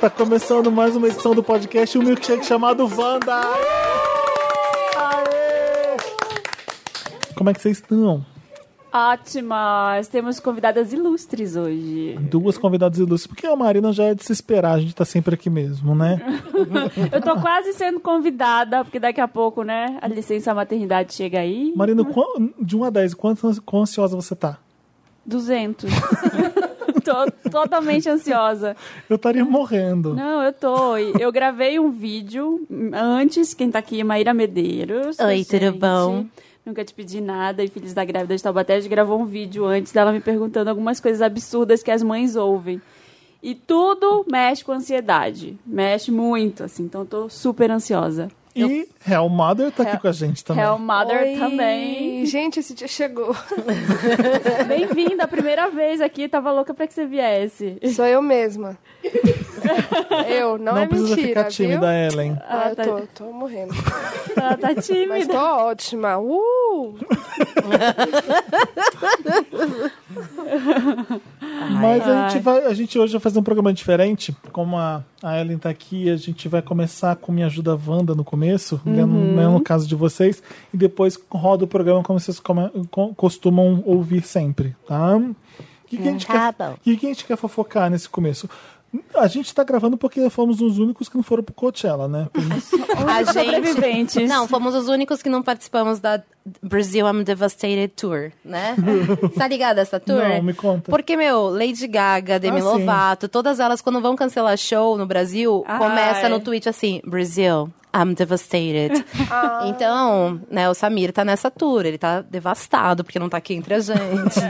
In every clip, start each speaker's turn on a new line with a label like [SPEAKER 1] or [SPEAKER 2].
[SPEAKER 1] Tá começando mais uma edição do podcast, um milkshake chamado Wanda! Aê! Como é que vocês estão?
[SPEAKER 2] Ótimas! Temos convidadas ilustres hoje.
[SPEAKER 1] Duas convidadas ilustres, porque a Marina já é de se esperar, a gente tá sempre aqui mesmo, né?
[SPEAKER 2] Eu tô quase sendo convidada, porque daqui a pouco, né? A licença maternidade chega aí.
[SPEAKER 1] Marina, quan- de 1 a 10, quanto ans- quão ansiosa você tá?
[SPEAKER 2] 200. tô totalmente ansiosa.
[SPEAKER 1] Eu estaria morrendo.
[SPEAKER 2] Não, eu tô. E Eu gravei um vídeo antes, quem tá aqui é Maíra Medeiros.
[SPEAKER 3] Oi,
[SPEAKER 2] Gente,
[SPEAKER 3] tudo bom?
[SPEAKER 2] Nunca te pedi nada e Filhos da Grávida de Taubaté a gente gravou um vídeo antes dela me perguntando algumas coisas absurdas que as mães ouvem. E tudo mexe com ansiedade. Mexe muito, assim. Então eu tô super ansiosa.
[SPEAKER 1] E Hell Mother tá aqui
[SPEAKER 2] Hell-
[SPEAKER 1] com a gente também.
[SPEAKER 2] Hell Mother
[SPEAKER 4] Oi!
[SPEAKER 2] também.
[SPEAKER 4] Gente, esse dia chegou.
[SPEAKER 2] Bem-vinda, a primeira vez aqui. Tava louca pra que você viesse.
[SPEAKER 4] Sou eu mesma. Eu, não,
[SPEAKER 1] Não
[SPEAKER 4] é
[SPEAKER 1] precisa
[SPEAKER 4] mentira,
[SPEAKER 1] ficar tímida,
[SPEAKER 4] viu?
[SPEAKER 1] Ellen.
[SPEAKER 4] Ah,
[SPEAKER 2] Ah, tá-
[SPEAKER 4] eu tô, tô morrendo.
[SPEAKER 2] Tá, tá
[SPEAKER 4] Mas
[SPEAKER 2] tímida.
[SPEAKER 4] tô ótima. Uh!
[SPEAKER 1] Mas a
[SPEAKER 2] Ai.
[SPEAKER 1] gente, vai, a gente hoje vai fazer um programa diferente. Como a, a Ellen tá aqui, a gente vai começar com Me Ajuda Wanda no começo, né,
[SPEAKER 3] Uhum.
[SPEAKER 1] no, né, no caso de vocês, e depois roda o programa como vocês come- co- costumam ouvir sempre, tá? O que, que a gente
[SPEAKER 3] Tá
[SPEAKER 1] quer,
[SPEAKER 3] bom.
[SPEAKER 1] o que que a gente quer fofocar nesse começo? A gente tá gravando porque fomos os únicos que não foram pro Coachella, né?
[SPEAKER 3] A
[SPEAKER 2] sobreviventes.
[SPEAKER 3] Não, fomos os únicos que não participamos da Brazil I'm Devastated Tour, né? tá ligada essa tour?
[SPEAKER 1] Não, me conta.
[SPEAKER 3] Porque, meu, Lady Gaga, Demi
[SPEAKER 1] Ah, sim.
[SPEAKER 3] Lovato, todas elas, quando vão cancelar show no Brasil,
[SPEAKER 2] Ai.
[SPEAKER 3] começa no tweet assim, Brazil, I'm devastated.
[SPEAKER 2] Ah.
[SPEAKER 3] Então, né, o Samir tá nessa tour, ele tá devastado, porque não tá aqui entre a gente.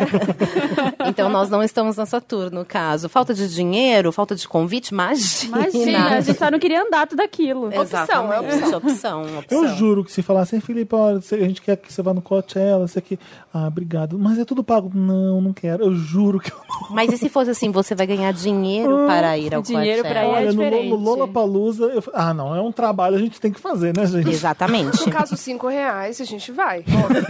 [SPEAKER 3] então, nós não estamos nessa tour, no caso. Falta de dinheiro, falta de convite, imagina!
[SPEAKER 2] Imagina, a gente só não queria andar tudo aquilo.
[SPEAKER 3] Opção, é opção. opção,
[SPEAKER 1] Eu
[SPEAKER 3] opção.
[SPEAKER 1] juro que se falassem, Felipe, olha, se a gente quer que você vá no Coachella, isso aqui. Ah, obrigado. Mas é tudo pago. Não, não quero. Eu juro que eu não
[SPEAKER 3] Mas e se fosse assim, você vai ganhar
[SPEAKER 1] Ah,
[SPEAKER 3] dinheiro para ir ao
[SPEAKER 2] Dinheiro pra
[SPEAKER 3] Coachella?
[SPEAKER 2] ir.
[SPEAKER 1] Olha,
[SPEAKER 2] é
[SPEAKER 1] no, Lo-
[SPEAKER 2] diferente.
[SPEAKER 1] no Lollapalooza... Eu... Ah, não, é um trabalho, a gente tem que fazer, né, gente?
[SPEAKER 3] Exatamente.
[SPEAKER 4] No caso, cinco reais, a gente vai. Óbvio.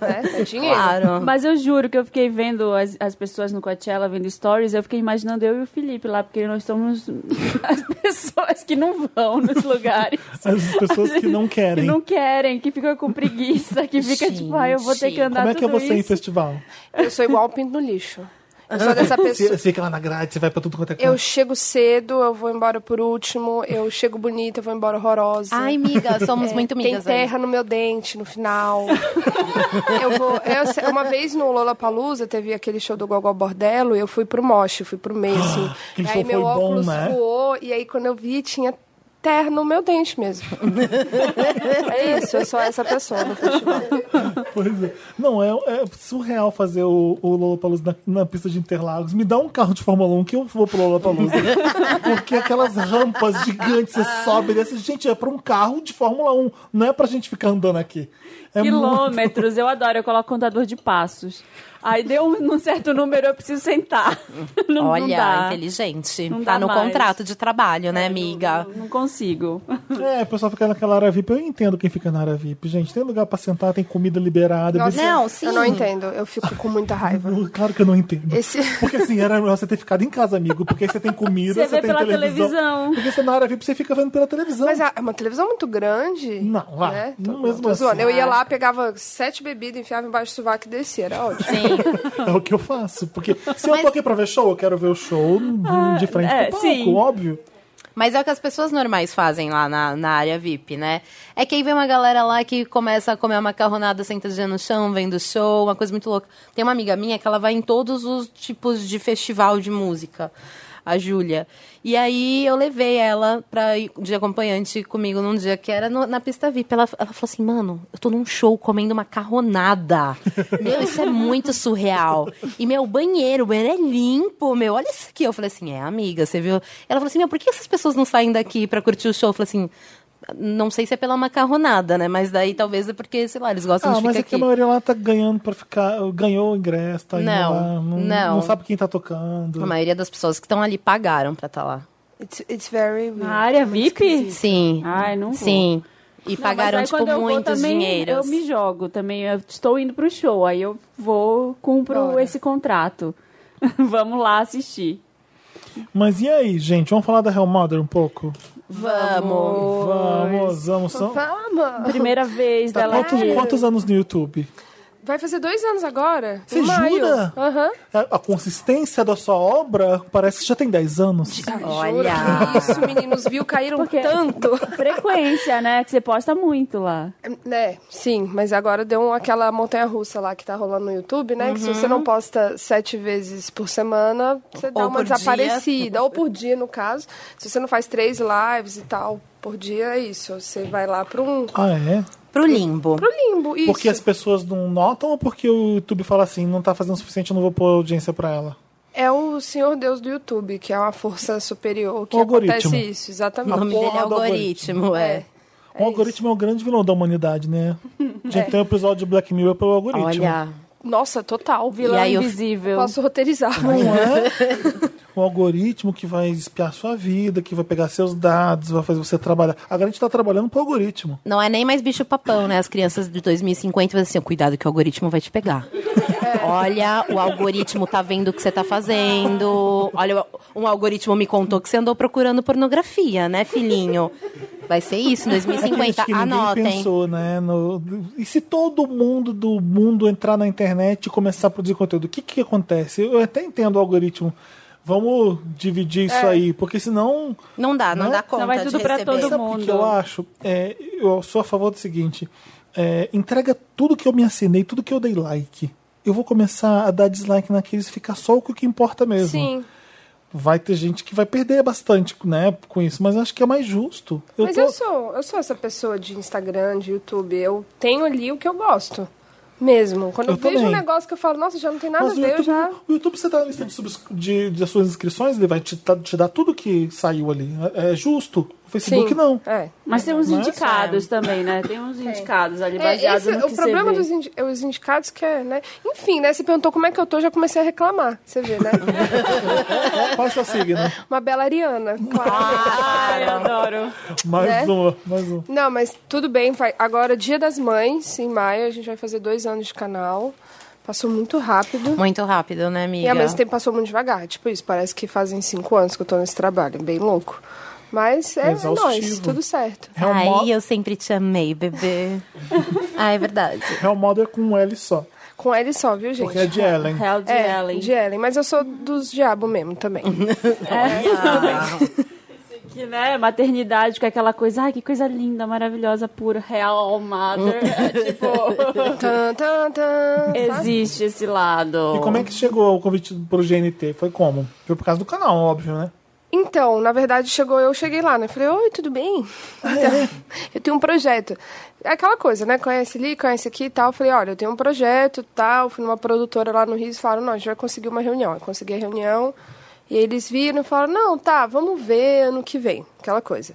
[SPEAKER 4] né? É dinheiro.
[SPEAKER 3] Claro.
[SPEAKER 2] Mas eu juro que eu fiquei vendo as, as pessoas no Coachella, vendo stories, eu fiquei imaginando eu e o Felipe lá, porque nós somos as pessoas que não vão nos lugares.
[SPEAKER 1] As pessoas que não
[SPEAKER 2] Que
[SPEAKER 1] querem.
[SPEAKER 2] não querem, que ficam com preguiça, que fica tipo, ai, eu vou ter que
[SPEAKER 3] Gente,
[SPEAKER 2] andar
[SPEAKER 1] Como é que é
[SPEAKER 2] tudo
[SPEAKER 1] você em
[SPEAKER 2] isso.
[SPEAKER 1] festival?
[SPEAKER 4] Eu sou igual o pinto no lixo. Eu sou dessa pessoa.
[SPEAKER 1] Você, você fica lá na grade, você vai pra tudo quanto é canto.
[SPEAKER 4] Eu chego cedo, eu vou embora por último. Eu chego bonita, eu vou embora horrorosa.
[SPEAKER 3] Ai, miga,
[SPEAKER 2] é,
[SPEAKER 3] somos muito né?
[SPEAKER 4] Tem
[SPEAKER 3] migas.
[SPEAKER 4] terra no meu dente no final. eu vou, eu- uma vez no Lollapalooza teve aquele show do Gogol Bordello e eu fui pro Moche, fui pro meio. assim.
[SPEAKER 1] aquele show
[SPEAKER 4] aí meu
[SPEAKER 1] foi bom,
[SPEAKER 4] óculos
[SPEAKER 1] né?
[SPEAKER 4] voou e aí quando eu vi tinha terra no meu dente mesmo. é isso, eu sou essa pessoa no festival.
[SPEAKER 1] Pois é. Não, é, é surreal fazer o, o Lollapalooza na, na pista de Interlagos. Me dá um carro de Fórmula 1 que eu vou pro Lollapalooza. Porque aquelas rampas gigantes, você sobe dessas. Gente, é pra um carro de Fórmula 1. Não é pra gente ficar andando aqui. É muito-
[SPEAKER 2] Quilômetros, eu adoro, eu coloco contador de passos. Aí deu um, um certo número, eu preciso sentar. Não, não
[SPEAKER 3] Olha,
[SPEAKER 2] dá.
[SPEAKER 3] inteligente.
[SPEAKER 2] Não
[SPEAKER 3] tá
[SPEAKER 2] dá
[SPEAKER 3] no
[SPEAKER 2] mais. É,
[SPEAKER 3] contrato de trabalho, né, amiga?
[SPEAKER 2] Não consigo.
[SPEAKER 1] É, o pessoal fica naquela área VIP. Eu entendo quem fica na área VIP, gente. Tem lugar pra sentar, tem comida liberada.
[SPEAKER 4] Nossa,
[SPEAKER 1] bebida-
[SPEAKER 3] Não, sim.
[SPEAKER 4] Assim, Eu não entendo, eu fico com muita raiva.
[SPEAKER 1] Eu- Claro que eu não entendo.
[SPEAKER 4] Esse-
[SPEAKER 1] Porque assim, era melhor você ter ficado em casa, amigo. Porque aí você tem comida,
[SPEAKER 2] Você
[SPEAKER 1] você,
[SPEAKER 2] vê
[SPEAKER 1] tem
[SPEAKER 2] pela
[SPEAKER 1] televisão.
[SPEAKER 2] televisão.
[SPEAKER 1] Porque você na área VIP, você fica vendo pela televisão.
[SPEAKER 4] Mas é uma televisão muito grande.
[SPEAKER 1] Não, ah,
[SPEAKER 4] né?
[SPEAKER 1] não
[SPEAKER 4] Tô-
[SPEAKER 1] mesmo
[SPEAKER 4] tô
[SPEAKER 1] assim.
[SPEAKER 4] zoando. Eu ia lá, pegava sete bebidas, enfiava embaixo do sovaco e descia. Era ótimo.
[SPEAKER 1] É o que eu faço. Porque se eu
[SPEAKER 3] Mas-
[SPEAKER 1] tô aqui pra ver show, eu quero ver o show de frente
[SPEAKER 2] é,
[SPEAKER 1] pro palco,
[SPEAKER 2] sim.
[SPEAKER 1] óbvio.
[SPEAKER 3] Mas é o que as pessoas normais fazem lá na, na área VIP, né? É que aí vem uma galera lá que começa a comer uma macarronada sentadinha no chão, vendo show, uma coisa muito louca. Tem uma amiga minha que ela vai em todos os tipos de festival de música, a Júlia. E aí eu levei ela pra ir de acompanhante comigo num dia que era no- na pista VIP. Ela, ela falou assim, mano, eu tô num show comendo macarronada. meu, isso é muito surreal. E meu, o banheiro, o banheiro é limpo, meu, olha isso aqui. Eu falei assim, é, amiga, você viu? Ela falou assim, meu, por que essas pessoas não saem daqui pra curtir o show? Eu falei assim, não sei se é pela macarronada, né? Mas daí talvez é porque, sei lá, eles gostam
[SPEAKER 1] Ah,
[SPEAKER 3] de
[SPEAKER 1] mas
[SPEAKER 3] ficar
[SPEAKER 1] é que
[SPEAKER 3] aqui.
[SPEAKER 1] a maioria lá tá ganhando pra ficar. Ganhou o ingresso, tá indo
[SPEAKER 3] Não,
[SPEAKER 1] lá, Não,
[SPEAKER 3] não.
[SPEAKER 1] não sabe quem tá tocando.
[SPEAKER 3] A maioria das pessoas que estão ali pagaram pra estar lá.
[SPEAKER 4] It's, it's very weird.
[SPEAKER 2] Na área VIP?
[SPEAKER 3] Sim.
[SPEAKER 2] Ai, não vou.
[SPEAKER 3] Sim. E
[SPEAKER 2] Ah, tá Não,
[SPEAKER 3] pagaram,
[SPEAKER 2] mas aí
[SPEAKER 3] tipo,
[SPEAKER 2] quando eu vou
[SPEAKER 3] muitos
[SPEAKER 2] também,
[SPEAKER 3] dinheiros.
[SPEAKER 2] Eu me jogo também. Eu estou indo pro show, aí eu vou, cumpro
[SPEAKER 4] Bora.
[SPEAKER 2] esse contrato. Vamos lá assistir.
[SPEAKER 1] Mas e aí, gente? Vamos falar da Hell Mother um pouco?
[SPEAKER 3] Vamos.
[SPEAKER 1] Vamos, vamos. São...
[SPEAKER 4] Vamos.
[SPEAKER 2] Primeira vez
[SPEAKER 1] Tá,
[SPEAKER 2] dela
[SPEAKER 1] quantos,
[SPEAKER 2] aqui.
[SPEAKER 1] quantos anos no YouTube?
[SPEAKER 4] Vai fazer dois anos agora.
[SPEAKER 1] Você
[SPEAKER 4] em maio.
[SPEAKER 1] jura?
[SPEAKER 4] Aham.
[SPEAKER 1] É, A, a consistência da sua obra parece que já tem 10 anos.
[SPEAKER 3] Olha.
[SPEAKER 4] Juro que Isso, meninos, viu? Caíram
[SPEAKER 2] Porque-
[SPEAKER 4] tanto.
[SPEAKER 2] Frequência, né? Que você posta muito lá.
[SPEAKER 4] É, sim, mas agora deu um, aquela montanha russa lá que tá rolando no YouTube, né? Que se você não posta sete vezes por semana, você dá
[SPEAKER 3] Ou
[SPEAKER 4] uma
[SPEAKER 3] por dia.
[SPEAKER 4] desaparecida. Ou por dia, no caso. Se você não faz três lives e tal por dia, é isso. Você vai lá pro, um,
[SPEAKER 1] Ah, é?
[SPEAKER 3] Pro limbo.
[SPEAKER 4] pro limbo. Isso.
[SPEAKER 1] Porque as pessoas não notam ou porque o YouTube fala assim, não tá fazendo o suficiente, eu não vou pôr audiência pra ela?
[SPEAKER 4] É o Senhor Deus do YouTube, que é uma força superior que
[SPEAKER 1] O algoritmo.
[SPEAKER 4] acontece isso,
[SPEAKER 3] O
[SPEAKER 4] exatamente.
[SPEAKER 3] nome
[SPEAKER 1] porra
[SPEAKER 3] dele é
[SPEAKER 1] do
[SPEAKER 3] algoritmo, é. É.
[SPEAKER 1] o algoritmo é o grande vilão da humanidade, né? Gente, tem um episódio de Black Mirror pelo algoritmo.
[SPEAKER 3] Olha.
[SPEAKER 4] Nossa, total.
[SPEAKER 2] Vilão
[SPEAKER 3] aí eu-
[SPEAKER 2] invisível.
[SPEAKER 4] Posso roteirizar.
[SPEAKER 1] Não é? O algoritmo que vai espiar sua vida, que vai pegar seus dados, vai fazer você trabalhar. Agora a gente tá trabalhando pro algoritmo.
[SPEAKER 3] Não é nem mais bicho papão, né? As crianças de 2050 vão assim, cuidado que o algoritmo vai te pegar. Olha, o algoritmo tá vendo o que você tá fazendo. Olha, um algoritmo me contou que você andou procurando pornografia, né, filhinho? Vai ser isso,
[SPEAKER 1] Aquele
[SPEAKER 3] 2050.
[SPEAKER 1] que ninguém
[SPEAKER 3] Anotem.
[SPEAKER 1] pensou, né? no- E se todo mundo do mundo entrar na internet e começar a produzir conteúdo, o que que acontece? Eu até entendo o algoritmo. Vamos dividir isso aí, porque senão
[SPEAKER 3] Não dá, não,
[SPEAKER 1] Não?
[SPEAKER 3] dá conta
[SPEAKER 2] Não, vai
[SPEAKER 3] de
[SPEAKER 2] tudo pra
[SPEAKER 3] receber.
[SPEAKER 2] todo
[SPEAKER 1] Sabe o que
[SPEAKER 2] mundo.
[SPEAKER 1] que eu acho? É, eu sou a favor do seguinte: é, entrega tudo que eu me assinei, tudo que eu dei like. Eu vou começar a dar dislike naqueles e ficar só o que importa mesmo.
[SPEAKER 4] Sim.
[SPEAKER 1] Vai ter gente que vai perder bastante né, com isso, mas eu acho que é mais justo. Eu
[SPEAKER 4] Mas
[SPEAKER 1] tô-
[SPEAKER 4] eu sou, eu sou essa pessoa de Instagram, de YouTube. Eu tenho ali o que eu gosto. Mesmo. Quando eu,
[SPEAKER 1] Eu
[SPEAKER 4] vejo um
[SPEAKER 1] também.
[SPEAKER 4] negócio que eu falo, nossa, já não tem nada
[SPEAKER 1] Mas
[SPEAKER 4] a
[SPEAKER 1] o
[SPEAKER 4] ver, eu
[SPEAKER 1] YouTube,
[SPEAKER 4] já.
[SPEAKER 1] o YouTube, você tá na lista de, subs- de- de suas inscrições, ele vai te, tá- te dar tudo que saiu ali. É é justo. O Facebook não.
[SPEAKER 4] É.
[SPEAKER 2] Mas tem uns
[SPEAKER 1] Mas-
[SPEAKER 2] indicados também, né? Tem uns indicados ali
[SPEAKER 4] É,
[SPEAKER 2] baseados
[SPEAKER 4] esse-
[SPEAKER 2] no que
[SPEAKER 4] o problema
[SPEAKER 2] você vê.
[SPEAKER 4] dos indi- é os indicados que é, né? Enfim, né? Você perguntou como é que eu tô, já comecei a reclamar. Você vê, né?
[SPEAKER 1] Qual é o seu signo?
[SPEAKER 4] Uma bela Ariana, claro.
[SPEAKER 2] Ai, eu adoro.
[SPEAKER 1] Mais
[SPEAKER 4] Né?
[SPEAKER 1] uma, mais uma.
[SPEAKER 4] Não, mas tudo bem. vai- Agora, é Dia das Mães, em maio, a gente vai fazer dois anos de canal. Passou muito rápido.
[SPEAKER 3] Muito rápido, né, amiga?
[SPEAKER 4] E ao mesmo tempo passou muito devagar. Tipo isso, parece que fazem cinco anos que eu tô nesse trabalho. Bem louco. Mas é, é
[SPEAKER 1] Exaustivo.
[SPEAKER 4] nóis, tudo certo.
[SPEAKER 1] É uma-
[SPEAKER 3] Ai, eu sempre te amei, bebê. ah, é verdade.
[SPEAKER 1] Real Mother com um L só.
[SPEAKER 4] Com ele só, viu, gente?
[SPEAKER 1] Porque é de Ellen.
[SPEAKER 2] Hell de
[SPEAKER 4] É,
[SPEAKER 2] Ellen.
[SPEAKER 4] de Ellen. Mas eu sou dos diabo mesmo também.
[SPEAKER 2] Que, né, maternidade, que é aquela coisa, ai, que coisa linda, maravilhosa, pura, real, mother. É, tipo,
[SPEAKER 4] tan, tan, tan.
[SPEAKER 2] existe esse lado.
[SPEAKER 1] E como é que chegou o convite pro GNT? Foi como? Foi por causa do canal, óbvio, né?
[SPEAKER 4] Então, na verdade, chegou eu, cheguei lá, né? Falei, oi, tudo bem? Então, eu tenho um projeto. É aquela coisa, né? Conhece ali, conhece aqui e tal. Falei, olha, eu tenho um projeto tal. Fui numa produtora lá no Rio e falaram, não, a gente vai conseguir uma reunião. Eu consegui a reunião. E aí eles viram e falaram, não, tá, vamos ver ano que vem. Aquela coisa.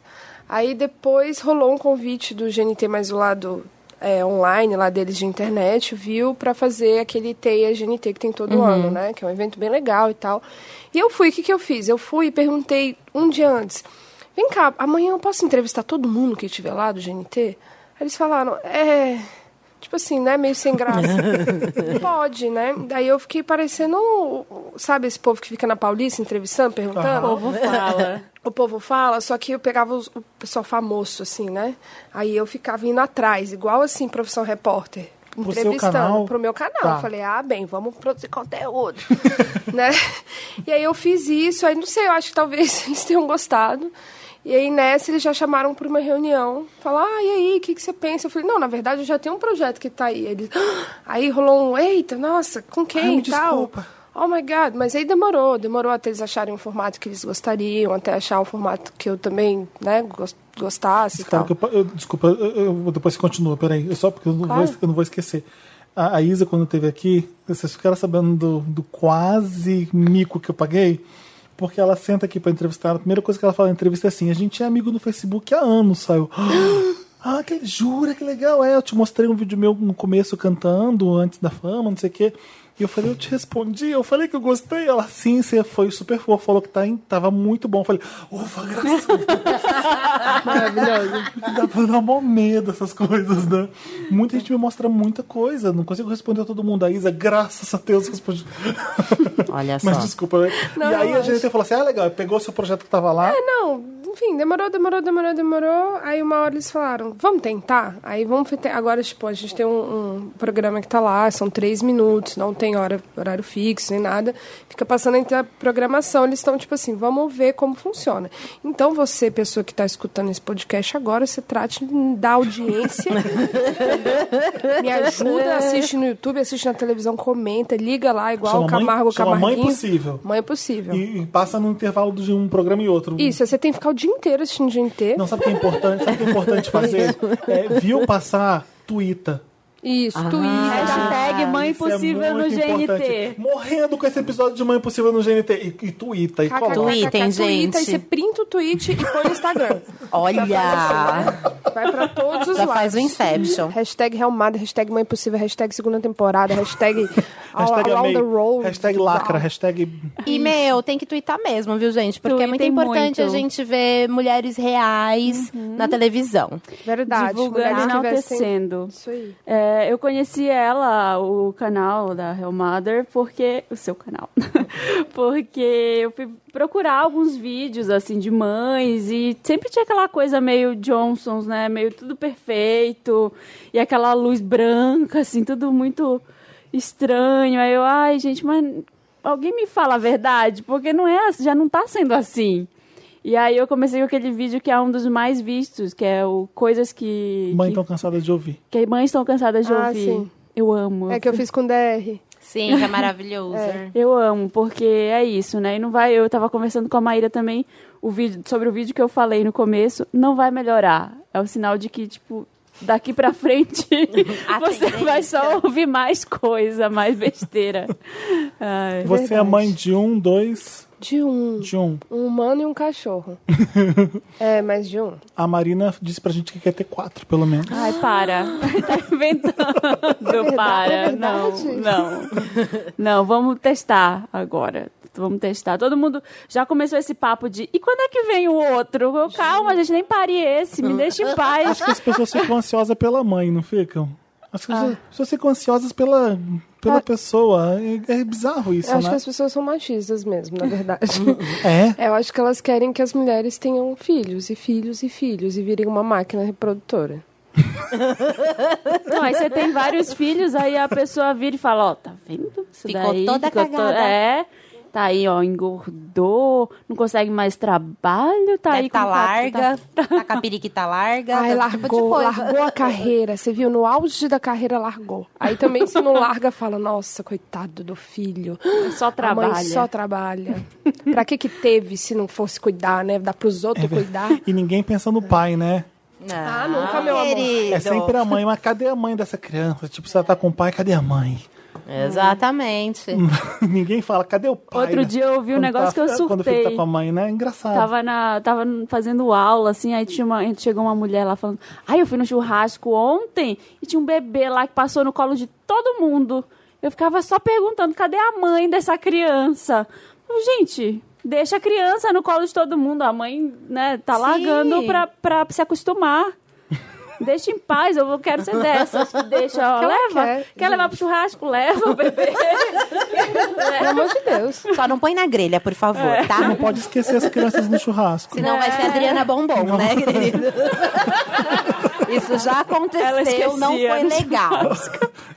[SPEAKER 4] Aí depois rolou um convite do GNT, mais o lado é, online lá deles de internet, viu, pra fazer aquele TEIA GNT que tem todo ano, né? Que é um evento bem legal e tal. E eu fui, o que, que eu fiz? Eu fui e perguntei um dia antes: vem cá, amanhã eu posso entrevistar todo mundo que estiver lá do GNT? Aí eles falaram: é. Tipo assim, né? Meio sem graça. Pode, né? Daí eu fiquei parecendo, sabe, esse povo que fica na Paulista entrevistando, perguntando?
[SPEAKER 2] o povo fala?
[SPEAKER 4] o povo fala, só que eu pegava os- o pessoal famoso, assim, né? Aí eu ficava indo atrás, igual assim, profissão repórter.
[SPEAKER 1] seu
[SPEAKER 4] Entrevistando
[SPEAKER 1] canal?
[SPEAKER 4] pro meu canal.
[SPEAKER 1] Tá.
[SPEAKER 4] Falei, ah, bem, vamos produzir conteúdo. né? E aí eu fiz isso, aí não sei, eu acho que talvez eles tenham gostado. E aí nessa eles já chamaram para uma reunião. Falaram, ah, e aí, o que, que você pensa? Eu falei, não, na verdade eu já tenho um projeto que tá aí. Ele, "Ah!" Aí rolou um, eita, nossa, com quem
[SPEAKER 1] Ai, me
[SPEAKER 4] e tal?
[SPEAKER 1] desculpa.
[SPEAKER 4] Oh my God, mas aí demorou, demorou até eles acharem um formato que eles gostariam, até achar um formato que eu também, né, gos- gostasse e
[SPEAKER 1] Cara,
[SPEAKER 4] tal.
[SPEAKER 1] que eu pa- eu- desculpa, eu, eu- depois você continua, peraí. Eu só porque eu não,
[SPEAKER 4] Claro.
[SPEAKER 1] vou, eu não vou esquecer. A, a Isa, quando teve aqui, vocês ficaram sabendo do, do quase mico que eu paguei? Porque ela senta aqui pra entrevistar. A primeira coisa que ela fala na entrevista é assim: a gente é amigo no Facebook há anos, saiu. Ah, que, jura que legal. É, eu te mostrei um vídeo meu no começo cantando, antes da fama, não sei o quê. E eu falei, eu te respondi, eu falei que eu gostei. Ela, sim, você foi super fofo, falou que tá, em- tava muito bom. Eu falei, ufa, graças a Deus.
[SPEAKER 4] Maravilhoso.
[SPEAKER 1] Dá pra dar mó medo essas coisas, né? Muita gente me mostra muita coisa, não consigo responder a todo mundo. A Isa, graças a Deus, respondi.
[SPEAKER 3] Olha É só.
[SPEAKER 1] Mas desculpa. né?
[SPEAKER 4] Não,
[SPEAKER 1] e aí a
[SPEAKER 4] mas-
[SPEAKER 1] diretora falou assim, ah, legal, pegou o seu projeto que tava lá.
[SPEAKER 4] É, Não, enfim, demorou, demorou, demorou, demorou. Aí uma hora eles falaram, vamos tentar? Aí vamos fe- agora, tipo, a gente tem um, um programa que tá lá, são três minutos, não tem hora, horário fixo nem nada. Fica passando entre a programação, eles estão tipo assim, vamos ver como funciona. Então você, pessoa que tá escutando esse podcast agora, você trate da audiência me ajuda, assiste no YouTube, assiste na televisão, comenta, liga lá, igual
[SPEAKER 1] Chama
[SPEAKER 4] o Camargo
[SPEAKER 1] mãe- chama Mãe
[SPEAKER 4] Camarguinho.
[SPEAKER 1] Possível.
[SPEAKER 4] Mãe é Possível.
[SPEAKER 1] E, e passa no intervalo de um programa e outro.
[SPEAKER 4] Isso, você tem que ficar o dia inteiro assistindo o dia inteiro.
[SPEAKER 1] Não, sabe o que é importante? Sabe o que é importante fazer? É, viu passar, tuita.
[SPEAKER 4] Isso, Twitter.
[SPEAKER 2] Hashtag Mãe
[SPEAKER 1] Isso é
[SPEAKER 2] Impossível no
[SPEAKER 1] muito
[SPEAKER 2] GNT.
[SPEAKER 1] importante. Morrendo com esse episódio de Mãe Impossível no GNT. E, e tuita, e coloca.
[SPEAKER 3] Twitter,
[SPEAKER 4] Twitter,
[SPEAKER 3] gente.
[SPEAKER 4] Aí você printa o tweet e põe no Instagram.
[SPEAKER 3] Olha!
[SPEAKER 4] né? Vai pra todos os
[SPEAKER 3] Já
[SPEAKER 4] lados.
[SPEAKER 3] faz um o Inception.
[SPEAKER 4] Hashtag Realmada, hashtag Mãe Possível, hashtag Segunda Temporada, hashtag All,
[SPEAKER 1] Hashtag
[SPEAKER 4] All
[SPEAKER 1] amei.
[SPEAKER 4] the Road. Tá.
[SPEAKER 1] Hashtag lacra, hashtag
[SPEAKER 3] E, meu, tem que twittar mesmo, viu, gente? Porque é muito
[SPEAKER 2] Tweetem
[SPEAKER 3] importante a
[SPEAKER 2] muito.
[SPEAKER 3] gente ver mulheres reais na televisão.
[SPEAKER 4] Verdade.
[SPEAKER 2] Divulgando e
[SPEAKER 4] mulheres que vestem-
[SPEAKER 2] enaltecendo.
[SPEAKER 4] Isso aí.
[SPEAKER 2] É, eu conheci ela, o canal da Hell Mother, porque. O seu canal. porque eu fui procurar alguns vídeos, assim, de mães e sempre tinha aquela coisa meio Johnsons, né? Meio tudo perfeito e aquela luz branca, assim, tudo muito estranho. Aí eu, ai, gente, mas alguém me fala a verdade, porque não é, assim, já não tá sendo assim. E aí eu comecei com aquele vídeo que é um dos mais vistos, que é o Coisas que.
[SPEAKER 1] Mãe
[SPEAKER 2] que
[SPEAKER 1] tão cansada de ouvir.
[SPEAKER 2] que mães estão cansadas de
[SPEAKER 4] Ah,
[SPEAKER 2] ouvir.
[SPEAKER 4] sim.
[SPEAKER 2] Eu amo.
[SPEAKER 4] É que eu fiz com DR.
[SPEAKER 3] Sim, que é maravilhoso.
[SPEAKER 2] Eu amo, porque é isso, né? E não vai. Eu tava conversando com a Maíra também o vídeo, sobre o vídeo que eu falei no começo. Não vai melhorar. É o sinal de que, tipo, daqui pra frente
[SPEAKER 3] A
[SPEAKER 2] você vai só ouvir mais coisa, mais besteira. Ai.
[SPEAKER 1] Você é
[SPEAKER 4] verdade.
[SPEAKER 1] mãe de um, dois,
[SPEAKER 4] De um.
[SPEAKER 1] de um.
[SPEAKER 4] Um humano e um cachorro. é, mas de um.
[SPEAKER 1] A Marina disse pra gente que quer ter quatro, pelo menos.
[SPEAKER 2] Ai, para. Tá inventando. para.
[SPEAKER 4] é
[SPEAKER 2] não,
[SPEAKER 4] verdade.
[SPEAKER 2] não. Não, vamos testar agora. Vamos testar. Todo mundo já começou esse papo de e quando é que vem o outro? Eu, calma, gente, nem pare esse, me deixa em paz.
[SPEAKER 1] Acho que as pessoas ficam ansiosas pela mãe, não ficam? Acho que as
[SPEAKER 2] Ah.
[SPEAKER 1] pessoas- as pessoas ficam ansiosas pela, pela
[SPEAKER 4] Ah.
[SPEAKER 1] pessoa. É, é bizarro isso,
[SPEAKER 4] Eu acho
[SPEAKER 1] né?
[SPEAKER 4] que as pessoas são machistas mesmo, na verdade.
[SPEAKER 1] É.
[SPEAKER 4] É, Eu acho que elas querem que as mulheres tenham filhos e filhos e filhos e virem uma máquina reprodutora.
[SPEAKER 2] Não, aí você tem vários filhos, aí a pessoa vira e fala, ó, tá vendo? Isso
[SPEAKER 3] Ficou
[SPEAKER 2] daí,
[SPEAKER 3] toda
[SPEAKER 2] to-
[SPEAKER 3] cagada."
[SPEAKER 2] É. Tá aí, ó, engordou, não consegue mais trabalho, tá aí
[SPEAKER 3] Deve
[SPEAKER 2] com
[SPEAKER 3] tá
[SPEAKER 2] quatro- tá-
[SPEAKER 3] larga, tá com a periquita larga. tá tipo
[SPEAKER 4] Ai,
[SPEAKER 3] esse
[SPEAKER 4] largou, largou a carreira. Você viu, no auge da carreira, largou. Aí também se não larga, fala, nossa, coitado do filho.
[SPEAKER 2] Só
[SPEAKER 4] A
[SPEAKER 2] trabalha.
[SPEAKER 4] mãe só trabalha. Pra que que teve se não fosse cuidar, né? Dá pros outros cuidar.
[SPEAKER 1] E ninguém pensa no pai, né?
[SPEAKER 3] Ah,
[SPEAKER 4] nunca, meu amor.
[SPEAKER 3] querido.
[SPEAKER 1] É sempre a mãe, mas cadê a mãe dessa criança? Tipo, se ela tá com o pai, cadê a mãe?
[SPEAKER 3] Exatamente.
[SPEAKER 1] ninguém fala, cadê o pai?
[SPEAKER 2] Outro
[SPEAKER 1] né?
[SPEAKER 2] dia eu vi um
[SPEAKER 1] Quando
[SPEAKER 2] negócio
[SPEAKER 1] tá-
[SPEAKER 2] que eu
[SPEAKER 1] Quando o filho tá
[SPEAKER 2] surtei.
[SPEAKER 1] com a mãe, né? Engraçado.
[SPEAKER 2] Tava, na, tava fazendo aula, assim, aí tinha uma, aí chegou uma mulher lá falando, ai, eu fui no churrasco ontem e tinha um bebê lá que passou no colo de todo mundo. Eu ficava só perguntando, cadê a mãe dessa criança? Eu, Gente, deixa a criança no colo de todo mundo. A mãe, né, tá
[SPEAKER 3] Sim.
[SPEAKER 2] largando pra, pra se acostumar. Deixa em paz, eu vou- quero ser dessas. Deixa, ó,
[SPEAKER 4] Que ela
[SPEAKER 2] leva.
[SPEAKER 4] quer,
[SPEAKER 2] quer levar pro churrasco? Leva o bebê.
[SPEAKER 4] Pelo amor de Deus.
[SPEAKER 3] Só não põe na grelha, por favor, tá?
[SPEAKER 1] Não pode esquecer as crianças no churrasco.
[SPEAKER 3] Senão vai ser Adriana Bombom, né, querido? Isso já
[SPEAKER 2] Ela
[SPEAKER 3] aconteceu,
[SPEAKER 2] esquecia.
[SPEAKER 3] não foi legal.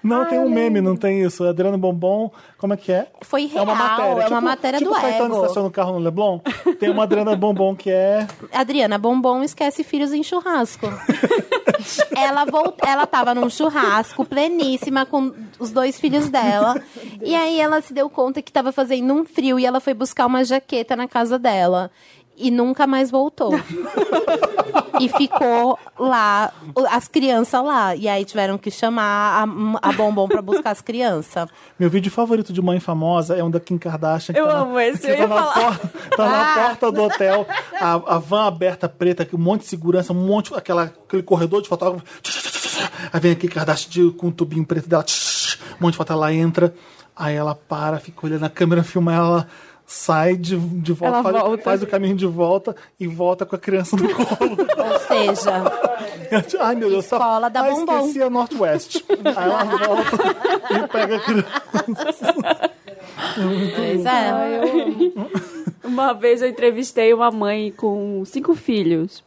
[SPEAKER 1] Não, tem um meme, não tem isso. Adriano Bombom, como é que é?
[SPEAKER 3] Foi
[SPEAKER 1] É
[SPEAKER 3] real,
[SPEAKER 1] uma matéria.
[SPEAKER 3] é uma matéria
[SPEAKER 1] tipo
[SPEAKER 3] do
[SPEAKER 1] Caetano
[SPEAKER 3] ego.
[SPEAKER 1] estaciona o carro no Leblon, tem uma Adriana Bombom que é...
[SPEAKER 3] Adriana Bombom esquece filhos em churrasco. ela, volt... ela tava num churrasco pleníssima com os dois filhos dela. e aí ela se deu conta que tava fazendo um frio e ela foi buscar uma jaqueta na casa dela. E nunca mais voltou. e ficou lá, o- as crianças lá. E aí tiveram que chamar a, a Bombom pra buscar as crianças.
[SPEAKER 1] Meu vídeo favorito de mãe famosa é um da Kim Kardashian. que
[SPEAKER 2] Eu
[SPEAKER 1] tá na-
[SPEAKER 2] amo esse,
[SPEAKER 1] que
[SPEAKER 2] eu
[SPEAKER 1] tá
[SPEAKER 2] ia
[SPEAKER 1] na
[SPEAKER 2] falar. Ah!
[SPEAKER 1] porta- tá na porta do hotel, a, a van aberta preta, que um monte de segurança, um monte, aquela, aquele corredor de fotógrafo. Aí vem a Kim Kardashian de- com um tubinho preto dela. um monte de foto. Ela entra, aí ela para, fica olhando a câmera, filma ela. Sai de, de volta,
[SPEAKER 2] Ela
[SPEAKER 1] faz,
[SPEAKER 2] volta.
[SPEAKER 1] faz o caminho de volta e volta com a criança no colo.
[SPEAKER 5] Ou seja,
[SPEAKER 1] Ai, meu Deus, só-
[SPEAKER 5] Escola da
[SPEAKER 1] ah,
[SPEAKER 5] Bombom.
[SPEAKER 1] esqueci a Northwest. Aí ela volta e pega a criança.
[SPEAKER 3] Pois é.
[SPEAKER 2] Uma vez eu entrevistei uma mãe com cinco filhos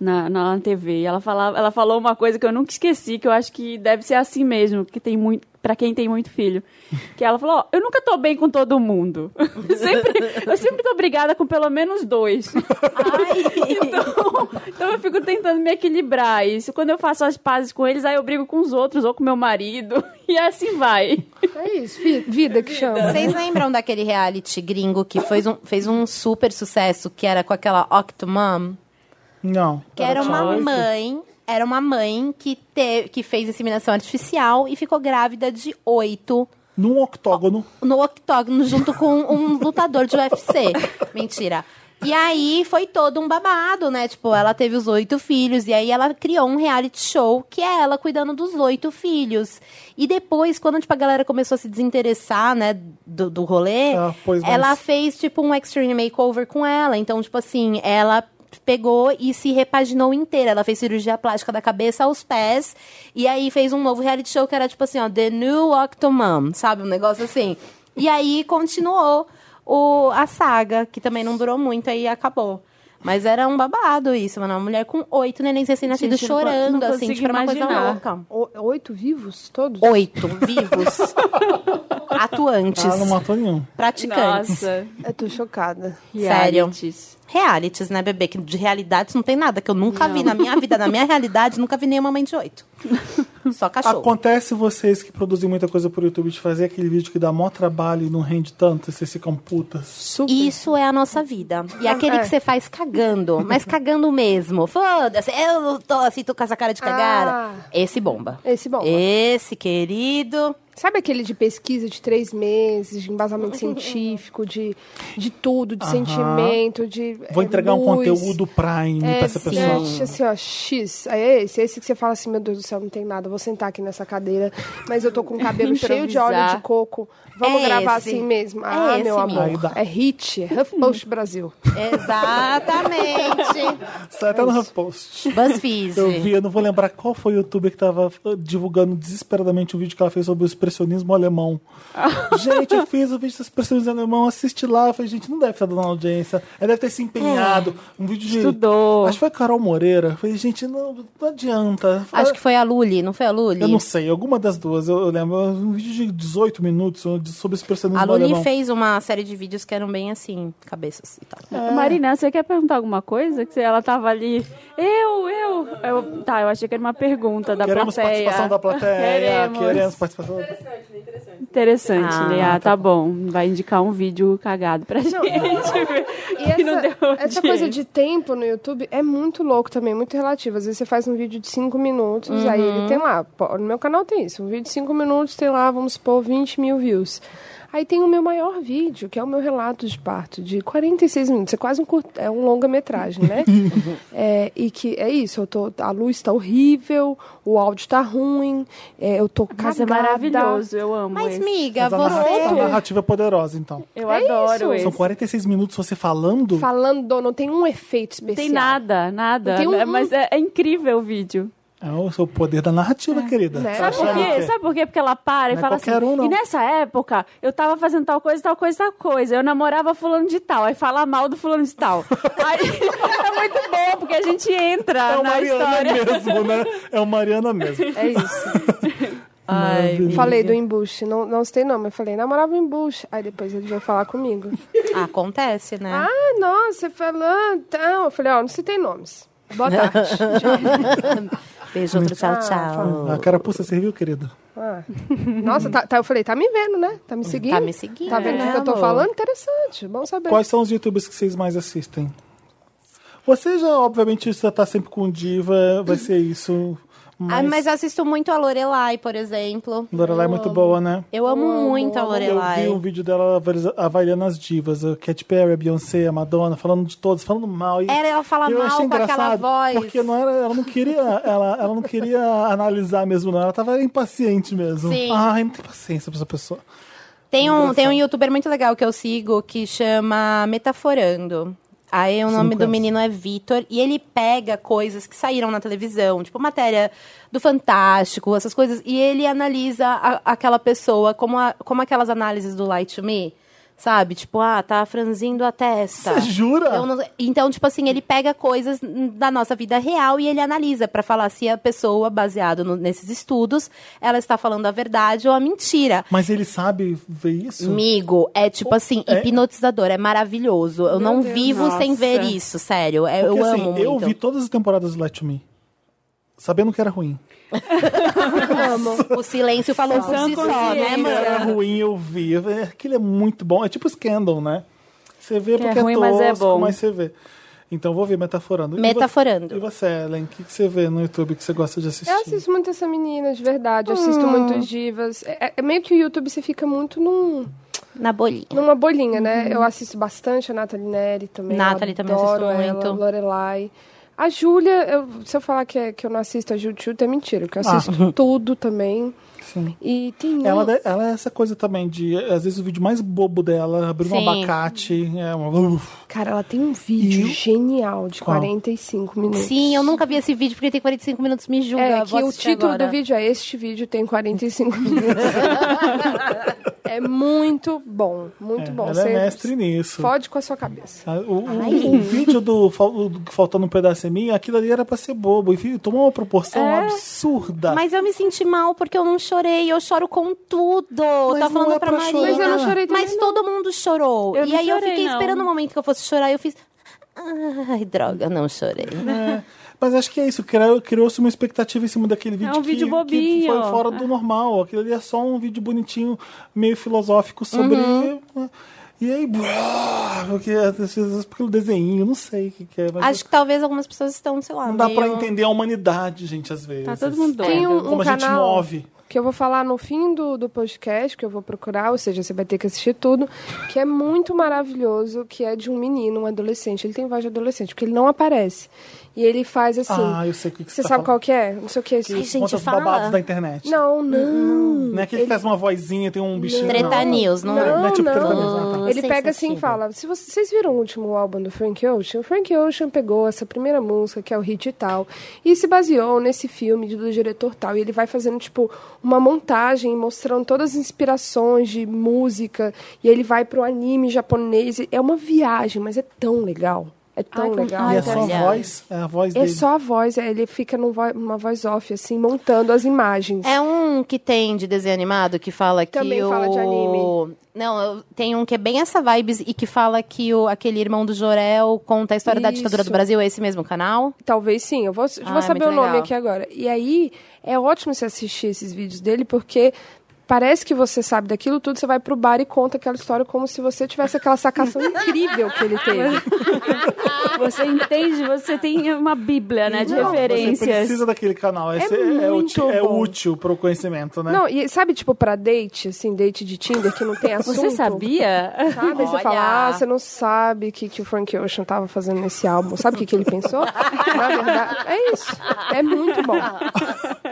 [SPEAKER 2] na, na TV. E ela, falava, ela falou uma coisa que eu nunca esqueci, que eu acho que deve ser assim mesmo, que tem muito. Pra quem tem muito filho. Que ela falou, ó, eu nunca tô bem com todo mundo. Eu sempre, eu sempre tô brigada com pelo menos dois. Então, então eu fico tentando me equilibrar. E se- quando eu faço as pazes com eles, aí eu brigo com os outros, ou com meu marido. E assim vai.
[SPEAKER 4] É isso, vi- vida que chama.
[SPEAKER 3] Vocês lembram daquele reality gringo que fez um, fez um super sucesso, que era com aquela Octomom?
[SPEAKER 1] Não.
[SPEAKER 3] Que era uma
[SPEAKER 1] Tchau.
[SPEAKER 3] mãe, era uma mãe que, te, que fez inseminação artificial e ficou grávida de oito
[SPEAKER 1] Num octógono.
[SPEAKER 3] no octógono junto com um lutador de UFC. Mentira. E aí foi todo um babado, né? Tipo, ela teve os oito filhos e aí ela criou um reality show que é ela cuidando dos oito filhos. E depois, quando tipo, a galera começou a se desinteressar, né, do, do rolê,
[SPEAKER 1] Ah, pois não.
[SPEAKER 3] ela fez tipo um extreme makeover com ela. Então, tipo assim, ela pegou e se repaginou inteira. Ela fez cirurgia plástica da cabeça aos pés e aí fez um novo reality show que era tipo assim, ó, The New Octomom, sabe, um negócio assim. E aí continuou o, a saga, que também não durou muito, aí acabou. Mas era um babado isso, mano. Uma mulher com oito nenéns recém-nascidos
[SPEAKER 2] Gente, eu não co-
[SPEAKER 3] chorando,
[SPEAKER 2] não
[SPEAKER 3] assim,
[SPEAKER 2] consigo
[SPEAKER 3] tipo, era uma coisa
[SPEAKER 2] imaginar.
[SPEAKER 3] louca.
[SPEAKER 4] O- Oito vivos todos?
[SPEAKER 3] Oito vivos. atuantes.
[SPEAKER 1] Ah, não matou nenhum.
[SPEAKER 3] Praticantes.
[SPEAKER 4] Eu tô chocada.
[SPEAKER 3] Sério.
[SPEAKER 2] Realities.
[SPEAKER 3] realities, né, bebê? Que de realidades não tem nada, que eu nunca vi na minha vida, na minha realidade, nunca vi nenhuma mãe de oito. Só cachorro.
[SPEAKER 1] Acontece vocês que produzem muita coisa por YouTube de fazer aquele vídeo que dá mó trabalho e não rende tanto, e vocês ficam putas.
[SPEAKER 4] Super.
[SPEAKER 3] Isso é a nossa vida. E aquele
[SPEAKER 4] é.
[SPEAKER 3] que você faz cagando, mas cagando mesmo. Foda-se, eu tô assim, tô com essa cara de cagada.
[SPEAKER 4] Ah.
[SPEAKER 3] Esse bomba.
[SPEAKER 4] Esse bom.
[SPEAKER 3] Esse querido.
[SPEAKER 4] Sabe aquele de pesquisa de três meses, de embasamento científico, de, de tudo, de sentimento, de.
[SPEAKER 1] Vou
[SPEAKER 4] eh,
[SPEAKER 1] entregar um
[SPEAKER 4] luz.
[SPEAKER 1] conteúdo Prime
[SPEAKER 4] É,
[SPEAKER 1] pra essa
[SPEAKER 4] sim.
[SPEAKER 1] pessoa.
[SPEAKER 4] É, assim, ó, X. Aí é esse, é esse que você fala assim, meu Deus do céu, não tem nada, vou sentar aqui nessa cadeira, mas eu tô com o cabelo cheio de óleo de
[SPEAKER 2] Improvisar.
[SPEAKER 4] coco. Vamos
[SPEAKER 3] É
[SPEAKER 4] gravar
[SPEAKER 3] esse.
[SPEAKER 4] assim mesmo.
[SPEAKER 3] É
[SPEAKER 4] ah,
[SPEAKER 3] esse
[SPEAKER 4] meu
[SPEAKER 3] mesmo.
[SPEAKER 4] amor.
[SPEAKER 1] Aí dá.
[SPEAKER 4] É hit, é HuffPost Brasil.
[SPEAKER 3] Exatamente.
[SPEAKER 1] Sai até no repost.
[SPEAKER 3] BuzzFeed.
[SPEAKER 1] Eu vi, eu não vou lembrar qual foi o youtuber que tava eh, divulgando desesperadamente o vídeo que ela fez sobre o expressionismo alemão. gente, eu fiz o vídeo do expressionismo alemão, assisti lá, eu falei, gente, não deve estar dando audiência. Ela deve ter se empenhado. Um vídeo de.
[SPEAKER 2] Estudou.
[SPEAKER 1] Acho que foi a Carol Moreira. Eu falei, gente, não, não adianta.
[SPEAKER 3] Acho que foi a Luli, não foi a Luli?
[SPEAKER 1] Eu não sei, alguma das duas, eu, eu lembro. Um vídeo de 18 minutos de- sobre expressionismo
[SPEAKER 3] A Luli
[SPEAKER 1] alemão.
[SPEAKER 3] fez uma série de vídeos que eram bem assim, cabeças e tal.
[SPEAKER 1] É,
[SPEAKER 2] Ah. Marina, você quer perguntar alguma coisa? Que você- ela tava ali. Eu, eu, eu. Tá, eu achei que era uma pergunta da
[SPEAKER 1] Queremos
[SPEAKER 2] plateia.
[SPEAKER 1] participação da plateia.
[SPEAKER 2] Queremos.
[SPEAKER 1] Queremos participação.
[SPEAKER 2] Interessante,
[SPEAKER 3] Ah,
[SPEAKER 2] né? Ah, tá bom. Vai indicar um vídeo cagado pra gente. ver
[SPEAKER 4] E
[SPEAKER 2] que não deu
[SPEAKER 4] essa
[SPEAKER 2] audiência.
[SPEAKER 4] coisa de tempo no YouTube é muito louco também, muito relativo. Às vezes você faz um vídeo de 5 minutos, aí
[SPEAKER 2] Uhum.
[SPEAKER 4] ele tem lá. pô, No meu canal tem isso. Um vídeo de 5 minutos tem lá, vamos supor, 20 mil views. Aí tem o meu maior vídeo, que é o meu relato de parto, de 46 minutos. É quase um, curt... é um longa-metragem, né? É, e que é isso, eu tô... a luz tá horrível, o áudio tá ruim, é, eu tô
[SPEAKER 2] Nossa, é
[SPEAKER 4] cagada.
[SPEAKER 2] maravilhoso. Eu amo.
[SPEAKER 3] Mas,
[SPEAKER 2] esse.
[SPEAKER 3] miga,
[SPEAKER 1] Mas a narrativa, a
[SPEAKER 3] você. tá-
[SPEAKER 1] narrativa é poderosa, então.
[SPEAKER 2] Eu
[SPEAKER 4] É isso.
[SPEAKER 2] adoro esse.
[SPEAKER 1] São 46 minutos você falando?
[SPEAKER 4] Falando, não tem um efeito
[SPEAKER 2] Não
[SPEAKER 4] especial.
[SPEAKER 2] tem nada, nada.
[SPEAKER 4] Tem um-
[SPEAKER 2] É, Mas é, é incrível o vídeo.
[SPEAKER 1] É o seu poder da narrativa, querida.
[SPEAKER 4] Né?
[SPEAKER 1] Você
[SPEAKER 4] Sabe
[SPEAKER 2] Sabe
[SPEAKER 1] acha
[SPEAKER 2] por
[SPEAKER 1] que-
[SPEAKER 2] quê? Sabe por quê? Porque ela para e
[SPEAKER 1] Não é
[SPEAKER 2] fala assim.
[SPEAKER 1] qualquer um, não.
[SPEAKER 2] e nessa época, eu tava fazendo tal coisa, tal coisa, tal coisa. Eu namorava fulano de tal. Aí fala mal do fulano de tal. aí é muito bom, porque a gente entra
[SPEAKER 1] É o
[SPEAKER 2] na
[SPEAKER 1] Mariana
[SPEAKER 2] história.
[SPEAKER 1] mesmo, né? É o Mariana mesmo.
[SPEAKER 4] É isso.
[SPEAKER 3] Ai,
[SPEAKER 1] Maravilha.
[SPEAKER 4] Falei do embuste, não, não citei nome, eu falei, namorava o embuste. Aí depois ele veio falar comigo.
[SPEAKER 3] Acontece, né?
[SPEAKER 4] ah, nossa, você falou, então. Eu falei, ó, não citei nomes. Boa tarde.
[SPEAKER 3] Beijo, outro tchau, Tá tchau.
[SPEAKER 1] A carapuça serviu, querida?
[SPEAKER 4] Ah. Nossa, tá, tá- eu falei, tá me vendo, né? Tá me seguindo?
[SPEAKER 3] Tá me seguindo,
[SPEAKER 4] Tá vendo o que eu tô
[SPEAKER 3] amor?
[SPEAKER 4] falando? Interessante, bom saber.
[SPEAKER 1] Quais são os youtubers que vocês mais assistem? Você já, obviamente, já tá sempre com diva, vai ser isso.
[SPEAKER 3] Ah, mas eu assisto muito a Lorelai, por exemplo.
[SPEAKER 1] Lorelai é muito boa, né?
[SPEAKER 3] Eu amo muito a
[SPEAKER 1] Eu vi um
[SPEAKER 3] Lorelai.
[SPEAKER 1] vídeo dela avaliza- avaliando as divas, a Katy Perry, a Beyoncé, a Madonna, falando de todos, falando mal. E
[SPEAKER 3] Era ela falar
[SPEAKER 1] eu
[SPEAKER 3] mal
[SPEAKER 1] achei
[SPEAKER 3] com aquela
[SPEAKER 1] engraçado,
[SPEAKER 3] voz.
[SPEAKER 1] Porque não era, ela não queria, ela, ela não queria analisar mesmo, não. Ela tava impaciente mesmo.
[SPEAKER 3] Sim.
[SPEAKER 1] Ai, não tem paciência pra essa pessoa.
[SPEAKER 3] Tem um, tem um youtuber muito legal que eu sigo que chama Metaforando. Aí o
[SPEAKER 1] Sim,
[SPEAKER 3] nome do
[SPEAKER 1] conheço.
[SPEAKER 3] menino é Vitor e ele pega coisas que saíram na televisão, tipo matéria do Fantástico, essas coisas, e ele analisa a- aquela pessoa como, a- como aquelas análises do Light to Me, sabe? Tipo, ah, tá franzindo a testa.
[SPEAKER 1] Você jura?
[SPEAKER 3] Tá. Eu não- Então, tipo assim, ele pega coisas n- da nossa vida real e ele analisa pra falar se a pessoa, baseado no- nesses estudos, ela está falando a verdade ou a mentira.
[SPEAKER 1] Mas ele sabe ver isso?
[SPEAKER 3] Amigo, é tipo assim,
[SPEAKER 1] É.
[SPEAKER 3] hipnotizador, é maravilhoso. Eu não
[SPEAKER 4] Deus.
[SPEAKER 3] vivo sem
[SPEAKER 2] Nossa.
[SPEAKER 3] ver isso, sério. É-
[SPEAKER 1] Porque,
[SPEAKER 3] eu
[SPEAKER 1] assim,
[SPEAKER 3] amo
[SPEAKER 1] eu
[SPEAKER 3] muito.
[SPEAKER 1] vi todas as temporadas do Let Me. Sabendo que era ruim.
[SPEAKER 3] O silêncio falou por
[SPEAKER 2] Sã
[SPEAKER 3] si só, né,
[SPEAKER 2] consciência.
[SPEAKER 1] Era
[SPEAKER 3] mano?
[SPEAKER 1] ruim, eu vi. É, Aquilo é muito bom. É tipo Scandal, né? Você vê
[SPEAKER 2] Que é
[SPEAKER 1] porque é,
[SPEAKER 2] ruim,
[SPEAKER 1] tosco,
[SPEAKER 2] mas
[SPEAKER 1] mas,
[SPEAKER 2] é bom.
[SPEAKER 1] você vê. Então vou ver Metaforando. E vo-
[SPEAKER 3] Metaforando.
[SPEAKER 1] E você, Ellen, o que, que você vê no YouTube que você gosta de assistir?
[SPEAKER 4] Eu assisto muito essa menina, de verdade. Eu assisto muito divas. É, é- é meio que o YouTube você fica muito num,
[SPEAKER 3] Na bolinha.
[SPEAKER 4] numa bolinha, né?
[SPEAKER 1] Uhum.
[SPEAKER 4] Eu assisto bastante a Nathalie Neri também. eu
[SPEAKER 3] Nathalie também
[SPEAKER 4] adoro
[SPEAKER 3] assisto
[SPEAKER 4] ela,
[SPEAKER 3] muito.
[SPEAKER 4] Lorelai. A Júlia, eu- se eu falar que, é- que eu não assisto a Jujutsu, é mentira, porque eu
[SPEAKER 1] Ah.
[SPEAKER 4] assisto tudo também.
[SPEAKER 1] Sim.
[SPEAKER 4] E tem
[SPEAKER 1] Ela,
[SPEAKER 4] um-
[SPEAKER 1] de- ela é essa coisa também de, às vezes, o vídeo mais bobo dela, abrir um
[SPEAKER 3] Sim.
[SPEAKER 1] abacate, é uma... uf.
[SPEAKER 4] Cara, ela tem um vídeo
[SPEAKER 1] E-
[SPEAKER 4] genial de
[SPEAKER 1] Qual?
[SPEAKER 4] 45 minutos.
[SPEAKER 3] Sim, eu nunca vi esse vídeo porque tem 45 minutos, me julga.
[SPEAKER 4] É,
[SPEAKER 3] eu
[SPEAKER 4] que
[SPEAKER 3] vou
[SPEAKER 4] o
[SPEAKER 3] assistir
[SPEAKER 4] título
[SPEAKER 3] agora.
[SPEAKER 4] do vídeo é Este vídeo tem 45 minutos. é muito bom, muito
[SPEAKER 1] É,
[SPEAKER 4] bom.
[SPEAKER 1] ela é
[SPEAKER 4] Você
[SPEAKER 1] mestre nisso.
[SPEAKER 4] Fode com a sua cabeça.
[SPEAKER 1] Ah, O, o- o vídeo do, fal- do que faltando um pedaço em mim, aquilo ali era pra ser bobo. E fi- tomou uma proporção absurda.
[SPEAKER 3] Mas eu me senti mal porque eu não chorei, eu choro com tudo. eu
[SPEAKER 1] Mas
[SPEAKER 3] tava
[SPEAKER 1] não
[SPEAKER 3] falando
[SPEAKER 1] é
[SPEAKER 3] pra
[SPEAKER 1] pra
[SPEAKER 3] Marina.
[SPEAKER 1] chorar.
[SPEAKER 4] Mas eu não chorei também,
[SPEAKER 3] Mas todo mundo chorou.
[SPEAKER 2] Eu
[SPEAKER 3] e
[SPEAKER 2] não
[SPEAKER 3] aí eu
[SPEAKER 2] chorei,
[SPEAKER 3] fiquei
[SPEAKER 2] não.
[SPEAKER 3] esperando o momento que eu fosse chorar e eu fiz. Ai, droga, não chorei.
[SPEAKER 1] É, mas acho que é isso, criou- criou-se uma expectativa em cima daquele vídeo,
[SPEAKER 2] um
[SPEAKER 1] que,
[SPEAKER 2] vídeo
[SPEAKER 1] que
[SPEAKER 2] bobinho.
[SPEAKER 1] foi fora do normal. Aquilo ali é só um vídeo bonitinho, meio filosófico sobre. né? E aí, brá, porque às vezes pelo desenho, não sei o que, que é. Mas
[SPEAKER 3] Acho que talvez algumas pessoas estão, sei lá.
[SPEAKER 1] não dá
[SPEAKER 3] meio...
[SPEAKER 1] pra entender a humanidade, gente, às vezes.
[SPEAKER 2] Tá todo mundo doido.
[SPEAKER 4] Tem um, um
[SPEAKER 1] Como a gente
[SPEAKER 4] canal
[SPEAKER 1] move.
[SPEAKER 4] que eu vou falar no fim do, do podcast, que eu vou procurar, ou seja, você vai ter que assistir tudo, que é muito maravilhoso, que é de um menino, um adolescente. Ele tem voz de adolescente, porque ele não aparece. E ele faz assim...
[SPEAKER 1] Ah, eu sei o que, que
[SPEAKER 4] você
[SPEAKER 1] tá
[SPEAKER 4] sabe qual
[SPEAKER 1] falando.
[SPEAKER 4] que é? Não sei o que é isso.
[SPEAKER 3] Ai, gente,
[SPEAKER 1] Conta os
[SPEAKER 3] fala.
[SPEAKER 1] babados da internet.
[SPEAKER 4] Não, não.
[SPEAKER 1] Não é aquele que faz uma vozinha, tem um bichinho.
[SPEAKER 3] Treta
[SPEAKER 1] não.
[SPEAKER 3] News, não, é?
[SPEAKER 1] Não é tipo
[SPEAKER 4] não.
[SPEAKER 1] Treta News, ah, tá.
[SPEAKER 4] Ele
[SPEAKER 3] Sem
[SPEAKER 4] pega assim e
[SPEAKER 3] sentido.
[SPEAKER 4] fala: se vocês, vocês viram o último álbum do Frank Ocean? O Frank Ocean pegou essa primeira música, que é o hit e tal, e se baseou nesse filme de- do diretor tal. E ele vai fazendo, tipo, uma montagem mostrando todas as inspirações de música. E ele vai pro anime japonês. É uma viagem, mas é tão legal. É tão
[SPEAKER 2] Ai, como-
[SPEAKER 4] legal.
[SPEAKER 1] E é
[SPEAKER 3] Ai,
[SPEAKER 1] só a
[SPEAKER 3] olha.
[SPEAKER 1] voz, é a voz
[SPEAKER 4] É
[SPEAKER 1] dele.
[SPEAKER 4] só a voz, é, ele fica numa numa voz off, assim, montando as imagens.
[SPEAKER 3] É um que tem de desenho animado que fala que
[SPEAKER 4] Também
[SPEAKER 3] o...
[SPEAKER 4] fala de anime.
[SPEAKER 3] Não, eu- tem um que é bem essa vibes e que fala que o, aquele irmão do Jorel conta a história da ditadura do
[SPEAKER 4] Isso.
[SPEAKER 3] Brasil, é esse mesmo canal?
[SPEAKER 4] Talvez sim, eu vou, eu
[SPEAKER 3] Ah,
[SPEAKER 4] vou
[SPEAKER 3] é
[SPEAKER 4] saber
[SPEAKER 3] muito
[SPEAKER 4] o nome
[SPEAKER 3] legal.
[SPEAKER 4] aqui agora. E aí, é ótimo você assistir esses vídeos dele, porque parece que você sabe daquilo tudo, você vai pro bar e conta aquela história como se você tivesse aquela sacação incrível que ele teve.
[SPEAKER 2] Você entende? Você tem uma bíblia, né? De
[SPEAKER 1] Não,
[SPEAKER 2] referências.
[SPEAKER 1] Você precisa daquele canal. Esse é, é
[SPEAKER 4] muito
[SPEAKER 1] útil, é
[SPEAKER 4] bom.
[SPEAKER 1] útil pro conhecimento, né?
[SPEAKER 4] Não, e sabe, tipo, pra date, assim, date de Tinder, que não tem assunto?
[SPEAKER 2] Você sabia?
[SPEAKER 4] Sabe? Aí Você
[SPEAKER 3] Olha.
[SPEAKER 4] fala, ah, você não sabe o que, que o Frank Ocean tava fazendo nesse álbum. Sabe o que, que ele pensou? Na verdade, é isso. É muito bom.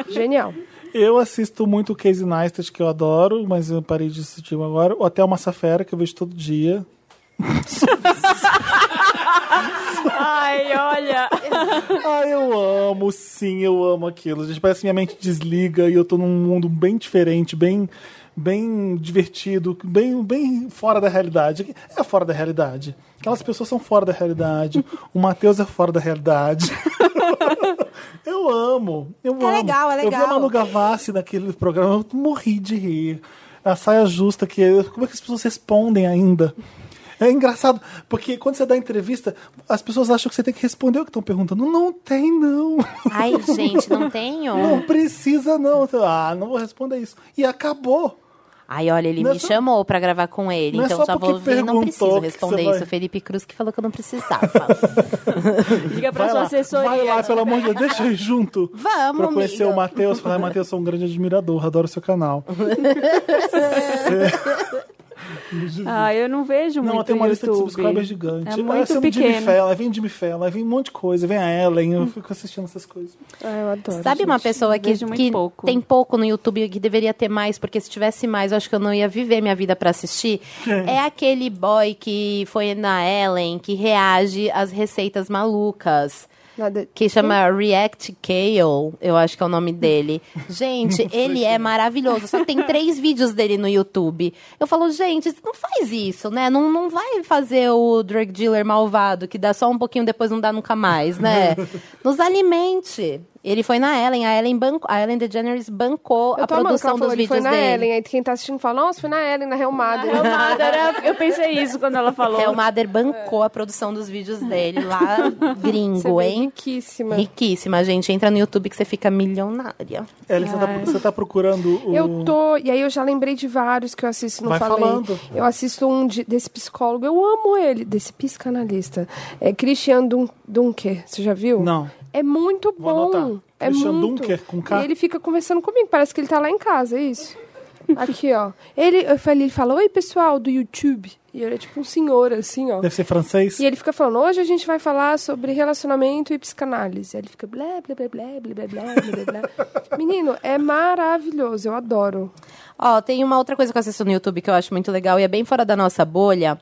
[SPEAKER 4] Genial.
[SPEAKER 1] Eu assisto muito o Casey Neistat, que eu adoro, mas eu parei de assistir agora. Ou até o Massafera, que eu vejo todo dia.
[SPEAKER 2] Ai, olha.
[SPEAKER 1] Ah, eu amo, sim, eu amo aquilo. Gente, parece que minha mente desliga e eu tô num mundo bem diferente, bem bem divertido, bem, bem fora da realidade. É fora da realidade. Aquelas pessoas são fora da realidade. O Matheus é fora da realidade. eu amo. Eu amo.
[SPEAKER 3] legal, é
[SPEAKER 1] Eu vi a
[SPEAKER 3] legal.
[SPEAKER 1] Manu Gavassi naquele programa, eu morri de rir. A saia justa que como é que as pessoas respondem ainda? É engraçado, porque quando você dá entrevista, as pessoas acham que você tem que responder o que estão perguntando. Não tem, não.
[SPEAKER 3] Ai, gente, não tenho?
[SPEAKER 1] Não precisa, não. Ah, não vou responder isso. E acabou.
[SPEAKER 3] Aí, olha, ele
[SPEAKER 1] Não é
[SPEAKER 3] me
[SPEAKER 1] só-
[SPEAKER 3] chamou pra gravar com ele,
[SPEAKER 1] Não é
[SPEAKER 3] então
[SPEAKER 1] só
[SPEAKER 3] já vou
[SPEAKER 1] porque
[SPEAKER 3] vir, não preciso
[SPEAKER 1] perguntou que
[SPEAKER 3] responder
[SPEAKER 1] você vai-
[SPEAKER 3] isso. Felipe Cruz que falou que eu não precisava.
[SPEAKER 2] Diga pra
[SPEAKER 1] Vai
[SPEAKER 2] sua
[SPEAKER 1] lá,
[SPEAKER 2] assessoria. né? Um
[SPEAKER 1] vai lá, pelo amor de Deus, deixa eu ir junto.
[SPEAKER 3] Vamos,
[SPEAKER 1] Pra conhecer
[SPEAKER 3] amiga.
[SPEAKER 1] o Matheus, falar, Matheus, sou um grande admirador, adoro seu canal.
[SPEAKER 2] Ah, eu não vejo
[SPEAKER 1] Não,
[SPEAKER 2] muito
[SPEAKER 1] tem uma lista de
[SPEAKER 2] YouTube.
[SPEAKER 1] subscribers gigante.
[SPEAKER 2] É
[SPEAKER 1] Aí
[SPEAKER 2] muito
[SPEAKER 1] você Jimmy
[SPEAKER 2] pequeno.
[SPEAKER 1] Fallon, aí vem Jimmy Fallon, aí vem um monte de coisa, vem a Ellen, eu fico assistindo essas coisas.
[SPEAKER 4] Ah, eu adoro.
[SPEAKER 3] Sabe uma pessoa que,
[SPEAKER 2] vejo muito
[SPEAKER 3] que
[SPEAKER 2] pouco.
[SPEAKER 3] tem pouco no YouTube e que deveria ter mais, porque se tivesse mais, eu acho que eu não ia viver minha vida pra assistir? é aquele boy que foi na Ellen, que reage às receitas malucas.
[SPEAKER 4] Nada-
[SPEAKER 3] Que chama
[SPEAKER 4] Hum.
[SPEAKER 3] React Kale, eu acho que é o nome dele. Gente, ele é maravilhoso. Só tem três vídeos dele no YouTube. Eu falo, gente, não faz isso, né? Não, não vai fazer o drug dealer malvado, que dá só um pouquinho, depois não dá nunca mais, né? Nos alimente. Ele foi na Ellen, a Ellen, banco, a Ellen DeGeneres bancou
[SPEAKER 4] Eu
[SPEAKER 3] a
[SPEAKER 4] tô amando que
[SPEAKER 3] produção
[SPEAKER 4] ela falou,
[SPEAKER 3] dos
[SPEAKER 4] ele
[SPEAKER 3] vídeos
[SPEAKER 4] foi na
[SPEAKER 3] dele.
[SPEAKER 4] Ellen. Aí quem tá assistindo fala, nossa, foi na Ellen, na Helmada.
[SPEAKER 2] Eu, nada, era- eu pensei isso quando ela falou.
[SPEAKER 3] É, o Mader bancou a produção dos vídeos dele lá, gringo, hein?
[SPEAKER 4] Riquíssima.
[SPEAKER 3] Riquíssima, gente. Entra no YouTube que você fica milionária.
[SPEAKER 1] Ellen, você tá, você tá procurando o.
[SPEAKER 4] Eu tô, e aí eu já lembrei de vários que eu assisto, não
[SPEAKER 1] Vai
[SPEAKER 4] falei.
[SPEAKER 1] falando.
[SPEAKER 4] Eu assisto um de- desse psicólogo, eu amo ele, desse psicanalista. É Christian Dun Dunker, você já viu?
[SPEAKER 1] Não.
[SPEAKER 4] É muito
[SPEAKER 1] Vou
[SPEAKER 4] bom.
[SPEAKER 1] anotar.
[SPEAKER 4] É
[SPEAKER 1] Christian
[SPEAKER 4] muito.
[SPEAKER 1] Dunker, com K?
[SPEAKER 4] E ele fica conversando comigo, parece que ele tá lá em casa, é isso? Aqui, ó. Ele, eu falei, ele fala, oi pessoal do YouTube. E ele é tipo um senhor, assim, ó.
[SPEAKER 1] Deve ser francês?
[SPEAKER 4] E ele fica falando, hoje a gente vai falar sobre relacionamento e psicanálise. Aí ele fica blé, blé, blé, blé, blé, blé, blé, blé, blé. Menino, é maravilhoso, eu adoro.
[SPEAKER 3] Ó, tem uma outra coisa que eu assisto no YouTube que eu acho muito legal e é bem fora da nossa bolha.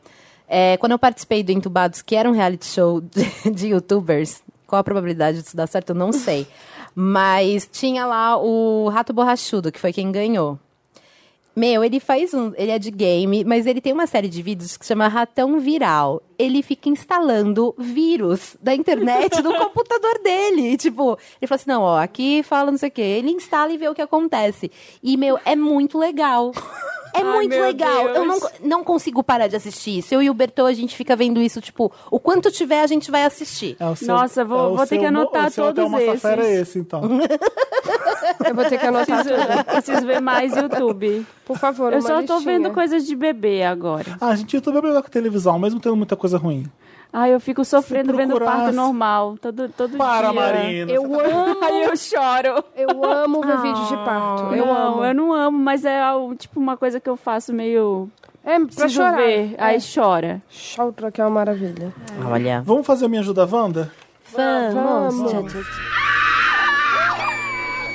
[SPEAKER 3] É, quando eu participei do Entubados, que era um reality show de, de youtubers, qual a probabilidade disso dar certo? Eu não sei. Mas tinha lá o Rato Borrachudo, que foi quem ganhou. Meu, ele faz um. Ele é de game, mas ele tem uma série de vídeos que chama Ratão Viral. Ele fica instalando vírus da internet no computador dele. E, tipo, ele fala assim: não, ó, aqui fala não sei o quê. Ele instala e vê o que acontece. E, meu, é muito legal. É muito
[SPEAKER 2] meu
[SPEAKER 3] legal. Eu não,
[SPEAKER 2] Deus.
[SPEAKER 3] não consigo parar de assistir isso. Eu e o Bertô, a gente fica vendo isso, tipo, o quanto tiver, a gente vai assistir.
[SPEAKER 1] É o
[SPEAKER 2] Nossa, vou-
[SPEAKER 1] o
[SPEAKER 2] vou ter
[SPEAKER 1] seu
[SPEAKER 2] que
[SPEAKER 1] mo-
[SPEAKER 2] anotar
[SPEAKER 1] o seu hotel
[SPEAKER 2] todos
[SPEAKER 1] Massafera é
[SPEAKER 2] esses.
[SPEAKER 1] esse, então.
[SPEAKER 4] Eu vou ter que anotar.
[SPEAKER 2] Preciso, preciso ver mais YouTube.
[SPEAKER 4] Por favor,
[SPEAKER 2] Eu
[SPEAKER 4] uma
[SPEAKER 2] só tô
[SPEAKER 4] listinha.
[SPEAKER 2] vendo coisas de bebê agora.
[SPEAKER 1] Ah, gente, YouTube é melhor que televisão, mesmo tendo muita coisa ruim.
[SPEAKER 2] Ai, Ah, eu fico sofrendo
[SPEAKER 1] Se
[SPEAKER 2] vendo
[SPEAKER 1] procurasse-
[SPEAKER 2] parto normal. Todo, todo
[SPEAKER 1] Para,
[SPEAKER 2] dia.
[SPEAKER 1] Marina. tá-
[SPEAKER 4] Eu amo,
[SPEAKER 2] Ai, eu choro.
[SPEAKER 4] eu amo ver vídeo de parto. Eu
[SPEAKER 2] Ah, não,
[SPEAKER 4] amo.
[SPEAKER 2] eu não amo, mas é algo, tipo uma coisa que eu faço meio.
[SPEAKER 4] É, pra
[SPEAKER 2] Preciso
[SPEAKER 4] chorar.
[SPEAKER 2] ver. Aí
[SPEAKER 4] É.
[SPEAKER 2] chora.
[SPEAKER 4] Chora, que é uma maravilha.
[SPEAKER 3] Ah, Olha.
[SPEAKER 1] Vamos fazer Me Ajuda Wanda?
[SPEAKER 2] É,
[SPEAKER 3] Vamos.
[SPEAKER 4] Vamos.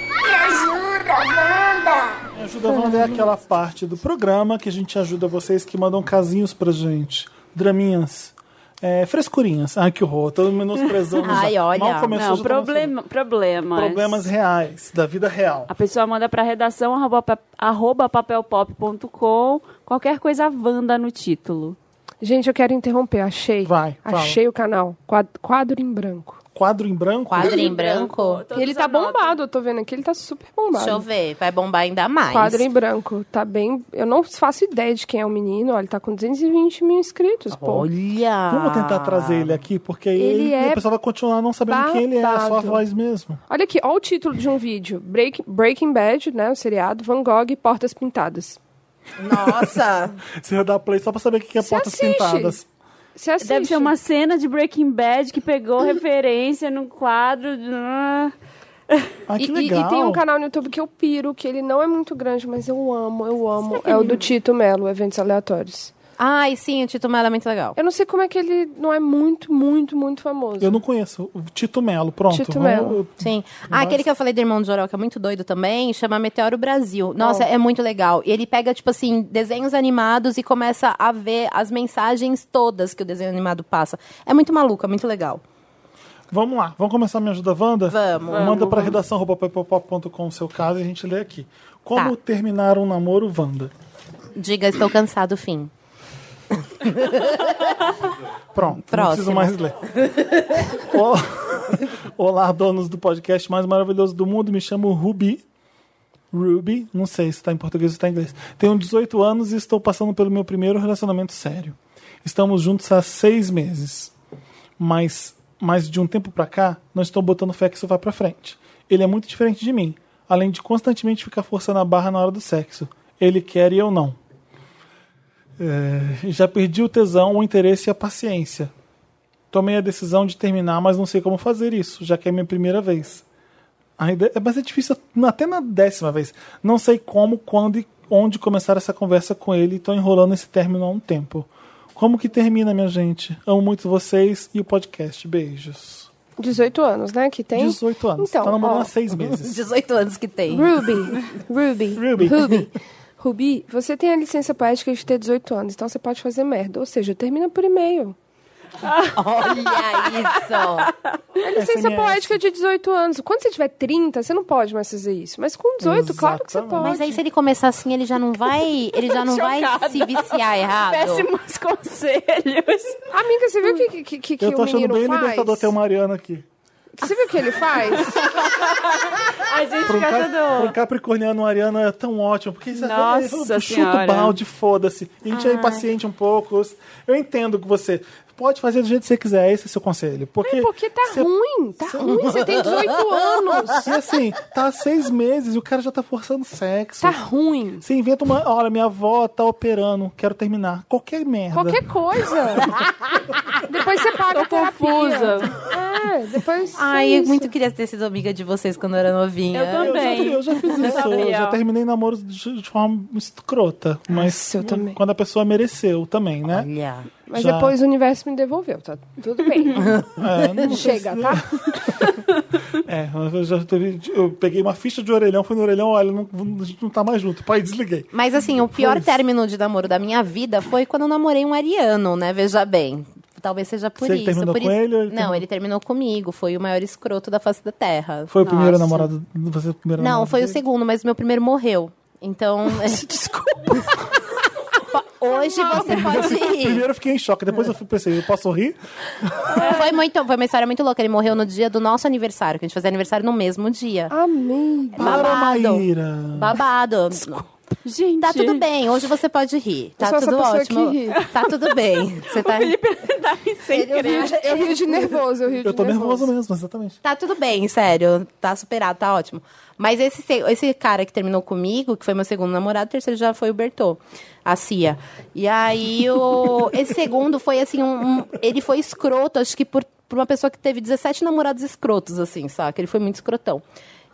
[SPEAKER 5] Me ajuda, Wanda!
[SPEAKER 1] Me Ajuda Wanda é aquela parte do programa que a gente ajuda vocês que mandam casinhos pra gente. Draminhas. É, frescurinhas. Ai, que horror. Tô menosprezando. já.
[SPEAKER 3] Ai, olha.
[SPEAKER 1] Mal começou,
[SPEAKER 2] Não,
[SPEAKER 1] já tô
[SPEAKER 2] problema, problemas.
[SPEAKER 1] mostrando. Problemas reais, da vida real.
[SPEAKER 2] A pessoa manda pra redação arroba, pa- arroba papelpop.com qualquer coisa Wanda no título.
[SPEAKER 4] Gente, eu quero interromper. Achei.
[SPEAKER 1] Vai, fala.
[SPEAKER 4] Achei o canal. Quad- Quadro em branco.
[SPEAKER 1] Quadro em branco?
[SPEAKER 4] Ah.
[SPEAKER 3] Quadro em branco.
[SPEAKER 2] Todos
[SPEAKER 4] ele tá
[SPEAKER 2] anotam.
[SPEAKER 4] bombado, eu tô vendo aqui. Ele tá super bombado.
[SPEAKER 3] Deixa eu ver, vai bombar ainda
[SPEAKER 1] Ah,
[SPEAKER 3] mais.
[SPEAKER 4] Quadro em branco. Tá bem. Eu não faço ideia de quem é o menino. Olha, ele tá com 220 mil
[SPEAKER 1] Tá
[SPEAKER 4] inscritos, pô.
[SPEAKER 3] Olha!
[SPEAKER 1] Vamos tentar trazer ele aqui, porque aí
[SPEAKER 4] Ele
[SPEAKER 1] ele,
[SPEAKER 4] é
[SPEAKER 1] o pessoal vai continuar não sabendo quem ele é, só a
[SPEAKER 4] babado.
[SPEAKER 1] voz mesmo.
[SPEAKER 4] Olha aqui, olha o título de um vídeo: Break- Breaking Bad, né? O seriado Van Gogh e Portas Pintadas.
[SPEAKER 3] Nossa!
[SPEAKER 1] Você vai dar play só pra saber o que que é
[SPEAKER 4] Você
[SPEAKER 1] Portas
[SPEAKER 4] assiste.
[SPEAKER 1] Pintadas.
[SPEAKER 4] Você assiste?
[SPEAKER 2] Deve ser uma cena de Breaking Bad que pegou referência num quadro. de- Ah.
[SPEAKER 1] Ai,
[SPEAKER 4] E,
[SPEAKER 1] que
[SPEAKER 4] e-
[SPEAKER 1] legal.
[SPEAKER 4] e tem um canal no YouTube que eu piro, que ele não é muito grande, mas eu amo, eu amo. É o do Tito Melo, Eventos Aleatórios.
[SPEAKER 3] Ai, sim, o Tito Mello é muito legal.
[SPEAKER 4] Eu não sei como é que ele não é muito, muito, muito famoso.
[SPEAKER 1] Eu não conheço. O Tito Melo, pronto.
[SPEAKER 4] Tito
[SPEAKER 1] Vamos-
[SPEAKER 4] Mello.
[SPEAKER 3] Sim. Ah, aquele que eu falei do Irmão de Joró, que é muito doido também, chama Meteoro Brasil. Nossa, é muito legal. E ele pega, tipo assim, desenhos animados e começa a ver as mensagens todas que o desenho animado passa. É muito maluco, é muito legal.
[SPEAKER 1] Vamos lá, vamos começar Me Ajuda Wanda?
[SPEAKER 3] Vamos.
[SPEAKER 1] Manda pra redação arroba papelpop.com o seu caso e a gente lê aqui. Como
[SPEAKER 3] Tá.
[SPEAKER 1] terminar um namoro, Wanda?
[SPEAKER 3] Diga, estou cansado, fim.
[SPEAKER 1] Pronto, não
[SPEAKER 3] Próximo.
[SPEAKER 1] preciso mais ler. O- Olá, donos do podcast mais maravilhoso do mundo, me chamo Rubi. Ruby, não sei se está em português ou está em inglês. Tenho 18 anos e estou passando pelo meu primeiro relacionamento sério. Estamos juntos há seis meses. Mas, mas de um tempo pra cá, não estou botando fé que isso vá pra frente. Ele é muito diferente de mim, além de constantemente ficar forçando a barra na hora do sexo. ele quer e eu não. É, já perdi o tesão, o interesse e a paciência. Tomei a decisão de terminar, mas não sei como fazer isso, já que é minha primeira vez. A ide- mas é difícil até na décima vez. Não sei como, quando e onde começar essa conversa com ele. Estou enrolando esse término há um tempo. Como que termina, minha gente? Amo muito vocês e o podcast. Beijos.
[SPEAKER 4] 18 anos, né? Que tem.
[SPEAKER 1] 18 anos.
[SPEAKER 4] Então,
[SPEAKER 1] tá namorando
[SPEAKER 4] ó,
[SPEAKER 1] há seis meses.
[SPEAKER 3] 18 anos que tem.
[SPEAKER 4] Ruby, Ruby,
[SPEAKER 1] Ruby.
[SPEAKER 4] Ruby, Ruby, Ruby, você tem a licença poética de ter 18 anos, então você pode fazer merda. Ou seja, termina por e-mail.
[SPEAKER 3] Olha isso.
[SPEAKER 4] A licença
[SPEAKER 1] SMS.
[SPEAKER 4] poética de 18 anos. Quando você tiver 30, você não pode mais fazer isso. Mas com 18, claro que você
[SPEAKER 1] Exatamente.
[SPEAKER 4] pode.
[SPEAKER 3] Mas aí se ele começar assim, ele já não vai, ele já não vai
[SPEAKER 2] Chocada.
[SPEAKER 3] se viciar errado.
[SPEAKER 2] Péssimos conselhos.
[SPEAKER 4] Amiga, você viu o que, que, que, que
[SPEAKER 1] Eu tô
[SPEAKER 4] o
[SPEAKER 1] achando
[SPEAKER 4] menino
[SPEAKER 1] bem
[SPEAKER 4] faz?
[SPEAKER 1] libertador ter o Mariano aqui.
[SPEAKER 4] Você viu o que ele faz?
[SPEAKER 2] A gente
[SPEAKER 1] Pra um,
[SPEAKER 2] fica
[SPEAKER 1] ca- pra um
[SPEAKER 2] todo...
[SPEAKER 1] capricorniano ariano é tão ótimo, porque você
[SPEAKER 2] Nossa
[SPEAKER 1] chuta o
[SPEAKER 2] Senhora.
[SPEAKER 1] balde, foda-se. A gente é impaciente um pouco. Eu entendo que você pode fazer do jeito que você quiser, esse é o seu conselho. Porque,
[SPEAKER 4] É porque tá
[SPEAKER 1] você-
[SPEAKER 4] ruim, tá ruim. Você tem 18 anos.
[SPEAKER 1] E assim, tá há seis meses e o cara já tá forçando sexo.
[SPEAKER 4] Tá ruim.
[SPEAKER 1] Você inventa uma. Olha, minha avó tá operando, quero terminar. Qualquer merda.
[SPEAKER 4] Qualquer coisa. depois você paga a terapia.
[SPEAKER 2] confusa.
[SPEAKER 4] É, depois...
[SPEAKER 3] Ai, eu
[SPEAKER 4] isso.
[SPEAKER 3] muito queria ter sido amiga de vocês quando eu era novinha.
[SPEAKER 2] Eu também.
[SPEAKER 1] Eu já, eu já fiz isso, eu
[SPEAKER 2] Gabriel.
[SPEAKER 1] já terminei namoros de, de forma escrota. Mas
[SPEAKER 4] Nossa, eu também.
[SPEAKER 1] quando a pessoa mereceu também, né?
[SPEAKER 3] Olha.
[SPEAKER 4] Mas
[SPEAKER 1] Já.
[SPEAKER 4] depois o universo me devolveu, tá tudo bem.
[SPEAKER 1] É, não sei
[SPEAKER 4] Chega,
[SPEAKER 1] se-
[SPEAKER 4] tá?
[SPEAKER 1] É, eu já teve. Eu peguei uma ficha de orelhão, fui no orelhão, olha, não, a gente não tá mais junto. Pai, desliguei.
[SPEAKER 3] Mas assim, o pior término de namoro da minha vida foi quando eu namorei um ariano, né? Veja bem. Talvez seja por
[SPEAKER 1] Você que
[SPEAKER 3] isso.
[SPEAKER 1] terminou
[SPEAKER 3] por
[SPEAKER 1] com
[SPEAKER 3] isso-
[SPEAKER 1] ele ou ele
[SPEAKER 3] Não,
[SPEAKER 1] terminou-
[SPEAKER 3] ele terminou comigo. Foi o maior escroto da face da Terra.
[SPEAKER 1] Foi o primeiro
[SPEAKER 2] Nossa.
[SPEAKER 1] namorado. Você é o primeiro
[SPEAKER 3] Não,
[SPEAKER 1] namorado
[SPEAKER 3] foi o
[SPEAKER 1] dele?
[SPEAKER 3] segundo, mas o meu primeiro morreu. Então. Desculpa. Hoje você pode ir.
[SPEAKER 1] Primeiro eu fiquei em choque, depois eu fui- pensei, eu posso rir?
[SPEAKER 3] Foi, muito, foi uma história muito louca. Ele morreu no dia do nosso aniversário, que a gente fazia aniversário no mesmo dia.
[SPEAKER 4] Amém.
[SPEAKER 1] Para,
[SPEAKER 3] Babado.
[SPEAKER 1] Maíra.
[SPEAKER 3] Babado.
[SPEAKER 1] um
[SPEAKER 2] Gente,
[SPEAKER 3] Tá tudo bem, hoje você pode rir. Tá
[SPEAKER 4] sou essa
[SPEAKER 3] tudo
[SPEAKER 4] pessoa que
[SPEAKER 3] ótimo.
[SPEAKER 4] ri.
[SPEAKER 3] Tá tudo bem. Você tá é
[SPEAKER 2] Tá sem
[SPEAKER 3] um
[SPEAKER 2] crer.
[SPEAKER 4] Eu rio de nervoso, eu rio de
[SPEAKER 1] Eu tô nervoso mesmo, exatamente.
[SPEAKER 3] Tá tudo bem, sério. Tá superado, tá ótimo. Mas esse, se- esse cara que terminou comigo, que foi meu segundo namorado, o terceiro já foi o Bertô, a Cia. E aí, o, esse segundo foi assim, um, um- ele foi escroto, acho que por, por uma pessoa que teve 17 namorados escrotos, assim, saca? Ele foi muito escrotão.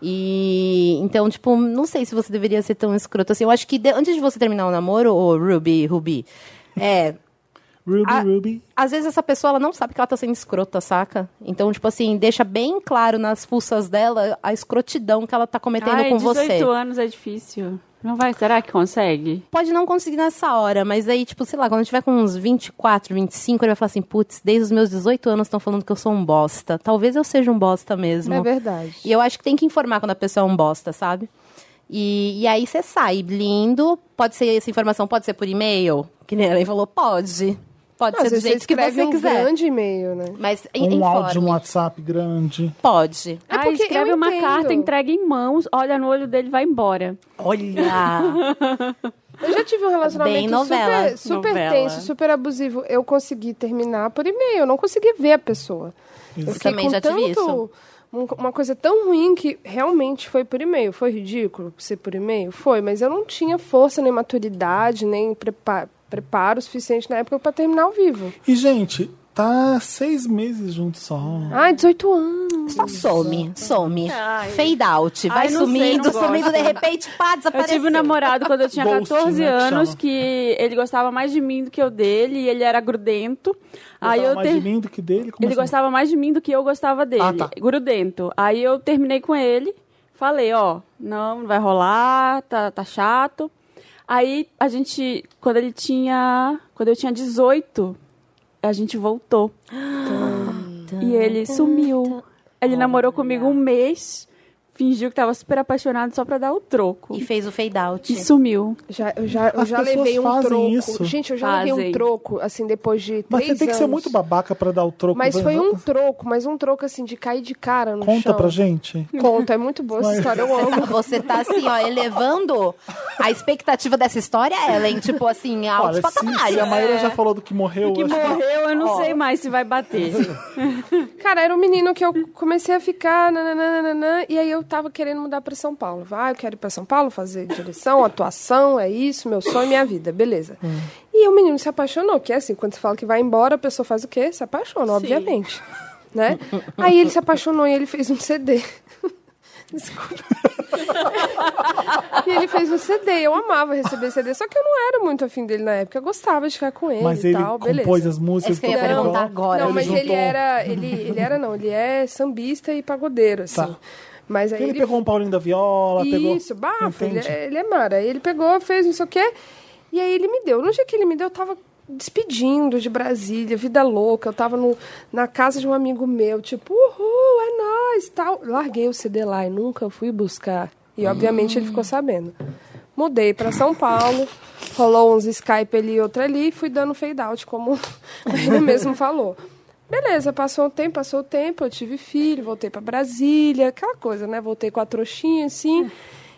[SPEAKER 3] E então, tipo, não sei se você deveria ser tão escroto assim. Eu acho que de- antes de você terminar o namoro, ô Ruby, Ruby, é,
[SPEAKER 1] Ruby,
[SPEAKER 3] Ah.
[SPEAKER 1] Ruby.
[SPEAKER 3] às vezes essa pessoa ela não sabe que ela tá sendo escrota, saca? Então, tipo assim, deixa bem claro nas fuças dela a escrotidão que ela tá cometendo
[SPEAKER 2] Ai,
[SPEAKER 3] com
[SPEAKER 2] 18
[SPEAKER 3] você.
[SPEAKER 2] anos é difícil. Não vai, será que consegue?
[SPEAKER 3] Pode não conseguir nessa hora, mas aí, tipo, sei lá, quando eu tiver com uns 24, 25, ele vai falar assim: putz, desde os meus 18 anos estão falando que eu sou um bosta. Talvez eu seja um bosta mesmo.
[SPEAKER 4] É verdade.
[SPEAKER 3] E eu acho que tem que informar quando a pessoa é um bosta, sabe? E, e aí você sai lindo. Pode ser essa informação, pode ser por e-mail, que nem ela falou, pode. Pode
[SPEAKER 4] Às
[SPEAKER 3] ser do
[SPEAKER 4] vezes você
[SPEAKER 3] jeito que
[SPEAKER 4] escreve
[SPEAKER 3] você
[SPEAKER 4] um
[SPEAKER 3] quiser.
[SPEAKER 4] grande e-mail, né?
[SPEAKER 3] Mas
[SPEAKER 1] Um
[SPEAKER 3] informe.
[SPEAKER 1] áudio no WhatsApp grande.
[SPEAKER 3] Pode.
[SPEAKER 4] É
[SPEAKER 2] Ah,
[SPEAKER 4] porque
[SPEAKER 2] escreve
[SPEAKER 4] eu
[SPEAKER 2] uma
[SPEAKER 4] entendo.
[SPEAKER 2] carta, entrega em mãos, olha no olho dele e vai embora. Ah.
[SPEAKER 3] Olha!
[SPEAKER 4] Eu já tive um
[SPEAKER 3] Bem
[SPEAKER 4] relacionamento
[SPEAKER 3] novela.
[SPEAKER 4] super, super
[SPEAKER 2] Novela.
[SPEAKER 4] tenso, super abusivo. Eu consegui terminar por e-mail, eu não consegui ver a pessoa. Eu fiquei
[SPEAKER 3] Também
[SPEAKER 4] com
[SPEAKER 3] já tive
[SPEAKER 4] tanto,
[SPEAKER 3] isso.
[SPEAKER 4] um- Uma coisa tão ruim que realmente foi por e-mail. Foi ridículo ser por e-mail? Foi, mas eu não tinha força, nem maturidade, nem prepa- preparo suficiente na época pra terminar ao vivo.
[SPEAKER 1] E, gente, tá seis meses junto só.
[SPEAKER 4] Ai, 18 anos.
[SPEAKER 3] Só some, some. Fade out. Vai
[SPEAKER 2] Ai, não sei,
[SPEAKER 3] sumindo,
[SPEAKER 2] não gosto.
[SPEAKER 3] sumindo, de repente, pá,
[SPEAKER 2] Eu
[SPEAKER 3] desapareceu.
[SPEAKER 2] tive um namorado quando eu tinha
[SPEAKER 1] Ghost,
[SPEAKER 2] 14
[SPEAKER 1] né, que
[SPEAKER 2] anos
[SPEAKER 1] chama.
[SPEAKER 2] que ele gostava mais de mim do que eu dele e ele era grudento. Aí
[SPEAKER 1] Gostava
[SPEAKER 2] Ah, eu
[SPEAKER 1] Tá mais
[SPEAKER 2] ter-
[SPEAKER 1] de mim do que dele. Como
[SPEAKER 2] Ele
[SPEAKER 1] assim?
[SPEAKER 2] gostava mais de mim do que eu gostava dele.
[SPEAKER 1] Ah, tá.
[SPEAKER 2] Grudento. Aí eu terminei com ele, falei, ó, não, não vai rolar, tá, tá chato. Aí a gente, quando ele tinha. Quando eu tinha 18, a gente voltou. e ele sumiu. Ele namorou comigo um mês, fingiu que tava super apaixonado só pra dar o troco.
[SPEAKER 3] E
[SPEAKER 2] E,
[SPEAKER 3] fez o fade out.
[SPEAKER 2] sumiu.
[SPEAKER 4] Já, eu já, eu
[SPEAKER 1] As
[SPEAKER 4] já
[SPEAKER 1] pessoas
[SPEAKER 4] levei um
[SPEAKER 1] fazem
[SPEAKER 4] troco.
[SPEAKER 1] isso.
[SPEAKER 4] Gente, eu já levei um
[SPEAKER 2] Fazem.
[SPEAKER 4] troco, assim, depois de
[SPEAKER 1] Mas
[SPEAKER 4] três
[SPEAKER 1] você tem que ser
[SPEAKER 4] anos.
[SPEAKER 1] muito babaca pra dar o troco.
[SPEAKER 4] Mas
[SPEAKER 1] pra-
[SPEAKER 4] foi um troco, mas um troco, assim, de cair de cara no
[SPEAKER 1] Conta
[SPEAKER 4] chão.
[SPEAKER 1] pra gente.
[SPEAKER 4] Conta, é muito boa essa história, eu amo.
[SPEAKER 3] Você tá assim, ó, elevando a expectativa dessa história, Ellen. Tipo assim, a altos
[SPEAKER 1] Olha, se,
[SPEAKER 3] patamares.
[SPEAKER 1] se a Maíra já falou do que morreu,
[SPEAKER 2] Que
[SPEAKER 1] acho que-
[SPEAKER 2] morreu, eu não sei mais se vai bater.
[SPEAKER 4] Cara, era um menino que eu comecei a ficar, nananana, e aí eu tava querendo mudar para São Paulo. Vai, eu quero ir para São Paulo fazer direção, atuação, é isso, meu sonho, minha vida, beleza. E o menino se apaixonou, que é assim, quando você fala que vai embora, a pessoa faz o quê? Se apaixona, obviamente. Né? Aí ele se apaixonou e ele fez um CD. Desculpa. e ele fez um CD, eu amava receber CD, só que eu não era muito afim dele na época, eu gostava de ficar com ele
[SPEAKER 1] Mas
[SPEAKER 4] e
[SPEAKER 1] ele
[SPEAKER 4] tal, beleza.
[SPEAKER 1] compôs as músicas.
[SPEAKER 3] Esse que eu ia
[SPEAKER 1] tocou.
[SPEAKER 3] perguntar agora.
[SPEAKER 4] Não,
[SPEAKER 1] Ele
[SPEAKER 4] mas ele
[SPEAKER 1] juntou-
[SPEAKER 4] era. Ele, ele era, não, ele é sambista e pagodeiro, assim.
[SPEAKER 1] Tá.
[SPEAKER 4] Mas aí
[SPEAKER 1] Ele pegou um Paulinho da Viola, pegou...
[SPEAKER 4] Isso, bafo, ele,
[SPEAKER 1] Entende?
[SPEAKER 4] é- ele é mara. Aí Ele pegou, fez não sei o quê. E aí ele me deu. No dia que ele me deu, eu tava despedindo de Brasília, vida louca. Eu tava no, na casa de um amigo meu, tipo, uhul, é nóis, tal. Larguei o CD lá e nunca fui buscar. E obviamente ele ficou sabendo. Mudei pra São Paulo, rolou uns Skype ali e outro ali, e fui dando fade out, como ele mesmo falou. Beleza, passou o tempo, passou o tempo, eu tive filho, voltei pra Brasília, aquela coisa, né? Voltei com a trouxinha, assim.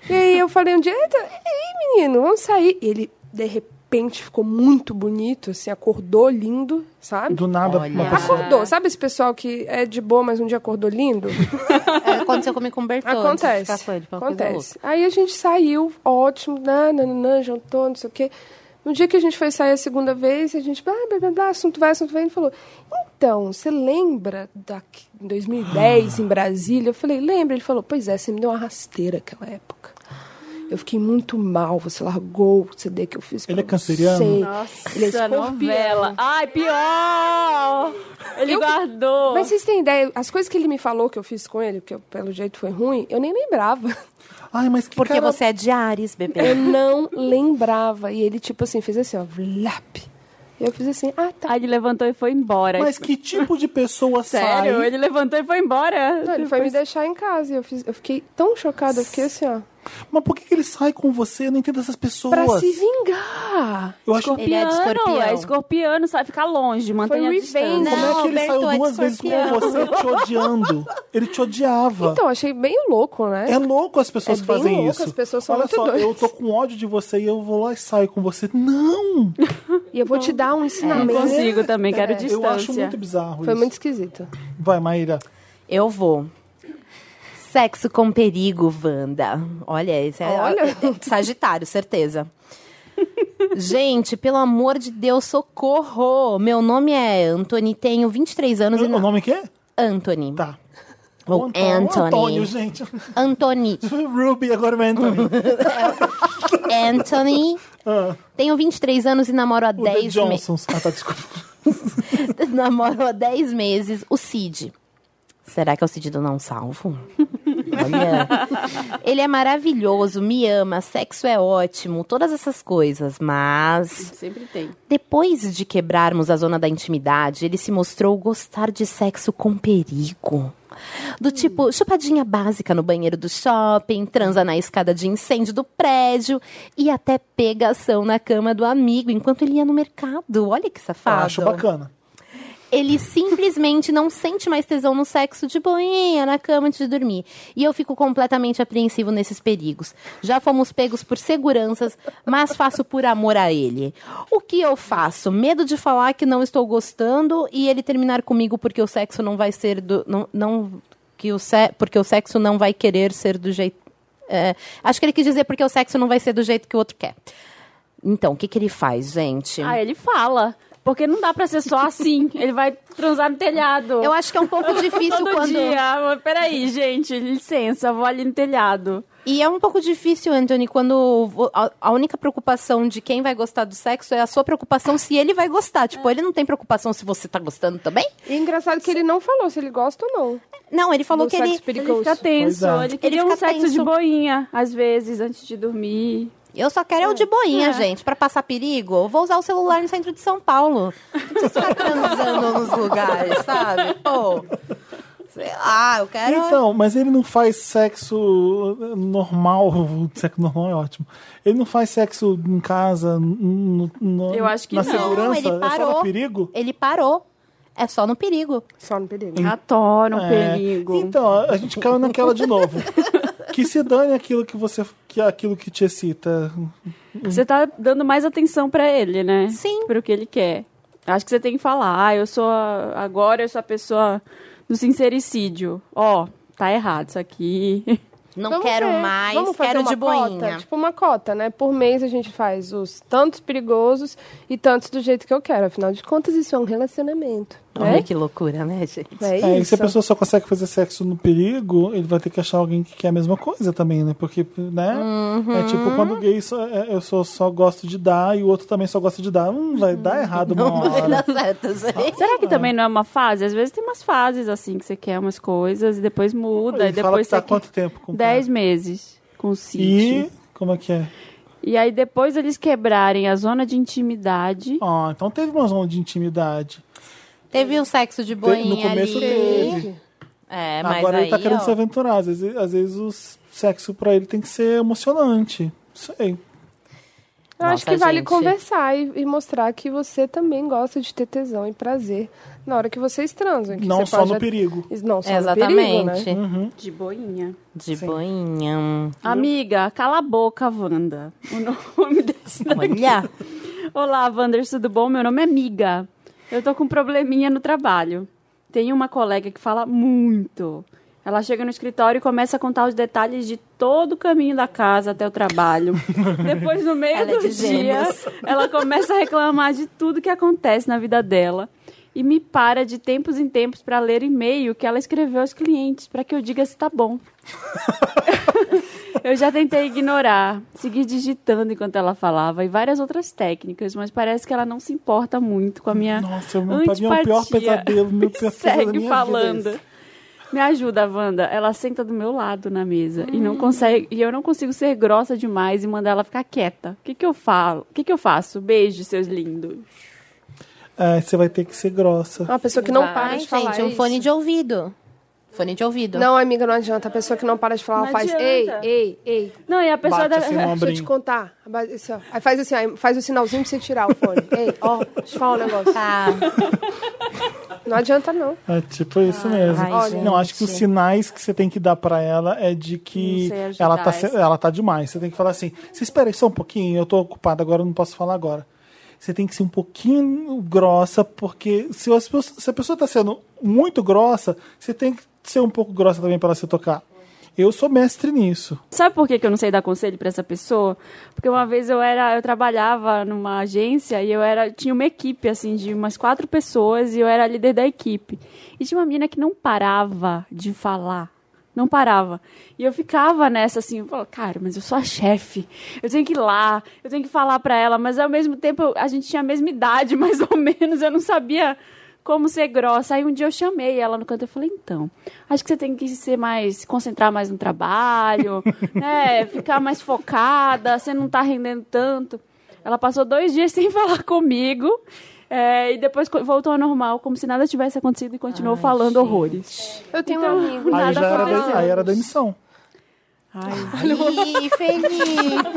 [SPEAKER 4] E aí eu falei um dia, eita, e aí, menino, vamos sair. E ele, de repente, ficou muito bonito, assim, acordou lindo, sabe?
[SPEAKER 1] Do nada,
[SPEAKER 3] Olha.
[SPEAKER 1] uma pessoa...
[SPEAKER 4] Acordou. Sabe esse pessoal que é de boa, mas um dia acordou lindo?
[SPEAKER 3] É, aconteceu comigo com o Bertone.
[SPEAKER 4] Acontece.
[SPEAKER 3] Ficar com ele, foi uma coisa
[SPEAKER 4] acontece. Aí a gente saiu, ótimo, né, nananã, jantou, não sei o quê. No dia que a gente foi sair a segunda vez, a gente, blá, blá, blá, blá, assunto vai, assunto vai, ele falou, então, você lembra da em 2010 em Brasília? Eu falei, lembra? Ele falou, pois é, você me deu uma rasteira naquela época. Eu fiquei muito mal, você largou o CD que eu fiz. pra
[SPEAKER 1] Ele é canceriano?
[SPEAKER 4] você.
[SPEAKER 2] Nossa,
[SPEAKER 4] ele é escorpião.
[SPEAKER 2] novela. Ai, pior! Ele
[SPEAKER 4] Eu-
[SPEAKER 2] guardou.
[SPEAKER 4] Mas vocês têm ideia, as coisas que ele me falou que eu fiz com ele, que eu, pelo jeito foi ruim, eu nem lembrava.
[SPEAKER 1] Ai, mas que
[SPEAKER 3] Porque
[SPEAKER 1] cara...
[SPEAKER 3] você é de Ares, bebê.
[SPEAKER 4] Eu não lembrava. E ele, tipo assim, fez assim, ó, vlap. E eu fiz assim, ah, tá.
[SPEAKER 2] Aí ele levantou e foi embora.
[SPEAKER 1] Mas que tipo de pessoa
[SPEAKER 2] Sério?
[SPEAKER 1] sai...
[SPEAKER 2] Ele levantou e foi embora.
[SPEAKER 4] Não, ele foi me deixar em casa. E eu, fiz, eu fiquei tão chocada, eu fiquei assim, ó,
[SPEAKER 1] Mas por que, que ele sai com você? Eu não entendo essas pessoas.
[SPEAKER 4] pra se vingar.
[SPEAKER 1] Eu acho...
[SPEAKER 3] Ele é de escorpião.
[SPEAKER 2] É escorpiano, sabe? Ficar longe, manter a
[SPEAKER 4] revenge.
[SPEAKER 2] distância.
[SPEAKER 1] Como é
[SPEAKER 3] Não,
[SPEAKER 1] que ele
[SPEAKER 3] Alberto
[SPEAKER 1] saiu
[SPEAKER 3] é
[SPEAKER 1] duas vezes com
[SPEAKER 3] escorpião.
[SPEAKER 1] você te odiando? Ele te odiava.
[SPEAKER 4] Então, achei meio louco, né?
[SPEAKER 1] É louco as pessoas
[SPEAKER 4] É
[SPEAKER 1] que
[SPEAKER 4] bem
[SPEAKER 1] fazem
[SPEAKER 4] louco,
[SPEAKER 1] isso.
[SPEAKER 4] as pessoas são
[SPEAKER 1] Olha
[SPEAKER 4] muito
[SPEAKER 1] só,
[SPEAKER 4] doidas.
[SPEAKER 1] eu tô com ódio de você e eu vou lá e saio com você. Não!
[SPEAKER 4] E eu vou te dar um
[SPEAKER 2] Não
[SPEAKER 4] ensinamento.
[SPEAKER 2] consigo também, quero
[SPEAKER 1] É, Eu acho
[SPEAKER 2] distância.
[SPEAKER 1] muito bizarro
[SPEAKER 4] É, Foi
[SPEAKER 1] isso.
[SPEAKER 4] muito esquisito.
[SPEAKER 1] Vai, Maíra.
[SPEAKER 3] Eu vou. Sexo com perigo, Wanda. Olha, esse é,
[SPEAKER 4] Olha.
[SPEAKER 3] Sagitário, certeza. Gente, pelo amor de Deus, socorro! Meu nome é Anthony, tenho 23 anos e
[SPEAKER 1] O
[SPEAKER 3] não...
[SPEAKER 1] nome que é?
[SPEAKER 3] Antony.
[SPEAKER 1] Tá.
[SPEAKER 3] Ou
[SPEAKER 1] O Antônio- o Antônio,
[SPEAKER 3] Anthony.
[SPEAKER 1] gente.
[SPEAKER 3] Anthony.
[SPEAKER 1] Ruby, agora vai Anthony.
[SPEAKER 3] Anthony.
[SPEAKER 1] Ah,
[SPEAKER 3] Tenho 23 anos e namoro há
[SPEAKER 1] o The
[SPEAKER 3] 10 meses.
[SPEAKER 1] Johnsons. Ah, tá, desculpa.
[SPEAKER 3] namoro há 10 meses o Cid. Será que é o Cid do Não Salvo? Olha. Ele é maravilhoso, me ama, sexo é ótimo, todas essas coisas, mas.
[SPEAKER 2] Sempre tem.
[SPEAKER 3] Depois de quebrarmos a zona da intimidade, ele se mostrou gostar de sexo com perigo. Do tipo, chupadinha básica no banheiro do shopping, transa na escada de incêndio do prédio e até pegação na cama do amigo enquanto ele ia no mercado. Olha que safado.
[SPEAKER 1] Acho bacana.
[SPEAKER 3] Ele simplesmente não sente mais tesão no sexo de boinha na cama antes de dormir. E eu fico completamente apreensivo nesses perigos. Já fomos pegos por seguranças, mas faço por amor a ele. O que eu faço? Medo de falar que não estou gostando e ele terminar comigo porque o sexo não vai ser do. Não, não- que o se- porque o sexo não vai querer ser do jeito. é, acho que ele quis dizer porque o sexo não vai ser do jeito que o outro quer. Então, o que, que ele faz, gente?
[SPEAKER 2] Ah, ele fala. Porque não dá pra ser só assim. ele vai transar no telhado.
[SPEAKER 3] Eu acho que é um pouco difícil
[SPEAKER 2] Todo
[SPEAKER 3] quando.
[SPEAKER 2] dia. Mas Peraí, gente, licença, vou ali no telhado.
[SPEAKER 3] E é um pouco difícil, Anthony, quando vo- a- a única preocupação de quem vai gostar do sexo é a sua preocupação se ele vai gostar.
[SPEAKER 4] É.
[SPEAKER 3] Tipo, ele não tem preocupação se você tá gostando também?
[SPEAKER 4] E engraçado que ele não falou se ele gosta ou não.
[SPEAKER 3] Não, ele falou
[SPEAKER 4] Do
[SPEAKER 3] que
[SPEAKER 4] sexo
[SPEAKER 3] ele.
[SPEAKER 2] Ele
[SPEAKER 4] perigoso.
[SPEAKER 2] fica tenso.
[SPEAKER 1] Pois é.
[SPEAKER 2] Ele queria
[SPEAKER 3] Ele
[SPEAKER 2] um
[SPEAKER 3] fica
[SPEAKER 2] sexo de
[SPEAKER 3] tenso.
[SPEAKER 2] boinha, às vezes, antes de dormir.
[SPEAKER 3] Eu só quero é o de boinha, gente, pra passar perigo. Eu vou usar o celular no centro de São Paulo. Você ficar transando nos lugares, sabe? Pô. Sei lá, eu quero.
[SPEAKER 1] Então, mas ele não faz sexo eh, normal. Sexo normal é ótimo. Ele não faz sexo em casa, no, no-
[SPEAKER 2] Eu acho que
[SPEAKER 1] na
[SPEAKER 2] não.
[SPEAKER 3] não,
[SPEAKER 1] segurança,
[SPEAKER 3] ele
[SPEAKER 1] é só
[SPEAKER 3] parou.
[SPEAKER 1] no perigo.
[SPEAKER 3] Ele parou. É só no perigo.
[SPEAKER 4] Só no né? perigo.
[SPEAKER 2] Adoro um
[SPEAKER 1] É,
[SPEAKER 2] perigo.
[SPEAKER 1] Então, a gente caiu naquela de novo. que se dane aquilo que você. Que, aquilo que te excita.
[SPEAKER 2] Você tá dando mais atenção pra ele, né?
[SPEAKER 3] Sim.
[SPEAKER 2] Pro que ele quer. Acho que você tem que falar, ah, eu sou a- agora eu sou a pessoa do sincericídio. Ó, tá errado isso aqui.
[SPEAKER 3] Não
[SPEAKER 4] Vamos
[SPEAKER 3] quero
[SPEAKER 4] ver.
[SPEAKER 3] mais,
[SPEAKER 4] Vamos fazer
[SPEAKER 3] quero
[SPEAKER 4] uma
[SPEAKER 3] de boinha.
[SPEAKER 4] Cota, tipo uma cota, né? Por mês a gente faz os tantos perigosos e tantos do jeito que eu quero. Afinal de contas, isso é um relacionamento.
[SPEAKER 3] Olha
[SPEAKER 4] Né?
[SPEAKER 3] que loucura, né, gente?
[SPEAKER 4] É
[SPEAKER 1] É, e se
[SPEAKER 4] isso.
[SPEAKER 1] a pessoa só consegue fazer sexo no perigo, ele vai ter que achar alguém que quer a mesma coisa também, né? Porque, né? É
[SPEAKER 3] Uhum.
[SPEAKER 1] tipo quando gay só, é, eu só, só gosto de dar e o outro também só gosta de dar. Hum, vai dar errado uma
[SPEAKER 3] Uhum. Não vai
[SPEAKER 1] hora.
[SPEAKER 3] dar certo, gente.
[SPEAKER 2] Será que também não é uma fase? Às vezes tem umas fases assim que você quer umas coisas e depois muda. e
[SPEAKER 1] Ele fala
[SPEAKER 2] depois
[SPEAKER 1] que tá
[SPEAKER 2] você
[SPEAKER 1] há quanto tempo com o cara?
[SPEAKER 2] 10 meses com o
[SPEAKER 1] E
[SPEAKER 2] sítio.
[SPEAKER 1] como é que é?
[SPEAKER 2] E... aí depois eles quebrarem a zona de intimidade.
[SPEAKER 1] Ó, então teve uma zona de intimidade.
[SPEAKER 3] Teve um sexo de
[SPEAKER 1] Te-
[SPEAKER 3] boinha
[SPEAKER 1] no começo
[SPEAKER 3] ali.
[SPEAKER 1] teve.
[SPEAKER 3] É, mas
[SPEAKER 1] Agora
[SPEAKER 3] aí,
[SPEAKER 1] ele tá querendo
[SPEAKER 3] ó,
[SPEAKER 1] se aventurar. Às vezes, às vezes o sexo pra ele tem que ser emocionante. Sei.
[SPEAKER 4] Eu acho
[SPEAKER 3] Nossa,
[SPEAKER 4] que vale
[SPEAKER 3] gente.
[SPEAKER 4] conversar e, e mostrar que você também gosta de ter tesão e prazer na hora que vocês transam. que
[SPEAKER 1] Não
[SPEAKER 4] você
[SPEAKER 1] só
[SPEAKER 4] pode-
[SPEAKER 1] no perigo. Uhum.
[SPEAKER 4] Não só no perigo, né?
[SPEAKER 3] Exatamente.
[SPEAKER 2] De boinha.
[SPEAKER 3] De boinha.
[SPEAKER 2] Amiga, cala a boca, Wanda. O nome desse daqui.
[SPEAKER 3] Olha.
[SPEAKER 2] Olá, Wanders, tudo bom? Meu nome é Miga. Eu tô com um probleminha no trabalho. Tem uma colega que fala muito. Ela chega no escritório e começa a contar os detalhes de todo o caminho da casa até o trabalho. Depois, no meio
[SPEAKER 3] Ela é
[SPEAKER 2] do
[SPEAKER 3] de
[SPEAKER 2] dia,
[SPEAKER 3] gêmeos.
[SPEAKER 2] ela começa a reclamar de tudo que acontece na vida dela. E me para de tempos em tempos para ler e-mail que ela escreveu aos clientes para que eu diga se tá bom. Eu já tentei ignorar, seguir digitando enquanto ela falava e várias outras técnicas, mas parece que ela não se importa muito com a minha
[SPEAKER 1] Nossa, meu- pra mim é
[SPEAKER 2] antipatia.
[SPEAKER 1] o pior pesadelo, meu pior pesadelo da
[SPEAKER 2] Segue
[SPEAKER 1] minha vida é
[SPEAKER 2] falando.
[SPEAKER 1] esse.
[SPEAKER 2] Me ajuda, Wanda. Ela senta do meu lado na mesa e
[SPEAKER 1] Hum.
[SPEAKER 2] não consegue, e eu não consigo ser grossa demais e mandar ela ficar quieta. O que que eu falo? O que que eu faço? Beijo, seus lindos.
[SPEAKER 1] É, você vai ter que ser grossa.
[SPEAKER 4] Uma pessoa que não para
[SPEAKER 3] Ai,
[SPEAKER 4] de falar
[SPEAKER 3] gente, um
[SPEAKER 4] isso.
[SPEAKER 3] fone de ouvido. Fone de ouvido.
[SPEAKER 4] Não, amiga, não adianta. A pessoa que não para de falar, ela
[SPEAKER 2] Não
[SPEAKER 4] faz...
[SPEAKER 2] adianta.
[SPEAKER 4] Ei, ei, ei.
[SPEAKER 2] Não, e a pessoa
[SPEAKER 1] Bate
[SPEAKER 2] da
[SPEAKER 1] assim no
[SPEAKER 4] Deixa eu te
[SPEAKER 1] ombrinho.
[SPEAKER 4] contar. Abaixa assim, ó. Aí faz assim, ó. faz o sinalzinho pra você tirar o fone. Ei, ó, deixa eu falar um negócio.
[SPEAKER 3] Tá.
[SPEAKER 4] Não adianta, não.
[SPEAKER 1] É tipo isso mesmo.
[SPEAKER 3] ai, gente.
[SPEAKER 1] não, acho que os sinais que você tem que dar pra ela é de que
[SPEAKER 2] Não sei ajudar
[SPEAKER 1] ela tá,
[SPEAKER 2] essa-
[SPEAKER 1] se- ela tá demais. Você tem que falar assim: você espera aí só um pouquinho, eu tô ocupada agora, eu não posso falar agora. Você tem que ser um pouquinho grossa, porque se, as pessoas- se a pessoa tá sendo muito grossa, você tem que ser um pouco grossa também pra ela se tocar. Eu sou mestre nisso.
[SPEAKER 2] Sabe por que, que eu não sei dar conselho pra essa pessoa? Porque uma vez eu era, eu trabalhava numa agência e eu era, tinha uma equipe assim de umas quatro pessoas e eu era a líder da equipe. E tinha uma menina que não parava de falar. Não parava. E eu ficava nessa assim, eu falava, cara, mas eu sou a chefe. Eu tenho que ir lá, eu tenho que falar pra ela, mas ao mesmo tempo eu- a gente tinha a mesma idade, mais ou menos, eu não sabia como ser grossa. Aí um dia eu chamei ela no canto e falei, então, acho que você tem que ser mais, se concentrar mais no trabalho, né? Ficar mais focada, você não tá rendendo tanto. Ela passou dois dias sem falar comigo. é, e depois co- voltou ao normal, como se nada tivesse acontecido e continuou falando horrores.
[SPEAKER 4] Eu tenho
[SPEAKER 2] Então,
[SPEAKER 4] um amigo.
[SPEAKER 2] Nada
[SPEAKER 1] Aí já era,
[SPEAKER 2] aconteceu.
[SPEAKER 1] da, aí era demissão.
[SPEAKER 3] Ih,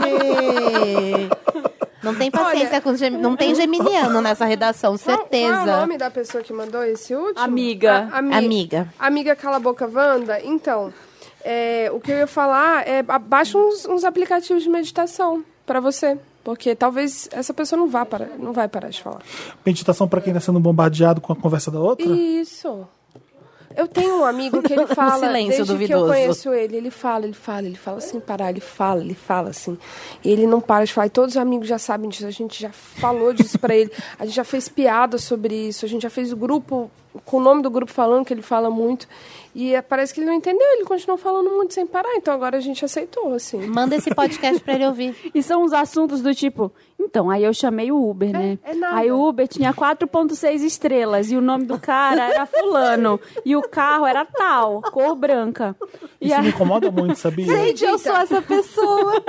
[SPEAKER 3] Felipe! Não tem paciência com gem... Não tem geminiano nessa redação,
[SPEAKER 4] Qual- Qual é o
[SPEAKER 3] certeza.
[SPEAKER 4] nome da pessoa que mandou esse último?
[SPEAKER 2] Amiga.
[SPEAKER 4] A- ami-
[SPEAKER 3] Amiga.
[SPEAKER 4] Amiga Cala a Boca Wanda? Então, é, o que eu ia falar é a- baixa uns, uns aplicativos de meditação pra você. Porque talvez essa pessoa não vá parar, não vai parar de falar.
[SPEAKER 1] Meditação pra quem tá sendo bombardeado com a conversa da outra?
[SPEAKER 4] Isso. Eu tenho um amigo que ele fala,
[SPEAKER 3] silêncio
[SPEAKER 4] desde que
[SPEAKER 3] duvidoso.
[SPEAKER 4] eu conheço ele, ele fala, ele fala, ele fala sem parar, ele fala, ele fala assim. E ele não para de falar. E todos os amigos já sabem disso, a gente já falou disso pra ele, a gente já fez piada sobre isso, a gente já fez o grupo, com o nome do grupo falando que ele fala muito. E é, parece que ele não entendeu, ele continuou falando muito sem parar, então agora a gente aceitou, assim.
[SPEAKER 3] Manda esse podcast pra ele ouvir.
[SPEAKER 2] E são uns assuntos do tipo, então, aí eu chamei o Uber, né?
[SPEAKER 4] é nada.
[SPEAKER 2] Aí o Uber tinha 4.6 estrelas e o nome do cara era fulano e o carro era tal, cor branca. E
[SPEAKER 1] Isso
[SPEAKER 3] ah.
[SPEAKER 2] aí,
[SPEAKER 1] me incomoda muito, sabia?
[SPEAKER 3] Gente, eu sou essa pessoa.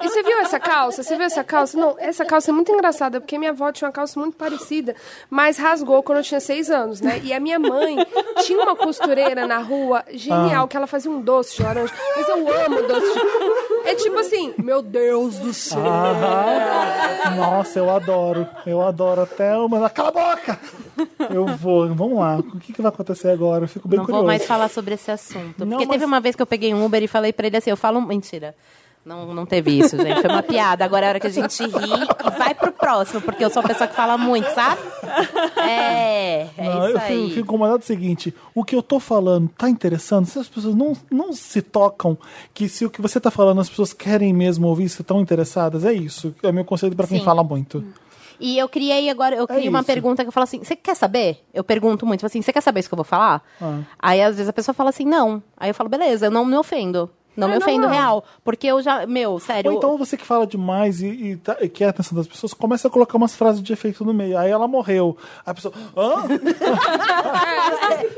[SPEAKER 4] E você viu essa calça? Você viu essa calça? Não, essa calça é muito engraçada, porque minha avó tinha uma calça muito parecida, mas rasgou quando eu tinha seis anos, né? E a minha mãe tinha uma costureira na rua genial, que ela fazia um doce de laranja. Mas eu amo doce de É tipo assim, meu Deus do céu.
[SPEAKER 1] Aham. Ah, Nossa, eu adoro. Eu adoro até uma. Cala a boca! Eu vou, vamos lá. O que, que vai acontecer agora? Eu fico bem
[SPEAKER 3] Não
[SPEAKER 1] curioso.
[SPEAKER 3] vou mais falar sobre esse assunto.
[SPEAKER 1] Não,
[SPEAKER 3] porque
[SPEAKER 1] mas-
[SPEAKER 3] teve uma vez que eu peguei um Uber e falei pra ele assim, eu falo... Mentira. Não, não teve isso, gente. Foi uma piada. Agora é a hora que a gente ri e vai pro próximo, porque eu sou uma pessoa que fala muito, sabe? É, é
[SPEAKER 1] Não,
[SPEAKER 3] isso
[SPEAKER 1] eu
[SPEAKER 3] aí.
[SPEAKER 1] fico, fico incomodado é o seguinte: o que eu tô falando tá interessando? Se as pessoas não, não se tocam, que se o que você tá falando as pessoas querem mesmo ouvir, se estão interessadas, é isso. É o meu conselho pra quem
[SPEAKER 3] Sim.
[SPEAKER 1] fala muito.
[SPEAKER 3] E eu criei agora, eu
[SPEAKER 1] É
[SPEAKER 3] criei uma
[SPEAKER 1] isso.
[SPEAKER 3] pergunta que eu falo assim, você quer saber? Eu pergunto muito, falo assim, você quer saber isso que eu vou falar?
[SPEAKER 1] Ah.
[SPEAKER 3] Aí às vezes a pessoa fala assim, não. Aí eu falo, beleza, eu não me ofendo. Não
[SPEAKER 1] É
[SPEAKER 3] me ofendo,
[SPEAKER 1] normal.
[SPEAKER 3] real. Porque eu já, meu, sério.
[SPEAKER 1] Ou então você que fala demais e, e tá- e quer a atenção das pessoas, começa a colocar umas frases de efeito no meio. Aí ela morreu. Aí a pessoa. Hã?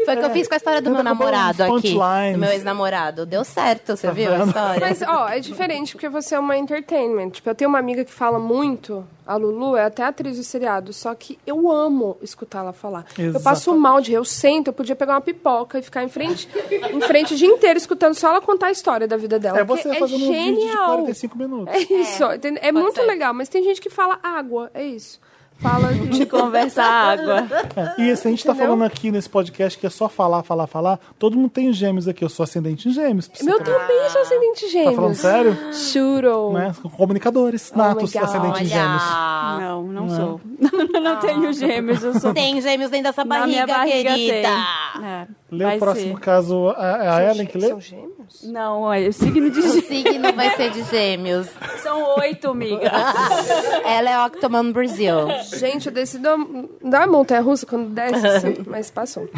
[SPEAKER 3] Foi o que eu fiz com a história do
[SPEAKER 1] Tenta
[SPEAKER 3] meu
[SPEAKER 1] comprar
[SPEAKER 3] namorado
[SPEAKER 1] uns
[SPEAKER 3] aqui.
[SPEAKER 1] punchlines. Tá
[SPEAKER 3] Do meu ex-namorado. Deu certo, você viu a
[SPEAKER 1] vendo?
[SPEAKER 3] história?
[SPEAKER 4] Mas, ó, é diferente porque você é uma entertainment. Tipo, eu tenho uma amiga que fala muito, a Lulu, é até atriz do seriado, só que eu amo escutar ela falar. Eu passo
[SPEAKER 1] Exatamente.
[SPEAKER 4] mal de rir, eu sento, eu podia pegar uma pipoca e ficar em frente, em frente o dia inteiro escutando só ela contar a história da vida dela.
[SPEAKER 1] É
[SPEAKER 4] porque
[SPEAKER 1] você fazendo
[SPEAKER 4] genial.
[SPEAKER 1] um vídeo de 45 minutos.
[SPEAKER 4] É isso, ó, entende? é, muito
[SPEAKER 3] ser.
[SPEAKER 4] legal, mas tem gente que fala água, é isso. Fala
[SPEAKER 2] De
[SPEAKER 1] Tipo,
[SPEAKER 2] conversa água.
[SPEAKER 1] É, E se a gente tá falando aqui nesse podcast que é só falar, falar, falar, todo mundo tem gêmeos aqui. Eu sou ascendente em gêmeos. pra você
[SPEAKER 4] Meu
[SPEAKER 1] ter-
[SPEAKER 4] também sou ascendente gêmeos.
[SPEAKER 1] Tá falando sério?
[SPEAKER 4] Juro.
[SPEAKER 1] Né? Comunicadores, natos,
[SPEAKER 4] Oh, legal.
[SPEAKER 1] ascendente em gêmeos.
[SPEAKER 3] Olha.
[SPEAKER 2] Não, não
[SPEAKER 1] é?
[SPEAKER 2] sou. não, tenho gêmeos, eu sou.
[SPEAKER 3] Tem gêmeos dentro dessa
[SPEAKER 2] Na minha
[SPEAKER 3] barriga,
[SPEAKER 2] barriga
[SPEAKER 3] querida.
[SPEAKER 2] tem. É,
[SPEAKER 1] Lê
[SPEAKER 2] vai
[SPEAKER 1] o próximo
[SPEAKER 2] ser.
[SPEAKER 1] caso. É a Ellen que lê?
[SPEAKER 4] São gêmeos?
[SPEAKER 2] Não, é o signo de
[SPEAKER 3] O
[SPEAKER 2] gêmeos.
[SPEAKER 3] signo vai ser de gêmeos.
[SPEAKER 2] São oito, amiga.
[SPEAKER 3] Ela é Octomon Brasil.
[SPEAKER 4] Gente, eu desci da, da montanha russa quando desce, assim, mas passou.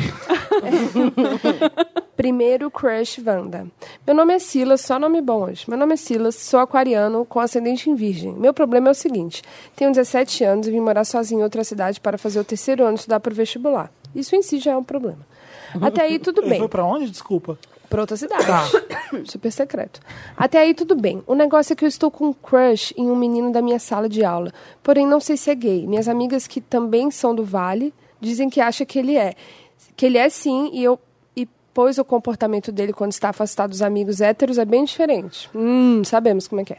[SPEAKER 4] É. Primeiro crush Wanda. Meu nome é Silas, só nome bom hoje. Meu nome é Silas, sou aquariano com ascendente em virgem. Meu problema é o seguinte: tenho 17 anos e vim morar sozinho em outra cidade para fazer o terceiro ano e estudar para o vestibular. Isso em si já é um problema. Até aí, tudo
[SPEAKER 1] Ele
[SPEAKER 4] bem.
[SPEAKER 1] foi pra onde? Desculpa.
[SPEAKER 4] Pra outra cidade. Super secreto. Até aí, tudo bem. O negócio é que eu estou com um crush em um menino da minha sala de aula. Porém, não sei se é gay. Minhas amigas que também são do Vale dizem que acha que ele é. Que ele é sim, e eu. E pois o comportamento dele quando está afastado dos amigos héteros é bem diferente. Hum, sabemos como é que é.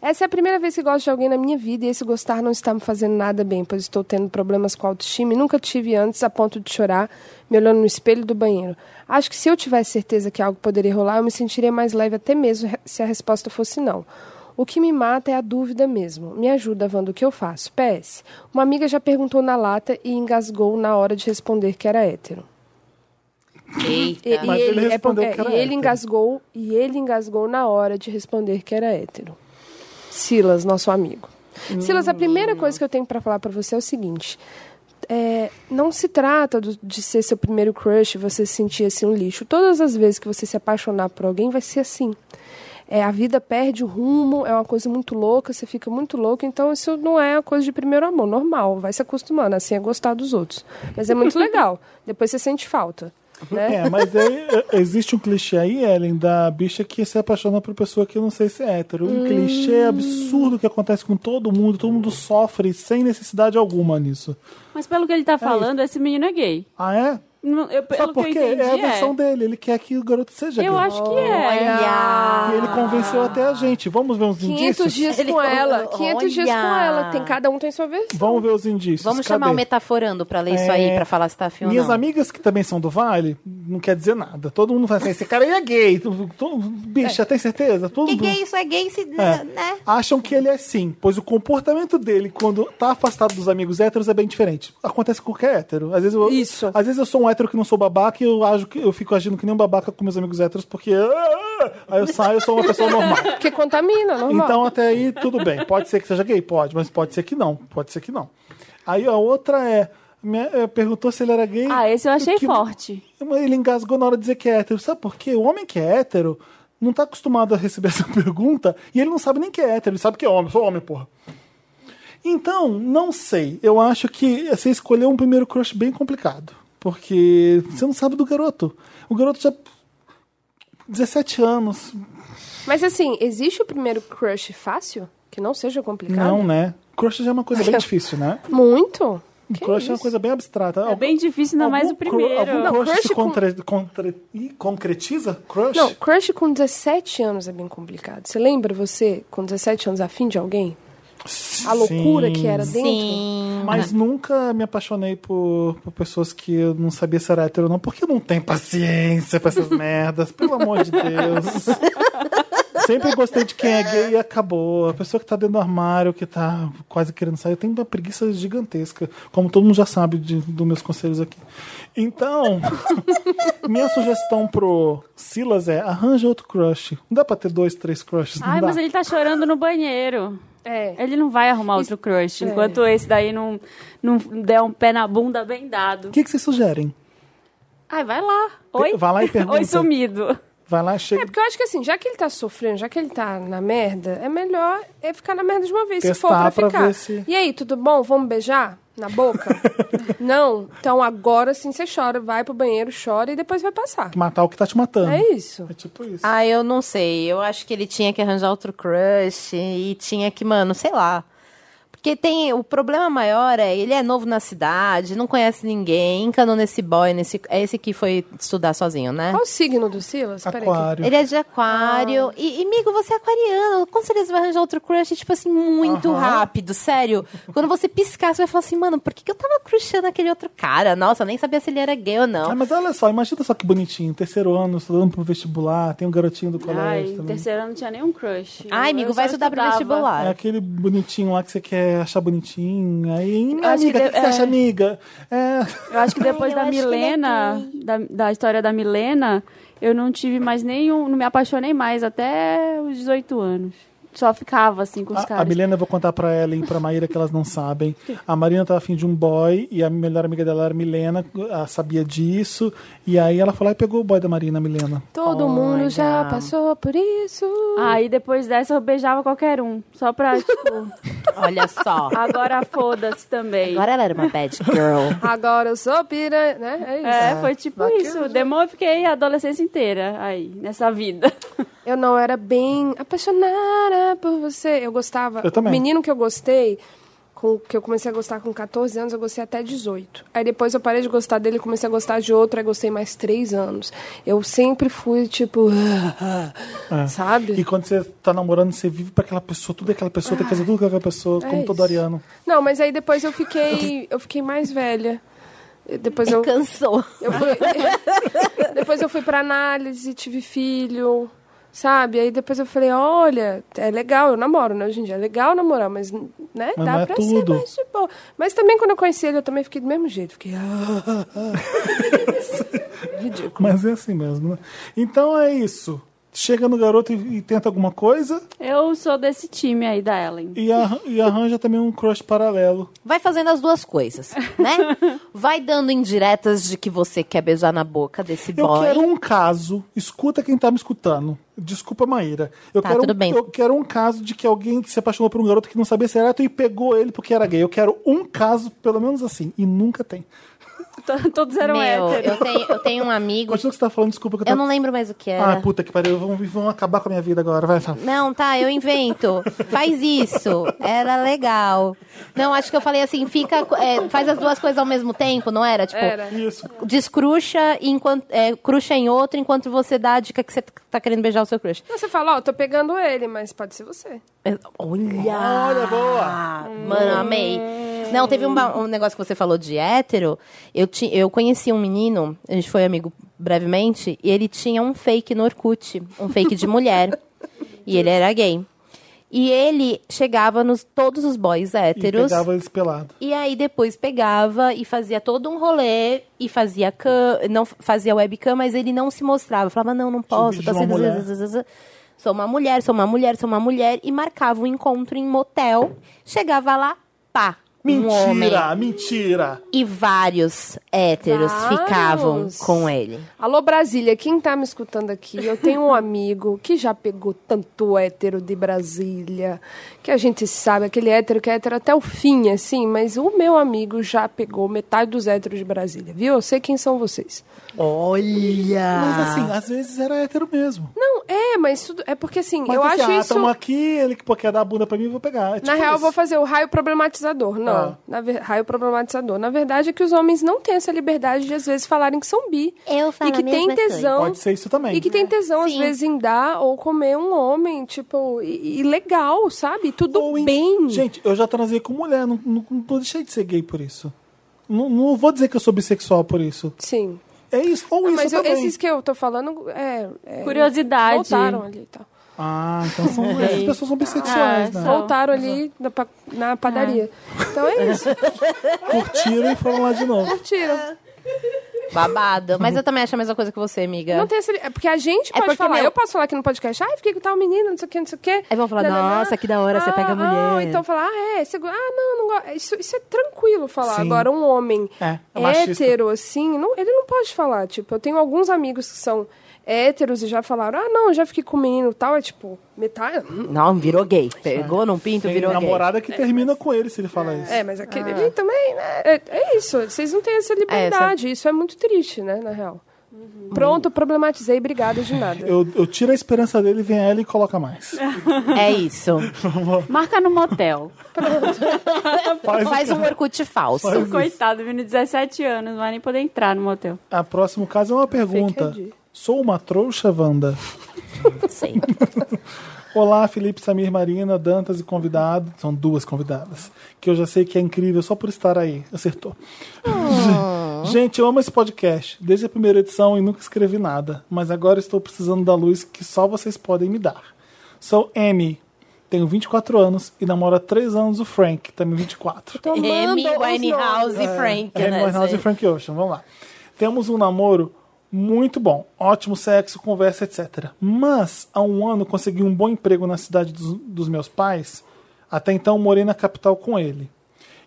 [SPEAKER 4] Essa é a primeira vez que gosto de alguém na minha vida e esse gostar não está me fazendo nada bem, pois estou tendo problemas com a autoestima e nunca tive antes a ponto de chorar me olhando no espelho do banheiro. Acho que se eu tivesse certeza que algo poderia rolar, eu me sentiria mais leve até mesmo re- se a resposta fosse não. O que me mata é a dúvida mesmo. Me ajuda, Wanda, o que eu faço? PS. Uma amiga já perguntou na lata e engasgou na hora de responder que era hétero.
[SPEAKER 3] Eita.
[SPEAKER 4] E, e
[SPEAKER 1] Mas ele
[SPEAKER 4] ele, é porque-
[SPEAKER 1] respondeu que era
[SPEAKER 4] e ele
[SPEAKER 1] hétero.
[SPEAKER 4] engasgou e ele engasgou na hora de responder que era hétero. Silas, nosso amigo. Silas, a primeira
[SPEAKER 1] Hum.
[SPEAKER 4] coisa que eu tenho pra falar pra você é o seguinte. é, não se trata do- de ser seu primeiro crush e você se sentir assim um lixo. Todas as vezes que você se apaixonar por alguém, vai ser assim. É, a vida perde o rumo, é uma coisa muito louca, você fica muito louco. Então, isso não é a coisa de primeiro amor, normal. Vai se acostumando, assim, é gostar dos outros. Mas é muito legal. Depois você sente falta. Né?
[SPEAKER 1] É, mas aí é, existe um clichê aí, Ellen, da bicha que se apaixona por pessoa que eu não sei se é hétero. Um clichê absurdo que acontece com todo mundo, todo mundo sofre sem necessidade alguma nisso.
[SPEAKER 2] Mas pelo que ele tá falando, esse menino é gay.
[SPEAKER 1] Ah, é?
[SPEAKER 2] Não, Eu, pelo
[SPEAKER 1] Sabe por
[SPEAKER 2] que
[SPEAKER 1] quê?
[SPEAKER 2] eu entendi,
[SPEAKER 1] É a
[SPEAKER 2] é.
[SPEAKER 1] versão dele, ele quer que o garoto seja
[SPEAKER 2] Eu
[SPEAKER 1] gay.
[SPEAKER 2] acho que é.
[SPEAKER 3] Olha.
[SPEAKER 1] E ele convenceu até a gente. Vamos ver uns
[SPEAKER 4] 500
[SPEAKER 1] indícios?
[SPEAKER 4] dias
[SPEAKER 3] Ele
[SPEAKER 4] com ela.
[SPEAKER 3] falou,
[SPEAKER 4] 500 dias com
[SPEAKER 3] "Olha."
[SPEAKER 4] ela. Tem, cada um tem sua versão.
[SPEAKER 1] Vamos ver os indícios.
[SPEAKER 3] Vamos chamar o
[SPEAKER 1] Cadê?
[SPEAKER 3] metaforando pra ler isso aí,
[SPEAKER 1] É,
[SPEAKER 3] pra falar se tá afim ou
[SPEAKER 1] Minhas
[SPEAKER 3] não.
[SPEAKER 1] amigas que também são do Vale, não quer dizer nada. Todo mundo fala assim, esse cara aí é gay. Tu- tu- Bicha, tem certeza? Todo
[SPEAKER 3] Que
[SPEAKER 1] mundo-
[SPEAKER 3] gay, isso é gay, se...
[SPEAKER 1] É.
[SPEAKER 3] né?
[SPEAKER 1] Acham que ele é sim, pois o comportamento dele quando tá afastado dos amigos héteros é bem diferente. Acontece com qualquer hétero. Às vezes eu,
[SPEAKER 4] Isso.
[SPEAKER 1] Às vezes eu sou um hétero que não sou babaca e eu, ajo que, eu fico agindo que nem um babaca com meus amigos héteros, porque. "Ah!" Aí eu saio, eu sou uma pessoa normal.
[SPEAKER 4] Porque contamina, normal.
[SPEAKER 1] Então até aí tudo bem. Pode ser que seja gay, pode, mas pode ser que não. Pode ser que não. Aí a outra é. me- eh, perguntou se ele era gay.
[SPEAKER 2] Ah, esse eu achei
[SPEAKER 1] Que-
[SPEAKER 2] forte.
[SPEAKER 1] mas Ele engasgou na hora de dizer que é hétero. Sabe por quê? O homem que é hétero não tá acostumado a receber essa pergunta e ele não sabe nem que é hétero. Ele sabe que é homem. Eu sou homem, porra. Então, não sei. Eu acho que você escolheu um primeiro crush bem complicado. Porque você não sabe do garoto. O garoto já... 17 anos.
[SPEAKER 4] Mas assim, existe o primeiro crush fácil? Que não seja complicado?
[SPEAKER 1] Não, né? Crush já é uma coisa bem difícil, né?
[SPEAKER 4] Muito? Que
[SPEAKER 1] crush é uma
[SPEAKER 4] isso?
[SPEAKER 1] coisa bem abstrata.
[SPEAKER 2] É bem difícil, ainda mais o primeiro.
[SPEAKER 1] Algum
[SPEAKER 4] Não,
[SPEAKER 1] crush,
[SPEAKER 4] crush
[SPEAKER 1] se
[SPEAKER 4] com-
[SPEAKER 1] contra, contra- Ih, concretiza? Crush?
[SPEAKER 4] Não, crush com 17 anos é bem complicado. Você lembra você, com 17 anos, afim de alguém? A loucura
[SPEAKER 1] Sim.
[SPEAKER 4] que era dentro?
[SPEAKER 3] Sim.
[SPEAKER 1] Mas nunca me apaixonei por, por pessoas que eu não sabia se era hétero ou não, porque eu não tenho paciência pra essas merdas, pelo amor de Deus. Sempre gostei de quem é gay e acabou. A pessoa que tá dentro do armário, que tá quase querendo sair, eu tenho uma preguiça gigantesca. Como todo mundo já sabe de- dos meus conselhos aqui. Então, minha sugestão pro Silas é arranja outro crush. Não dá pra ter dois, três crushes, não
[SPEAKER 2] Ai,
[SPEAKER 1] dá.
[SPEAKER 2] mas ele tá chorando no banheiro.
[SPEAKER 4] É.
[SPEAKER 2] Ele não vai arrumar outro crush, enquanto esse daí não, não der um pé na bunda bem dado.
[SPEAKER 1] O que, que vocês sugerem?
[SPEAKER 2] Ai, vai lá. Oi?
[SPEAKER 1] Vai lá e pergunta.
[SPEAKER 2] Oi, sumido.
[SPEAKER 1] Vai lá, chega.
[SPEAKER 4] Porque eu acho que assim, já que ele tá sofrendo, já que ele tá na merda, é melhor é ficar na merda de uma vez, se for
[SPEAKER 1] Testar
[SPEAKER 4] pra
[SPEAKER 1] pra
[SPEAKER 4] ficar.
[SPEAKER 1] ver se-
[SPEAKER 4] E aí, tudo bom? Vamos beijar? Na boca? Não? Então agora sim você chora, vai pro banheiro, chora e depois vai passar.
[SPEAKER 1] Matar o que tá te matando.
[SPEAKER 4] É isso.
[SPEAKER 1] É tipo isso.
[SPEAKER 3] Ah, eu não sei. Eu acho que ele tinha que arranjar outro crush e tinha que, mano, sei lá. Porque tem. O problema maior é ele é novo na cidade, não conhece ninguém, encanou nesse boy, nesse. É esse que foi estudar sozinho, né?
[SPEAKER 4] Qual o signo do Silas? Peraí que-
[SPEAKER 1] Aquário.
[SPEAKER 3] Ele é de aquário. E, e, amigo, você é aquariano. Com certeza você vai arranjar outro crush, tipo assim, muito rápido, sério. Quando você piscar, você vai falar assim, mano, por que, que eu tava crushando aquele outro cara? Nossa, eu nem sabia se ele era gay ou não.
[SPEAKER 1] Ah, mas olha só, imagina só que bonitinho. Terceiro ano, estudando pro vestibular, tem um garotinho do colégio
[SPEAKER 2] Ai, em
[SPEAKER 1] também.
[SPEAKER 2] terceiro ano não tinha nenhum crush. Eu-
[SPEAKER 3] Ai, amigo,
[SPEAKER 2] eu
[SPEAKER 3] vai
[SPEAKER 2] só
[SPEAKER 3] estudar pro
[SPEAKER 1] É
[SPEAKER 2] estudava.
[SPEAKER 3] vestibular.
[SPEAKER 1] aquele bonitinho lá que você quer achar bonitinho. Aí, "Hum,
[SPEAKER 2] acho
[SPEAKER 1] amiga, o
[SPEAKER 2] que
[SPEAKER 1] que,
[SPEAKER 2] de-
[SPEAKER 1] que você
[SPEAKER 2] é.
[SPEAKER 1] acha, amiga? É.
[SPEAKER 2] Eu acho que depois
[SPEAKER 3] eu
[SPEAKER 2] da
[SPEAKER 3] acho que ele é
[SPEAKER 2] Milena, da, da história da Milena, eu não tive mais nenhum, não me apaixonei mais até os 18 anos. Só ficava assim com os
[SPEAKER 1] A, a
[SPEAKER 2] caras.
[SPEAKER 1] Milena, eu vou contar pra ela e pra Maíra que elas não sabem. A Marina tava afim de um boy e a melhor amiga dela era a Milena, ela sabia disso. E aí ela foi lá e pegou o boy da Marina, a Milena.
[SPEAKER 4] Todo mundo já passou por isso.
[SPEAKER 2] Aí depois dessa eu beijava qualquer um, só pra tipo,
[SPEAKER 3] Olha só.
[SPEAKER 2] agora foda-se também.
[SPEAKER 3] Agora é ela era uma bad girl.
[SPEAKER 4] Agora eu sou piranha, né? É isso.
[SPEAKER 2] É, foi tipo
[SPEAKER 4] Daquele
[SPEAKER 2] isso. Demônio eu fiquei a adolescência inteira aí, nessa vida.
[SPEAKER 4] Eu não era bem apaixonada por você. Eu gostava.
[SPEAKER 1] Eu também.
[SPEAKER 4] O menino que eu gostei, com, que eu comecei a gostar com 14 anos, eu gostei até 18. Aí depois eu parei de gostar dele, comecei a gostar de outro, aí gostei mais 3 anos. Eu sempre fui tipo.
[SPEAKER 1] E É.
[SPEAKER 4] Sabe?
[SPEAKER 1] quando você tá namorando, você vive pra aquela pessoa, tudo é aquela pessoa, tem que fazer tudo com aquela pessoa,
[SPEAKER 2] É
[SPEAKER 1] como todo
[SPEAKER 4] isso.
[SPEAKER 1] ariano.
[SPEAKER 4] Não, mas aí depois eu fiquei. Eu fiquei mais velha. E Depois
[SPEAKER 3] É Então,
[SPEAKER 4] eu,
[SPEAKER 3] Cansou.
[SPEAKER 4] eu fui- depois eu fui pra análise, tive filho. Sabe? Aí depois eu falei, olha, é legal, eu namoro, né? Hoje em dia é legal namorar, mas, né,
[SPEAKER 1] Mas
[SPEAKER 4] dá
[SPEAKER 1] não é
[SPEAKER 4] pra
[SPEAKER 1] tudo.
[SPEAKER 4] ser mais de boa. Mas também quando eu conheci ele, eu também fiquei do mesmo jeito. Fiquei, ah,
[SPEAKER 1] Mas é assim mesmo, né? Então é isso. Chega no garoto e, e tenta alguma coisa
[SPEAKER 2] Eu sou desse time aí da Ellen.
[SPEAKER 1] e, ar- e arranja também um crush paralelo.
[SPEAKER 3] Vai fazendo as duas coisas, né? Vai dando indiretas de que você quer beijar na boca desse
[SPEAKER 1] Eu
[SPEAKER 3] boy.
[SPEAKER 1] quero um caso. Escuta quem tá me escutando. Desculpa, Maíra. Eu,
[SPEAKER 3] Tá,
[SPEAKER 1] quero,
[SPEAKER 3] tudo
[SPEAKER 1] um-
[SPEAKER 3] bem.
[SPEAKER 1] eu quero um caso de que alguém que se apaixonou por um garoto que não sabia se era hétero e pegou ele porque era gay. Eu quero um caso, pelo menos assim, e nunca tem.
[SPEAKER 2] To- Todos
[SPEAKER 1] um
[SPEAKER 2] eram
[SPEAKER 3] Meu,
[SPEAKER 2] héteros.
[SPEAKER 3] eu tenho, eu tenho um amigo.
[SPEAKER 1] Continua o que você tá falando, desculpa que eu,
[SPEAKER 3] Eu
[SPEAKER 1] tô-
[SPEAKER 3] não lembro mais o que
[SPEAKER 1] Ah,
[SPEAKER 3] era.
[SPEAKER 1] puta que pariu, vão, vão acabar com a minha vida agora, vai. fala.
[SPEAKER 3] Não, tá, eu invento. Faz isso. Era legal. Não, acho que eu falei assim, fica. é, faz as duas coisas ao mesmo tempo, não era? Tipo,
[SPEAKER 4] Era.
[SPEAKER 1] Isso.
[SPEAKER 3] descruxa e enquanto, é, cruxa em outro enquanto você dá a dica que você tá querendo beijar o seu crush.
[SPEAKER 4] Não, Você fala, ó, tô pegando ele, mas pode ser você.
[SPEAKER 3] É, Olha!
[SPEAKER 1] Olha, boa.
[SPEAKER 3] Ah, Hum. Mano, amei. Não, teve um, ba- um negócio que você falou de hétero. Eu, ti, eu conheci um menino, a gente foi amigo brevemente, e ele tinha um fake no Orkut, um fake de mulher. e ele era gay. E ele chegava nos todos os boys
[SPEAKER 1] E
[SPEAKER 3] héteros.
[SPEAKER 1] pegava eles pelado.
[SPEAKER 3] E aí depois pegava e fazia todo um rolê e fazia cam, não fazia webcam, mas ele não se mostrava. Falava não, não posso,
[SPEAKER 1] vídeo
[SPEAKER 3] tô
[SPEAKER 1] Tipo, de uma
[SPEAKER 3] sendo
[SPEAKER 1] mulher.
[SPEAKER 3] sou uma mulher, sou uma mulher, sou uma mulher e marcava um encontro em motel. Chegava lá, pá, um homem
[SPEAKER 1] Mentira, mentira.
[SPEAKER 3] e vários héteros
[SPEAKER 4] Vários.
[SPEAKER 3] ficavam com ele.
[SPEAKER 4] Alô, Brasília, quem tá me escutando aqui? Eu tenho um amigo que já pegou tanto hétero de Brasília, que a gente sabe, aquele hétero que é hétero até o fim, assim, mas o meu amigo já pegou metade dos héteros de Brasília, viu? Eu sei quem são vocês.
[SPEAKER 3] Olha!
[SPEAKER 1] Mas assim, às vezes era hétero mesmo.
[SPEAKER 4] Não, é, mas tudo, é porque assim,
[SPEAKER 1] Mas
[SPEAKER 4] eu
[SPEAKER 1] assim,
[SPEAKER 4] acho
[SPEAKER 1] ah,
[SPEAKER 4] isso.
[SPEAKER 1] tamo aqui, ele que pô, quer dar a bunda pra mim, eu vou pegar. É tipo
[SPEAKER 4] Na real, eu
[SPEAKER 1] isso.
[SPEAKER 4] vou fazer o raio problematizador. Não,
[SPEAKER 1] Ah.
[SPEAKER 4] na ver- raio problematizador. Na verdade, é que os homens não têm essa liberdade de, às vezes, falarem que são bi.
[SPEAKER 3] Eu falo
[SPEAKER 4] E que
[SPEAKER 3] a
[SPEAKER 4] tem
[SPEAKER 3] mesma coisa.
[SPEAKER 4] tesão.
[SPEAKER 1] Pode ser isso também.
[SPEAKER 4] um E que tem tesão, às
[SPEAKER 3] Né? Sim.
[SPEAKER 4] vezes, em dar ou comer um homem, tipo, e, e legal, sabe? Tudo
[SPEAKER 1] Ou em-
[SPEAKER 4] bem.
[SPEAKER 1] Gente, eu já transei com mulher, não, não, não deixei de ser gay por isso. Não, não vou dizer que eu sou bissexual por isso.
[SPEAKER 4] Sim. Ah,
[SPEAKER 1] É isso, ou isso
[SPEAKER 4] Mas eu-
[SPEAKER 1] também.
[SPEAKER 4] esses que eu tô falando, é... é,
[SPEAKER 2] Curiosidade.
[SPEAKER 4] Voltaram ali e tal.
[SPEAKER 1] Ah, então são, essas pessoas são
[SPEAKER 2] Ah,
[SPEAKER 1] bissexuais, né?
[SPEAKER 2] são.
[SPEAKER 4] Voltaram ali na, pa- na padaria. Então é isso,
[SPEAKER 1] Curtiram e foram lá de novo.
[SPEAKER 4] curtiram.
[SPEAKER 3] Babado. Mas eu também acho a mesma coisa que você, amiga.
[SPEAKER 4] Não tem essa... É porque a gente pode
[SPEAKER 3] porque,
[SPEAKER 4] falar.
[SPEAKER 3] meu-
[SPEAKER 4] Eu posso falar aqui no podcast, ai, fiquei com tal menina, não sei o que, não sei o que.
[SPEAKER 3] Aí vão falar, "Nossa, que da hora, você pega a mulher."
[SPEAKER 4] Ou então falar, ah, é, você... go- ah, não, não gosto. Isso, isso é tranquilo falar.
[SPEAKER 1] Sim.
[SPEAKER 4] Agora, um homem
[SPEAKER 1] É, é machista.
[SPEAKER 4] hétero, assim, não, ele não pode falar. Tipo, eu tenho alguns amigos que são héteros e já falaram, ah, não, eu já fiquei com menino e tal. É tipo, metade...
[SPEAKER 3] Não, virou gay. Pegou num pinto,
[SPEAKER 1] Tem
[SPEAKER 3] virou gay.
[SPEAKER 1] namorada que termina com ele se ele fala isso.
[SPEAKER 4] É, mas aquele ali também, né? É, é isso, vocês não têm essa liberdade. Isso é muito triste, né, na real. Pronto, problematizei, obrigada de nada.
[SPEAKER 1] Eu, eu tiro a esperança dele, vem ela e coloca mais.
[SPEAKER 3] É isso.
[SPEAKER 2] Marca no motel.
[SPEAKER 1] Faz,
[SPEAKER 3] Faz um Orkut falso.
[SPEAKER 1] Faz-
[SPEAKER 2] Coitado, menino, 17 anos, não vai nem poder entrar no motel.
[SPEAKER 1] A próximo caso é uma pergunta.
[SPEAKER 4] Fica aí.
[SPEAKER 1] Sou uma trouxa, Wanda?
[SPEAKER 3] Sim.
[SPEAKER 1] Olá, Felipe, Samir, Marina, Dantas e convidado. São duas convidadas. Que eu já sei que é incrível só por estar aí. Acertou. Gente, eu amo esse podcast. Desde a primeira edição e nunca escrevi nada. Mas agora estou precisando da luz que só vocês podem me dar. Sou Amy. Tenho 24 anos e namoro há 3 anos o Frank, que também 24.
[SPEAKER 3] Amy,
[SPEAKER 4] os
[SPEAKER 3] Winehouse e Frank,
[SPEAKER 1] É,
[SPEAKER 3] né?
[SPEAKER 1] Winehouse e Frank Ocean, vamos lá. Temos um namoro muito bom, ótimo sexo, conversa, etc. Mas, há um ano, consegui um bom emprego na cidade dos, dos meus pais. Até então, morei na capital com ele.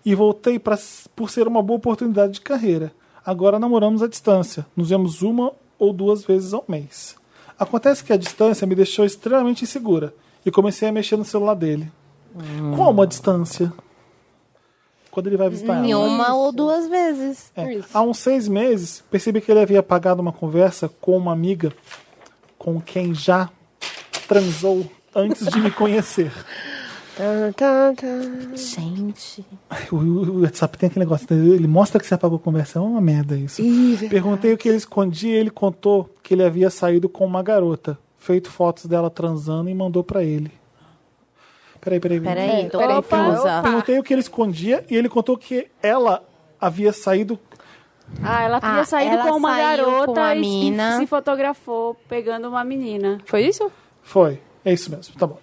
[SPEAKER 1] E voltei pra, por ser uma boa oportunidade de carreira. Agora namoramos à distância. Nos vemos uma ou duas vezes ao mês. Acontece que a distância me deixou extremamente insegura. E comecei a mexer no celular dele.
[SPEAKER 3] Hum.
[SPEAKER 1] Como a distância? Quando ele vai visitar
[SPEAKER 3] Em
[SPEAKER 1] ela?
[SPEAKER 3] uma ou duas vezes.
[SPEAKER 1] É. Há uns seis meses, percebi que ele havia apagado uma conversa com uma amiga com quem já transou antes de me conhecer.
[SPEAKER 4] Tá, tá, tá.
[SPEAKER 3] Gente.
[SPEAKER 1] O- O o WhatsApp tem aquele negócio, entendeu? ele mostra que você apagou a conversa, é uma merda isso. Perguntei o que ele escondia e ele contou que ele havia saído com uma garota, feito fotos dela transando e mandou pra ele. Peraí, peraí.
[SPEAKER 3] Peraí, tô
[SPEAKER 4] peraí,
[SPEAKER 3] confusa.
[SPEAKER 1] Perguntei o que ele escondia e ele contou que ela havia saído
[SPEAKER 2] Ah, ela tinha
[SPEAKER 3] Ah,
[SPEAKER 2] saído
[SPEAKER 3] ela
[SPEAKER 2] com uma
[SPEAKER 3] saiu
[SPEAKER 2] garota
[SPEAKER 3] com a
[SPEAKER 2] e-
[SPEAKER 3] mina.
[SPEAKER 2] e se fotografou pegando uma menina.
[SPEAKER 4] Foi isso?
[SPEAKER 1] Foi, é isso mesmo, tá bom.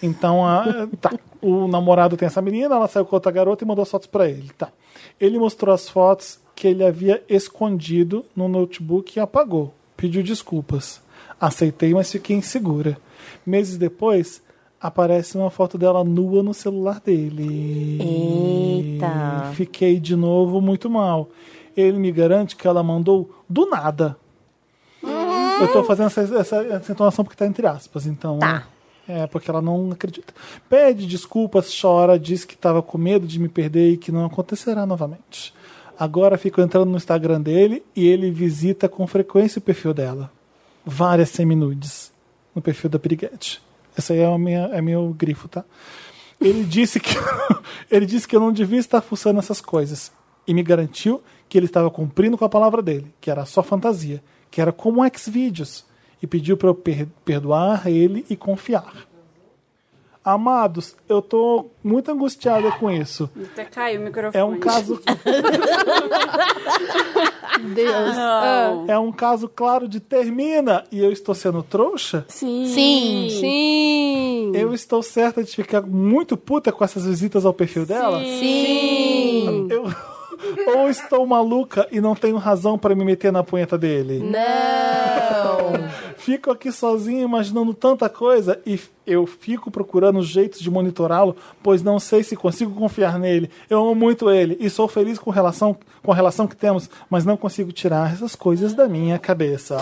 [SPEAKER 1] Então, a, tá. O namorado tem essa menina, ela saiu com outra garota e mandou as fotos pra ele, tá. Ele mostrou as fotos que ele havia escondido no notebook e apagou. Pediu desculpas. Aceitei, mas fiquei insegura. Meses depois, aparece uma foto dela nua no celular dele.
[SPEAKER 3] Eita.
[SPEAKER 1] Fiquei de novo muito mal. Ele me garante que ela mandou do nada. Eu tô fazendo essa, essa, essa entonação porque tá entre aspas, então.
[SPEAKER 3] Tá.
[SPEAKER 1] É, porque ela não acredita. Pede desculpas, chora, diz que tava com medo de me perder e que não acontecerá novamente. Agora fico entrando no Instagram dele e ele visita com frequência o perfil dela. Várias seminudes no perfil da Piriguete. Essa aí é, a minha, é meu grifo, tá? Ele disse que ele disse que eu não devia estar fuçando essas coisas e me garantiu que ele estava cumprindo com a palavra dele, que era só fantasia, que era como Xvideos, e pediu para eu per- perdoar ele e confiar. Amados, eu tô muito angustiada com isso.
[SPEAKER 2] Até caiu o microfone.
[SPEAKER 1] É um caso
[SPEAKER 3] Deus.
[SPEAKER 2] Não.
[SPEAKER 1] é um caso claro de termina e eu estou sendo trouxa?
[SPEAKER 2] Sim.
[SPEAKER 3] Sim,
[SPEAKER 4] Sim.
[SPEAKER 1] Eu estou certa de ficar muito puta com essas visitas ao perfil dela?
[SPEAKER 3] Sim.
[SPEAKER 1] Eu... Ou estou maluca e não tenho razão para me meter na punheta dele?
[SPEAKER 3] Não.
[SPEAKER 1] Fico aqui sozinho imaginando tanta coisa e f- eu fico procurando jeitos de monitorá-lo, pois não sei se consigo confiar nele. Eu amo muito ele e sou feliz com, relação, com a relação que temos, mas não consigo tirar essas coisas da minha cabeça.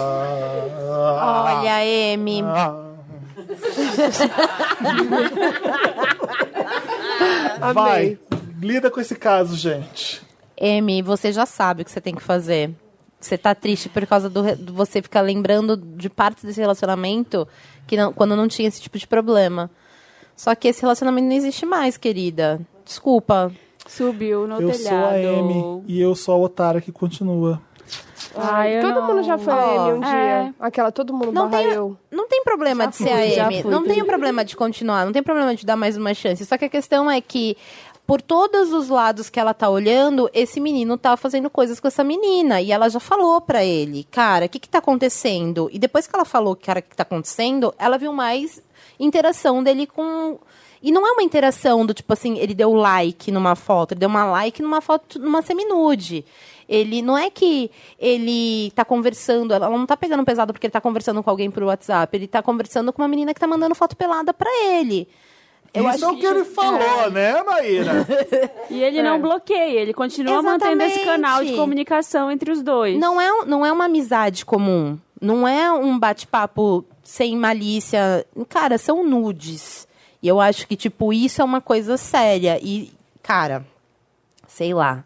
[SPEAKER 3] Olha, Amy.
[SPEAKER 1] Ah. Vai, lida com esse caso, gente.
[SPEAKER 3] Amy, você já sabe o que você tem que fazer. Você tá triste por causa do, re- do- você ficar lembrando de partes desse relacionamento que não- quando não tinha esse tipo de problema. Só que esse relacionamento não existe mais, querida. Desculpa.
[SPEAKER 2] Subiu no
[SPEAKER 1] Eu sou a
[SPEAKER 2] telhado.
[SPEAKER 1] Amy e eu sou a otária que continua.
[SPEAKER 2] Ai, Ah, eu
[SPEAKER 4] todo
[SPEAKER 2] não-
[SPEAKER 4] mundo já foi a
[SPEAKER 3] Ó,
[SPEAKER 4] ele um dia.
[SPEAKER 2] é.
[SPEAKER 4] Aquela, todo mundo
[SPEAKER 3] Não
[SPEAKER 4] barra
[SPEAKER 3] tem,
[SPEAKER 4] eu.
[SPEAKER 3] não tem problema de ser
[SPEAKER 2] fui,
[SPEAKER 3] a
[SPEAKER 2] já
[SPEAKER 3] Amy.
[SPEAKER 2] fui.
[SPEAKER 3] Não tem o problema de continuar. Não tem problema de dar mais uma chance. Só que a questão é que por todos os lados que ela tá olhando, esse menino tá fazendo coisas com essa menina. E ela já falou pra ele, cara, o que que tá acontecendo? E depois que ela falou, cara, o que que tá acontecendo, ela viu mais interação dele com. E não é uma interação do tipo assim, ele deu like numa foto, ele deu uma like numa foto, numa seminude. Ele não é que ele tá conversando, ela não tá pegando pesado porque ele tá conversando com alguém por WhatsApp, ele tá conversando com uma menina que tá mandando foto pelada pra ele.
[SPEAKER 1] Isso é o que ele falou, né, Maíra?
[SPEAKER 2] E ele não bloqueia, ele continua mantendo esse canal de
[SPEAKER 3] Exatamente.
[SPEAKER 2] comunicação entre os dois.
[SPEAKER 3] Não é, um- não é uma amizade comum. Não é um bate-papo sem malícia. Cara, são nudes. E eu acho que, tipo, isso é uma coisa séria. E, cara, sei lá.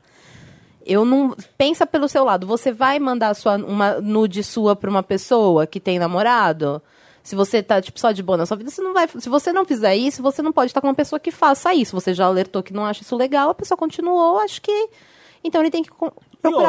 [SPEAKER 3] Eu não. Pensa pelo seu lado. Você vai mandar sua, uma nude sua pra uma pessoa que tem namorado? Se você tá, tipo, só de boa na sua vida, você não vai. Se você não fizer isso, você não pode estar com uma pessoa que faça isso. Você já alertou que não acha isso legal, a pessoa continuou, acho que. Então ele tem que con- procurar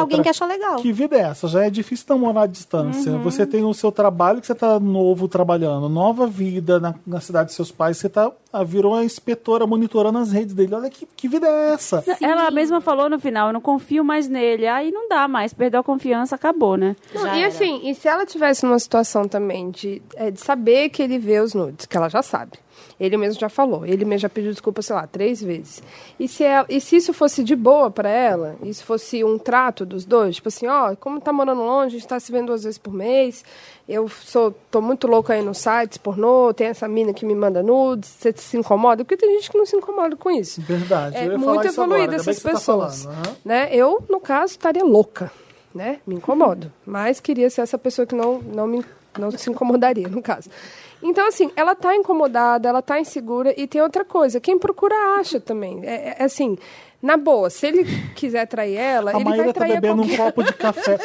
[SPEAKER 1] outra,
[SPEAKER 3] alguém que acha legal.
[SPEAKER 1] Que Uhum. vida é essa? Já é difícil namorar à distância. Você tem o seu trabalho que você tá novo trabalhando, nova vida na, na cidade dos seus pais, você tá, ah, virou a inspetora monitorando as redes dele. Olha que, que vida é essa?
[SPEAKER 2] Ela mesma falou no final, eu não confio mais nele. Aí não dá mais, perdeu a confiança, acabou, né?
[SPEAKER 4] Não,
[SPEAKER 3] Já
[SPEAKER 4] e
[SPEAKER 3] era.
[SPEAKER 4] assim, e se ela tivesse numa situação também de, é, de saber que ele vê os nudes, que ela já sabe. Ele mesmo já falou, ele mesmo já pediu desculpa, sei lá, três vezes. E se, ela- e se isso fosse de boa pra ela, isso fosse um trato dos dois, tipo assim, ó, como tá morando longe, a gente tá se vendo duas vezes por mês, eu sou, tô muito louca aí nos sites pornô, tem essa mina que me manda nudes, você se incomoda? Porque tem gente que não se incomoda com isso.
[SPEAKER 1] Verdade. eu
[SPEAKER 4] É
[SPEAKER 1] ia falar
[SPEAKER 4] muito
[SPEAKER 1] isso agora,
[SPEAKER 4] evoluída
[SPEAKER 1] ainda bem
[SPEAKER 4] essas
[SPEAKER 1] que você tá
[SPEAKER 4] pessoas.
[SPEAKER 1] falando, aham.
[SPEAKER 4] né? Eu, no caso, estaria louca. Né? Me incomodo. Mas queria ser essa pessoa que não, não, me, não se incomodaria, no caso. Então, assim, ela está incomodada, ela está insegura. E tem outra coisa: quem procura acha também. É, é, assim, na boa, se ele quiser trair ela,
[SPEAKER 1] A
[SPEAKER 4] ele vai
[SPEAKER 1] Maíra tá
[SPEAKER 4] trair a
[SPEAKER 1] bebendo um
[SPEAKER 4] qualquer-
[SPEAKER 1] copo de café.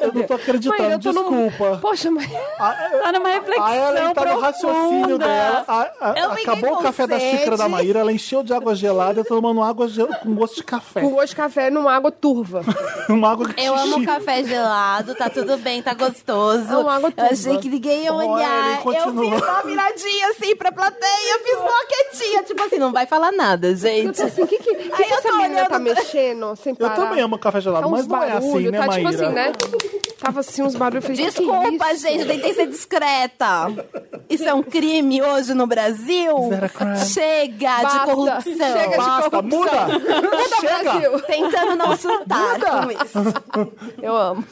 [SPEAKER 1] eu não tô acreditando,
[SPEAKER 4] Maíra, eu tô num-
[SPEAKER 1] desculpa.
[SPEAKER 4] Poxa, mas.
[SPEAKER 2] Tá numa
[SPEAKER 1] A Ellen
[SPEAKER 2] reflexão
[SPEAKER 1] tá no raciocínio
[SPEAKER 2] profunda.
[SPEAKER 1] dela. A- a-
[SPEAKER 3] Eu fiquei
[SPEAKER 1] acabou o
[SPEAKER 3] com
[SPEAKER 1] café da
[SPEAKER 3] sede.
[SPEAKER 1] xícara da Maíra, ela encheu de água gelada e tá tomando água gel- com gosto de café.
[SPEAKER 4] Com gosto de café numa água turva.
[SPEAKER 1] Uma água que
[SPEAKER 3] Eu amo
[SPEAKER 1] xixi.
[SPEAKER 3] café gelado, tá tudo bem, tá gostoso.
[SPEAKER 4] Amo água
[SPEAKER 3] eu
[SPEAKER 4] turva.
[SPEAKER 3] achei que ninguém ia
[SPEAKER 1] Olha, ele
[SPEAKER 3] olhar. eu
[SPEAKER 1] continua.
[SPEAKER 3] fiz uma viradinha assim pra plateia, eu fiz uma quietinha. Tipo assim, não vai falar nada,
[SPEAKER 4] Eu
[SPEAKER 3] gente.
[SPEAKER 4] tô assim, o que, que, que, que
[SPEAKER 3] Aí eu
[SPEAKER 4] essa
[SPEAKER 3] tô
[SPEAKER 4] menina tá
[SPEAKER 3] olhando-
[SPEAKER 4] mexendo sem
[SPEAKER 1] Eu
[SPEAKER 4] parar?
[SPEAKER 1] também amo café gelado,
[SPEAKER 4] Tá uns
[SPEAKER 1] mas não é assim,
[SPEAKER 4] barulho,
[SPEAKER 1] né,
[SPEAKER 4] tá
[SPEAKER 1] Maíra?
[SPEAKER 4] tipo assim, né? Tava assim uns barulhos. eu falei,
[SPEAKER 3] Desculpa,
[SPEAKER 4] que isso?
[SPEAKER 3] gente, eu tentei ser discreta. Isso é um crime hoje no Brasil?
[SPEAKER 1] Is that a crime?
[SPEAKER 3] Chega de
[SPEAKER 4] Basta.
[SPEAKER 3] corrupção.
[SPEAKER 4] Chega de
[SPEAKER 1] Basta, muda!
[SPEAKER 4] Muda, Brasil! Né?
[SPEAKER 3] Tentando não surtar com isso.
[SPEAKER 4] Eu amo.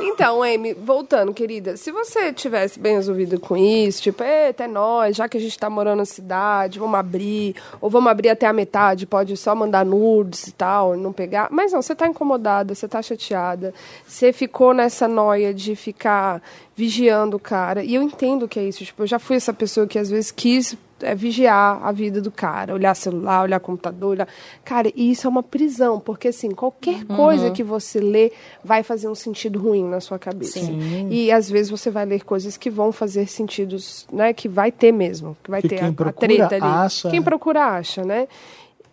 [SPEAKER 4] Então, Amy, voltando, querida, se você tivesse bem resolvido com isso, tipo, eita, é nós, já que a gente tá morando na cidade, vamos abrir, ou vamos abrir até a metade, pode só mandar nudes e tal, não pegar. Mas não, você tá incomodada, você tá chateada, você ficou nessa noia de ficar vigiando o cara. E eu entendo que é isso, tipo, eu já fui essa pessoa que às vezes quis é vigiar a vida do cara, olhar celular, olhar computador, olhar... cara, e isso é uma prisão, porque assim, qualquer coisa que você lê vai fazer um sentido ruim na sua cabeça. E às vezes você vai ler coisas que vão fazer sentidos, né, que vai ter mesmo, que vai
[SPEAKER 1] Que
[SPEAKER 4] ter
[SPEAKER 1] quem
[SPEAKER 4] a, a
[SPEAKER 1] procura
[SPEAKER 4] treta ali.
[SPEAKER 1] acha.
[SPEAKER 4] Quem procura acha, né?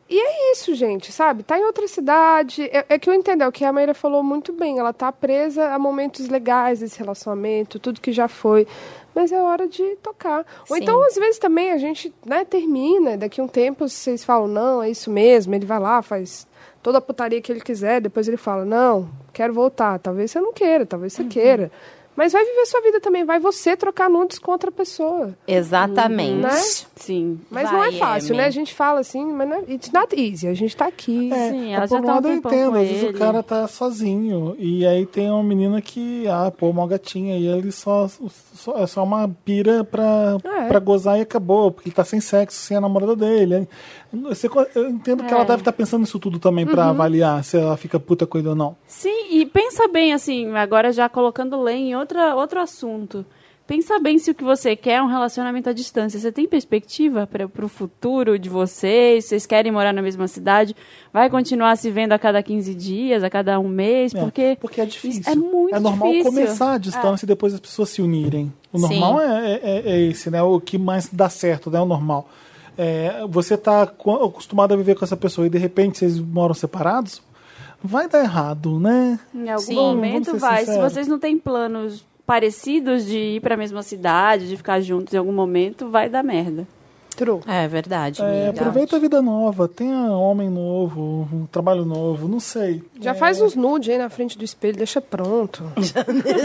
[SPEAKER 4] E é isso, gente, sabe? Tá em outra cidade. É, é que eu entendo, é o que a Maíra falou muito bem. Ela tá presa a momentos legais desse relacionamento, tudo que já foi. Mas é hora de tocar. Ou
[SPEAKER 3] Sim.
[SPEAKER 4] então, às vezes, também a gente né, termina, daqui a um tempo vocês falam, não, é isso mesmo, ele vai lá, faz toda a putaria que ele quiser, depois ele fala, não, quero voltar. Talvez você não queira, talvez você queira. Mas vai viver sua vida também, vai você trocar nudes com outra pessoa.
[SPEAKER 3] Exatamente.
[SPEAKER 4] Né?
[SPEAKER 2] Sim.
[SPEAKER 4] Mas
[SPEAKER 3] Vai,
[SPEAKER 4] não é fácil,
[SPEAKER 3] Amy.
[SPEAKER 4] né? A gente fala assim, mas não é, it's not easy. A gente tá aqui.
[SPEAKER 1] É,
[SPEAKER 2] Sim, ela
[SPEAKER 1] por
[SPEAKER 2] já
[SPEAKER 1] um
[SPEAKER 2] tá um
[SPEAKER 1] lado eu
[SPEAKER 2] tempão
[SPEAKER 1] entendo,
[SPEAKER 2] com
[SPEAKER 1] às vezes
[SPEAKER 2] ele.
[SPEAKER 1] o cara tá sozinho e aí tem uma menina que, ah, pô, mó gatinha e ele só, só- é só uma pira pra,
[SPEAKER 4] É.
[SPEAKER 1] pra gozar e acabou, porque ele tá sem sexo, sem a namorada dele. Você- eu entendo
[SPEAKER 2] É.
[SPEAKER 1] que ela deve estar pensando isso tudo também
[SPEAKER 2] Uhum.
[SPEAKER 1] pra avaliar se ela fica puta com ele ou não.
[SPEAKER 2] Sim, e pensa bem, assim, agora já colocando lei em outra, outro assunto. Pensa bem se o que você quer é um relacionamento à distância. Você tem perspectiva para o futuro de vocês? Vocês querem morar na mesma cidade? Vai continuar se vendo a cada 15 dias, a cada um mês?
[SPEAKER 1] É,
[SPEAKER 2] Porque,
[SPEAKER 1] é difícil.
[SPEAKER 2] É muito
[SPEAKER 1] normal
[SPEAKER 2] difícil. É.
[SPEAKER 1] começar a distância e depois as pessoas se unirem. O
[SPEAKER 3] Sim.
[SPEAKER 1] normal é, é- é esse, né? O que mais dá certo, né? O normal. É, você tá co- acostumado a viver com essa pessoa e de repente vocês moram separados, vai dar errado, né?
[SPEAKER 2] em algum
[SPEAKER 3] Sim,
[SPEAKER 2] momento
[SPEAKER 1] vamos ser
[SPEAKER 2] vai. Se
[SPEAKER 1] sinceros.
[SPEAKER 2] vocês não têm planos parecidos de ir para a mesma cidade, de ficar juntos em algum momento, vai dar merda.
[SPEAKER 4] True.
[SPEAKER 3] É verdade,
[SPEAKER 1] É,
[SPEAKER 3] amiga.
[SPEAKER 1] aproveita a vida nova, tenha homem novo, um trabalho novo, não sei.
[SPEAKER 4] Já faz uns nude aí na frente do espelho, deixa pronto.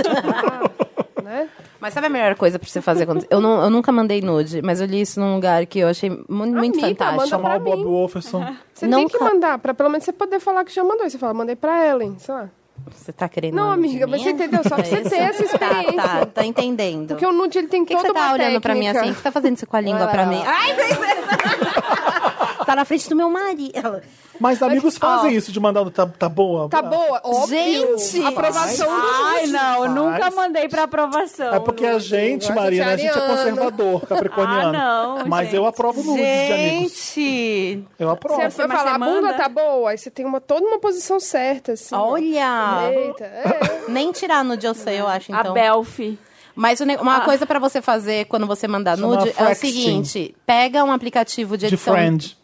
[SPEAKER 4] Ah, né?
[SPEAKER 3] Mas sabe a melhor coisa pra você fazer quando... eu, não, eu nunca mandei nude, mas eu li isso num lugar que eu achei mu- muito
[SPEAKER 4] Amiga,
[SPEAKER 3] fantástico.
[SPEAKER 4] pra
[SPEAKER 1] Chamar o Bob
[SPEAKER 4] mim.
[SPEAKER 1] Wolferson.
[SPEAKER 4] Você
[SPEAKER 3] Não
[SPEAKER 4] tem que
[SPEAKER 3] fa-
[SPEAKER 4] mandar, pra pelo menos você poder falar que já mandou. Aí Você fala, mandei pra Ellen, sei lá.
[SPEAKER 3] Você tá querendo.
[SPEAKER 4] Não,
[SPEAKER 3] nude
[SPEAKER 4] amiga, mas
[SPEAKER 3] minha? É
[SPEAKER 4] você entendeu? Só pra você
[SPEAKER 3] Isso.
[SPEAKER 4] ter essa experiência.
[SPEAKER 3] Tá, tá, tá entendendo.
[SPEAKER 4] Porque o nude, ele tem
[SPEAKER 3] Por que, que
[SPEAKER 4] toda
[SPEAKER 3] você tá
[SPEAKER 4] uma
[SPEAKER 3] olhando pra mim
[SPEAKER 4] técnica.
[SPEAKER 3] assim? O que você tá fazendo isso com a língua lá, pra lá, mim? lá. Ai, princesa! tá na frente do meu marido.
[SPEAKER 1] Mas amigos fazem isso de mandar o tá, tá boa.
[SPEAKER 4] Tá boa? Óbvio.
[SPEAKER 3] Gente!
[SPEAKER 4] Aprovação do
[SPEAKER 2] Ai, não,
[SPEAKER 1] Faz.
[SPEAKER 2] nunca mandei pra aprovação.
[SPEAKER 1] É porque a gente, Marina, a gente é
[SPEAKER 4] ariano.
[SPEAKER 1] conservador, capricorniano.
[SPEAKER 2] Ah, não,
[SPEAKER 1] mas
[SPEAKER 2] gente.
[SPEAKER 1] eu aprovo nudes de amigos.
[SPEAKER 3] Gente!
[SPEAKER 1] Eu aprovo.
[SPEAKER 4] Você é vai
[SPEAKER 2] mas
[SPEAKER 4] falar,
[SPEAKER 2] você
[SPEAKER 4] a bunda
[SPEAKER 2] manda?
[SPEAKER 4] tá boa, aí você tem uma, toda uma posição certa, assim.
[SPEAKER 3] Olha!
[SPEAKER 4] Eita, é.
[SPEAKER 3] Nem tirar nude eu sei, eu acho, então.
[SPEAKER 2] A Belfi.
[SPEAKER 3] Mas o ne- uma
[SPEAKER 2] Ah.
[SPEAKER 3] coisa pra você fazer quando você mandar
[SPEAKER 1] Chama
[SPEAKER 3] nude é o
[SPEAKER 1] Frexting.
[SPEAKER 3] seguinte: pega um aplicativo de
[SPEAKER 1] De
[SPEAKER 3] edição.
[SPEAKER 1] friend.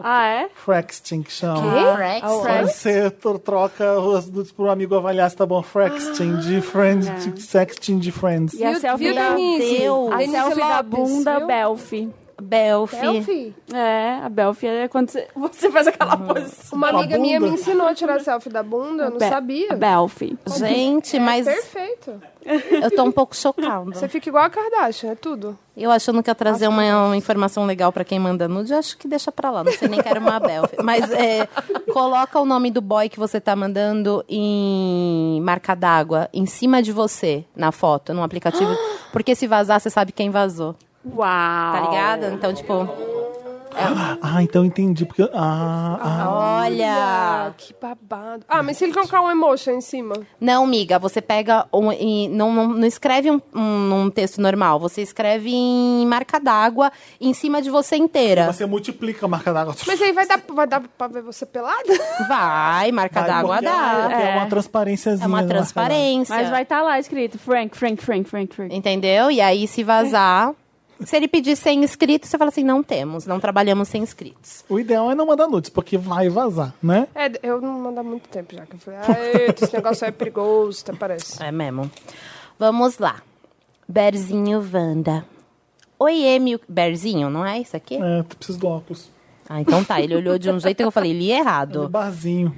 [SPEAKER 2] Ah, é?
[SPEAKER 1] Frexting que chama.
[SPEAKER 3] Frex.
[SPEAKER 1] Quando Você tro- troca os nudes pro amigo avaliar se tá bom. Frexting de friend, de sexting de friends.
[SPEAKER 2] E a
[SPEAKER 4] Viu-
[SPEAKER 2] selfie
[SPEAKER 4] viu,
[SPEAKER 2] da...
[SPEAKER 4] Denise?
[SPEAKER 3] Deus.
[SPEAKER 2] A
[SPEAKER 4] Denise
[SPEAKER 2] selfie da
[SPEAKER 4] Lopes,
[SPEAKER 2] bunda,
[SPEAKER 4] viu?
[SPEAKER 2] Belfi.
[SPEAKER 3] Belfi.
[SPEAKER 4] Selfie.
[SPEAKER 2] É, a Belfi é quando você, você faz aquela posição.
[SPEAKER 4] Uma
[SPEAKER 1] Com a
[SPEAKER 4] amiga minha me
[SPEAKER 1] bunda?
[SPEAKER 4] ensinou a tirar selfie da bunda, eu não
[SPEAKER 2] Be-
[SPEAKER 4] sabia.
[SPEAKER 2] Belfi.
[SPEAKER 3] Gente, mas
[SPEAKER 4] É Perfeito.
[SPEAKER 3] eu tô um pouco chocada.
[SPEAKER 4] Você fica igual a Kardashian, é tudo.
[SPEAKER 3] Eu achando que ia trazer uma, uma informação legal pra quem manda nude, acho que deixa pra lá. Não sei nem que era uma Belfi. Mas é, coloca o nome do boy que você tá mandando em marca d'água, em cima de você, na foto, num aplicativo. Porque se vazar, você sabe quem vazou.
[SPEAKER 2] Uau.
[SPEAKER 3] Tá ligada? Então, tipo,
[SPEAKER 1] Ah, então entendi. Porque. Ah, ah.
[SPEAKER 3] olha.
[SPEAKER 4] Ah, que babado. Ah, mas se ele colocar um emotion em cima.
[SPEAKER 3] Não, miga, você pega um, e não, não, não escreve um, um- um texto normal, você escreve em marca d'água em cima de você inteira.
[SPEAKER 1] Você multiplica a marca d'água.
[SPEAKER 4] Mas é aí vai dar, vai dar pra ver você pelada?
[SPEAKER 3] Vai, marca
[SPEAKER 1] Vai,
[SPEAKER 3] d'água
[SPEAKER 1] porque
[SPEAKER 3] dá.
[SPEAKER 1] É, é uma
[SPEAKER 2] É.
[SPEAKER 1] transparênciazinha.
[SPEAKER 3] É uma
[SPEAKER 1] na marca d'água.
[SPEAKER 3] transparência.
[SPEAKER 2] Mas vai estar lá escrito Frank, Frank, Frank, Frank, Frank.
[SPEAKER 3] Entendeu? E aí, se vazar. Se ele pedir 100 inscritos, você fala assim: não temos, não trabalhamos sem inscritos.
[SPEAKER 1] O ideal é não mandar nudes, porque vai vazar, né?
[SPEAKER 4] É, eu não mando há muito tempo já. Que eu falei, ah, eita, esse negócio é perigoso, até parece.
[SPEAKER 3] É mesmo. Vamos lá. Berzinho Wanda. Oiê, meu. Berzinho, não é isso aqui?
[SPEAKER 1] É, tu precisa do óculos.
[SPEAKER 3] Ah, então tá. Ele olhou de um jeito que eu falei: li
[SPEAKER 1] Do
[SPEAKER 3] errado.
[SPEAKER 1] barzinho.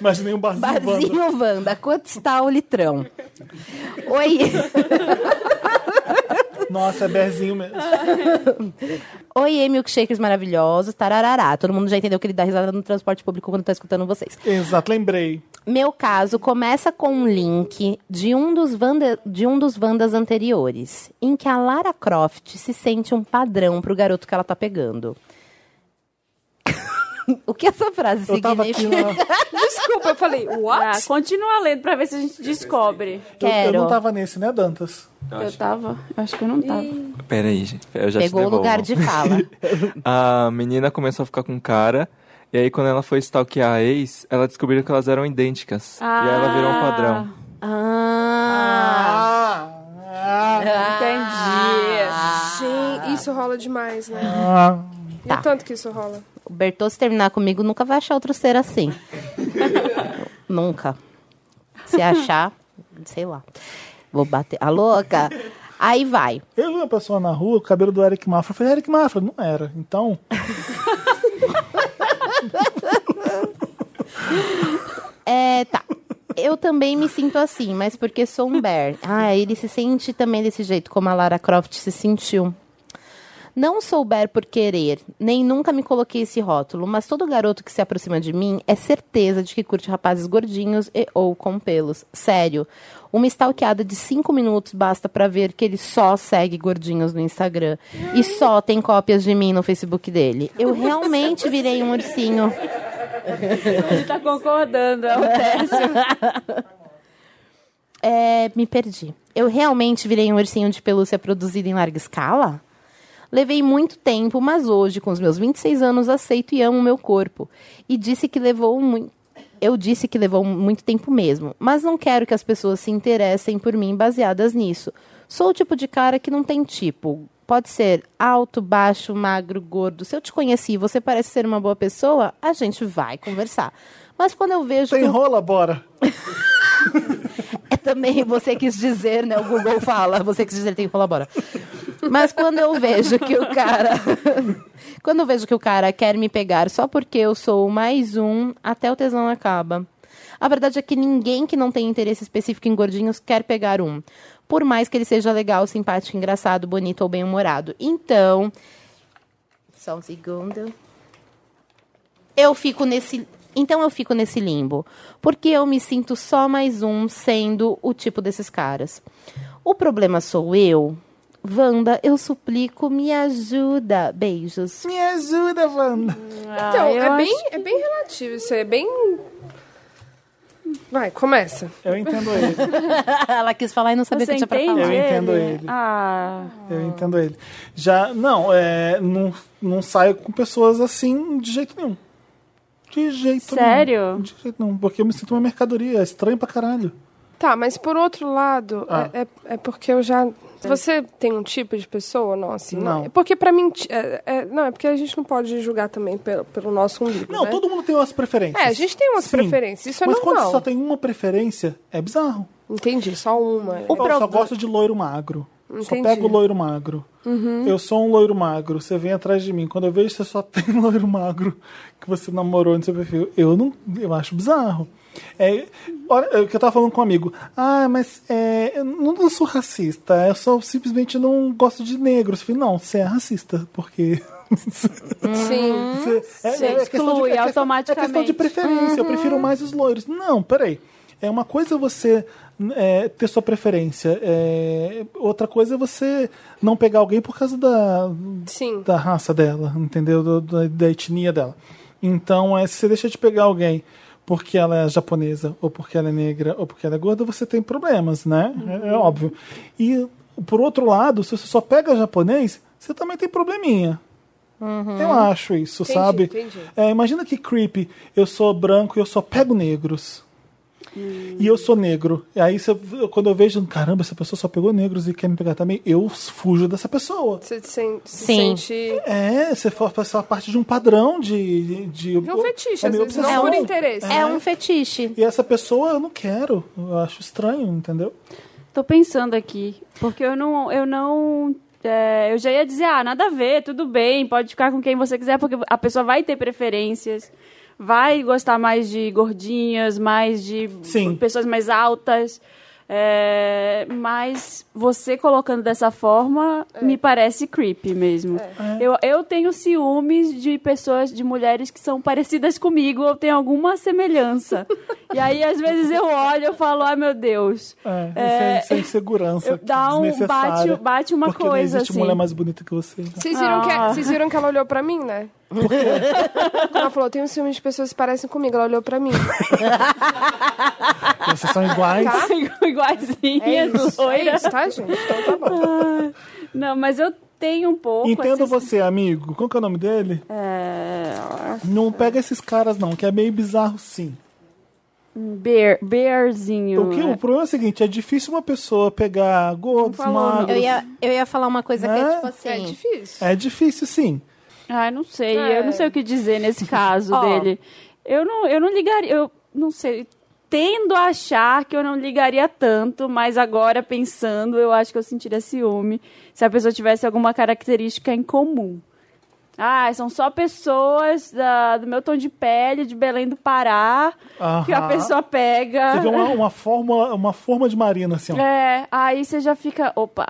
[SPEAKER 1] Imaginei um barzinho. Wanda.
[SPEAKER 3] Barzinho Wanda, quanto está o litrão? Oi.
[SPEAKER 1] Nossa, é barzinho mesmo.
[SPEAKER 3] Oiê, milkshakers maravilhosos, tararará. Todo mundo já entendeu que ele dá risada no transporte público quando tá escutando vocês.
[SPEAKER 1] Exato, lembrei.
[SPEAKER 3] Meu caso começa com um link de um dos Wanda, de um dos Wandas anteriores, em que a Lara Croft se sente um padrão pro garoto que ela tá pegando. o que essa frase
[SPEAKER 1] Eu tava aqui
[SPEAKER 3] significa?
[SPEAKER 1] na...
[SPEAKER 4] Desculpa, eu falei,
[SPEAKER 2] Ah,
[SPEAKER 4] what?
[SPEAKER 2] continua lendo pra ver se a gente descobre.
[SPEAKER 1] eu, eu
[SPEAKER 3] Quero.
[SPEAKER 1] não tava nesse, né, Dantas?
[SPEAKER 2] Eu tava. eu acho que eu não tava.
[SPEAKER 6] Pera aí, gente. Eu já te
[SPEAKER 3] Pegou o
[SPEAKER 6] devolvo.
[SPEAKER 3] lugar de fala.
[SPEAKER 6] A menina começou a ficar com o cara. E aí, quando ela foi stalkear a ex, ela descobriu que elas eram idênticas. E aí ela virou um padrão.
[SPEAKER 3] Ah,
[SPEAKER 1] Ah.
[SPEAKER 3] É.
[SPEAKER 4] Ah.
[SPEAKER 2] Entendi.
[SPEAKER 4] Gente, isso rola demais, né?
[SPEAKER 1] Ah,
[SPEAKER 4] E
[SPEAKER 2] tá.
[SPEAKER 4] o tanto que isso rola.
[SPEAKER 3] o Bertô se terminar comigo nunca vai achar outro ser assim. nunca. Se achar, sei lá. Vou bater. A louca. Aí vai.
[SPEAKER 1] eu vi uma pessoa na rua, o cabelo do Eric Mafra. Eu falei, Eric Mafra, não era. Então,
[SPEAKER 3] É, tá. Eu também me sinto assim, mas porque sou um bear. Ah, ele se sente também desse jeito, como a Lara Croft se sentiu. Não sou bear por querer, nem nunca me coloquei esse rótulo, mas todo garoto que se aproxima de mim é certeza de que curte rapazes gordinhos e ou com pelos. Sério. Uma stalkeada de cinco minutos basta pra ver que ele só segue gordinhos no Instagram e só tem cópias de mim no Facebook dele. Eu realmente virei um ursinho.
[SPEAKER 2] Ele tá concordando, é o teste.
[SPEAKER 3] É, me perdi. Eu realmente virei um ursinho de pelúcia produzido em larga escala? Levei muito tempo, mas hoje, com os meus 26 anos, aceito e amo o meu corpo. E disse que levou muito. Eu disse que levou muito tempo mesmo, mas não quero que as pessoas se interessem por mim baseadas nisso. Sou o tipo de cara que não tem tipo. Pode ser alto, baixo, magro, gordo. Se eu te conheci e você parece ser uma boa pessoa, a gente vai conversar. Mas quando eu vejo.
[SPEAKER 1] tem
[SPEAKER 3] que o
[SPEAKER 1] rola, bora.
[SPEAKER 3] é também você quis dizer, né? O Google fala, você quis dizer, tem que colaborar. Mas quando eu vejo que o cara. quando eu vejo que o cara quer me pegar só porque eu sou mais um, até o tesão acaba. A verdade é que ninguém que não tem interesse específico em gordinhos quer pegar um. Por mais que ele seja legal, simpático, engraçado, bonito ou bem-humorado. Então. Só um segundo. Eu fico nesse. Então eu fico nesse limbo. Porque eu me sinto só mais um sendo o tipo desses caras. O problema sou eu. Wanda, eu suplico, me ajuda. Beijos.
[SPEAKER 1] Me ajuda, Wanda.
[SPEAKER 4] Então,
[SPEAKER 2] Ah, eu
[SPEAKER 4] é, bem,
[SPEAKER 2] acho-
[SPEAKER 4] é bem relativo isso aí, é bem... Vai, começa.
[SPEAKER 1] Eu entendo ele.
[SPEAKER 3] Ela quis falar e não sabia o
[SPEAKER 2] Você
[SPEAKER 3] que tinha pra
[SPEAKER 2] entende
[SPEAKER 3] falar.
[SPEAKER 1] Eu entendo ele.
[SPEAKER 2] ele? Ah.
[SPEAKER 1] Eu entendo ele. Já, não, é, não, não saio com pessoas assim de jeito nenhum. De jeito
[SPEAKER 2] Sério?
[SPEAKER 1] nenhum. De jeito nenhum. Porque eu me sinto uma mercadoria. É estranho pra caralho.
[SPEAKER 4] Tá, mas por outro lado,
[SPEAKER 1] Ah.
[SPEAKER 4] é, é- é porque eu já. Você tem um tipo de pessoa, não, assim?
[SPEAKER 1] Não.
[SPEAKER 4] É Porque pra mim. ti- É, é- não, é porque a gente não pode julgar também pelo, pelo nosso umbigo.
[SPEAKER 1] Não,
[SPEAKER 4] né?
[SPEAKER 1] todo mundo tem umas preferências.
[SPEAKER 4] É, a gente tem umas
[SPEAKER 1] Sim.
[SPEAKER 4] preferências, isso é
[SPEAKER 1] Mas
[SPEAKER 4] normal.
[SPEAKER 1] quando você só tem uma preferência, é bizarro.
[SPEAKER 4] Entendi, só uma.
[SPEAKER 1] eu só
[SPEAKER 3] prob-
[SPEAKER 1] gosto de loiro magro. Só
[SPEAKER 4] Entendi. Uhum.
[SPEAKER 1] pego loiro magro. Eu sou um loiro magro, você vem atrás de mim. Quando eu vejo que você só tem um loiro magro que você namorou no seu perfil, eu não, eu acho bizarro. É, olha, é o que eu tava falando com um amigo. Ah, mas é, eu não, não sou racista, eu só simplesmente não gosto de negros. Eu falei, não, você é racista, porque.
[SPEAKER 4] Sim.
[SPEAKER 1] Você- é,
[SPEAKER 2] Você
[SPEAKER 1] é questão
[SPEAKER 2] exclui
[SPEAKER 1] é questão-
[SPEAKER 2] automaticamente.
[SPEAKER 1] É questão de preferência. Eu prefiro mais os loiros. Não, peraí. É uma coisa você é, ter sua preferência. é, outra coisa é você não pegar alguém por causa da,
[SPEAKER 4] Sim.
[SPEAKER 1] da raça dela, entendeu? Do- da, da etnia dela. Então, é, se você deixa de pegar alguém porque ela é japonesa, ou porque ela é negra, ou porque ela é gorda, você tem problemas, né? É, é
[SPEAKER 4] Uhum.
[SPEAKER 1] óbvio. E, por outro lado, se você só pega japonês, você também tem probleminha. Eu acho isso,
[SPEAKER 4] Uhum. Entendi,
[SPEAKER 1] sabe?
[SPEAKER 4] entendi.
[SPEAKER 1] É, imagina que creepy. Eu sou branco e eu só pego negros.
[SPEAKER 4] Hum.
[SPEAKER 1] E eu sou negro. E aí, você- quando eu vejo, caramba, essa pessoa só pegou negros e quer me pegar também, eu fujo dessa pessoa.
[SPEAKER 4] Você se, sen- se
[SPEAKER 3] Sim.
[SPEAKER 4] sente.
[SPEAKER 1] É, você for passar parte de um padrão de. de,
[SPEAKER 4] É um fetiche, às
[SPEAKER 1] meio
[SPEAKER 4] vezes, não
[SPEAKER 1] obsessão.
[SPEAKER 4] por interesse. né?
[SPEAKER 3] É um fetiche.
[SPEAKER 1] E essa pessoa eu não quero. Eu acho estranho, entendeu?
[SPEAKER 2] Tô pensando aqui, porque eu não. Eu não. é, eu já ia dizer, ah, nada a ver, tudo bem, pode ficar com quem você quiser, porque a pessoa vai ter preferências, vai gostar mais de gordinhas, mais de
[SPEAKER 1] Sim.
[SPEAKER 2] pessoas mais altas. é, mas você colocando dessa forma me parece creepy mesmo. Eu, eu tenho ciúmes de pessoas, de mulheres que são parecidas comigo ou tem alguma semelhança. e aí, às vezes, eu olho e falo, ai meu Deus.
[SPEAKER 1] É,
[SPEAKER 2] É,
[SPEAKER 1] isso é insegurança.
[SPEAKER 2] eu- dá um-
[SPEAKER 1] desnecessária,
[SPEAKER 2] bate- bate uma
[SPEAKER 1] porque
[SPEAKER 2] coisa,
[SPEAKER 1] Não existe
[SPEAKER 2] assim.
[SPEAKER 1] mulher mais bonita que você. então.
[SPEAKER 4] Vocês viram, que, é-
[SPEAKER 2] Ah.
[SPEAKER 4] vocês viram que ela olhou pra mim, né? Quando ela falou, tem um filme de pessoas que parecem comigo, ela olhou pra mim.
[SPEAKER 1] Vocês são iguais.
[SPEAKER 4] Tá?
[SPEAKER 2] Iguaizinhas,
[SPEAKER 4] É
[SPEAKER 2] loiras.
[SPEAKER 4] isso, tá, gente? Então tá bom.
[SPEAKER 2] Não, mas eu tenho um pouco.
[SPEAKER 1] Entendo
[SPEAKER 2] essas-
[SPEAKER 1] você, amigo. Qual que é o nome dele?
[SPEAKER 2] É...
[SPEAKER 1] Não pega esses caras, não, que é meio bizarro, sim.
[SPEAKER 2] um Bear, bearzinho. né?
[SPEAKER 1] O, que, o problema é o seguinte: é difícil uma pessoa pegar gordos,
[SPEAKER 4] falou, não.
[SPEAKER 1] magros.
[SPEAKER 3] Eu ia, eu ia falar uma coisa que é
[SPEAKER 1] Né?
[SPEAKER 3] tipo assim.
[SPEAKER 4] É difícil.
[SPEAKER 1] É difícil, sim.
[SPEAKER 2] Ai, não sei.
[SPEAKER 4] É.
[SPEAKER 2] Eu não sei o que dizer nesse caso
[SPEAKER 3] Ó.
[SPEAKER 2] dele. Eu não, eu não ligaria. Eu não sei. Tendo a achar que eu não ligaria tanto, mas agora pensando, eu acho que eu sentiria ciúme se a pessoa tivesse alguma característica em comum. Ah, são só pessoas da- do meu tom de pele, de Belém do Pará, que a
[SPEAKER 1] Aham.
[SPEAKER 2] pessoa pega.
[SPEAKER 1] Você vê uma, uma fórmula, uma forma de marina, assim, ó.
[SPEAKER 2] É, aí você já fica, opa,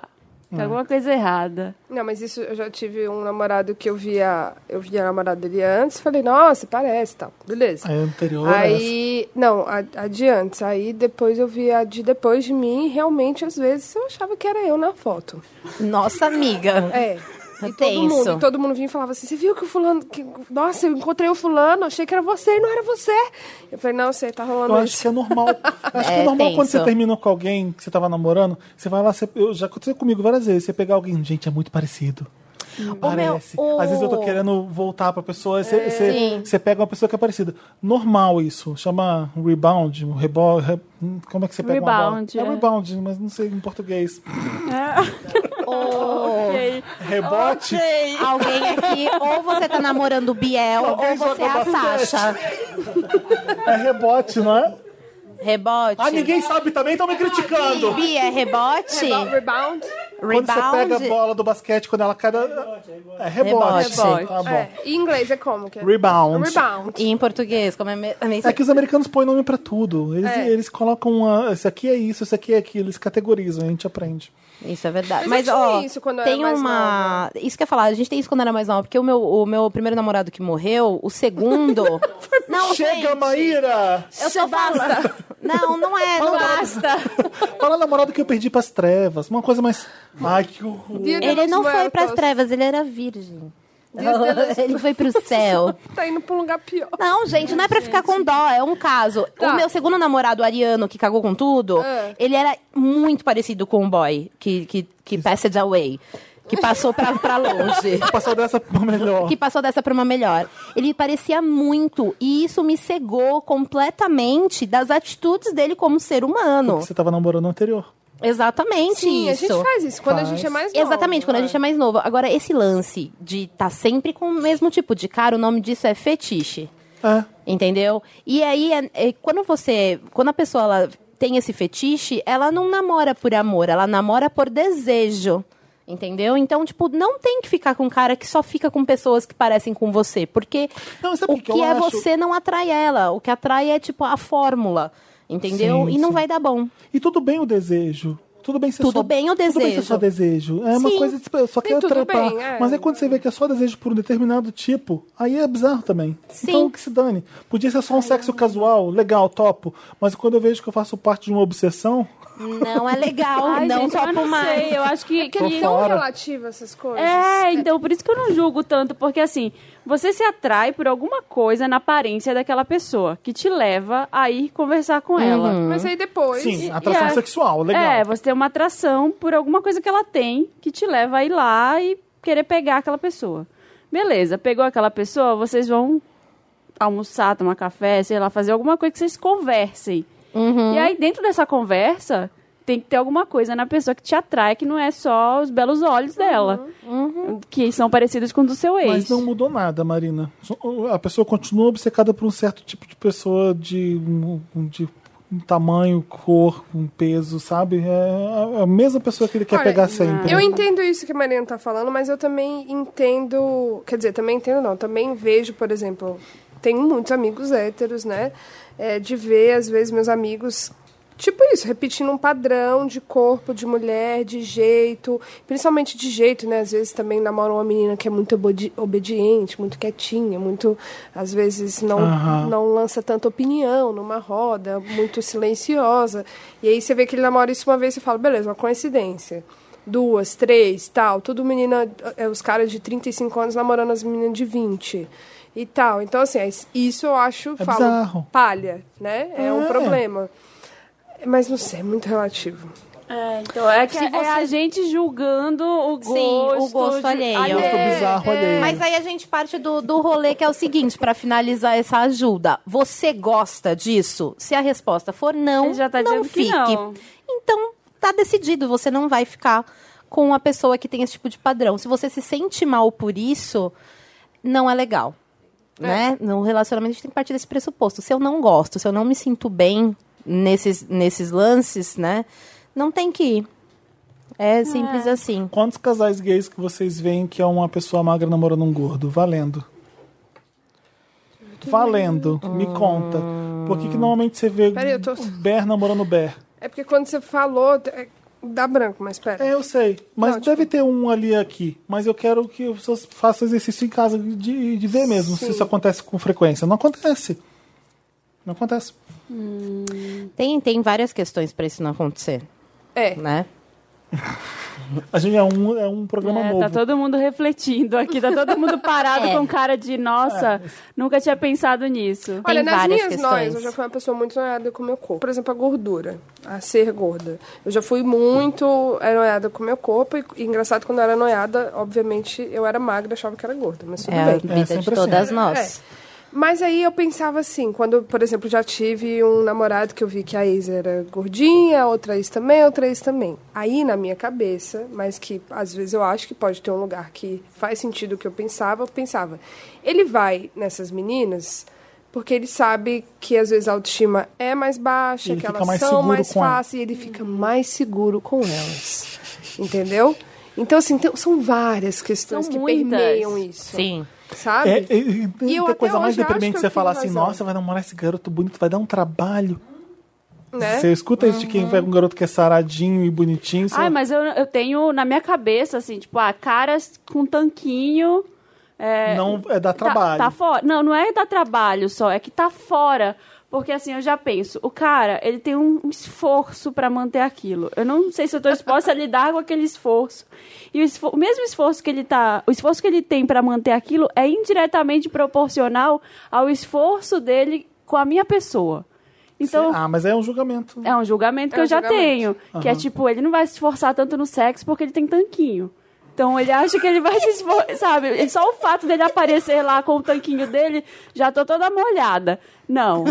[SPEAKER 1] É.
[SPEAKER 2] tem alguma coisa errada.
[SPEAKER 4] Não, mas isso eu já tive um namorado que eu via, eu via a namorada dele antes, falei, nossa, parece, tal, beleza.
[SPEAKER 1] Aí É anterior. é, essa.
[SPEAKER 4] Aí, não, a, a de antes, aí depois eu via a de depois de mim, e realmente às vezes eu achava que era eu na foto.
[SPEAKER 3] Nossa amiga.
[SPEAKER 4] É. E todo,
[SPEAKER 3] Tenso.
[SPEAKER 4] mundo, e todo mundo vinha e falava assim: Você viu que o fulano. que- nossa, eu encontrei o fulano, achei que era você e não era você. Eu falei: Não, sei, tá rolando
[SPEAKER 1] Eu
[SPEAKER 4] isso.
[SPEAKER 1] acho que é normal. Eu acho que é
[SPEAKER 3] É,
[SPEAKER 1] normal
[SPEAKER 3] tenso.
[SPEAKER 1] quando você terminou com alguém que você tava namorando, você vai lá, você, eu, já aconteceu comigo várias vezes, você pegar alguém, gente, é muito parecido. Parece.
[SPEAKER 3] meu, o-
[SPEAKER 1] Às vezes eu tô querendo voltar pra pessoa, você, você-
[SPEAKER 3] Sim.
[SPEAKER 1] você pega uma pessoa que é parecida. Normal isso, chama rebound, rebol, re- como é que você pega uma
[SPEAKER 2] Rebound, é.
[SPEAKER 1] bola? É rebound, mas não sei em português.
[SPEAKER 2] Ok.
[SPEAKER 1] Rebote?
[SPEAKER 3] Alguém aqui, ou você tá namorando o Biel, ou
[SPEAKER 1] Alguém
[SPEAKER 3] você é
[SPEAKER 1] joga
[SPEAKER 3] a
[SPEAKER 1] basquete.
[SPEAKER 3] Sasha.
[SPEAKER 1] É rebote, não é?
[SPEAKER 3] Rebote.
[SPEAKER 1] Ah, ninguém sabe também, estão me criticando.
[SPEAKER 3] Bi é rebote?
[SPEAKER 4] Rebound.
[SPEAKER 1] Quando você pega a bola do basquete, quando ela cai. ela- É rebote.
[SPEAKER 3] Rebote.
[SPEAKER 1] Tá bom.
[SPEAKER 4] É, em inglês é como? Que é?
[SPEAKER 1] Rebound.
[SPEAKER 4] Rebound.
[SPEAKER 3] E em português, como é mesmo?
[SPEAKER 1] É que os americanos põem nome pra tudo. Eles,
[SPEAKER 4] É.
[SPEAKER 1] eles colocam. ah, esse aqui é isso, esse aqui é aquilo. Eles categorizam, a gente aprende.
[SPEAKER 3] Isso é verdade. Mas,
[SPEAKER 4] Mas eu tinha
[SPEAKER 3] ó,
[SPEAKER 4] isso quando eu
[SPEAKER 3] tem
[SPEAKER 4] era mais
[SPEAKER 3] uma. Isso que eu ia falar, a gente tem isso quando era mais nova, porque o meu, o meu primeiro namorado que morreu, o segundo. não,
[SPEAKER 1] Chega,
[SPEAKER 3] gente,
[SPEAKER 1] Maíra!
[SPEAKER 3] Eu tô falando. Não, não é. Não é.
[SPEAKER 2] Basta!
[SPEAKER 1] Fala namorado que eu perdi pras trevas. Uma coisa mais. Ai, que horror.
[SPEAKER 4] Dia de
[SPEAKER 3] Ele
[SPEAKER 4] los
[SPEAKER 3] não foi
[SPEAKER 4] Muertos.
[SPEAKER 3] pras trevas, ele era virgem.
[SPEAKER 4] Dia de los-
[SPEAKER 3] Ele foi pro céu.
[SPEAKER 4] Tá indo pra um lugar pior.
[SPEAKER 3] Não, gente, não é pra ficar com dó, é um caso.
[SPEAKER 4] Tá.
[SPEAKER 3] O meu segundo namorado, o Ariano, que cagou com tudo,
[SPEAKER 4] Ah.
[SPEAKER 3] ele era muito parecido com o boy que, que, que passed away. Que passou pra, pra longe.
[SPEAKER 1] Passou dessa pra uma melhor.
[SPEAKER 3] que passou dessa pra uma melhor. Ele parecia muito, e isso me cegou completamente das atitudes dele como ser humano.
[SPEAKER 1] que você tava namorando no anterior.
[SPEAKER 3] Exatamente
[SPEAKER 4] Sim, a
[SPEAKER 3] isso.
[SPEAKER 4] gente faz isso quando a gente é mais né? novo.
[SPEAKER 3] Exatamente, quando a gente é mais novo. Agora, esse lance de estar sempre com o mesmo tipo de cara, o nome disso é fetiche.
[SPEAKER 1] É.
[SPEAKER 3] Entendeu? E aí, é- é quando você. Quando a pessoa ela tem esse fetiche, ela não namora por amor, ela namora por desejo. Entendeu? Então, tipo, não tem que ficar com um cara que só fica com pessoas que parecem com você. Porque
[SPEAKER 1] Não, sabe
[SPEAKER 3] o
[SPEAKER 1] o que
[SPEAKER 3] que,
[SPEAKER 1] eu
[SPEAKER 3] é
[SPEAKER 1] acho?
[SPEAKER 3] você não atrai ela. O que atrai é, tipo, a fórmula. Entendeu?
[SPEAKER 1] Sim,
[SPEAKER 3] e não
[SPEAKER 1] sim.
[SPEAKER 3] vai dar bom.
[SPEAKER 1] E tudo bem o desejo. Tudo bem ser
[SPEAKER 3] Tudo
[SPEAKER 1] só,
[SPEAKER 3] bem o
[SPEAKER 1] Tudo bem ser
[SPEAKER 3] desejo.
[SPEAKER 1] só desejo. É uma
[SPEAKER 3] Sim.
[SPEAKER 1] coisa que eu só
[SPEAKER 4] Tem
[SPEAKER 1] quer
[SPEAKER 4] tudo
[SPEAKER 1] trampar.
[SPEAKER 4] bem, é.
[SPEAKER 1] Mas aí quando você vê que é só desejo por um determinado tipo, aí é bizarro também.
[SPEAKER 3] Sim.
[SPEAKER 1] Então que se dane. Podia ser só um sexo casual, legal, topo. Mas quando eu vejo que eu faço parte de uma obsessão,
[SPEAKER 3] Não é legal.
[SPEAKER 2] Ai,
[SPEAKER 3] não
[SPEAKER 2] gente, eu
[SPEAKER 3] topo
[SPEAKER 2] não
[SPEAKER 3] mais.
[SPEAKER 2] sei. Eu acho que.
[SPEAKER 4] Porque é
[SPEAKER 2] que-
[SPEAKER 4] tão
[SPEAKER 1] fora.
[SPEAKER 4] relativo essas coisas.
[SPEAKER 2] É, então por isso que eu não julgo tanto, porque assim, você se atrai por alguma coisa na aparência daquela pessoa que te leva a ir conversar
[SPEAKER 3] Uhum.
[SPEAKER 2] com ela.
[SPEAKER 4] Mas aí depois...
[SPEAKER 1] sim, atração
[SPEAKER 2] é.
[SPEAKER 1] sexual, legal.
[SPEAKER 2] É, você tem uma atração por alguma coisa que ela tem que te leva a ir lá e querer pegar aquela pessoa. Beleza, pegou aquela pessoa, vocês vão almoçar, tomar café, sei lá, fazer alguma coisa que vocês conversem. E aí, dentro dessa conversa, tem que ter alguma coisa na pessoa que te atrai, que não é só os belos olhos dela, que são parecidos com o do seu ex.
[SPEAKER 1] Mas não mudou nada, Marina. Só- A pessoa continua obcecada por um certo tipo de pessoa de, um, de tamanho, cor, um peso, sabe? É a mesma pessoa que ele quer
[SPEAKER 4] Olha,
[SPEAKER 1] pegar sempre.
[SPEAKER 4] Eu entendo isso que a Mariana tá falando, mas eu também entendo. Quer dizer, também entendo não. Também vejo, por exemplo, tenho muitos amigos héteros, né? É, de ver, às vezes, meus amigos. Tipo isso, repetindo um padrão de corpo, de mulher, de jeito, principalmente de jeito, né? Às vezes também namora uma menina que é muito obedi- obediente, muito quietinha, muito, às vezes não,
[SPEAKER 1] Aham.
[SPEAKER 4] não Então, lança tanta opinião numa roda, muito silenciosa. E aí você vê que ele namora isso uma vez e fala, beleza, uma coincidência. Duas, três, tal. Tudo menina, é, os caras de 35 anos namorando as meninas de 20 e tal. Então, assim, é- isso eu acho,
[SPEAKER 1] É
[SPEAKER 4] falo,
[SPEAKER 1] bizarro.
[SPEAKER 4] palha, né? É, um
[SPEAKER 1] É.
[SPEAKER 4] problema. Mas não sei, é muito relativo.
[SPEAKER 2] É, então é que
[SPEAKER 3] Se
[SPEAKER 2] é
[SPEAKER 3] você-
[SPEAKER 2] a gente julgando o gosto.
[SPEAKER 3] o gosto
[SPEAKER 2] de- é,
[SPEAKER 3] alheio.
[SPEAKER 1] Gosto bizarro alheio.
[SPEAKER 3] Mas aí a gente parte do, do rolê que é o seguinte, pra finalizar essa ajuda. Você gosta disso? Se a resposta for não,
[SPEAKER 2] Ele já tá
[SPEAKER 3] não
[SPEAKER 2] dizendo que
[SPEAKER 3] fique.
[SPEAKER 2] não.
[SPEAKER 3] Então, tá decidido, você não vai ficar com uma pessoa que tem esse tipo de padrão. Se você se sente mal por isso, não é legal.
[SPEAKER 2] É.
[SPEAKER 3] Né? No relacionamento a gente tem que partir desse pressuposto. Se eu não gosto, se eu não me sinto bem nesses, nesses lances, né? Não tem que ir. É simples assim.
[SPEAKER 1] Quantos casais gays que vocês veem que é uma pessoa magra namorando um gordo? Valendo. Valendo. Me conta. Por que, que normalmente você vê
[SPEAKER 4] Peraí, eu tô-
[SPEAKER 1] Ber namorando Ber?
[SPEAKER 4] É porque quando você falou, é- dá branco, mas pera.
[SPEAKER 1] É, eu sei. Mas
[SPEAKER 4] Não, tipo
[SPEAKER 1] deve ter um ali aqui. Mas eu quero que as pessoas façam exercício em casa de, de ver mesmo se isso acontece com frequência. Não acontece. Não acontece.
[SPEAKER 3] Tem, tem várias questões pra isso não acontecer,
[SPEAKER 4] É.
[SPEAKER 3] né?
[SPEAKER 1] A gente é um, é um programa
[SPEAKER 2] É,
[SPEAKER 1] novo.
[SPEAKER 2] tá todo mundo refletindo aqui, tá todo mundo parado
[SPEAKER 3] É.
[SPEAKER 2] com cara de, nossa, nunca tinha pensado nisso.
[SPEAKER 4] Olha, nas
[SPEAKER 3] várias
[SPEAKER 4] minhas
[SPEAKER 3] questões.
[SPEAKER 4] noias, eu já fui uma pessoa muito noiada com o meu corpo. Por exemplo, a gordura, a ser gorda. Eu já fui muito é, noiada com o meu corpo. E, e engraçado, quando eu era noiada, obviamente, eu era magra, achava que era gorda. Mas tudo
[SPEAKER 3] É a
[SPEAKER 4] bem.
[SPEAKER 1] É,
[SPEAKER 3] vida de
[SPEAKER 1] sempre
[SPEAKER 3] todas
[SPEAKER 1] assim.
[SPEAKER 3] nós.
[SPEAKER 4] É. Mas aí eu pensava assim, quando, por exemplo, já tive um namorado que eu vi que a ex era gordinha, outra ex também, outra ex também. Aí na minha cabeça, mas que às vezes eu acho que pode ter um lugar que faz sentido o que eu pensava, eu pensava, ele vai nessas meninas porque ele sabe que às vezes a autoestima é mais baixa,
[SPEAKER 1] Ele
[SPEAKER 4] que
[SPEAKER 1] fica
[SPEAKER 4] elas
[SPEAKER 1] mais
[SPEAKER 4] são
[SPEAKER 1] seguro
[SPEAKER 4] mais
[SPEAKER 1] com ela.
[SPEAKER 4] fáceis e ele fica mais seguro com elas. Entendeu? Então, assim, tem- são várias questões
[SPEAKER 2] São
[SPEAKER 4] que
[SPEAKER 2] muitas.
[SPEAKER 4] permeiam isso.
[SPEAKER 3] Sim.
[SPEAKER 4] Sabe?
[SPEAKER 1] É, é, é,
[SPEAKER 4] E eu
[SPEAKER 1] tem
[SPEAKER 4] até
[SPEAKER 1] coisa mais
[SPEAKER 4] hoje acho
[SPEAKER 1] deprimente
[SPEAKER 4] que
[SPEAKER 1] que você
[SPEAKER 4] eu
[SPEAKER 1] falar
[SPEAKER 4] tenho
[SPEAKER 1] assim,
[SPEAKER 4] razão.
[SPEAKER 1] nossa, vai namorar esse garoto bonito, vai dar um trabalho.
[SPEAKER 4] Né?
[SPEAKER 1] Você escuta isso de quem vai um garoto que é saradinho e bonitinho. você-
[SPEAKER 2] Ai, mas eu, eu tenho na minha cabeça, assim, tipo, ah, caras com tanquinho. é,
[SPEAKER 1] Não é dar
[SPEAKER 2] tá-
[SPEAKER 1] trabalho.
[SPEAKER 2] Tá, fora. Não, não é dar trabalho só, é que tá fora. Porque assim, eu já penso, o cara, ele tem um esforço pra manter aquilo. Eu não sei se eu tô disposta a lidar com aquele esforço. E o, esfor- o mesmo esforço que ele tá, o esforço que ele tem pra manter aquilo é indiretamente proporcional ao esforço dele com a minha pessoa. Então,
[SPEAKER 1] Ah, mas é um julgamento.
[SPEAKER 2] é um julgamento que
[SPEAKER 4] É um
[SPEAKER 2] eu já
[SPEAKER 4] julgamento.
[SPEAKER 2] tenho. Que é tipo, ele não vai se esforçar tanto no sexo porque ele tem tanquinho. Então ele acha que ele vai se esforçar, sabe? E Só o fato dele aparecer lá com o tanquinho dele, já tô toda molhada. Não.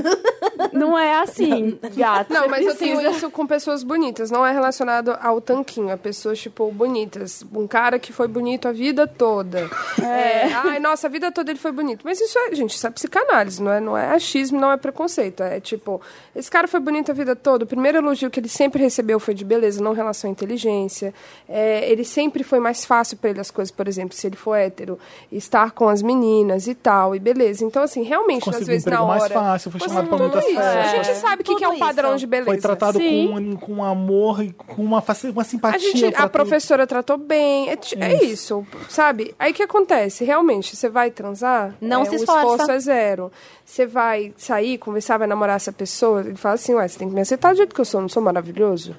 [SPEAKER 2] Não é assim, gato.
[SPEAKER 4] Não,
[SPEAKER 2] Você
[SPEAKER 4] mas eu
[SPEAKER 2] precisa-
[SPEAKER 4] tenho isso com pessoas bonitas, não é relacionado ao tanquinho, a pessoas, tipo, bonitas. Um cara que foi bonito a vida toda. É. Ai, nossa, a vida toda ele foi bonito. Mas isso é, gente, isso é psicanálise, não é, não é achismo, não é preconceito. É tipo, esse cara foi bonito a vida toda, o primeiro elogio que ele sempre recebeu foi de beleza, não em relação à inteligência. É, ele sempre foi mais fácil pra ele as coisas, por exemplo, se ele for hétero, estar com as meninas e tal, e beleza. Então, assim, realmente,
[SPEAKER 1] Conseguiu
[SPEAKER 4] às
[SPEAKER 1] um
[SPEAKER 4] vezes na
[SPEAKER 1] emprego mais
[SPEAKER 4] hora.
[SPEAKER 1] fácil, foi
[SPEAKER 4] Você-
[SPEAKER 1] chamado pra
[SPEAKER 4] tudo
[SPEAKER 1] muitas
[SPEAKER 4] isso. A
[SPEAKER 1] festas.
[SPEAKER 4] gente sabe o que, que é
[SPEAKER 3] Tudo
[SPEAKER 4] um padrão
[SPEAKER 3] isso.
[SPEAKER 4] de beleza.
[SPEAKER 1] Foi tratado
[SPEAKER 2] Sim.
[SPEAKER 1] com, um, com amor e com uma, faci- uma simpatia.
[SPEAKER 4] A, gente,
[SPEAKER 1] pra
[SPEAKER 4] a
[SPEAKER 1] tudo.
[SPEAKER 4] professora tratou bem. É, ti- é isso, sabe? Aí o que acontece? Realmente, você vai transar,
[SPEAKER 3] Não
[SPEAKER 4] é,
[SPEAKER 3] se
[SPEAKER 4] o
[SPEAKER 3] esforça.
[SPEAKER 4] esforço é zero. Você vai sair, conversar, vai namorar essa pessoa, ele fala assim, ué, você tem que me aceitar do jeito que eu sou, não sou maravilhoso?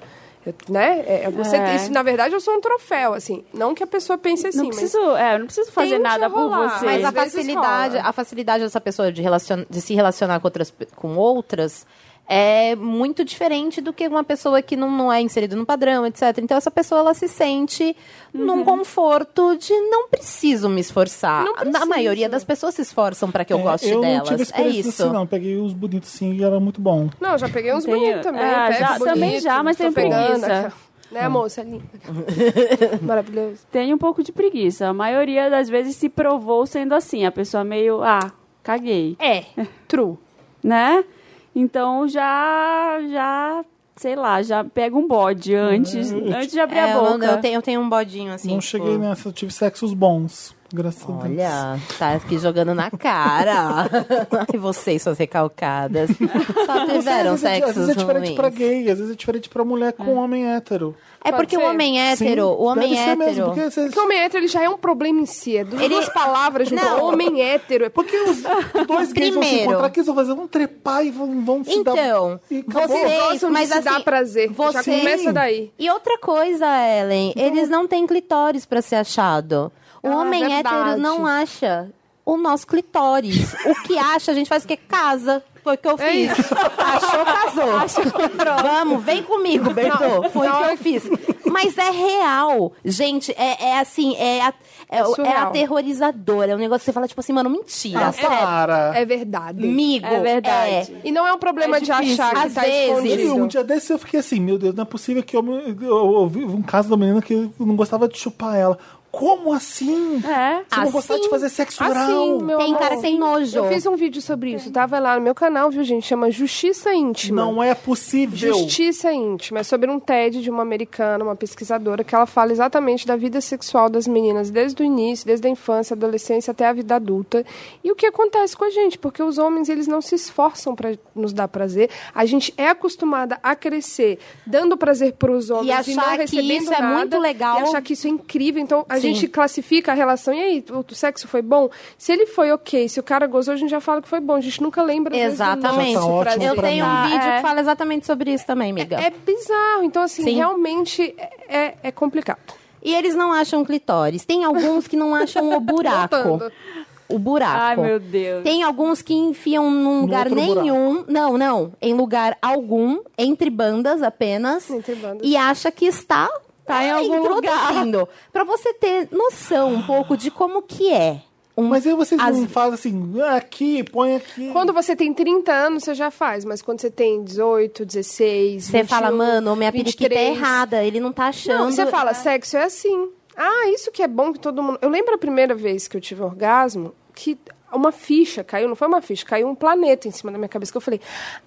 [SPEAKER 4] Eu- né? É, é, você-
[SPEAKER 2] É.
[SPEAKER 4] Isso, na verdade, eu sou um troféu, assim. Não que a pessoa pense assim,
[SPEAKER 2] Não
[SPEAKER 4] mas...
[SPEAKER 2] preciso, é, eu não preciso fazer
[SPEAKER 4] Tem que
[SPEAKER 2] nada por
[SPEAKER 4] rolar.
[SPEAKER 2] você.
[SPEAKER 4] Às
[SPEAKER 3] Mas a
[SPEAKER 4] vezes
[SPEAKER 3] facilidade,
[SPEAKER 4] rola.
[SPEAKER 3] a facilidade dessa pessoa de, relacion- de se relacionar com outras, pe- com outras é muito diferente do que uma pessoa que não, não é inserida no padrão, etc. Então essa pessoa ela se sente
[SPEAKER 1] Uhum.
[SPEAKER 3] num conforto de não preciso me esforçar.
[SPEAKER 4] Não
[SPEAKER 3] Na
[SPEAKER 4] preciso.
[SPEAKER 3] maioria das pessoas se esforçam pra que eu
[SPEAKER 1] É,
[SPEAKER 3] goste
[SPEAKER 1] eu Não tive
[SPEAKER 3] delas. É
[SPEAKER 1] experiência
[SPEAKER 3] isso.
[SPEAKER 1] Assim, não, peguei os bonitos sim e era muito bom.
[SPEAKER 4] Não, já peguei uns
[SPEAKER 2] Tenho-
[SPEAKER 4] bonitos também.
[SPEAKER 2] Ah,
[SPEAKER 4] pego
[SPEAKER 2] já-
[SPEAKER 4] bonito,
[SPEAKER 2] também já, mas
[SPEAKER 4] tô
[SPEAKER 2] tenho
[SPEAKER 4] pegando,
[SPEAKER 2] preguiça.
[SPEAKER 4] aquela- Né, moça? Linda. Maravilhoso.
[SPEAKER 2] Tenho um pouco de preguiça. A maioria das vezes se provou sendo assim. A pessoa meio, ah, caguei.
[SPEAKER 3] É.
[SPEAKER 4] True.
[SPEAKER 2] né? Então já, já, sei lá, já pega um bode antes,
[SPEAKER 1] Uhum.
[SPEAKER 2] antes de abrir
[SPEAKER 3] É,
[SPEAKER 2] a
[SPEAKER 3] eu,
[SPEAKER 2] boca.
[SPEAKER 3] não- eu tenho, eu tenho um bodinho assim.
[SPEAKER 1] não
[SPEAKER 3] tipo,
[SPEAKER 1] cheguei nessa, eu tive sexos bons. Graças a Deus.
[SPEAKER 3] Olha, tá aqui jogando na cara. Ai, vocês, suas recalcadas.
[SPEAKER 1] às
[SPEAKER 3] Só tiveram
[SPEAKER 1] vezes, é- às
[SPEAKER 3] sexos
[SPEAKER 1] vezes é diferente
[SPEAKER 3] ruins.
[SPEAKER 1] pra gay, às vezes é diferente pra mulher com homem hétero.
[SPEAKER 3] É
[SPEAKER 4] Pode
[SPEAKER 3] porque o
[SPEAKER 4] ser.
[SPEAKER 3] homem hétero,
[SPEAKER 1] Sim,
[SPEAKER 3] o homem
[SPEAKER 1] deve ser
[SPEAKER 3] hétero.
[SPEAKER 1] Mesmo, porque, vocês-
[SPEAKER 4] Porque o homem hétero ele já é um problema em si. É duas
[SPEAKER 3] Ele-
[SPEAKER 4] duas palavras junto.
[SPEAKER 3] Não.
[SPEAKER 4] Homem hétero. É
[SPEAKER 1] porque os dois gays vão se
[SPEAKER 3] Primeiro.
[SPEAKER 1] encontrar, o que eles vão fazer? Vão trepar e vão, vão se dar... um-
[SPEAKER 3] Então,
[SPEAKER 1] e acabou.
[SPEAKER 3] você- Vocês,
[SPEAKER 4] gostam
[SPEAKER 3] mas
[SPEAKER 4] de se dar
[SPEAKER 3] assim,
[SPEAKER 4] prazer. Já
[SPEAKER 3] vocês-
[SPEAKER 4] começa daí.
[SPEAKER 3] E outra coisa, Ellen,
[SPEAKER 1] Então-
[SPEAKER 3] eles não têm clitóris pra ser achado. O
[SPEAKER 4] Ah,
[SPEAKER 3] homem
[SPEAKER 4] verdade.
[SPEAKER 3] hétero não acha o nosso clitóris. o que acha, a gente faz o quê? Casa. Foi o que eu
[SPEAKER 4] É
[SPEAKER 3] fiz. Achou, casou. Vamos, vem comigo, Bertô. Foi o que eu fiz. Mas é real. Gente, é, é assim, é, a- é,
[SPEAKER 4] É
[SPEAKER 3] é
[SPEAKER 4] surreal.
[SPEAKER 3] aterrorizador. É um negócio que você fala, tipo assim, mano, mentira.
[SPEAKER 1] Ah,
[SPEAKER 3] sério.
[SPEAKER 1] para.
[SPEAKER 4] É verdade.
[SPEAKER 3] Amigo,
[SPEAKER 2] É verdade.
[SPEAKER 4] E não é um problema
[SPEAKER 2] É
[SPEAKER 4] de
[SPEAKER 2] difícil.
[SPEAKER 4] achar que
[SPEAKER 3] Às
[SPEAKER 4] tá
[SPEAKER 3] vezes.
[SPEAKER 1] E um
[SPEAKER 4] escondido.
[SPEAKER 1] dia desse eu fiquei assim, meu Deus, não é possível que eu, eu, ouvi um caso da menina que eu não gostava de chupar ela. Como assim?
[SPEAKER 2] É.
[SPEAKER 1] Você não
[SPEAKER 3] Assim?
[SPEAKER 1] gostava de fazer sexo
[SPEAKER 4] Assim,
[SPEAKER 1] oral?
[SPEAKER 4] meu
[SPEAKER 3] Tem
[SPEAKER 4] amor.
[SPEAKER 3] cara que tem nojo.
[SPEAKER 4] Eu fiz um vídeo sobre isso. Tava lá no meu canal, viu, gente? Chama Justiça Íntima.
[SPEAKER 1] Não é possível.
[SPEAKER 4] Justiça Íntima. É sobre um TED de uma americana, uma pesquisadora, que ela fala exatamente da vida sexual das meninas desde o início, desde a infância, adolescência até a vida adulta. E o que acontece com a gente? Porque os homens, eles não se esforçam para nos dar prazer. A gente é acostumada a crescer dando prazer para os homens e,
[SPEAKER 3] achar
[SPEAKER 4] não
[SPEAKER 3] que
[SPEAKER 4] recebendo
[SPEAKER 3] isso é
[SPEAKER 4] nada,
[SPEAKER 3] muito legal.
[SPEAKER 4] E achar que isso é incrível. Então, a
[SPEAKER 3] Sim.
[SPEAKER 4] gente classifica a relação. E aí, o sexo foi bom? Se ele foi ok, se o cara gozou, a gente já fala que foi bom. A gente nunca lembra. às vezes, do nosso
[SPEAKER 3] Exatamente.
[SPEAKER 1] Já tá ótimo
[SPEAKER 3] eu
[SPEAKER 1] pra
[SPEAKER 3] tenho um
[SPEAKER 2] mim.
[SPEAKER 3] vídeo
[SPEAKER 2] É.
[SPEAKER 3] que fala exatamente sobre isso também, amiga.
[SPEAKER 4] é bizarro. Então, assim,
[SPEAKER 3] Sim.
[SPEAKER 4] realmente é, é complicado.
[SPEAKER 3] E eles não acham clitóris. Tem alguns que não acham o buraco.
[SPEAKER 4] Voltando.
[SPEAKER 3] o buraco.
[SPEAKER 2] Ai, meu Deus.
[SPEAKER 3] Tem alguns que enfiam num lugar
[SPEAKER 1] outro
[SPEAKER 3] nenhum. Não, não. Em lugar algum, entre bandas apenas.
[SPEAKER 4] Entre bandas.
[SPEAKER 3] E acha que está.
[SPEAKER 2] Tá em
[SPEAKER 3] ah,
[SPEAKER 2] algum lugar.
[SPEAKER 3] introduzindo. Pra você ter noção um pouco de como que é. Um...
[SPEAKER 1] Mas aí vocês
[SPEAKER 3] As-
[SPEAKER 1] não fazem assim, "Ah, aqui, põe aqui.
[SPEAKER 4] Quando você tem 30 anos, você já faz, mas quando você tem 18, 16,
[SPEAKER 3] Você
[SPEAKER 4] 21,
[SPEAKER 3] fala, mano, minha periquita é
[SPEAKER 4] 23.
[SPEAKER 3] errada. Ele não tá achando.
[SPEAKER 4] Não, você fala, sexo é assim. Ah, isso que é bom que todo mundo. Eu lembro a primeira vez que eu tive orgasmo que uma ficha caiu, não foi uma ficha, caiu um planeta em cima da minha cabeça que eu falei: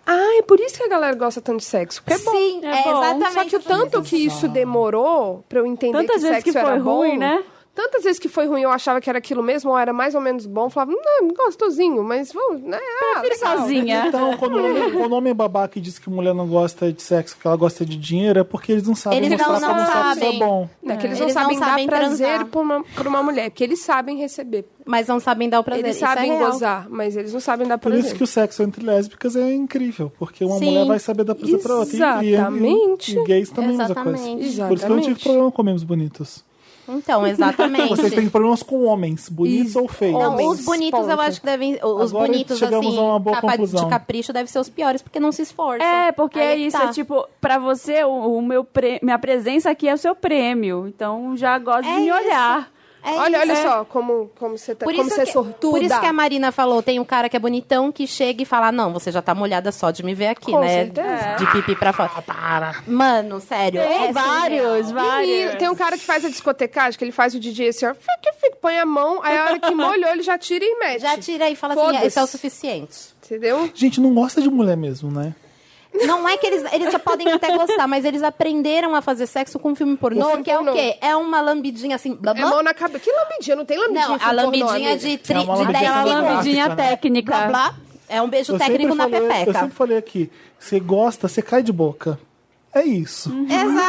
[SPEAKER 4] "Ah, é por isso que a galera gosta tanto de sexo, porque é bom".
[SPEAKER 3] Sim,
[SPEAKER 2] É
[SPEAKER 3] é
[SPEAKER 2] bom.
[SPEAKER 3] exatamente.
[SPEAKER 4] Só Só que o tanto que isso demorou pra eu entender
[SPEAKER 2] Tantas
[SPEAKER 4] que
[SPEAKER 2] vezes
[SPEAKER 4] sexo
[SPEAKER 2] que foi
[SPEAKER 4] era bom,
[SPEAKER 2] ruim, né?
[SPEAKER 4] Tantas vezes que foi ruim, eu achava que era aquilo mesmo, ou era mais ou menos bom, eu falava, não, gostosinho, mas vamos, né? ah,
[SPEAKER 2] Prefiro
[SPEAKER 4] legal."
[SPEAKER 2] sozinha.
[SPEAKER 1] Então, quando o homem, quando o homem babaca diz que mulher não gosta de sexo, que ela gosta de dinheiro, é porque eles não sabem
[SPEAKER 3] Eles
[SPEAKER 1] mostrar
[SPEAKER 3] não-
[SPEAKER 1] como
[SPEAKER 3] não
[SPEAKER 1] sexo é
[SPEAKER 3] sabem.
[SPEAKER 1] bom.
[SPEAKER 4] Não, que
[SPEAKER 3] Eles
[SPEAKER 4] eles, não
[SPEAKER 3] não
[SPEAKER 4] sabem
[SPEAKER 3] sabem
[SPEAKER 4] dar prazer
[SPEAKER 3] transar.
[SPEAKER 4] por uma, por uma mulher, porque eles sabem receber.
[SPEAKER 3] Mas não sabem dar o prazer.
[SPEAKER 4] Eles
[SPEAKER 3] Isso é
[SPEAKER 4] sabem
[SPEAKER 3] real.
[SPEAKER 4] gozar, mas eles não sabem dar
[SPEAKER 1] Por
[SPEAKER 4] prazer.
[SPEAKER 1] isso que o sexo entre lésbicas é incrível, porque uma
[SPEAKER 3] Sim.
[SPEAKER 1] mulher vai saber dar prazer pra outra. E- e-
[SPEAKER 4] Exatamente.
[SPEAKER 1] E, gays também é a mesma coisa.
[SPEAKER 3] Exatamente.
[SPEAKER 1] Por isso que eu não tive
[SPEAKER 4] Exatamente.
[SPEAKER 1] problema com homens bonitos.
[SPEAKER 3] Então, exatamente.
[SPEAKER 1] Vocês têm problemas com homens, bonitos
[SPEAKER 4] Isso.
[SPEAKER 1] ou feios.
[SPEAKER 3] Não,
[SPEAKER 4] Homens,
[SPEAKER 3] os bonitos eu
[SPEAKER 4] ponto.
[SPEAKER 3] acho que devem. Os
[SPEAKER 1] Agora
[SPEAKER 3] bonitos,
[SPEAKER 1] chegamos
[SPEAKER 3] assim,
[SPEAKER 1] a uma boa
[SPEAKER 3] capa
[SPEAKER 1] conclusão.
[SPEAKER 3] de capricho devem ser os piores, porque não se esforçam.
[SPEAKER 2] É, porque é
[SPEAKER 3] Aí que
[SPEAKER 2] isso,
[SPEAKER 3] tá.
[SPEAKER 2] é tipo, pra você, o, o meu pre- minha presença aqui é o seu prêmio. Então já gosto
[SPEAKER 3] É
[SPEAKER 2] de me
[SPEAKER 3] isso.
[SPEAKER 2] olhar.
[SPEAKER 3] É
[SPEAKER 4] olha, olha
[SPEAKER 3] isso.
[SPEAKER 4] só como, como você tá,
[SPEAKER 3] Por
[SPEAKER 4] como
[SPEAKER 3] isso,
[SPEAKER 4] você é
[SPEAKER 3] que,
[SPEAKER 4] sortuda.
[SPEAKER 3] por isso que a Marina falou, tem um cara que é bonitão que chega e fala, não, você já tá molhada só de me ver aqui,
[SPEAKER 4] Com
[SPEAKER 3] né?
[SPEAKER 4] certeza. Ah,
[SPEAKER 3] De pipi pra fora. Mano, sério.
[SPEAKER 2] Tem
[SPEAKER 3] é
[SPEAKER 2] vários,
[SPEAKER 3] surreal.
[SPEAKER 2] vários.
[SPEAKER 4] Menino, tem um cara que faz a discotecagem, que ele faz o DJ assim, ó, fica, fica, põe a mão, aí a hora que molhou, ele já tira e mete.
[SPEAKER 3] Já tira e fala assim,
[SPEAKER 4] Foda-se.
[SPEAKER 3] esse é o suficiente.
[SPEAKER 4] Entendeu?
[SPEAKER 1] Gente, não gosta de mulher mesmo, né?
[SPEAKER 3] Não é que eles, eles só podem até gostar, mas eles aprenderam a fazer sexo com um filme pornô,
[SPEAKER 4] filme
[SPEAKER 3] que é
[SPEAKER 4] pornô.
[SPEAKER 3] o quê? É uma lambidinha assim, blá
[SPEAKER 4] É
[SPEAKER 3] blá.
[SPEAKER 4] mão na cabeça. Que lambidinha? Não tem lambidinha.
[SPEAKER 3] não,
[SPEAKER 4] em
[SPEAKER 3] a
[SPEAKER 4] filme pornô,
[SPEAKER 3] lambidinha
[SPEAKER 4] amiga.
[SPEAKER 3] de,
[SPEAKER 1] É
[SPEAKER 3] tri,
[SPEAKER 1] uma
[SPEAKER 3] de 10
[SPEAKER 1] lambidinha
[SPEAKER 2] Aquela
[SPEAKER 1] Clássica,
[SPEAKER 3] segundos.
[SPEAKER 2] lambidinha
[SPEAKER 1] né?
[SPEAKER 2] técnica.
[SPEAKER 3] Blá blá. É um beijo
[SPEAKER 1] Eu
[SPEAKER 3] técnico
[SPEAKER 1] sempre
[SPEAKER 3] na
[SPEAKER 1] falei- Eu
[SPEAKER 3] pepeca.
[SPEAKER 1] sempre falei aqui, você gosta, você cai de boca. É isso.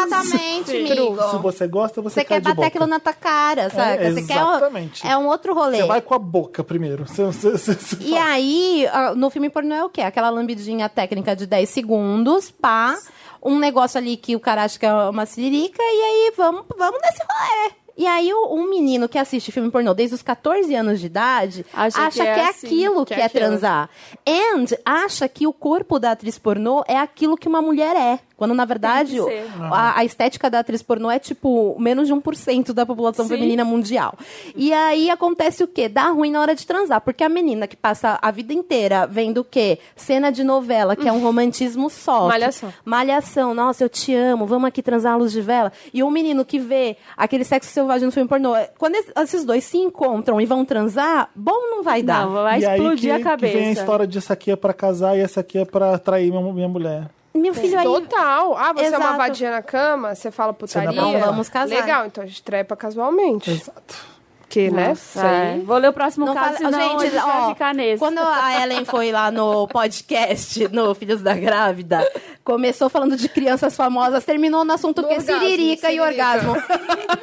[SPEAKER 3] Exatamente, amigo.
[SPEAKER 1] Se você gosta, você,
[SPEAKER 3] Hum, Você
[SPEAKER 1] cai
[SPEAKER 3] quer
[SPEAKER 1] de boca.
[SPEAKER 3] bater aquilo na tua
[SPEAKER 2] É,
[SPEAKER 3] cara, sabe? você quer
[SPEAKER 1] exatamente.
[SPEAKER 3] é um outro rolê.
[SPEAKER 1] Você vai com a boca primeiro. Você, você, você, você
[SPEAKER 3] E aí, ah, no filme pornô é o quê? Aquela lambidinha técnica de 10 segundos, pá. Um negócio ali que o cara acha que é uma siririca, e aí vamos, vamos nesse rolê. E aí, o- um menino que assiste filme pornô desde os 14 anos de idade
[SPEAKER 2] Acha
[SPEAKER 3] acha,
[SPEAKER 2] que
[SPEAKER 3] que,
[SPEAKER 2] é
[SPEAKER 3] é
[SPEAKER 2] assim,
[SPEAKER 3] aquilo que,
[SPEAKER 2] que é
[SPEAKER 3] é,
[SPEAKER 2] aquilo.
[SPEAKER 3] transar. And acha que o corpo da atriz pornô é aquilo que uma mulher é. Quando, na verdade,
[SPEAKER 2] Tem que ser.
[SPEAKER 3] a, a estética da atriz pornô é, tipo, menos de 1% da população
[SPEAKER 2] Sim.
[SPEAKER 3] feminina mundial. E aí acontece o quê? Dá ruim na hora de transar, porque a menina que passa a vida inteira vendo o quê? Cena de novela, que é um romantismo só.
[SPEAKER 4] Malhação.
[SPEAKER 3] Que- Malhação, nossa, eu te amo, vamos aqui transar à luz de vela. E o menino que vê aquele sexo selvagem no filme pornô, quando es- esses dois se encontram e vão transar, bom não vai dar.
[SPEAKER 2] Não, vai
[SPEAKER 1] Tá. E aí
[SPEAKER 2] explodir
[SPEAKER 1] que-
[SPEAKER 2] a cabeça.
[SPEAKER 1] Que vem a história de essa aqui é pra casar e essa aqui é pra atrair minha, minha mulher.
[SPEAKER 3] Meu filho aí...
[SPEAKER 4] Total. Ah, você é uma
[SPEAKER 3] Exato.
[SPEAKER 4] vadia na cama, você fala putaria.
[SPEAKER 1] Você não
[SPEAKER 3] vai- Vamos casar.
[SPEAKER 4] Legal, então a gente trepa casualmente.
[SPEAKER 1] Exato.
[SPEAKER 4] Que, né?
[SPEAKER 2] Nossa, é. Vou ler o próximo
[SPEAKER 3] Não
[SPEAKER 2] caso,
[SPEAKER 3] fala-
[SPEAKER 2] senão a gente vai
[SPEAKER 3] ó,
[SPEAKER 2] ficar nesse.
[SPEAKER 3] Quando a Ellen foi lá no podcast, no Filhos da Grávida, começou falando de crianças famosas, terminou no assunto
[SPEAKER 4] No
[SPEAKER 3] que é
[SPEAKER 4] orgasmo,
[SPEAKER 3] siririca e
[SPEAKER 4] siririca.
[SPEAKER 3] orgasmo.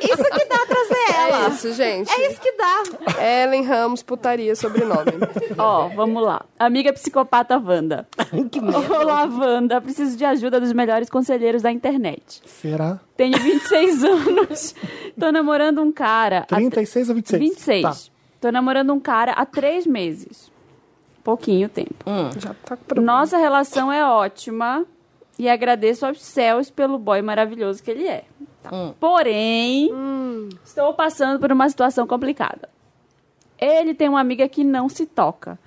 [SPEAKER 3] Isso que dá trazer
[SPEAKER 4] É
[SPEAKER 3] ela.
[SPEAKER 4] isso, gente.
[SPEAKER 3] É isso que dá.
[SPEAKER 4] Ellen Ramos, putaria, sobrenome.
[SPEAKER 2] Ó, vamos lá. Amiga psicopata Wanda. Olá, Wanda. Preciso de ajuda dos melhores conselheiros da internet.
[SPEAKER 1] Será?
[SPEAKER 2] Tenho 26 anos. Tô namorando um cara. há
[SPEAKER 1] 36 ou 26?
[SPEAKER 2] 26.
[SPEAKER 1] Tá.
[SPEAKER 2] Tô namorando um cara há três meses. Pouquinho tempo.
[SPEAKER 4] Já tá com problema.
[SPEAKER 2] Nossa relação é ótima e agradeço aos céus pelo boy maravilhoso que ele é. Tá. Porém, estou passando por uma situação complicada. Ele tem uma amiga que não se toca.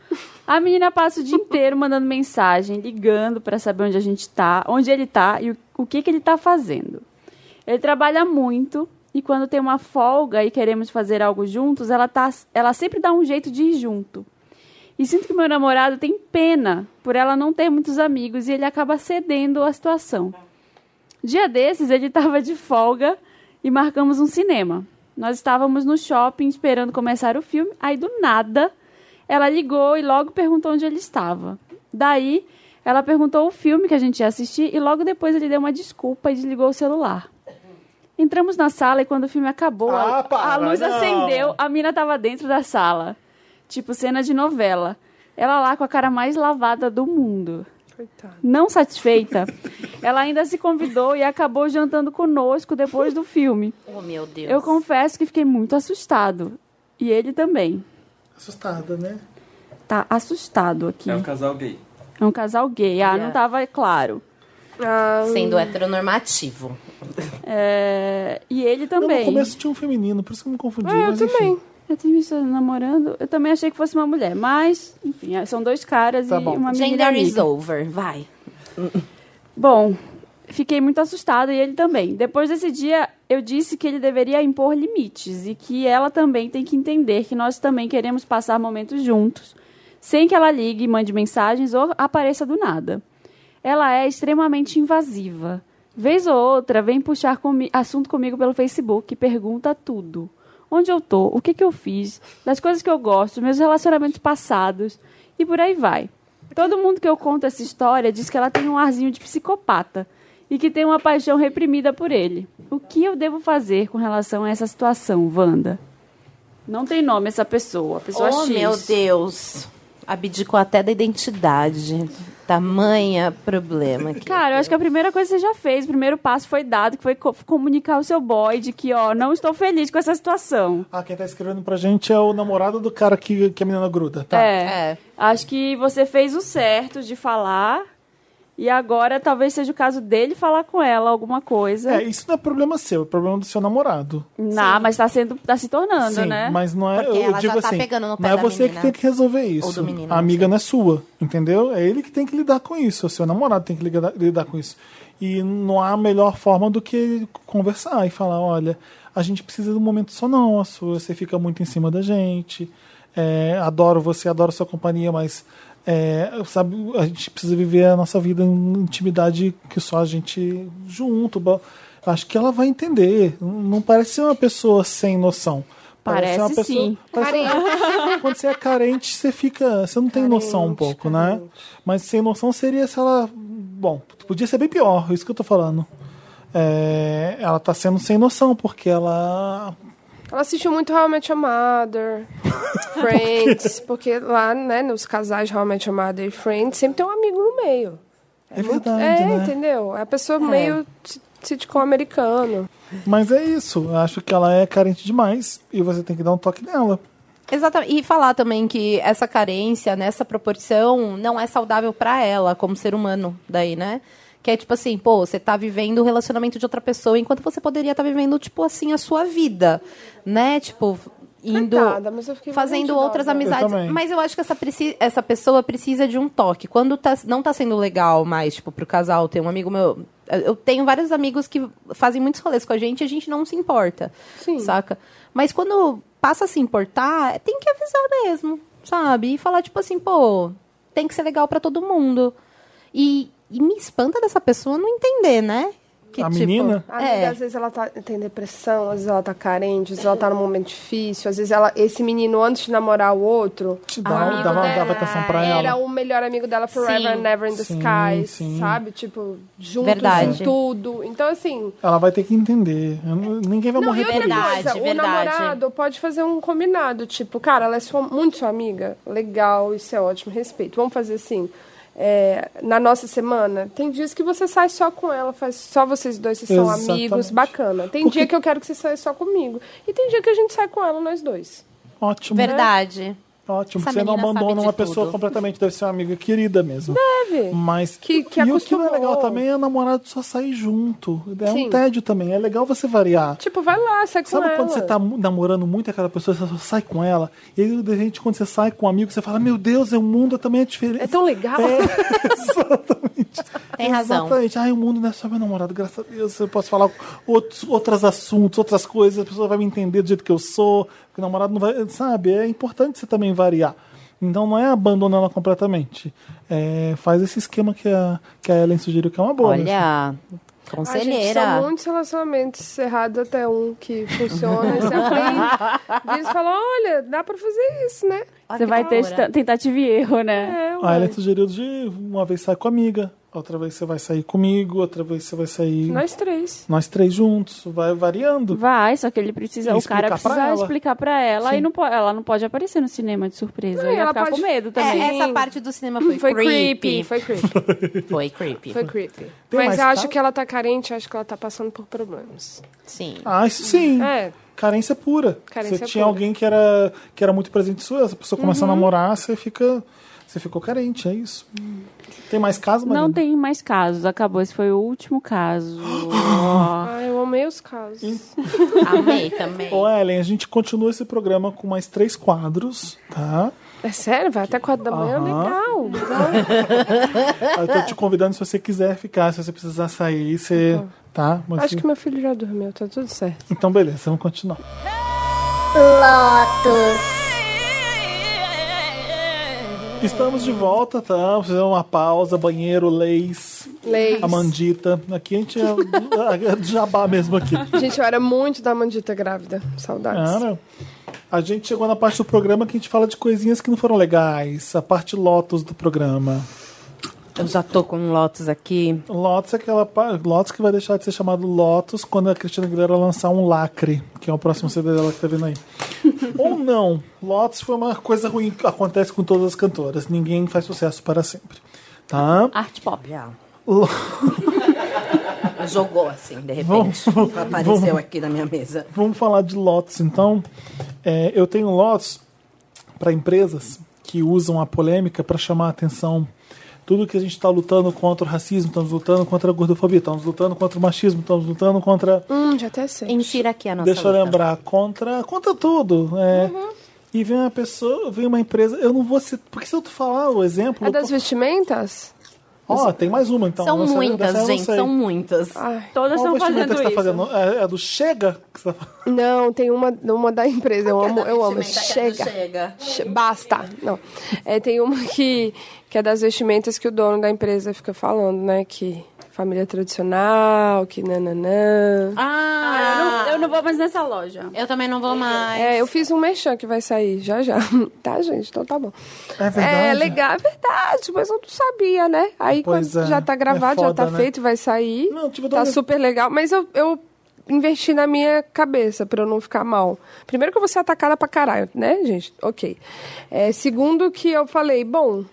[SPEAKER 2] A menina passa o dia inteiro mandando mensagem, ligando pra saber onde a gente tá, onde ele tá e o, o que, que ele tá fazendo. Ele trabalha muito e quando tem uma folga e queremos fazer algo juntos, ela, tá, ela sempre dá um jeito de ir junto. E sinto que meu namorado tem pena por ela não ter muitos amigos e ele acaba cedendo à situação. Dia desses, ele estava de folga e marcamos um cinema. Nós estávamos no shopping esperando começar o filme, aí do nada ela ligou e logo perguntou onde ele estava. Daí, ela perguntou o filme que a gente ia assistir e logo depois ele deu uma desculpa e desligou o celular. Entramos na sala e quando o filme acabou, a-
[SPEAKER 1] Ah, para,
[SPEAKER 2] a luz
[SPEAKER 1] não.
[SPEAKER 2] acendeu, a mina estava dentro da sala. Tipo cena de novela. Ela lá com a cara mais lavada do mundo.
[SPEAKER 4] Coitada.
[SPEAKER 2] Não satisfeita, ela ainda se convidou e acabou jantando conosco depois do filme.
[SPEAKER 3] Oh, meu Deus.
[SPEAKER 2] Eu confesso que fiquei muito assustado. E ele também.
[SPEAKER 1] Assustada, né?
[SPEAKER 2] Tá assustado aqui.
[SPEAKER 6] É um casal gay.
[SPEAKER 2] É um casal gay. Ah, não
[SPEAKER 3] É.
[SPEAKER 2] tava claro.
[SPEAKER 4] Ah,
[SPEAKER 3] Sendo heteronormativo.
[SPEAKER 2] É, E ele
[SPEAKER 1] Eu, no
[SPEAKER 2] também.
[SPEAKER 1] começo tinha um feminino, por isso que eu me confundi.
[SPEAKER 4] ah, eu
[SPEAKER 1] mas, enfim.
[SPEAKER 4] também.
[SPEAKER 2] Eu tenho visto namorando. Eu também achei que fosse uma mulher. Mas, enfim, é, são dois caras
[SPEAKER 1] Tá
[SPEAKER 2] e
[SPEAKER 1] bom.
[SPEAKER 2] uma menina.
[SPEAKER 3] Gender is
[SPEAKER 2] amiga.
[SPEAKER 3] over. Vai.
[SPEAKER 2] Bom, fiquei muito assustada e ele também. Depois desse dia, eu disse que ele deveria impor limites e que ela também tem que entender que nós também queremos passar momentos juntos, sem que ela ligue, mande mensagens ou apareça do nada. Ela é extremamente invasiva. Vez ou outra, vem puxar comi- assunto comigo pelo Facebook e pergunta tudo. Onde eu tô, o que, que eu fiz, das coisas que eu gosto, meus relacionamentos passados e por aí vai. Todo mundo que eu conto essa história diz que ela tem um arzinho de psicopata e que tem uma paixão reprimida por ele. O que eu devo fazer com relação a essa situação, Wanda? Não tem nome essa pessoa, a pessoa é
[SPEAKER 3] oh,
[SPEAKER 2] X.
[SPEAKER 3] meu Deus. Abdicou até da identidade. Tamanha problema aqui.
[SPEAKER 2] Cara, eu acho que a primeira coisa que você já fez, o primeiro passo foi dado, que foi co- comunicar o seu boy de que, ó, não estou feliz com essa situação.
[SPEAKER 1] Ah, quem tá escrevendo pra gente é o namorado do cara que, que a menina gruda, tá?
[SPEAKER 2] É.
[SPEAKER 3] É.
[SPEAKER 2] Acho que você fez o certo de falar. E agora talvez seja o caso dele falar com ela alguma coisa.
[SPEAKER 1] É, isso não é problema seu, é problema do seu namorado.
[SPEAKER 2] Não, mas tá sendo. tá se tornando,
[SPEAKER 1] Sim,
[SPEAKER 2] né?
[SPEAKER 1] mas não é.
[SPEAKER 3] Porque
[SPEAKER 1] eu
[SPEAKER 3] ela já
[SPEAKER 1] digo
[SPEAKER 3] tá
[SPEAKER 1] assim,
[SPEAKER 3] pegando no pé
[SPEAKER 1] não é
[SPEAKER 3] da
[SPEAKER 1] você
[SPEAKER 3] menina.
[SPEAKER 1] que tem que resolver isso.
[SPEAKER 3] do menino,
[SPEAKER 1] a
[SPEAKER 3] não
[SPEAKER 1] amiga não é sua, entendeu? É ele que tem que lidar com isso. É o seu namorado tem que lidar, lidar com isso. E não há melhor forma do que conversar e falar: olha, a gente precisa de um momento só nosso, você fica muito em cima da gente. é, adoro você, adoro sua companhia, mas é, sabe, a gente precisa viver a nossa vida em intimidade que só a gente junto. Bo- Acho que ela vai entender. Não parece ser uma pessoa sem noção. Parece, uma
[SPEAKER 2] Parece
[SPEAKER 1] pessoa.
[SPEAKER 2] sim.
[SPEAKER 1] parece uma- quando você é carente, você fica. Você não tem noção um pouco, né? Mas sem noção seria se ela. Bom, podia ser bem pior, isso que eu tô falando. É, ela tá sendo sem noção, porque ela.
[SPEAKER 4] Ela assistiu muito How I Met Your Mother, Friends, porque lá, né, nos casais How I Met Your Mother e Friends, sempre tem um amigo no meio.
[SPEAKER 1] É, verdade,
[SPEAKER 4] é,
[SPEAKER 1] né?
[SPEAKER 4] entendeu? É a pessoa meio si- sitcom americano.
[SPEAKER 1] Mas é isso. eu Acho que ela é carente demais e você tem que dar um toque nela.
[SPEAKER 3] Exatamente. E falar também que essa carência, nessa proporção, não é saudável pra ela, como ser humano, daí, né? Que é tipo assim, pô, você tá vivendo o relacionamento de outra pessoa, enquanto você poderia estar vivendo, tipo assim, a sua vida, né? Tipo, indo.
[SPEAKER 4] Coitada, mas eu fiquei morrendo de né?
[SPEAKER 3] fazendo
[SPEAKER 4] dó
[SPEAKER 3] outras
[SPEAKER 4] dela.
[SPEAKER 3] amizades.
[SPEAKER 1] também.
[SPEAKER 3] Mas eu acho que essa, preci- essa pessoa precisa de um toque. Quando tá, não tá sendo legal mais, tipo, pro casal, tem um amigo meu. Eu tenho vários amigos que fazem muitos rolês com a gente e a gente não se importa.
[SPEAKER 4] Sim.
[SPEAKER 3] Saca? Mas quando passa a se importar, tem que avisar mesmo, sabe? E falar, tipo assim, pô, tem que ser legal pra todo mundo. E, e me espanta dessa pessoa não entender, né? Que,
[SPEAKER 1] a
[SPEAKER 3] tipo,
[SPEAKER 1] menina.
[SPEAKER 4] A amiga, às vezes ela tá, tem depressão, às vezes ela tá carente, às vezes ela tá num momento difícil, às vezes ela, esse menino, antes de namorar o outro,
[SPEAKER 1] Te dá, um,
[SPEAKER 4] amigo
[SPEAKER 1] dá uma
[SPEAKER 4] dela
[SPEAKER 1] dava atenção pra
[SPEAKER 4] era
[SPEAKER 1] ela.
[SPEAKER 4] o melhor amigo dela forever
[SPEAKER 3] Sim.
[SPEAKER 4] and ever in the
[SPEAKER 1] Sim,
[SPEAKER 4] sky,
[SPEAKER 1] sim.
[SPEAKER 4] sabe? Tipo, juntos
[SPEAKER 3] Verdade.
[SPEAKER 4] em tudo. Então, assim...
[SPEAKER 1] Ela vai ter que entender. Eu não- Ninguém vai
[SPEAKER 4] Não, e
[SPEAKER 1] morrer
[SPEAKER 4] outra
[SPEAKER 1] por isso.
[SPEAKER 3] Verdade,
[SPEAKER 4] coisa, o
[SPEAKER 3] verdade.
[SPEAKER 4] namorado pode fazer um combinado, tipo, cara, ela é sua- muito sua amiga, legal, isso é ótimo, respeito. Vamos fazer assim, é, na nossa semana, tem dias que você sai só com ela, faz só vocês dois, vocês são
[SPEAKER 1] Exatamente.
[SPEAKER 4] amigos, bacana. Tem
[SPEAKER 1] Porque-
[SPEAKER 4] dia que eu quero que você saia só comigo, e tem dia que a gente sai com ela, nós dois.
[SPEAKER 1] Ótimo.
[SPEAKER 3] Verdade.
[SPEAKER 1] Ótimo.
[SPEAKER 3] Essa
[SPEAKER 1] Você não
[SPEAKER 3] menina sabe
[SPEAKER 1] abandona
[SPEAKER 3] de
[SPEAKER 1] uma pessoa
[SPEAKER 3] tudo.
[SPEAKER 1] completamente. Deve ser uma amiga querida mesmo.
[SPEAKER 4] Sabe?
[SPEAKER 1] Mas e
[SPEAKER 4] Que- que
[SPEAKER 1] o que não é
[SPEAKER 4] acostumou.
[SPEAKER 1] legal também é o namorado só sair junto. É um
[SPEAKER 4] Sim.
[SPEAKER 1] tédio também. É legal você variar.
[SPEAKER 4] Tipo, vai lá, sai com
[SPEAKER 1] Sabe
[SPEAKER 4] ela.
[SPEAKER 1] quando você tá mu- namorando muito aquela pessoa, você só sai com ela? E aí, de repente, quando você sai com um amigo, você fala: Meu Deus, é o mundo também é diferente.
[SPEAKER 4] É tão legal.
[SPEAKER 1] Exatamente.
[SPEAKER 3] Tem razão.
[SPEAKER 1] Exatamente. Ai, o mundo não é só meu namorado, graças a Deus. Eu posso falar outros outras assuntos, outras coisas, a pessoa vai me entender do jeito que eu sou, porque o namorado não vai. Sabe? É importante você também variar. Então não é abandonar ela completamente. É, faz esse esquema que a, que a Ellen sugeriu, que é uma boa. né?
[SPEAKER 3] Olha,
[SPEAKER 4] Ai, gente, são
[SPEAKER 3] conselheira.
[SPEAKER 4] muitos relacionamentos errados até um que funciona. e Você aprende. Diz, fala, olha, dá pra fazer isso, né?
[SPEAKER 2] Você vai ter esta- tentativa e erro, né?
[SPEAKER 4] É,
[SPEAKER 1] A
[SPEAKER 4] ué.
[SPEAKER 1] Ellen sugeriu de uma vez sair com a amiga, outra vez você vai sair comigo, outra vez você vai sair nós,
[SPEAKER 4] Nós três.
[SPEAKER 1] três juntos, vai variando.
[SPEAKER 2] Vai, só que ele precisa,
[SPEAKER 1] E
[SPEAKER 2] o
[SPEAKER 1] explicar
[SPEAKER 2] cara
[SPEAKER 1] pra
[SPEAKER 2] precisa
[SPEAKER 1] ela.
[SPEAKER 2] explicar pra ela
[SPEAKER 1] Sim.
[SPEAKER 2] e não po- ela não pode aparecer no cinema de surpresa.
[SPEAKER 4] Não,
[SPEAKER 2] eu
[SPEAKER 4] e
[SPEAKER 2] ia
[SPEAKER 4] ela
[SPEAKER 2] ficar
[SPEAKER 4] pode-
[SPEAKER 2] com medo também.
[SPEAKER 3] É, essa
[SPEAKER 4] Sim.
[SPEAKER 3] parte do cinema foi,
[SPEAKER 4] Foi creepy,
[SPEAKER 3] creepy.
[SPEAKER 4] foi creepy,
[SPEAKER 3] Foi creepy.
[SPEAKER 4] foi creepy.
[SPEAKER 1] Tem mais
[SPEAKER 4] Mas eu acho
[SPEAKER 1] caso?
[SPEAKER 4] que ela tá carente, eu acho que ela tá passando por problemas.
[SPEAKER 3] Sim.
[SPEAKER 1] Ah, isso sim.
[SPEAKER 4] É,
[SPEAKER 1] Carência pura.
[SPEAKER 4] Carência
[SPEAKER 1] você tinha
[SPEAKER 4] pura. Uhum.
[SPEAKER 1] alguém que era, que era muito presente sua, essa pessoa começa a namorar, você fica. Você ficou carente, é isso. Tem mais casos,
[SPEAKER 2] Não
[SPEAKER 1] Marina?
[SPEAKER 2] tem mais casos, acabou. Esse foi o último caso.
[SPEAKER 4] ah, eu amei os casos.
[SPEAKER 1] Hum.
[SPEAKER 3] Amei também.
[SPEAKER 1] Ô, Ellen, a gente continua esse programa com mais três quadros, tá?
[SPEAKER 4] É sério, vai até quatro da manhã,
[SPEAKER 1] Aham.
[SPEAKER 4] legal. Então,
[SPEAKER 1] Eu tô te convidando se você quiser ficar, se você precisar sair, você. Tá? Mas-
[SPEAKER 4] acho que meu filho já dormiu, tá tudo certo.
[SPEAKER 1] Então, beleza, vamos continuar.
[SPEAKER 5] Lotus.
[SPEAKER 1] Estamos de volta, tá? Fizemos uma pausa, banheiro, leis,
[SPEAKER 4] Leis.
[SPEAKER 1] a mandita. Aqui a gente é, é jabá mesmo aqui.
[SPEAKER 4] Gente, eu era muito da Mandita grávida. Saudades.
[SPEAKER 1] Cara, a gente chegou na parte do programa que a gente fala de coisinhas que não foram legais. A parte Lotus do programa.
[SPEAKER 3] Eu já tô com um Lotus aqui.
[SPEAKER 1] Lotus é aquela pa- Lotus que vai deixar de ser chamado Lotus quando a Cristina Aguilera lançar um lacre, que é o próximo CD dela que tá vindo aí. Ou não. Lotus foi uma coisa ruim que acontece com todas as cantoras. Ninguém faz sucesso para sempre. Tá?
[SPEAKER 2] Arte pop.
[SPEAKER 7] Jogou assim, de repente. Apareceu aqui na minha mesa.
[SPEAKER 1] Vamos falar de lotes, então. É, eu tenho lotes para empresas que usam a polêmica para chamar a atenção. Tudo que a gente está lutando contra o racismo, estamos lutando contra a gordofobia, estamos lutando contra o machismo, estamos lutando contra.
[SPEAKER 4] Hum, já até sei.
[SPEAKER 7] Insira aqui a nossa
[SPEAKER 1] Deixa eu
[SPEAKER 7] luta.
[SPEAKER 1] lembrar, contra, contra tudo. é. E vem uma pessoa, vem uma empresa. Eu não vou citar. Porque se eu falar o exemplo.
[SPEAKER 4] É
[SPEAKER 1] eu
[SPEAKER 4] das
[SPEAKER 1] tô-
[SPEAKER 4] vestimentas?
[SPEAKER 1] Ó, tem mais uma então.
[SPEAKER 3] São
[SPEAKER 1] Não sei, dessa
[SPEAKER 3] muitas,
[SPEAKER 1] eu não
[SPEAKER 3] gente,
[SPEAKER 1] sei.
[SPEAKER 3] são muitas.
[SPEAKER 4] Ai.
[SPEAKER 2] Todas
[SPEAKER 1] Qual
[SPEAKER 2] estão
[SPEAKER 1] vestimenta
[SPEAKER 2] fazendo
[SPEAKER 1] que você
[SPEAKER 2] isso.
[SPEAKER 1] tá fazendo? É, é do Chega que você tá falando?
[SPEAKER 4] Não, tem uma, uma é da empresa. Eu amo, eu amo. Chega.
[SPEAKER 7] Chega.
[SPEAKER 4] Che- Basta. Não. É, tem uma que, que é das vestimentas que o dono da empresa fica falando, né? Que família tradicional, que nananã.
[SPEAKER 2] Ah, eu não, eu não vou mais nessa loja.
[SPEAKER 1] Tá
[SPEAKER 3] Eu também não vou mais.
[SPEAKER 4] É, eu fiz um merchan que vai sair já já. Tá, gente? Então tá bom.
[SPEAKER 1] É verdade?
[SPEAKER 4] É legal, é verdade, mas eu não sabia, né? Aí
[SPEAKER 1] Pois
[SPEAKER 4] quando
[SPEAKER 1] é,
[SPEAKER 4] já tá gravado,
[SPEAKER 1] é
[SPEAKER 4] já tá
[SPEAKER 1] foda, né?
[SPEAKER 4] feito, vai sair.
[SPEAKER 1] Não, tipo, eu tô
[SPEAKER 4] tá
[SPEAKER 1] olhando-
[SPEAKER 4] super legal. Mas eu, eu investi na minha cabeça pra eu não ficar mal. Primeiro que eu vou ser atacada pra caralho, né, gente? Ok. É, segundo que eu falei, bom,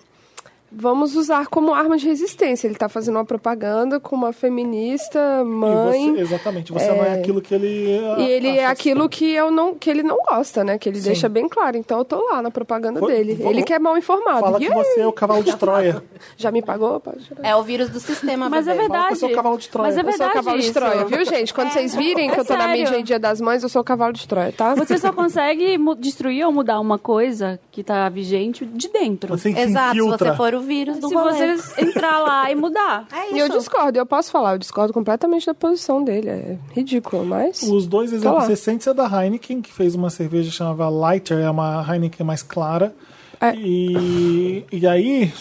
[SPEAKER 4] vamos usar como arma de resistência. Ele tá fazendo uma propaganda com uma feminista, mãe.
[SPEAKER 1] E você- exatamente, você não é aquilo que ele.
[SPEAKER 4] E ele é
[SPEAKER 1] acha
[SPEAKER 4] aquilo que eu não, que ele não gosta, né? Que ele deixa bem claro. Então eu tô lá na propaganda
[SPEAKER 1] Foi-
[SPEAKER 4] dele.
[SPEAKER 1] vamos-
[SPEAKER 4] Ele que é mal informado.
[SPEAKER 1] Fala que
[SPEAKER 4] Yeah.
[SPEAKER 1] você é o cavalo de Troia.
[SPEAKER 4] Já me pagou? Pode tirar.
[SPEAKER 3] É o vírus do sistema,
[SPEAKER 2] Mas é
[SPEAKER 3] bebê.
[SPEAKER 2] verdade.
[SPEAKER 1] eu sou o cavalo de Troia.
[SPEAKER 2] Mas é
[SPEAKER 1] Eu sou
[SPEAKER 4] Eu sou o
[SPEAKER 2] verdade
[SPEAKER 4] cavalo de
[SPEAKER 2] isso. É,
[SPEAKER 4] Troia, viu, gente? Quando vocês virem que eu tô na
[SPEAKER 2] sério. é
[SPEAKER 4] mídia em Dia das Mães, eu sou o cavalo de Troia, tá?
[SPEAKER 2] Você só consegue mu- destruir ou mudar uma coisa que tá vigente de dentro.
[SPEAKER 1] Você tá
[SPEAKER 3] Exato,
[SPEAKER 1] se
[SPEAKER 3] se
[SPEAKER 1] infiltra.
[SPEAKER 3] você for o vírus do
[SPEAKER 2] Se
[SPEAKER 3] rolê.
[SPEAKER 2] você entrar lá e mudar.
[SPEAKER 7] É
[SPEAKER 4] E eu
[SPEAKER 7] isso.
[SPEAKER 4] discordo, eu posso falar, eu discordo completamente da posição dele. É ridículo, mas.
[SPEAKER 1] Os dois
[SPEAKER 4] Tá lá.
[SPEAKER 1] exemplos recentes é da Heineken, que fez uma cerveja que chamava Lighter, é uma Heineken mais clara.
[SPEAKER 4] É.
[SPEAKER 1] E, e aí,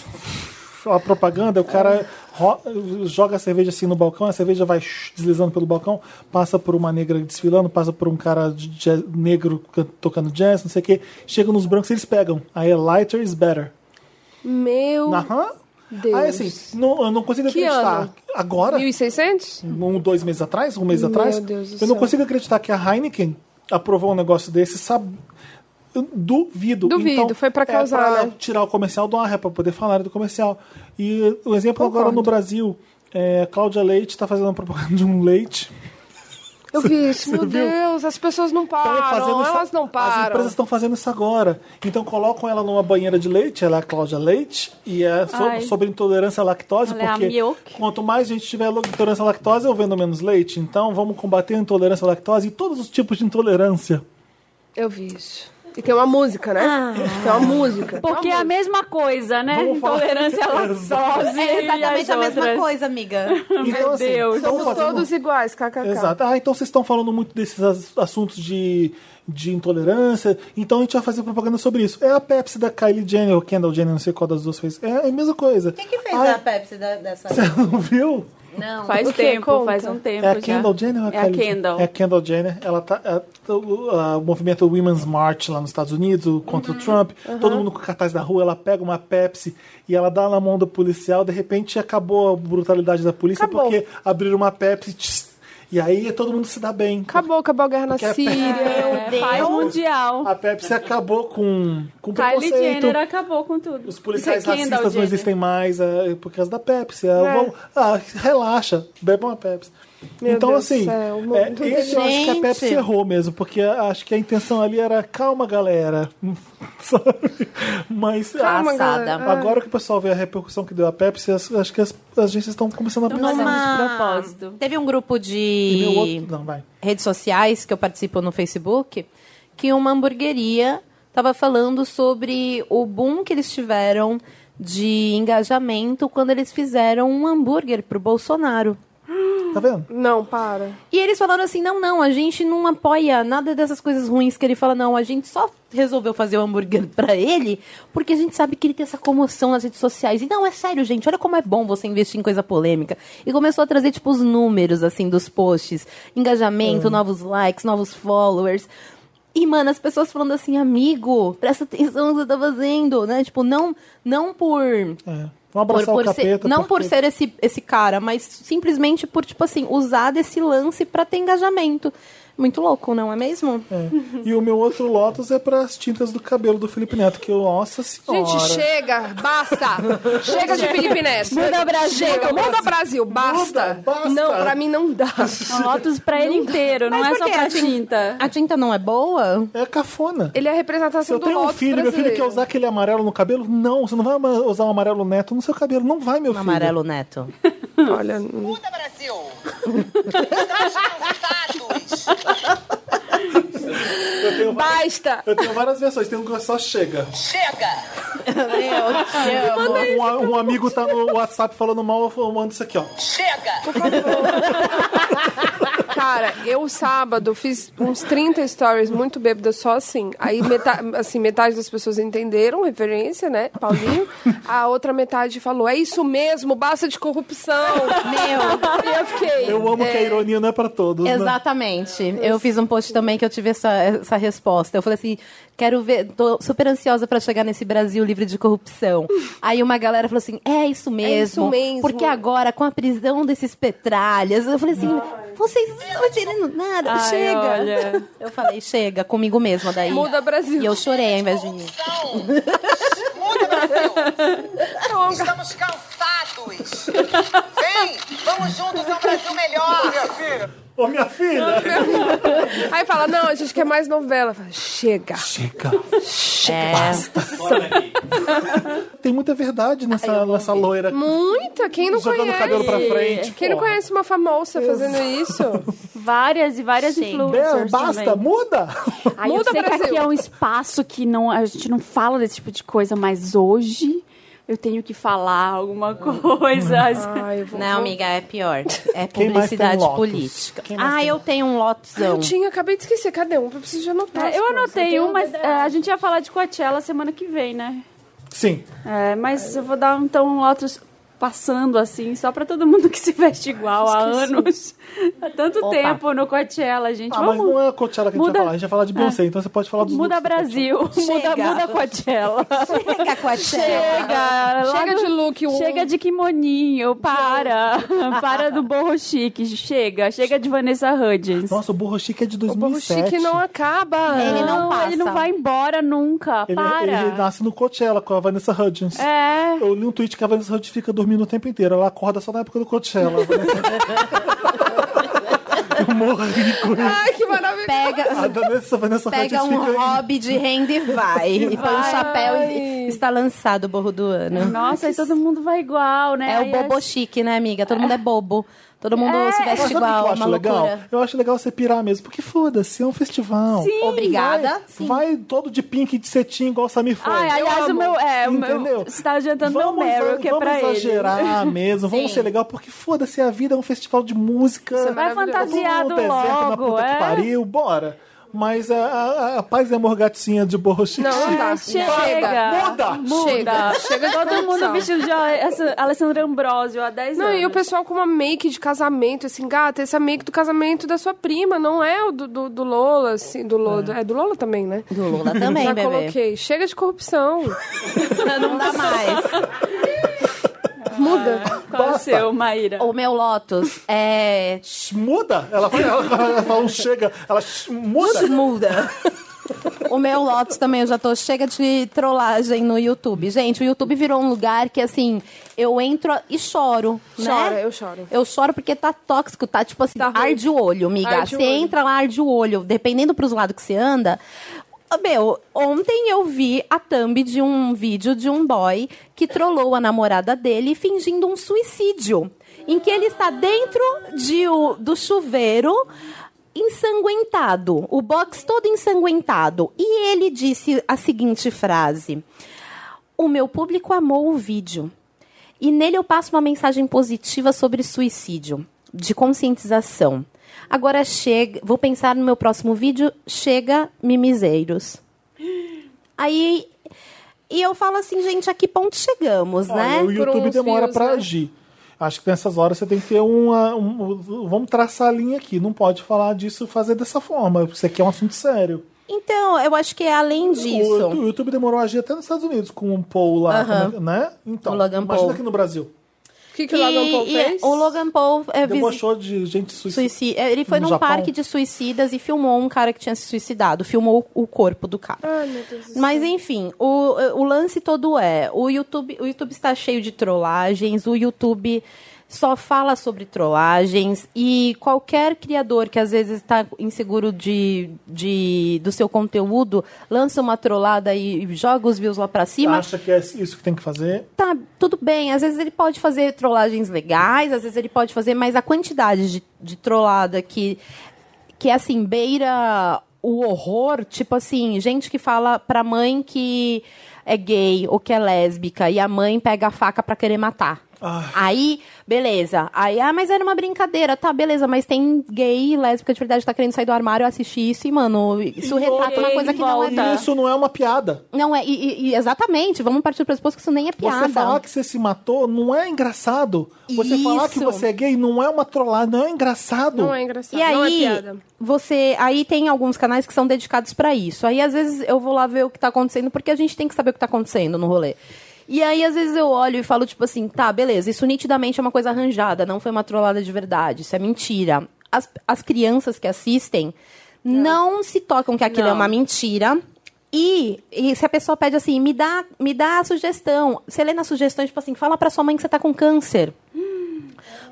[SPEAKER 1] a propaganda, o cara ro- joga a cerveja assim no balcão, a cerveja vai shh, deslizando pelo balcão, passa por uma negra desfilando, passa por um cara de jazz- negro can- tocando jazz, não sei o quê. Chega nos brancos e eles pegam. Aí é Lighter is better.
[SPEAKER 4] Meu
[SPEAKER 1] Aham.
[SPEAKER 4] Oh, Deus.
[SPEAKER 1] Aí assim, não, eu não consigo
[SPEAKER 4] Que
[SPEAKER 1] acreditar.
[SPEAKER 4] ano?
[SPEAKER 1] Agora?
[SPEAKER 4] 1600?
[SPEAKER 1] um, dois meses atrás, um mês
[SPEAKER 4] Meu
[SPEAKER 1] atrás.
[SPEAKER 4] Deus do
[SPEAKER 1] eu não
[SPEAKER 4] céu.
[SPEAKER 1] consigo acreditar que a Heineken aprovou um negócio desse, sabe? Eu Duvido.
[SPEAKER 4] Duvido,
[SPEAKER 1] Então,
[SPEAKER 4] foi pra causar,
[SPEAKER 1] É pra
[SPEAKER 4] né?
[SPEAKER 1] tirar o comercial do ar, é pra poder falar do comercial. E o exemplo agora
[SPEAKER 4] Concordo.
[SPEAKER 1] no Brasil, é, Cláudia Leite tá fazendo uma propaganda de um leite.
[SPEAKER 4] Eu vi isso, meu
[SPEAKER 1] viu?
[SPEAKER 4] Deus, as pessoas não
[SPEAKER 1] Tão
[SPEAKER 4] param,
[SPEAKER 1] isso-
[SPEAKER 4] elas não
[SPEAKER 1] As
[SPEAKER 4] param.
[SPEAKER 1] empresas estão fazendo isso agora. Então colocam ela numa banheira de leite, ela é a Cláudia Leite, e é so-
[SPEAKER 2] Ai.
[SPEAKER 1] sobre intolerância à lactose,
[SPEAKER 2] Ela é a
[SPEAKER 1] porque
[SPEAKER 2] Milk.
[SPEAKER 1] quanto mais gente tiver lo- intolerância à lactose, eu vendo menos leite. Então vamos combater a intolerância à lactose e todos os tipos de intolerância.
[SPEAKER 4] Eu vi isso. E tem uma música, né?
[SPEAKER 2] Ah.
[SPEAKER 4] Tem uma música.
[SPEAKER 2] Porque é a mesma coisa, né?
[SPEAKER 1] Vamos falar.
[SPEAKER 2] Intolerância à lactose.
[SPEAKER 3] É
[SPEAKER 2] e
[SPEAKER 3] exatamente
[SPEAKER 2] as
[SPEAKER 3] a mesma
[SPEAKER 2] outras.
[SPEAKER 3] coisa, amiga.
[SPEAKER 1] Então, assim,
[SPEAKER 2] Deus.
[SPEAKER 1] estão
[SPEAKER 4] Somos
[SPEAKER 1] fazendo-
[SPEAKER 4] todos iguais, kkk.
[SPEAKER 1] Exato. Ah, então vocês estão falando muito desses as- assuntos de, de intolerância, então a gente vai fazer propaganda sobre isso. É a Pepsi da Kylie Jenner, ou Kendall Jenner, não sei qual das duas fez. É a mesma coisa.
[SPEAKER 7] Quem que fez
[SPEAKER 1] Ai,
[SPEAKER 7] a Pepsi da- dessa...
[SPEAKER 1] Você não viu?
[SPEAKER 7] Não.
[SPEAKER 2] Faz
[SPEAKER 4] O quê?
[SPEAKER 2] tempo,
[SPEAKER 4] Conta.
[SPEAKER 2] faz um tempo
[SPEAKER 1] É a
[SPEAKER 2] já.
[SPEAKER 1] Kendall Jenner ou
[SPEAKER 2] É a
[SPEAKER 1] Kylie
[SPEAKER 2] Kendall.
[SPEAKER 1] É a Kendall Jenner. Ela tá. é, t- o ah, o movimento Women's March lá nos Estados Unidos, o- contra
[SPEAKER 2] Uhum.
[SPEAKER 1] o Trump. Todo mundo com cartaz na rua, ela pega uma Pepsi e ela dá na mão do policial, de repente acabou a brutalidade da polícia
[SPEAKER 4] Acabou.
[SPEAKER 1] porque abriram uma Pepsi. tss, e aí todo mundo se dá bem.
[SPEAKER 4] Acabou, acabou a guerra na
[SPEAKER 1] Porque a
[SPEAKER 4] Síria.
[SPEAKER 2] É, paz mundial.
[SPEAKER 1] A Pepsi acabou com, com
[SPEAKER 2] Kylie
[SPEAKER 1] preconceito.
[SPEAKER 2] Jenner acabou com tudo.
[SPEAKER 1] é
[SPEAKER 4] é
[SPEAKER 2] é
[SPEAKER 1] Os policiais
[SPEAKER 2] Kendall
[SPEAKER 1] racistas não
[SPEAKER 2] Jenner.
[SPEAKER 1] existem mais é, por causa da Pepsi. É, vamos- ah, relaxa, beba uma Pepsi.
[SPEAKER 4] Meu
[SPEAKER 1] então,
[SPEAKER 4] Deus do
[SPEAKER 1] assim,
[SPEAKER 4] céu, o mundo
[SPEAKER 1] é,
[SPEAKER 4] do
[SPEAKER 1] esse eu acho que a
[SPEAKER 3] Gente.
[SPEAKER 1] Pepsi errou mesmo, porque acho que a intenção ali era calma, galera. Sabe? Mas
[SPEAKER 4] Calma,
[SPEAKER 1] ah,
[SPEAKER 3] Passada.
[SPEAKER 4] galera. é.
[SPEAKER 1] agora que o pessoal vê a repercussão que deu a Pepsi, as- acho que as, as agências estão começando a pensar.
[SPEAKER 3] Numa...
[SPEAKER 2] de propósito.
[SPEAKER 3] Teve um grupo
[SPEAKER 1] E
[SPEAKER 3] de
[SPEAKER 1] meu outro- Não, vai.
[SPEAKER 3] redes sociais que eu participo no Facebook que uma hamburgueria estava falando sobre o boom que eles tiveram de engajamento quando eles fizeram um hambúrguer pro Bolsonaro.
[SPEAKER 1] Tá vendo?
[SPEAKER 4] Não, para.
[SPEAKER 3] E eles falaram assim: não, não, a gente não apoia nada dessas coisas ruins que ele fala, não. A gente só resolveu fazer o hambúrguer pra ele porque a gente sabe que ele tem essa comoção nas redes sociais. E não, é sério, gente, olha como é bom você investir em coisa polêmica. E começou a trazer, tipo, os números, assim, dos posts: engajamento, novos likes, novos followers. E, mano, as pessoas falando assim, amigo, presta atenção no que você tá fazendo, né? Tipo, não, não por
[SPEAKER 1] É. Vamos abraçar o
[SPEAKER 3] por- por
[SPEAKER 1] capeta.
[SPEAKER 3] ser- não por
[SPEAKER 1] porque-
[SPEAKER 3] ser esse, esse cara, mas simplesmente por, tipo assim, usar desse lance pra ter engajamento. Muito louco, não é mesmo?
[SPEAKER 1] É. E o meu outro Lotus é para as tintas do cabelo do Felipe Neto, que eu, nossa senhora.
[SPEAKER 4] Gente, chega, basta. chega de Felipe Neto. Muda Brasil. Chega, muda Brasil, basta.
[SPEAKER 1] Muda, basta.
[SPEAKER 4] Não, pra mim não dá.
[SPEAKER 2] Um Lotus pra ele inteiro, não é
[SPEAKER 3] Mas
[SPEAKER 2] só
[SPEAKER 3] por quê? Assim,
[SPEAKER 2] pra
[SPEAKER 3] A tin-
[SPEAKER 2] tinta.
[SPEAKER 3] A tinta não é boa?
[SPEAKER 1] É cafona.
[SPEAKER 4] Ele é a
[SPEAKER 1] Se
[SPEAKER 4] representação
[SPEAKER 1] eu
[SPEAKER 4] do
[SPEAKER 1] tenho um
[SPEAKER 4] Lotus
[SPEAKER 1] filho, meu filho
[SPEAKER 4] brasileiro.
[SPEAKER 1] quer usar aquele amarelo no cabelo? Não, você não vai ama- usar um amarelo neto no seu cabelo. Não vai,
[SPEAKER 4] Um
[SPEAKER 1] meu filho.
[SPEAKER 3] Amarelo Neto.
[SPEAKER 4] Olha,
[SPEAKER 8] Muda, Brasil! Estamos cansados!
[SPEAKER 1] Eu tenho, va-
[SPEAKER 4] basta.
[SPEAKER 1] eu tenho várias versões. Tem um que só chega.
[SPEAKER 8] Chega!
[SPEAKER 1] Um, a- um amigo tá no WhatsApp falando mal, eu mando isso aqui, ó.
[SPEAKER 8] Chega!
[SPEAKER 4] Cara, eu sábado fiz uns 30 stories muito bêbada, só assim. Aí meta- assim, metade das pessoas entenderam referência, né, Paulinho? A outra metade falou, é isso mesmo, basta de corrupção. Meu. E eu fiquei...
[SPEAKER 1] Eu amo que a
[SPEAKER 4] é,
[SPEAKER 1] ironia não é pra todos, né?
[SPEAKER 3] Exatamente. Eu fiz um post também que eu tive essa, essa resposta. Eu falei assim: quero ver, tô super ansiosa pra chegar nesse Brasil livre de corrupção. Aí uma galera falou assim: é isso mesmo.
[SPEAKER 4] isso mesmo.
[SPEAKER 3] Porque agora, com a prisão desses petralhas. Eu falei assim: vocês não estão entendendo nada.
[SPEAKER 2] Ai,
[SPEAKER 3] chega.
[SPEAKER 2] olha.
[SPEAKER 3] Eu falei: chega, comigo mesma daí.
[SPEAKER 4] Muda Brasil.
[SPEAKER 3] E eu chorei ao invés de mim.
[SPEAKER 8] Corrupção! Então, Muda, Brasil! Estamos cansados! Vem! Vamos juntos a um Brasil melhor! Minha filha!
[SPEAKER 1] Ô, minha filha!
[SPEAKER 4] Aí fala, não, a gente quer mais novela. Fala, chega.
[SPEAKER 1] Chega.
[SPEAKER 3] É,
[SPEAKER 1] Tem muita verdade nessa, nessa loira
[SPEAKER 4] Muita, quem não
[SPEAKER 1] jogando o
[SPEAKER 4] conhece?
[SPEAKER 1] cabelo pra frente.
[SPEAKER 4] Quem não
[SPEAKER 1] porra.
[SPEAKER 4] conhece uma famosa fazendo isso?
[SPEAKER 2] Várias e várias
[SPEAKER 1] Bela,
[SPEAKER 2] influencers.
[SPEAKER 1] basta,
[SPEAKER 2] também.
[SPEAKER 1] muda!
[SPEAKER 2] Aí eu
[SPEAKER 4] Muda,
[SPEAKER 2] sei que
[SPEAKER 4] Brasil.
[SPEAKER 2] aqui é um espaço que não, a gente não fala desse tipo de coisa, mas hoje eu tenho que falar
[SPEAKER 3] Ah.
[SPEAKER 2] alguma coisa.
[SPEAKER 4] Ai, eu vou...
[SPEAKER 3] Não, amiga, é pior. É
[SPEAKER 1] Quem mais tem
[SPEAKER 3] publicidade
[SPEAKER 1] Lotus?
[SPEAKER 3] política. Ah, eu tenho um lotzão.
[SPEAKER 4] Eu tinha, acabei de esquecer, cadê um? Eu preciso de anotar. as
[SPEAKER 2] É, eu
[SPEAKER 4] coisas.
[SPEAKER 2] anotei
[SPEAKER 4] tenho
[SPEAKER 2] um, mas é, a gente ia falar de Coachella semana que vem, né?
[SPEAKER 1] Sim.
[SPEAKER 2] É, mas eu vou dar então um Lotus passando assim, só pra todo mundo que se veste igual há anos. Há tanto tempo no Coachella, gente.
[SPEAKER 1] Ah, mas
[SPEAKER 2] Vamos.
[SPEAKER 1] não é a Coachella que a gente
[SPEAKER 2] Muda-
[SPEAKER 1] vai falar. A gente vai
[SPEAKER 4] É.
[SPEAKER 1] falar de Beyoncé, então você pode falar dos
[SPEAKER 2] Muda
[SPEAKER 1] looks da
[SPEAKER 2] Brasil, muda,
[SPEAKER 3] Chega.
[SPEAKER 2] muda Coachella.
[SPEAKER 3] Chega com a
[SPEAKER 2] Chega,
[SPEAKER 4] Chega de
[SPEAKER 2] logo-
[SPEAKER 4] look, um.
[SPEAKER 2] Chega de kimoninho, para. para do borro chique, chega. Chega de Vanessa Hudgens.
[SPEAKER 1] Nossa, o Burro Chique é de
[SPEAKER 4] O Borro
[SPEAKER 1] 2007.
[SPEAKER 4] chique não acaba.
[SPEAKER 3] Ele não passa.
[SPEAKER 2] ele não vai embora nunca,
[SPEAKER 1] Ele,
[SPEAKER 2] para.
[SPEAKER 1] ele nasce no Coachella com a Vanessa Hudgens.
[SPEAKER 2] É,
[SPEAKER 1] Eu li um tweet que a Vanessa Hudgens fica dormindo o tempo inteiro. Ela acorda só na época do Coachella. A Vanessa- Eu morri com isso.
[SPEAKER 4] Ai, que maravilha.
[SPEAKER 1] A
[SPEAKER 3] Pega,
[SPEAKER 1] Vanessa, a Vanessa
[SPEAKER 3] pega
[SPEAKER 1] Hudgens
[SPEAKER 3] um
[SPEAKER 1] fica...
[SPEAKER 3] hobby de renda e vai. E põe um chapéu e está lançado o borro do ano.
[SPEAKER 2] nossa, aí todo mundo vai igual, né?
[SPEAKER 3] É o
[SPEAKER 2] Aí
[SPEAKER 3] bobo chique, né, amiga? Todo mundo é bobo. Todo mundo se
[SPEAKER 1] Mas
[SPEAKER 2] é
[SPEAKER 3] veste
[SPEAKER 1] sabe o que
[SPEAKER 3] igual, é
[SPEAKER 1] eu
[SPEAKER 3] uma
[SPEAKER 1] acho legal?
[SPEAKER 3] loucura.
[SPEAKER 1] Eu acho legal você pirar mesmo, porque foda-se, é um festival. Sim,
[SPEAKER 3] Obrigada.
[SPEAKER 1] Vai, vai todo de pink e de cetim, igual o Samir foi.
[SPEAKER 2] Ai, aliás, o meu. É, o meu.
[SPEAKER 1] Entendeu?
[SPEAKER 2] Você tá adiantando meu
[SPEAKER 1] Vamos,
[SPEAKER 2] Meryl, que é
[SPEAKER 1] vamos
[SPEAKER 2] pra ele.
[SPEAKER 1] exagerar mesmo, vamos
[SPEAKER 3] Sim.
[SPEAKER 1] ser legal, porque foda-se, a vida é um festival de música.
[SPEAKER 4] Você
[SPEAKER 2] Vai
[SPEAKER 4] Maravilhoso.
[SPEAKER 2] fantasiado
[SPEAKER 1] Todo mundo deserto na
[SPEAKER 2] logo,
[SPEAKER 1] puta que
[SPEAKER 2] é.
[SPEAKER 1] pariu, bora. Mas a, a- a paz e amor gatinha de borrochique.
[SPEAKER 4] Não, não dá.
[SPEAKER 2] Chega.
[SPEAKER 1] Muda.
[SPEAKER 2] Muda.
[SPEAKER 4] Chega. Chega de
[SPEAKER 2] Todo mundo
[SPEAKER 4] corrupção.
[SPEAKER 2] vestido de ah, essa Alessandra Ambrosio há 10
[SPEAKER 4] Não,
[SPEAKER 2] anos.
[SPEAKER 4] e o pessoal com uma make de casamento, assim, gata, esse é a make do casamento da sua prima, não é o do, do, do Lola, assim, do Lola. É do Lola também, né?
[SPEAKER 3] Do Lula também,
[SPEAKER 4] Já
[SPEAKER 3] bebê.
[SPEAKER 4] coloquei. Chega de corrupção.
[SPEAKER 3] Não dá mais.
[SPEAKER 4] Muda.
[SPEAKER 2] Qual é o seu, Maíra?
[SPEAKER 3] O meu Lotus é...
[SPEAKER 1] Muda. Ela, ela, ela fala um chega, ela sh- muda.
[SPEAKER 3] Muda. O meu Lotus também, eu já tô chega de trollagem no YouTube. Gente, o YouTube virou um lugar que, assim, eu entro e choro,
[SPEAKER 4] Chora,
[SPEAKER 3] né?
[SPEAKER 4] eu choro.
[SPEAKER 3] Eu choro porque tá tóxico, tá tipo assim,
[SPEAKER 4] Tá ruim.
[SPEAKER 3] arde o olho, amiga.
[SPEAKER 4] Arde
[SPEAKER 3] Você
[SPEAKER 4] o olho.
[SPEAKER 3] entra lá, arde o olho, dependendo pros lados que você anda. Meu, ontem eu vi a thumb de um vídeo de um boy que trollou a namorada dele fingindo um suicídio. Em que ele está dentro de o- do chuveiro ensanguentado, o box todo ensanguentado. E ele disse a seguinte frase: o meu público amou o vídeo. E nele eu passo uma mensagem positiva sobre suicídio. de conscientização. Agora chega, vou pensar no meu próximo vídeo, chega mimizeiros. Aí e eu falo assim, gente, a que ponto chegamos, né?
[SPEAKER 1] Olha, Ah, o YouTube
[SPEAKER 4] uns
[SPEAKER 1] demora
[SPEAKER 4] fios,
[SPEAKER 1] pra
[SPEAKER 4] né?
[SPEAKER 1] agir. Acho que nessas horas você tem que ter uma. um- vamos traçar a linha aqui. Não pode falar disso e fazer dessa forma. Isso aqui é um assunto sério.
[SPEAKER 3] Então, eu acho que é além disso.
[SPEAKER 1] O, o YouTube demorou a agir até nos Estados Unidos com o Paul lá,
[SPEAKER 3] Aham.
[SPEAKER 1] como é- né? Então,
[SPEAKER 3] O Logan
[SPEAKER 1] imagina
[SPEAKER 3] Paul.
[SPEAKER 1] aqui no Brasil.
[SPEAKER 4] O que, que o Logan Paul
[SPEAKER 3] E- e
[SPEAKER 4] fez?
[SPEAKER 3] o Logan Paul é, visi-
[SPEAKER 1] Debochou de gente suicida.
[SPEAKER 3] Suicídio. é, Ele foi
[SPEAKER 1] No
[SPEAKER 3] num
[SPEAKER 1] Japão?
[SPEAKER 3] parque de suicidas e filmou um cara que tinha se suicidado. Filmou o corpo do cara.
[SPEAKER 4] Ai, meu Deus do céu.
[SPEAKER 3] Mas enfim, o, o lance todo é, o YouTube, o YouTube está cheio de trollagens, o YouTube só fala sobre trollagens e qualquer criador que às vezes está inseguro de, de, do seu conteúdo lança uma trollada e, e joga os views lá pra cima,
[SPEAKER 1] Acha que é isso que tem que fazer?
[SPEAKER 3] tá tudo bem. Às vezes ele pode fazer trollagens legais, às vezes ele pode fazer, mas a quantidade de, de trollada que, que assim, beira o horror, tipo assim, gente que fala pra mãe que é gay ou que é lésbica e a mãe pega a faca pra querer matar.
[SPEAKER 1] Ah.
[SPEAKER 3] Aí, beleza. Aí, ah, mas era uma brincadeira. Tá, beleza, mas tem gay e lésbica de verdade que tá querendo sair do armário, eu assisti isso e, mano, isso retrata uma
[SPEAKER 2] ok,
[SPEAKER 3] coisa que não é.
[SPEAKER 2] volta. Tá.
[SPEAKER 1] Isso não é uma piada.
[SPEAKER 3] Não é, e- e- e exatamente, vamos partir do pressuposto que isso nem é piada.
[SPEAKER 1] Você falar que você se matou não é engraçado. Você falar que
[SPEAKER 3] Isso.
[SPEAKER 1] você é gay não é uma trollada, não é engraçado.
[SPEAKER 4] Não é engraçado,
[SPEAKER 3] E
[SPEAKER 4] não é
[SPEAKER 3] aí,
[SPEAKER 4] piada.
[SPEAKER 3] você, aí tem alguns canais que são dedicados pra isso. Aí às vezes eu vou lá ver o que tá acontecendo, porque a gente tem que saber o que tá acontecendo no rolê. E aí às vezes eu olho e falo tipo assim, tá, beleza, isso nitidamente é uma coisa arranjada, não foi uma trollada de verdade, isso é mentira. As, as crianças que assistem não, se tocam que aquilo é uma mentira. E, e se a pessoa pede assim, me dá, me dá a sugestão. Você lê na sugestão, tipo assim, fala pra sua mãe que você tá com câncer.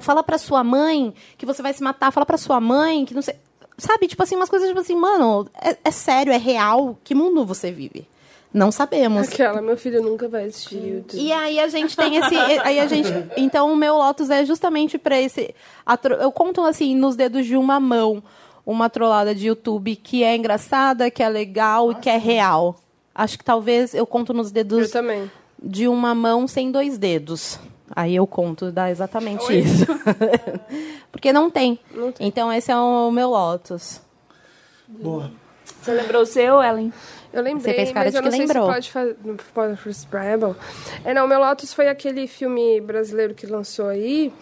[SPEAKER 3] Fala pra sua mãe que você vai se matar. Fala pra sua mãe que não sei. Sabe, tipo assim, umas coisas tipo assim, mano, é, é sério, é real. Que mundo você vive? Não sabemos.
[SPEAKER 4] Aquela, meu filho nunca vai assistir YouTube.
[SPEAKER 3] E aí a gente tem esse. Aí a gente, então o meu Lotus é justamente pra esse. a tro- Eu conto assim, nos dedos de uma mão, uma trollada de YouTube que é engraçada, que é legal e que é real. Acho que talvez eu conto nos
[SPEAKER 4] Eu
[SPEAKER 3] dedos
[SPEAKER 4] também.
[SPEAKER 3] de uma mão sem dois dedos. Aí eu conto, dá exatamente isso. Porque não tem. Então esse é o meu Lotus.
[SPEAKER 1] Boa.
[SPEAKER 2] Você lembrou o seu, Ellen?
[SPEAKER 4] Eu lembrei,
[SPEAKER 3] Você fez cara
[SPEAKER 4] mas
[SPEAKER 3] de
[SPEAKER 4] eu não
[SPEAKER 3] que
[SPEAKER 4] sei
[SPEAKER 3] lembrou.
[SPEAKER 4] se pode fazer. Não pode fazer Bible. É, não, meu Lotus foi aquele filme brasileiro que lançou aí,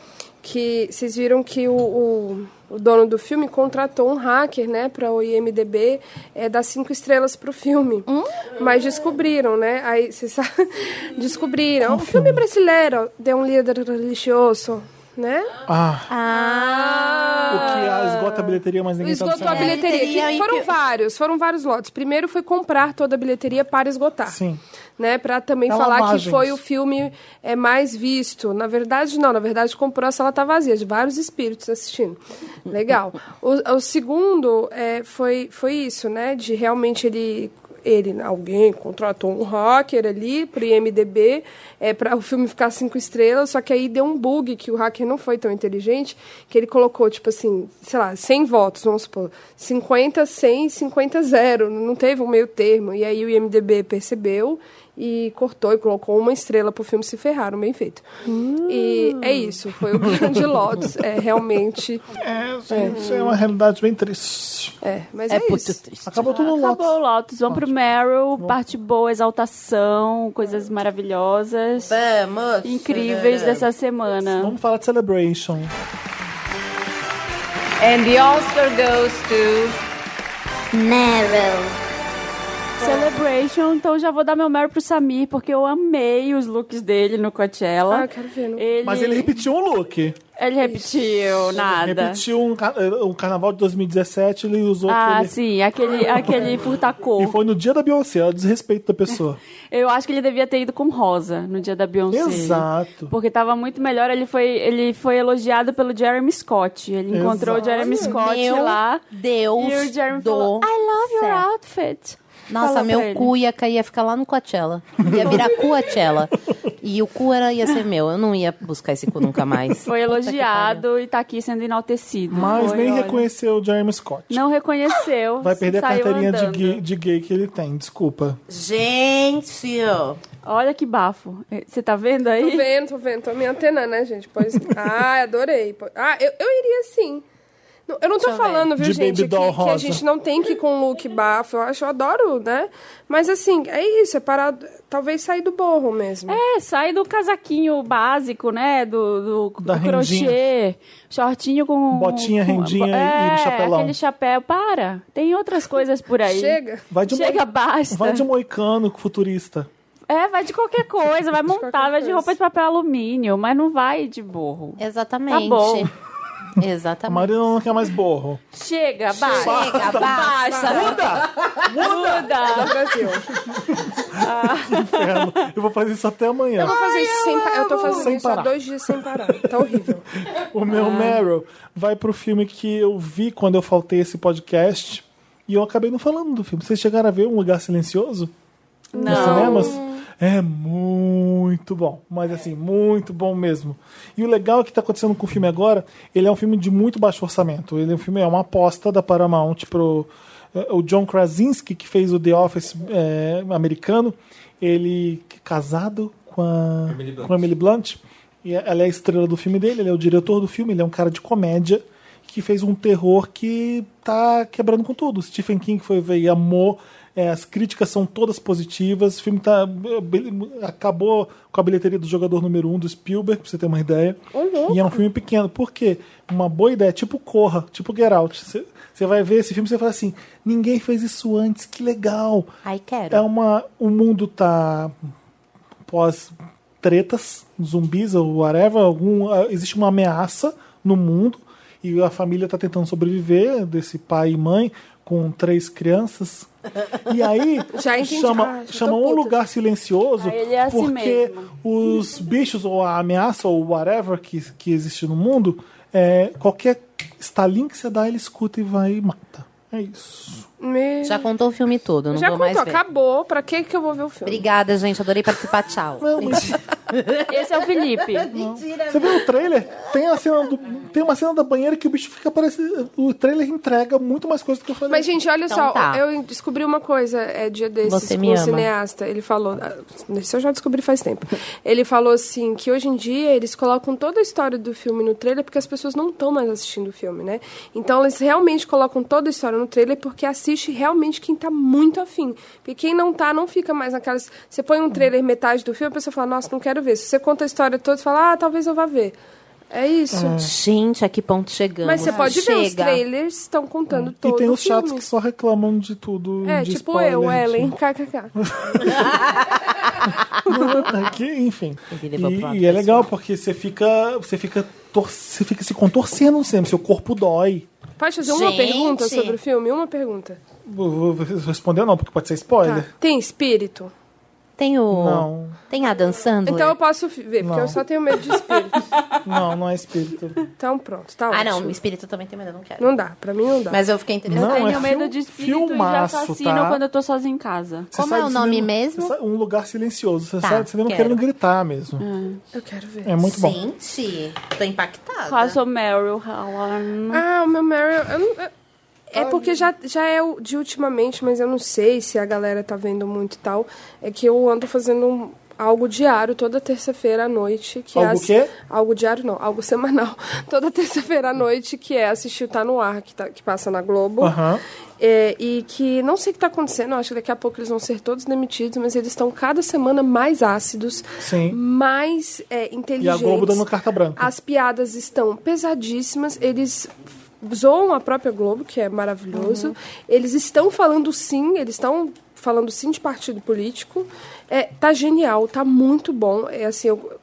[SPEAKER 4] que vocês viram que o, o- o dono do filme contratou um hacker, né, para o IMDB é, dar cinco estrelas pro filme.
[SPEAKER 3] Hum?
[SPEAKER 4] Mas descobriram, né? Aí vocês sa- descobriram. O filme brasileiro de um líder religioso, né?
[SPEAKER 1] Ah,
[SPEAKER 3] Ah!
[SPEAKER 1] o que ah, esgota a bilheteria, mas ninguém tá
[SPEAKER 4] Esgotou a
[SPEAKER 1] sabendo.
[SPEAKER 4] bilheteria.
[SPEAKER 3] É, bilheteria
[SPEAKER 4] Que
[SPEAKER 3] e
[SPEAKER 4] foram
[SPEAKER 3] que-
[SPEAKER 4] vários, foram vários lotes. Primeiro foi comprar toda a bilheteria para esgotar.
[SPEAKER 1] Sim.
[SPEAKER 4] Né, para também
[SPEAKER 1] Dá
[SPEAKER 4] falar
[SPEAKER 1] lavagens.
[SPEAKER 4] que foi o filme é, mais visto. Na verdade, não. Na verdade, comprou a sala tá vazia, de vários espíritos assistindo. Legal. O, o segundo é, foi, foi isso, né? De realmente ele... Ele, alguém contratou um hacker ali pro IMDB é, para o filme ficar cinco estrelas, só que aí deu um bug que o hacker não foi tão inteligente, que ele colocou, tipo assim, sei lá, 100 votos, vamos supor, 50, 100, 50, zero. Não teve um meio termo. E aí o IMDB percebeu e cortou e colocou uma estrela pro filme se ferraram, bem feito. E é isso, foi o grande Lotus, é realmente.
[SPEAKER 1] É, gente, é. uma realidade bem triste.
[SPEAKER 4] É, mas é,
[SPEAKER 3] É muito
[SPEAKER 4] isso.
[SPEAKER 3] triste.
[SPEAKER 1] Acabou tudo no Lotus.
[SPEAKER 2] Acabou o Lotus. Vamos pro Meryl. Parte boa, exaltação, coisas maravilhosas,
[SPEAKER 9] Vamos!
[SPEAKER 2] incríveis dessa semana.
[SPEAKER 1] Vamos falar de Celebration.
[SPEAKER 10] And the Oscar goes to.
[SPEAKER 5] Meryl.
[SPEAKER 2] Celebration, então já vou dar meu Meryl pro Samir, porque eu amei os looks dele no Coachella.
[SPEAKER 4] Ah, eu quero ver. Não...
[SPEAKER 2] Ele,
[SPEAKER 1] Mas ele repetiu um look.
[SPEAKER 2] ele repetiu, nada.
[SPEAKER 1] Repetiu um, ca- eh, um carnaval de 2017, ele usou
[SPEAKER 2] Ah,
[SPEAKER 1] aquele.
[SPEAKER 2] sim, aquele, aquele
[SPEAKER 1] né? E
[SPEAKER 2] furtacor.
[SPEAKER 1] foi no dia da Beyoncé, é o desrespeito da pessoa.
[SPEAKER 2] Eu acho que ele devia ter ido com rosa no dia da Beyoncé.
[SPEAKER 1] Exato.
[SPEAKER 2] Porque tava muito melhor, ele foi, ele foi elogiado pelo Jeremy Scott. Ele encontrou o Jeremy Scott
[SPEAKER 3] Meu
[SPEAKER 2] lá.
[SPEAKER 3] Deus
[SPEAKER 2] E o Jeremy
[SPEAKER 3] do
[SPEAKER 2] falou, I love your
[SPEAKER 3] céu."
[SPEAKER 2] outfit.
[SPEAKER 3] Nossa,
[SPEAKER 2] Fala pra
[SPEAKER 3] meu
[SPEAKER 2] ele.
[SPEAKER 3] cu ia cair, ia ficar lá no Coachella. Ia virar Coachella. E o cu era, ia ser meu. Eu não ia buscar esse cu nunca mais.
[SPEAKER 2] Foi elogiado e tá aqui sendo enaltecido.
[SPEAKER 1] Mas
[SPEAKER 2] Foi,
[SPEAKER 1] nem
[SPEAKER 2] olha.
[SPEAKER 1] reconheceu o Jeremy Scott.
[SPEAKER 2] Não reconheceu.
[SPEAKER 1] Vai perder a
[SPEAKER 2] saiu
[SPEAKER 1] carteirinha de
[SPEAKER 2] andando.
[SPEAKER 1] gay, de gay que ele tem, desculpa.
[SPEAKER 7] Gente! ó.
[SPEAKER 2] Olha que bafo. Você tá vendo
[SPEAKER 4] Tô
[SPEAKER 2] aí?
[SPEAKER 4] vendo, tô vendo, tô me antenando, né, gente? Pois. Ah, adorei. Po- Ah, eu, eu iria sim. Não, Eu não tô falando, viu,
[SPEAKER 1] De
[SPEAKER 4] gente,
[SPEAKER 1] baby
[SPEAKER 4] que,
[SPEAKER 1] doll
[SPEAKER 4] que a
[SPEAKER 1] rosa.
[SPEAKER 4] gente não tem que ir com um look bafo. Eu acho, eu adoro, né? Mas assim, é isso, é parar. Talvez sair do borro mesmo.
[SPEAKER 2] É, sai do casaquinho básico, né? Do, do,
[SPEAKER 1] Da
[SPEAKER 2] do crochê. Shortinho com.
[SPEAKER 1] Botinha,
[SPEAKER 2] com-
[SPEAKER 1] rendinha e-
[SPEAKER 2] é,
[SPEAKER 1] e chapelão.
[SPEAKER 2] Aquele chapéu. Para. Tem outras coisas por aí.
[SPEAKER 4] Chega.
[SPEAKER 1] Vai de,
[SPEAKER 2] Chega,
[SPEAKER 1] moi-
[SPEAKER 2] basta.
[SPEAKER 1] vai de um moicano futurista.
[SPEAKER 2] É, vai de qualquer coisa, vai montar,
[SPEAKER 4] qualquer
[SPEAKER 2] vai de roupa
[SPEAKER 4] coisa.
[SPEAKER 2] de papel alumínio, mas não vai de borro. Tá
[SPEAKER 3] Exatamente.
[SPEAKER 2] bom.
[SPEAKER 1] A
[SPEAKER 3] Exatamente.
[SPEAKER 1] Marina não quer mais borro.
[SPEAKER 2] Chega, basta.
[SPEAKER 7] Chega, basta.
[SPEAKER 2] Muda! Muda!
[SPEAKER 4] Brasil.
[SPEAKER 1] Inferno. Eu vou fazer isso até amanhã.
[SPEAKER 4] Eu vou fazer isso sem parar. Eu tô fazendo
[SPEAKER 1] Sem
[SPEAKER 4] isso
[SPEAKER 1] parar.
[SPEAKER 4] há dois dias sem parar. Tá horrível.
[SPEAKER 1] O
[SPEAKER 2] Ah.
[SPEAKER 1] meu Meryl vai pro filme que eu vi quando eu faltei esse podcast. E eu acabei não falando do filme. Vocês chegaram a ver Um Lugar Silencioso? Nos cinemas? É muito bom. Mas assim, muito bom mesmo. E o legal é que tá acontecendo com o filme agora, ele é um filme de muito baixo orçamento. Ele é um filme, é uma aposta da Paramount pro. eh, O John Krasinski, que fez o The Office eh, americano, ele casado com a
[SPEAKER 6] Emily Blunt.
[SPEAKER 1] com a Emily Blunt. E ela é a estrela do filme dele, ele é o diretor do filme, ele é um cara de comédia que fez um terror que tá quebrando com tudo. Stephen King foi ver e amou. é, as críticas são todas positivas. O filme tá, acabou com a bilheteria do jogador número um do Spielberg, pra você ter uma ideia. E é um filme pequeno. Por quê? Uma boa ideia, tipo Corra, tipo Get Out. Você você vai ver esse filme e você fala assim: ninguém fez isso antes, que legal.
[SPEAKER 3] Ai, quero.
[SPEAKER 1] É uma. O mundo tá pós tretas, zumbis ou whatever, algum, ah, existe uma ameaça no mundo e a família tá tentando sobreviver desse pai e mãe com três crianças. E aí
[SPEAKER 4] Já entendi.
[SPEAKER 1] chama,
[SPEAKER 4] Ah, já tô
[SPEAKER 1] chama um
[SPEAKER 4] puta.
[SPEAKER 1] lugar silencioso
[SPEAKER 2] Aí ele é assim
[SPEAKER 1] porque
[SPEAKER 2] mesmo.
[SPEAKER 1] os bichos ou a ameaça ou whatever que, que existe no mundo, é, qualquer estalinho que você dá, ele escuta e vai e mata. É isso.
[SPEAKER 4] Me-
[SPEAKER 3] Já contou o filme todo, não
[SPEAKER 4] Já
[SPEAKER 3] vou
[SPEAKER 4] contou,
[SPEAKER 3] mais ver.
[SPEAKER 4] acabou. Pra que que eu vou ver o filme?
[SPEAKER 3] Obrigada, gente. Adorei participar. Tchau.
[SPEAKER 1] Não, mas-
[SPEAKER 2] Esse é o Felipe.
[SPEAKER 1] Você viu o trailer? Tem, a cena do- tem uma cena da banheira que o bicho fica parecendo. O trailer entrega muito mais coisa do que eu falei.
[SPEAKER 4] Mas, gente, olha
[SPEAKER 3] Então
[SPEAKER 4] só,
[SPEAKER 3] tá.
[SPEAKER 4] eu descobri uma coisa é, dia desses
[SPEAKER 3] Você me
[SPEAKER 4] com um
[SPEAKER 3] ama.
[SPEAKER 4] cineasta. Ele falou. ah, Isso eu já descobri faz tempo. Ele falou assim que hoje em dia eles colocam toda a história do filme no trailer porque as pessoas não estão mais assistindo o filme, né? Então eles realmente colocam toda a história no trailer porque assiste realmente quem tá muito afim. Porque quem não tá, não fica mais naquelas. Você põe um trailer metade do filme, a pessoa fala, nossa, não quero ver. Se você conta a história toda, você fala, ah, talvez eu vá ver. É isso.
[SPEAKER 3] Gente, a que ponto chegamos?
[SPEAKER 4] Mas você pode ver, os
[SPEAKER 3] Chega.
[SPEAKER 4] trailers estão contando todo
[SPEAKER 1] E tem
[SPEAKER 4] o
[SPEAKER 1] os chatos
[SPEAKER 4] filme.
[SPEAKER 1] que só reclamam de tudo.
[SPEAKER 4] É,
[SPEAKER 1] de
[SPEAKER 4] tipo
[SPEAKER 1] spoiler, assim.
[SPEAKER 4] eu,
[SPEAKER 1] de-
[SPEAKER 4] Ellen, kkk.
[SPEAKER 1] É que, enfim.
[SPEAKER 3] Ele levou pra uma
[SPEAKER 1] E, e é
[SPEAKER 3] pessoa.
[SPEAKER 1] legal porque você fica. Você fica. tor- Você fica se contorcendo sempre, seu corpo dói.
[SPEAKER 4] Pode fazer uma
[SPEAKER 3] Gente.
[SPEAKER 4] pergunta sobre o filme? Uma pergunta.
[SPEAKER 1] Vou vou responder não, porque pode ser
[SPEAKER 4] Tá.
[SPEAKER 1] spoiler.
[SPEAKER 4] Tem espírito?
[SPEAKER 3] Tem
[SPEAKER 4] Tá.
[SPEAKER 3] o.
[SPEAKER 1] Não.
[SPEAKER 3] Tem a dançando?
[SPEAKER 4] Então eu posso fi- ver, porque
[SPEAKER 1] Não.
[SPEAKER 4] eu só tenho medo de espírito.
[SPEAKER 1] Não, não é espírito.
[SPEAKER 4] então pronto, tá
[SPEAKER 3] Ah,
[SPEAKER 4] ótimo.
[SPEAKER 3] não. O espírito também tem medo, eu não quero.
[SPEAKER 4] Não dá, pra mim não dá.
[SPEAKER 3] Mas eu fiquei interessada.
[SPEAKER 1] Não,
[SPEAKER 2] eu tenho
[SPEAKER 1] é
[SPEAKER 2] medo
[SPEAKER 1] fil-
[SPEAKER 2] de espírito
[SPEAKER 1] filmaço,
[SPEAKER 2] e de assassino
[SPEAKER 1] tá?
[SPEAKER 2] quando eu tô sozinha em casa.
[SPEAKER 1] Você
[SPEAKER 3] Como
[SPEAKER 1] sai
[SPEAKER 3] é o
[SPEAKER 1] do
[SPEAKER 3] nome
[SPEAKER 1] cinema-
[SPEAKER 3] mesmo?
[SPEAKER 1] você sai- um lugar silencioso. Você
[SPEAKER 3] Tá,
[SPEAKER 1] sai do cinema
[SPEAKER 3] quero.
[SPEAKER 1] querendo gritar mesmo.
[SPEAKER 4] Eu quero ver.
[SPEAKER 1] É muito bom.
[SPEAKER 3] Gente, tô impactada.
[SPEAKER 2] Qual é o seu Meryl? Helen?
[SPEAKER 4] Ah, o meu Meryl... eu não- eu- É porque já, já é o de ultimamente, mas eu não sei se a galera tá vendo muito e tal. É que eu ando fazendo um- algo diário toda terça-feira à noite. Que é
[SPEAKER 1] Algo
[SPEAKER 4] as-
[SPEAKER 1] quê?
[SPEAKER 4] Algo diário não, algo semanal. Toda terça-feira à noite, que é assistir o Tá No Ar, que, tá- que passa na Globo.
[SPEAKER 1] Aham.
[SPEAKER 4] É, e que não sei o que está acontecendo, eu acho que daqui a pouco eles vão ser todos demitidos, mas eles estão cada semana mais ácidos,
[SPEAKER 1] Sim.
[SPEAKER 4] mais é, inteligentes.
[SPEAKER 1] E a Globo dando carta branca.
[SPEAKER 4] As piadas estão pesadíssimas, eles zoam a própria Globo, que é maravilhoso. Eles estão falando sim, eles estão falando sim de partido político. É, tá genial, tá muito bom. É assim, eu-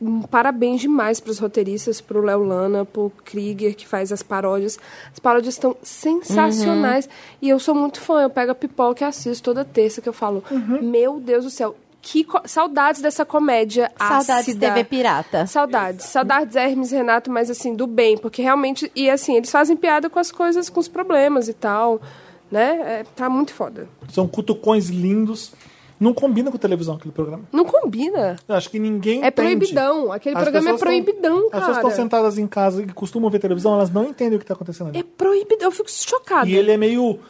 [SPEAKER 4] um parabéns demais para os roteiristas, para o Léo Lana, para o Krieger, que faz as paródias. As paródias estão sensacionais.
[SPEAKER 1] Uhum.
[SPEAKER 4] E eu sou muito fã, eu pego a pipoca e assisto toda terça, que eu falo,
[SPEAKER 1] Uhum.
[SPEAKER 4] meu Deus do céu, que co- saudades dessa comédia
[SPEAKER 3] Saudades
[SPEAKER 4] ácida.
[SPEAKER 3] TV pirata.
[SPEAKER 4] Saudades. Saudades Hermes e Renato, mas assim, do bem, porque realmente. E assim, eles fazem piada com as coisas, com os problemas e tal. Né? É, tá muito foda.
[SPEAKER 1] São cutucões lindos. Não combina com televisão aquele programa.
[SPEAKER 4] Não combina.
[SPEAKER 1] Eu acho que ninguém
[SPEAKER 4] É
[SPEAKER 1] entende.
[SPEAKER 4] proibidão. Aquele
[SPEAKER 1] As
[SPEAKER 4] programa é
[SPEAKER 1] pessoas tão-
[SPEAKER 4] proibidão,
[SPEAKER 1] As pessoas estão
[SPEAKER 4] cara.
[SPEAKER 1] sentadas em casa e costumam ver televisão, elas não entendem o que está acontecendo ali.
[SPEAKER 4] É proibidão. Eu fico chocada.
[SPEAKER 1] E ele é meio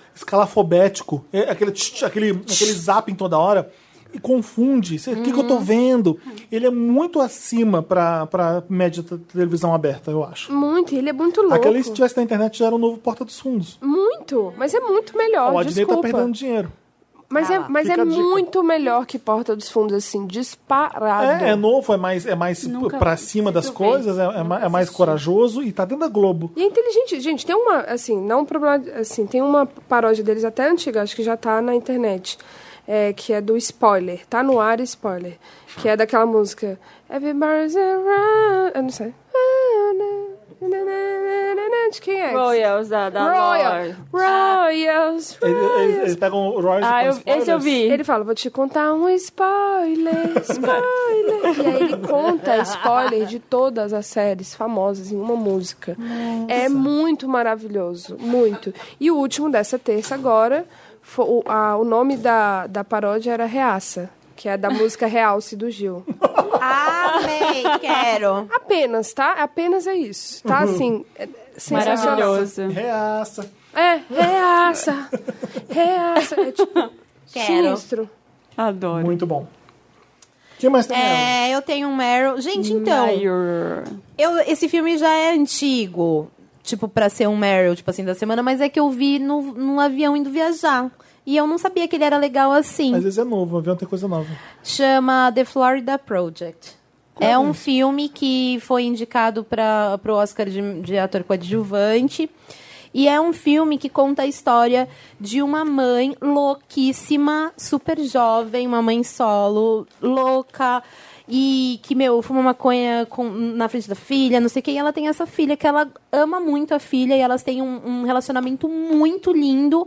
[SPEAKER 1] escalafobético, é aquele, tch, tch, aquele, aquele zapping toda hora. E confunde. O que, que
[SPEAKER 4] Uhum.
[SPEAKER 1] eu tô vendo? Ele é muito acima pra, pra média da televisão aberta, eu acho.
[SPEAKER 4] Muito. Ele é muito louco.
[SPEAKER 1] Aquela, se tivesse na internet, já era o novo Porta dos Fundos.
[SPEAKER 4] Muito. Mas é muito melhor.
[SPEAKER 1] Ó, a direita tá
[SPEAKER 4] desculpa.
[SPEAKER 1] perdendo dinheiro.
[SPEAKER 4] Mas é, mas
[SPEAKER 1] Fica
[SPEAKER 4] é
[SPEAKER 1] a dica.
[SPEAKER 4] muito melhor que Porta dos Fundos, assim, disparado.
[SPEAKER 1] É, é novo, é mais, é mais
[SPEAKER 2] Nunca
[SPEAKER 1] pra cima das
[SPEAKER 2] vi.
[SPEAKER 1] coisas, é, é ma- é mais corajoso e tá dentro da Globo.
[SPEAKER 4] E é inteligente. Gente, tem uma, assim, não um problema, assim, tem uma paródia deles até antiga, acho que já tá na internet, é, que é do spoiler, tá no ar spoiler, que é daquela música Everybody's around, eu não sei. De quem é?
[SPEAKER 2] Royals da, da
[SPEAKER 4] Royal.
[SPEAKER 2] Lorde.
[SPEAKER 4] Royals.
[SPEAKER 1] Ele- Eles,
[SPEAKER 4] Royals.
[SPEAKER 1] eles pegam o Royce
[SPEAKER 2] Ah, eu- esse eu vi.
[SPEAKER 4] Ele fala, vou te contar um spoiler, spoiler. e aí ele conta spoiler de todas as séries famosas em uma música. É muito maravilhoso, muito. E o último dessa terça agora, fo- o, a- o nome da, da paródia era Reaça, que é da música Realce do Gil.
[SPEAKER 3] Amém, quero.
[SPEAKER 4] Apenas, tá? Apenas é isso, tá? Assim, é sensacional.
[SPEAKER 2] Uhum. Maravilhoso.
[SPEAKER 1] assim, Reaça.
[SPEAKER 4] É, Reaça, Reaça. É tipo,
[SPEAKER 3] Quero.
[SPEAKER 4] sinistro.
[SPEAKER 2] Adoro.
[SPEAKER 1] Muito bom. O que mais tem? Aaron?
[SPEAKER 3] É, eu tenho um Meryl. Gente, então,
[SPEAKER 2] Maior.
[SPEAKER 3] eu, esse filme já é antigo. Tipo, pra ser um Meryl, tipo assim, da semana, mas é que eu vi no, num avião indo viajar. E eu não sabia que ele era legal assim.
[SPEAKER 1] Mas esse é novo, o avião tem coisa nova.
[SPEAKER 3] Chama The Florida Project. É um filme que foi indicado para o Oscar de, de ator coadjuvante. E é um filme que conta a história de uma mãe louquíssima, super jovem, uma mãe solo, louca. E que, meu, fuma maconha com- na frente da filha, não sei o quê. E ela tem essa filha que ela ama muito a filha e elas têm um- um relacionamento muito lindo.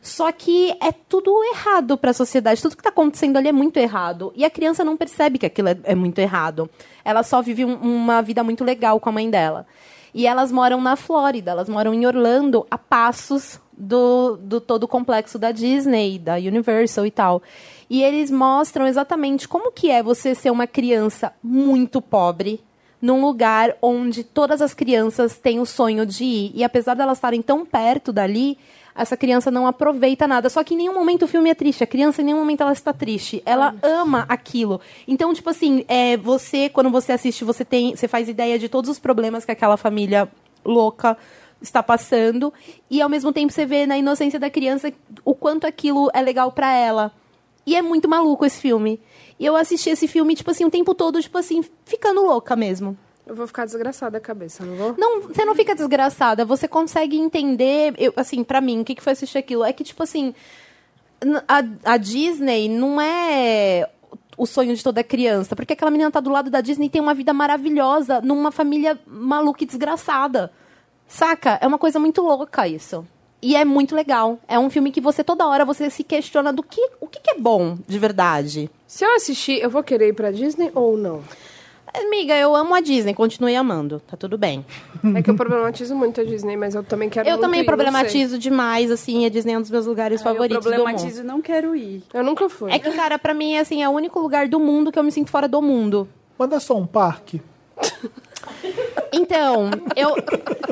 [SPEAKER 3] Só que é tudo errado para a sociedade. Tudo que está acontecendo ali é muito errado. E a criança não percebe que aquilo é, é muito errado. Ela só vive um- uma vida muito legal com a mãe dela. E elas moram na Flórida, elas moram em Orlando, a passos do, do todo o complexo da Disney, da Universal e tal. E eles mostram exatamente como que é você ser uma criança muito pobre, num lugar onde todas as crianças têm o sonho de ir. E apesar delas estarem tão perto dali, essa criança não aproveita nada. Só que em nenhum momento o filme é triste. A criança, em nenhum momento, ela está triste. Ela ama aquilo. Então, tipo assim, é, você, quando você assiste, você tem. Você faz ideia de todos os problemas que aquela família louca está passando. E ao mesmo tempo você vê na inocência da criança o quanto aquilo é legal para ela. E é muito maluco esse filme. E eu assisti esse filme, tipo assim, o tempo todo, tipo assim, ficando louca mesmo.
[SPEAKER 4] Eu vou ficar desgraçada a cabeça, não vou?
[SPEAKER 3] Não, você não fica desgraçada, você consegue entender, eu, assim, pra mim, o que, que foi assistir aquilo? É que, tipo assim, n- a, a Disney não é o sonho de toda criança, porque aquela menina tá do lado da Disney e tem uma vida maravilhosa numa família maluca e desgraçada. Saca? É uma coisa muito louca isso. E é muito legal. É um filme que você toda hora você se questiona do que o que, que é bom de verdade.
[SPEAKER 4] Se eu assistir, eu vou querer ir pra Disney ou não?
[SPEAKER 3] Amiga, eu amo a Disney, continue amando, tá tudo bem.
[SPEAKER 4] É que eu problematizo muito a Disney, mas eu também quero
[SPEAKER 3] Eu
[SPEAKER 4] muito
[SPEAKER 3] também
[SPEAKER 4] ir, não sei.
[SPEAKER 3] problematizo demais, assim, a Disney é um dos meus lugares
[SPEAKER 1] Ah,
[SPEAKER 2] Eu
[SPEAKER 3] favoritos do mundo.
[SPEAKER 2] problematizo, é não quero ir.
[SPEAKER 4] Eu nunca fui.
[SPEAKER 3] É que, cara, pra mim, assim, é o único lugar do mundo que eu me sinto fora do mundo.
[SPEAKER 1] Mas não é só um parque.
[SPEAKER 3] Então, eu.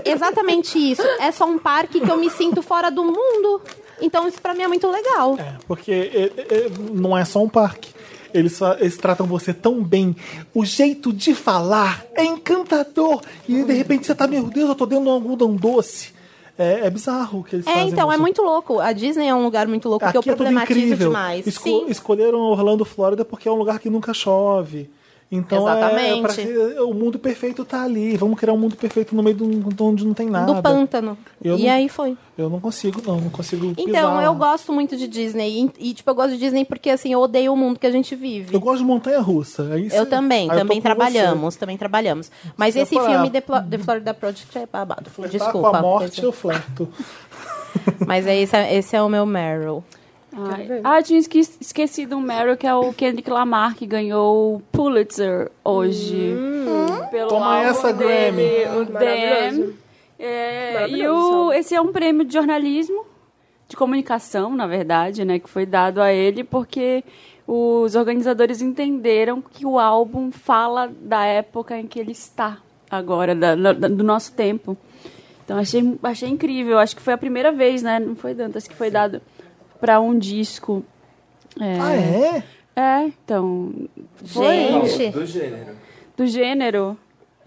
[SPEAKER 3] Exatamente isso. É só um parque que eu me sinto fora do mundo. Então, isso pra mim é muito legal.
[SPEAKER 1] É, porque é, é, não é só um parque. Eles, só- eles tratam você tão bem. O jeito de falar é encantador. E de repente você tá, meu Deus, eu tô dentro de um algodão doce. É, é bizarro o que eles
[SPEAKER 3] É,
[SPEAKER 1] fazem.
[SPEAKER 3] então, é
[SPEAKER 1] isso.
[SPEAKER 3] muito louco. A Disney é um lugar muito louco que eu
[SPEAKER 1] Aqui é tudo
[SPEAKER 3] problematizo
[SPEAKER 1] incrível.
[SPEAKER 3] demais.
[SPEAKER 1] Esco-
[SPEAKER 3] Sim.
[SPEAKER 1] Escolheram Orlando, Flórida, porque é um lugar que nunca chove. Então é, é pra
[SPEAKER 3] Exatamente.
[SPEAKER 1] que- o mundo perfeito tá ali. Vamos criar um mundo perfeito no meio de um de onde não tem nada.
[SPEAKER 3] Do pântano.
[SPEAKER 1] Eu
[SPEAKER 3] e
[SPEAKER 1] não-
[SPEAKER 3] aí foi.
[SPEAKER 1] Eu não consigo, não, não consigo pisar.
[SPEAKER 3] Então,
[SPEAKER 1] lá.
[SPEAKER 3] eu gosto muito de Disney. E, e, tipo, eu gosto de Disney porque, assim, eu odeio o mundo que a gente vive.
[SPEAKER 1] Eu gosto de montanha russa. É Aí
[SPEAKER 3] Eu
[SPEAKER 1] sim. Aí
[SPEAKER 3] também,
[SPEAKER 1] Ah, eu tô
[SPEAKER 3] também
[SPEAKER 1] com você.
[SPEAKER 3] trabalhamos, também trabalhamos. Mas
[SPEAKER 1] Você
[SPEAKER 3] esse
[SPEAKER 1] vai
[SPEAKER 3] filme
[SPEAKER 1] falar.
[SPEAKER 3] The, Plo- The Florida Project é babado.
[SPEAKER 1] Flertar
[SPEAKER 3] Desculpa.
[SPEAKER 1] com a morte, eu flerto.
[SPEAKER 3] Mas é esse, é- esse é o meu Meryl.
[SPEAKER 2] Ai. Ah, tinha esque- esquecido um Meryl, que é o Kendrick Lamar, que ganhou o Pulitzer hoje. Pelo
[SPEAKER 1] Toma
[SPEAKER 2] álbum
[SPEAKER 1] essa,
[SPEAKER 2] dele,
[SPEAKER 1] Grammy.
[SPEAKER 2] O
[SPEAKER 4] Maravilhoso.
[SPEAKER 2] Damn. É, e
[SPEAKER 4] Maravilhoso,
[SPEAKER 2] o, esse é um prêmio de jornalismo, de comunicação, na verdade, né? Que foi dado a ele, porque os organizadores entenderam que o álbum fala da época em que ele está agora, da- da- do nosso tempo. Então achei, achei incrível. Acho que foi a primeira vez, né? Não foi Dantas que foi dado para um disco. É,
[SPEAKER 1] Ah, é?
[SPEAKER 2] É, então. Foi
[SPEAKER 11] Gente.
[SPEAKER 6] Do gênero.
[SPEAKER 2] do gênero.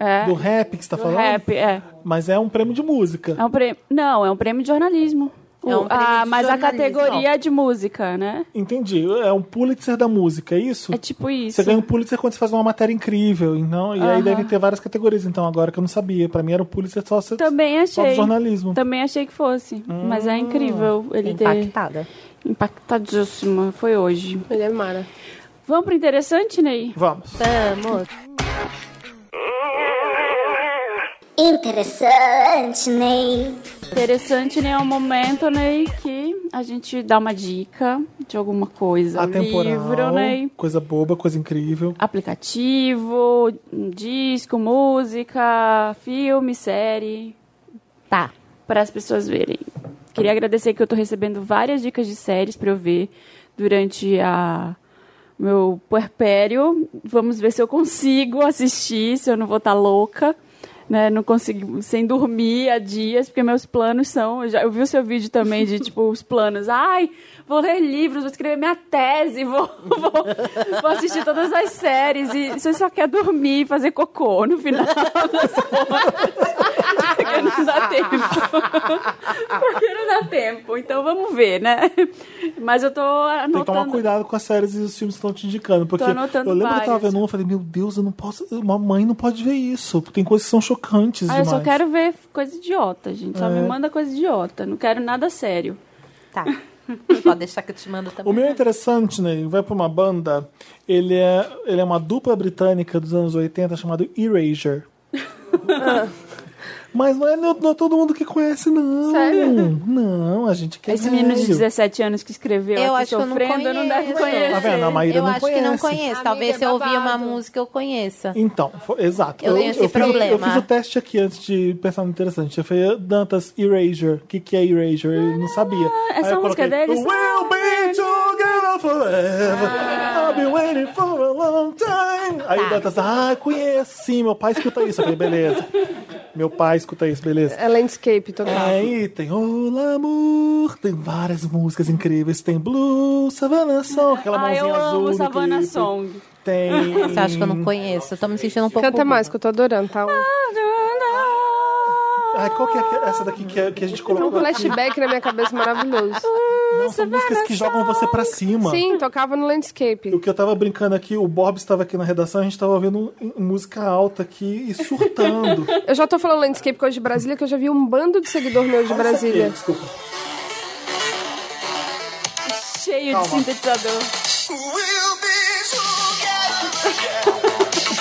[SPEAKER 2] É.
[SPEAKER 1] Do rap que você tá
[SPEAKER 2] Do
[SPEAKER 1] falando?
[SPEAKER 2] rap, é.
[SPEAKER 1] Mas é um prêmio de música.
[SPEAKER 2] É um prêmio. Não, é um prêmio de jornalismo.
[SPEAKER 11] É um prêmio
[SPEAKER 2] ah,
[SPEAKER 11] de
[SPEAKER 2] mas a
[SPEAKER 11] jornalismo.
[SPEAKER 2] categoria é de música, né?
[SPEAKER 1] Entendi. É um Pulitzer da música, é isso?
[SPEAKER 2] É tipo isso.
[SPEAKER 1] Você ganha um Pulitzer quando você faz uma matéria incrível, então, e aí
[SPEAKER 2] Aham.
[SPEAKER 1] deve ter várias categorias, então, agora que eu não sabia. Pra mim era o Pulitzer só, só
[SPEAKER 2] Também
[SPEAKER 1] do
[SPEAKER 2] achei.
[SPEAKER 1] jornalismo. Hum,
[SPEAKER 2] Também achei que fosse. mas é incrível ele ter
[SPEAKER 11] Impactada.
[SPEAKER 2] impactadíssimo. Foi hoje.
[SPEAKER 4] Ele é mara.
[SPEAKER 2] Vamos pro interessante, Ney?
[SPEAKER 1] Vamos.
[SPEAKER 11] Vamos.
[SPEAKER 5] Interessante, Ney.
[SPEAKER 2] Interessante, Ney, é um momento, Ney, que a gente dá uma dica de alguma coisa. Um
[SPEAKER 1] Atemporal,
[SPEAKER 2] livro, né? Ney.
[SPEAKER 1] coisa boba, coisa incrível.
[SPEAKER 2] Aplicativo, um disco, música, filme, série.
[SPEAKER 11] Tá.
[SPEAKER 2] para as pessoas verem. Queria agradecer que eu tô recebendo várias dicas de séries para eu ver durante a meu puerpério. Vamos ver se eu consigo assistir, se eu não vou estar louca, né? Não consigo sem dormir há dias, porque meus planos são, eu, já, eu vi o seu vídeo também de tipo os planos. Ai, vou ler livros, vou escrever minha tese, vou vou, vou assistir todas as séries e você só quer dormir e fazer cocô no final.
[SPEAKER 11] Ah,
[SPEAKER 2] Porque não dá tempo. Porque não dá tempo. Então vamos ver, né? Mas eu tô anotando.
[SPEAKER 1] Tem que tomar cuidado com as séries e os filmes que estão te indicando. Porque
[SPEAKER 2] Tô
[SPEAKER 1] eu
[SPEAKER 2] anotando
[SPEAKER 1] lembro que eu tava
[SPEAKER 2] várias.
[SPEAKER 1] vendo um e falei, meu Deus, eu não posso. Mamãe não pode ver isso. Tem coisas que são chocantes
[SPEAKER 2] Ah, eu
[SPEAKER 1] demais.
[SPEAKER 2] só quero ver coisa idiota, gente. Só
[SPEAKER 1] É.
[SPEAKER 2] me manda coisa idiota. Não quero nada sério.
[SPEAKER 11] Tá. Pode deixar que eu te mando
[SPEAKER 1] O
[SPEAKER 2] Tá
[SPEAKER 11] também.
[SPEAKER 1] meu é interessante, né? Vai pra uma banda. Ele é, ele é uma dupla britânica dos anos 80 chamado Erasure. Mas não é, não não é todo mundo que conhece, não.
[SPEAKER 4] Sério?
[SPEAKER 1] Não, a gente quer
[SPEAKER 2] Esse menino de
[SPEAKER 1] velho.
[SPEAKER 2] 17 anos que escreveu
[SPEAKER 11] Eu
[SPEAKER 2] aqui
[SPEAKER 11] acho que eu não
[SPEAKER 2] sofrendo não, deve
[SPEAKER 11] conheço.
[SPEAKER 2] conhecer.
[SPEAKER 1] Tá vendo? A Maíra
[SPEAKER 11] eu
[SPEAKER 1] não
[SPEAKER 11] acho que não conheço.
[SPEAKER 4] Amiga,
[SPEAKER 11] Talvez
[SPEAKER 4] é
[SPEAKER 11] se eu ouvir uma
[SPEAKER 4] babado.
[SPEAKER 11] música eu conheça.
[SPEAKER 1] Então, fo- exato.
[SPEAKER 11] Eu tenho esse
[SPEAKER 1] fiz, o- eu
[SPEAKER 11] problema.
[SPEAKER 1] fiz o teste aqui antes de pensar no interessante. Eu falei, "Ah, Dantas, Erasure. O que, que é Erasure? Eu não sabia.
[SPEAKER 11] Ah,
[SPEAKER 2] essa
[SPEAKER 1] Aí eu
[SPEAKER 2] música
[SPEAKER 1] coloquei,
[SPEAKER 2] deles?
[SPEAKER 1] We'll be together forever. I've been waiting for a long time.
[SPEAKER 11] Tá.
[SPEAKER 1] Aí o Dantas, ah, conheço sim. Meu pai escuta isso. Eu falei, beleza. Meu pai escuta isso, beleza.
[SPEAKER 4] É landscape total.
[SPEAKER 1] Aí tem Olá Amor, tem várias músicas incríveis. Tem Blue, Savannah Song, aquela
[SPEAKER 2] Ah,
[SPEAKER 1] mãozinha
[SPEAKER 2] eu
[SPEAKER 1] azul.
[SPEAKER 2] amo
[SPEAKER 1] no
[SPEAKER 2] Savannah
[SPEAKER 1] clipe.
[SPEAKER 2] Song.
[SPEAKER 1] Tem.
[SPEAKER 11] Você acha que eu não conheço? Eu tô me sentindo um pouco.
[SPEAKER 4] Canta mais, que eu tô adorando, tá?
[SPEAKER 2] Ah,
[SPEAKER 4] Um,
[SPEAKER 1] Ah, Ai, qual que é que- essa daqui que, é- que a gente
[SPEAKER 4] um
[SPEAKER 1] colocou aqui?
[SPEAKER 4] flashback na minha cabeça maravilhoso.
[SPEAKER 1] Não, são músicas que jogam você pra cima.
[SPEAKER 4] Sim, tocava no
[SPEAKER 1] O
[SPEAKER 4] landscape.
[SPEAKER 1] que eu tava brincando aqui, o Bob estava aqui na redação, a gente tava ouvindo um- música alta aqui e surtando.
[SPEAKER 4] Eu já tô falando landscape coisa de Brasília, que eu já vi um bando de seguidor meu
[SPEAKER 1] Ah,
[SPEAKER 4] de
[SPEAKER 1] Essa aqui,
[SPEAKER 4] Brasília.
[SPEAKER 1] desculpa.
[SPEAKER 2] Cheio de sintetizador.
[SPEAKER 8] We'll be together.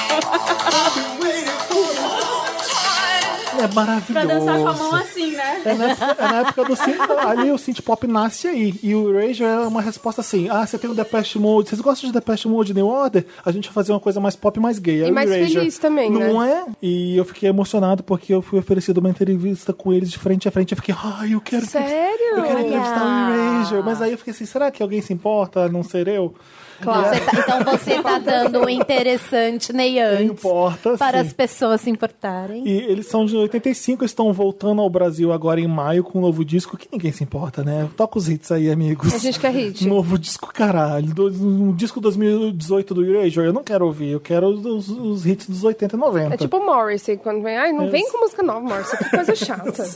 [SPEAKER 1] É maravilhoso.
[SPEAKER 2] Pra dançar com a mão assim, né?
[SPEAKER 1] É na, época, é na época do synth, ali o synth pop nasce aí. E o Erasure é uma resposta assim: ah, você tem o Depeche Mode, vocês gostam de Depeche Mode New Order? A gente vai fazer uma coisa mais pop e mais gay. Aí o
[SPEAKER 4] mais
[SPEAKER 1] Erasure,
[SPEAKER 4] feliz também, né?"
[SPEAKER 1] Não é? E eu fiquei emocionado porque eu fui oferecido uma entrevista com eles de frente a frente. Eu fiquei, ai, eu quero.
[SPEAKER 4] Sério?
[SPEAKER 1] Eu quero entrevistar o Erasure. Mas aí eu fiquei assim: será que alguém se importa a não ser eu?
[SPEAKER 11] Claro. Você tá- então você tá dando um interessante, Ney,
[SPEAKER 1] Não
[SPEAKER 11] antes.
[SPEAKER 1] importa.
[SPEAKER 11] Para
[SPEAKER 1] sim.
[SPEAKER 11] as pessoas se importarem.
[SPEAKER 1] E eles são de 85, estão voltando ao Brasil agora em maio com um novo disco que ninguém se importa, né? Toca os hits aí, amigos.
[SPEAKER 4] A gente quer hit.
[SPEAKER 1] Novo disco, caralho. Do, um disco 2018 do Erasure, eu não quero ouvir. Eu quero os, os hits dos 80 e 90.
[SPEAKER 4] É tipo o Morrissey, quando vem. Ai, não vem com música nova, Morrissey, que coisa chata.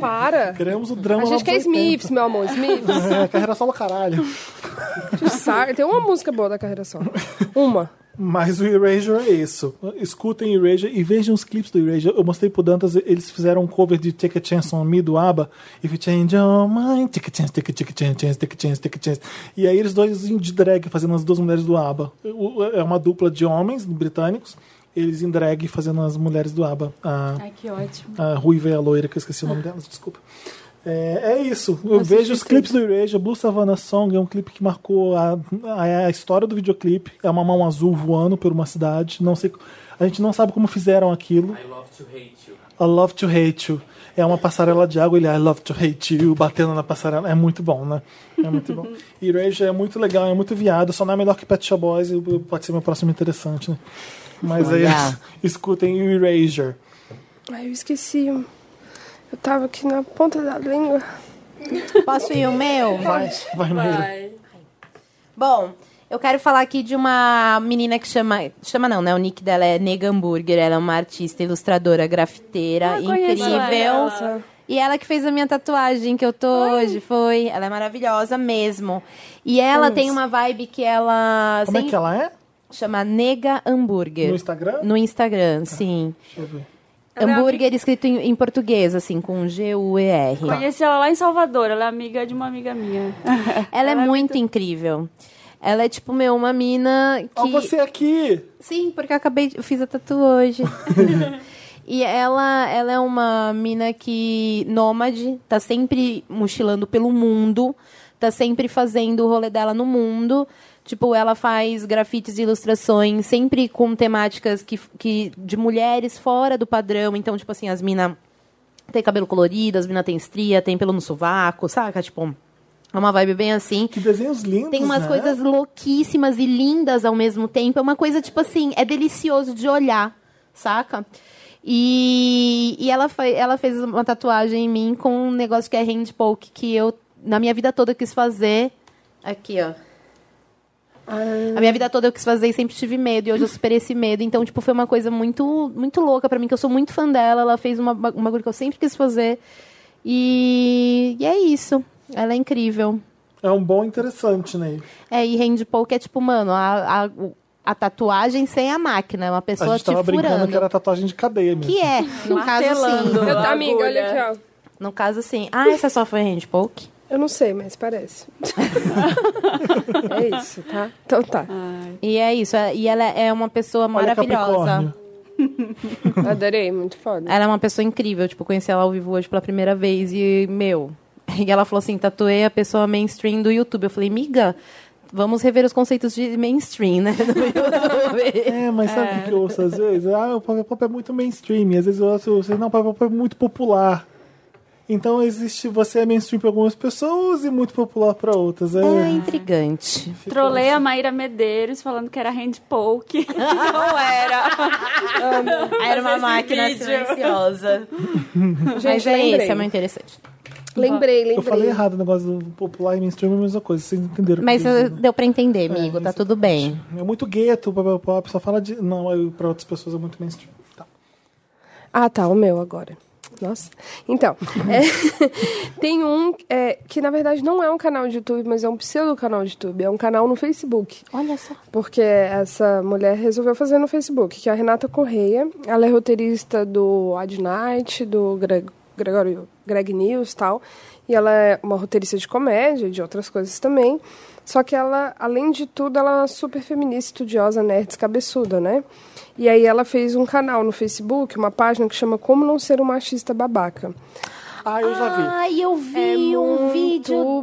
[SPEAKER 4] Para.
[SPEAKER 1] Queremos o drama
[SPEAKER 4] A
[SPEAKER 1] lá dos
[SPEAKER 4] gente quer
[SPEAKER 1] 80.
[SPEAKER 4] Smiths, meu amor, Smiths.
[SPEAKER 1] É, carreira solo, caralho.
[SPEAKER 4] Sar- Tem uma música boa da carreira só. Uma.
[SPEAKER 1] Mas o Erasure é isso. Escutem Erasure e vejam os clipes do Erasure. Eu mostrei pro Dantas, eles fizeram um cover de Take a Chance on Me do ABBA. If you change your mind, take a chance, take a, take a chance, chance, take a chance, take a chance. E aí eles dois em de drag fazendo as duas mulheres do ABBA. O- É uma dupla de homens britânicos, eles em drag fazendo as mulheres do ABBA. Ah, A,
[SPEAKER 2] Ai, que ótimo.
[SPEAKER 1] a ruiva e a loira, que eu esqueci o nome delas, desculpa. É, é isso. Eu vejo os clipes do Erasure. Blue Savannah Song é um clipe que marcou a, a, a história do videoclipe. É uma mão azul voando por uma cidade. Não sei, co- a gente não sabe como fizeram aquilo. I Love to Hate You. É uma passarela de água, ele I love to hate you, batendo na passarela. É muito bom, né? É muito bom. E Rage é muito legal, é muito viado, só não é melhor que Pet Shop Boys, e pode ser meu próximo interessante, né? Mas aí,
[SPEAKER 12] Olha.
[SPEAKER 1] escutem o Erasure.
[SPEAKER 4] Ai, eu esqueci. Eu tava aqui na ponta da língua.
[SPEAKER 3] Posso ir o meu?
[SPEAKER 1] Vai, Maíra.
[SPEAKER 3] Bom, eu quero falar aqui de uma menina que chama. Chama não, né? O nick dela é Nega Hamburger. Ela é uma artista, ilustradora, grafiteira,
[SPEAKER 2] conheço
[SPEAKER 3] incrível.
[SPEAKER 2] ela.
[SPEAKER 3] E ela que fez a minha tatuagem que eu tô hoje, foi. Ela é maravilhosa mesmo. E ela tem uma vibe que ela.
[SPEAKER 1] Como é
[SPEAKER 3] Tá sem-
[SPEAKER 1] que ela é?
[SPEAKER 3] Chama Nega Hambúrguer.
[SPEAKER 1] No Instagram?
[SPEAKER 3] No Instagram, sim.
[SPEAKER 1] Deixa eu ver.
[SPEAKER 3] Hambúrguer escrito em, em português, assim, com G-U-E-R.
[SPEAKER 2] Conheci ela é lá em Salvador, ela é amiga de uma amiga minha.
[SPEAKER 3] Ela é muito incrível. Ela é tipo, meu, uma mina que.
[SPEAKER 1] Ó, você aqui!
[SPEAKER 3] Sim, porque eu acabei de... eu fiz a tatu hoje. e ela, ela é uma mina que nômade, tá sempre mochilando pelo mundo, tá sempre fazendo o rolê dela no mundo. Tipo, ela faz grafites e ilustrações, sempre com temáticas que, que de mulheres fora do padrão. Então, tipo assim, as minas tem cabelo colorido, as minas têm estria, tem pelo no sovaco, saca? Tipo, é uma vibe bem assim.
[SPEAKER 1] Que desenhos lindos,
[SPEAKER 3] Tem umas
[SPEAKER 1] né?
[SPEAKER 3] coisas louquíssimas e lindas ao mesmo tempo. É uma coisa, tipo assim, é delicioso de olhar, saca? E, e ela, foi, ela fez uma tatuagem em mim com um negócio que é hand poke, que eu, na minha vida toda, quis fazer. Aqui, ó. A minha vida toda eu quis fazer e sempre tive medo. E hoje eu superei esse medo. Então, tipo, foi uma coisa muito, muito louca pra mim, que eu sou muito fã dela. Ela fez uma, ba- um bagulho que eu sempre quis fazer. E, e é isso. Ela é incrível.
[SPEAKER 1] É um bom interessante, né?
[SPEAKER 3] É, e hand poke é tipo, mano, a, a, o- a tatuagem sem a máquina. É uma
[SPEAKER 1] A
[SPEAKER 3] pessoa
[SPEAKER 1] gente
[SPEAKER 3] te
[SPEAKER 1] tava brincando
[SPEAKER 3] furando.
[SPEAKER 1] que era tatuagem de cadeia mesmo.
[SPEAKER 3] Que é, no
[SPEAKER 2] Martelando.
[SPEAKER 3] caso sim.
[SPEAKER 4] Eu,
[SPEAKER 2] Agulha.
[SPEAKER 4] amiga, olha aqui, ó.
[SPEAKER 3] No caso sim. Ah, essa só foi hand poke?
[SPEAKER 4] Eu não sei, mas parece. é isso, tá? Então tá.
[SPEAKER 3] E é isso. é- E ela é uma pessoa
[SPEAKER 1] Olha
[SPEAKER 3] maravilhosa.
[SPEAKER 1] Capricórnio.
[SPEAKER 4] Ah. Adorei, muito foda.
[SPEAKER 3] Ela é uma pessoa incrível. Tipo, conheci ela ao vivo hoje pela primeira vez. E, meu... E ela falou assim, tatuei a pessoa mainstream do YouTube. Eu falei, miga... Vamos rever os conceitos de mainstream, né? do YouTube.
[SPEAKER 1] É, mas sabe o que eu ouço às vezes? Ah, o pop pop é muito mainstream. Às vezes eu ouço, você, não, o pop pop é muito popular. Então existe, você é mainstream para algumas pessoas e muito popular para outras. É,
[SPEAKER 3] é intrigante.
[SPEAKER 2] Trolei a Maíra Medeiros falando que era hand poke. Não era.
[SPEAKER 3] Era uma máquina silenciosa. Mas é
[SPEAKER 4] lembrei.
[SPEAKER 3] isso, é muito interessante.
[SPEAKER 4] Lembrei, lembrei.
[SPEAKER 1] eu falei errado o negócio do popular e mainstream é a mesma coisa, vocês entenderam. o que
[SPEAKER 3] Mas
[SPEAKER 1] eu quis
[SPEAKER 3] eu-
[SPEAKER 1] dizer.
[SPEAKER 3] deu pra entender, amigo, tá tudo bem.
[SPEAKER 1] É muito gueto, pop pop pop, só fala de. Não, para outras pessoas é muito mainstream. Tá.
[SPEAKER 4] Ah, tá, o meu agora. Nossa. Então, é, tem um é, que na verdade não é um canal de YouTube, mas é um pseudo canal de YouTube. É um canal no Facebook.
[SPEAKER 3] Olha só.
[SPEAKER 4] Porque essa mulher resolveu fazer no Facebook, que é a Renata Correia. Ela é roteirista do Odd Night, do Greg, Gregório, Greg News e tal. E ela é uma roteirista de comédia, de outras coisas também. Só que ela, além de tudo, ela é uma super feminista, estudiosa, nerd, cabeçuda, né? E aí ela fez um canal no Facebook, uma página que chama Como Não Ser um Machista Babaca. É
[SPEAKER 1] Ah, eu já vi.
[SPEAKER 3] Ai, eu vi um
[SPEAKER 4] muito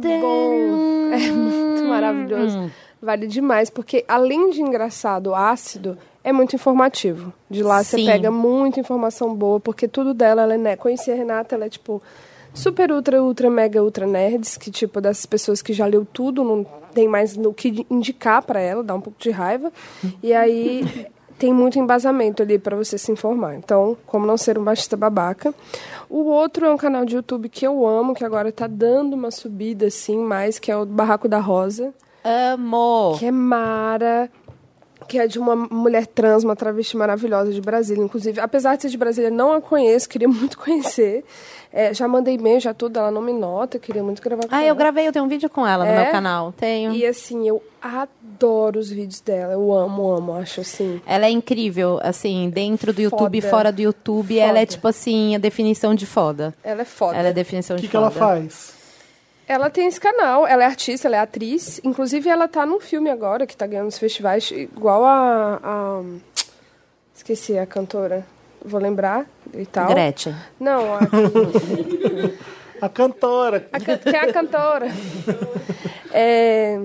[SPEAKER 3] vídeo dela.
[SPEAKER 4] bom. É muito maravilhoso. Vale demais, porque além de engraçado, ácido, é muito informativo. De lá
[SPEAKER 3] Sim.
[SPEAKER 4] você pega muita informação boa, porque tudo dela, ela é né? Conheci a Renata, ela é tipo super ultra, ultra, mega, ultra nerds, que tipo, dessas pessoas que já leu tudo, não tem mais o que indicar pra ela, dá um pouco de raiva. E aí tem muito embasamento ali pra você se informar. Então, como não ser um baixista babaca. O outro é um canal de YouTube que eu amo, que agora tá dando uma subida assim, mais que é o Barraco da Rosa,
[SPEAKER 3] Amo.
[SPEAKER 4] que é Mara, que é de uma mulher trans, uma travesti maravilhosa de Brasília, inclusive. Apesar de ser de Brasília, não a conheço, queria muito conhecer. É, já mandei e-mail, já tudo, ela não me nota, queria muito gravar com
[SPEAKER 3] Ah,
[SPEAKER 4] ela.
[SPEAKER 3] eu gravei, eu tenho um vídeo com ela no
[SPEAKER 4] É?
[SPEAKER 3] meu canal. Tenho.
[SPEAKER 4] E assim, eu adoro os vídeos dela, eu amo, amo, acho assim.
[SPEAKER 3] Ela é incrível, assim, dentro do YouTube,
[SPEAKER 4] Foda.
[SPEAKER 3] fora do YouTube, ela é
[SPEAKER 4] Foda.
[SPEAKER 3] tipo assim, a definição de foda.
[SPEAKER 4] Ela é foda.
[SPEAKER 3] Ela é a definição
[SPEAKER 1] O
[SPEAKER 3] de
[SPEAKER 1] que, que ela
[SPEAKER 3] foda.
[SPEAKER 4] né?
[SPEAKER 1] faz?
[SPEAKER 4] Ela tem esse canal, ela é artista, ela é atriz. Inclusive, ela tá num filme agora que tá ganhando os festivais, igual a. a- Esqueci a cantora. Vou lembrar e tal.
[SPEAKER 3] Gretchen.
[SPEAKER 4] Não, a,
[SPEAKER 1] A cantora.
[SPEAKER 4] a can- que é a cantora. É,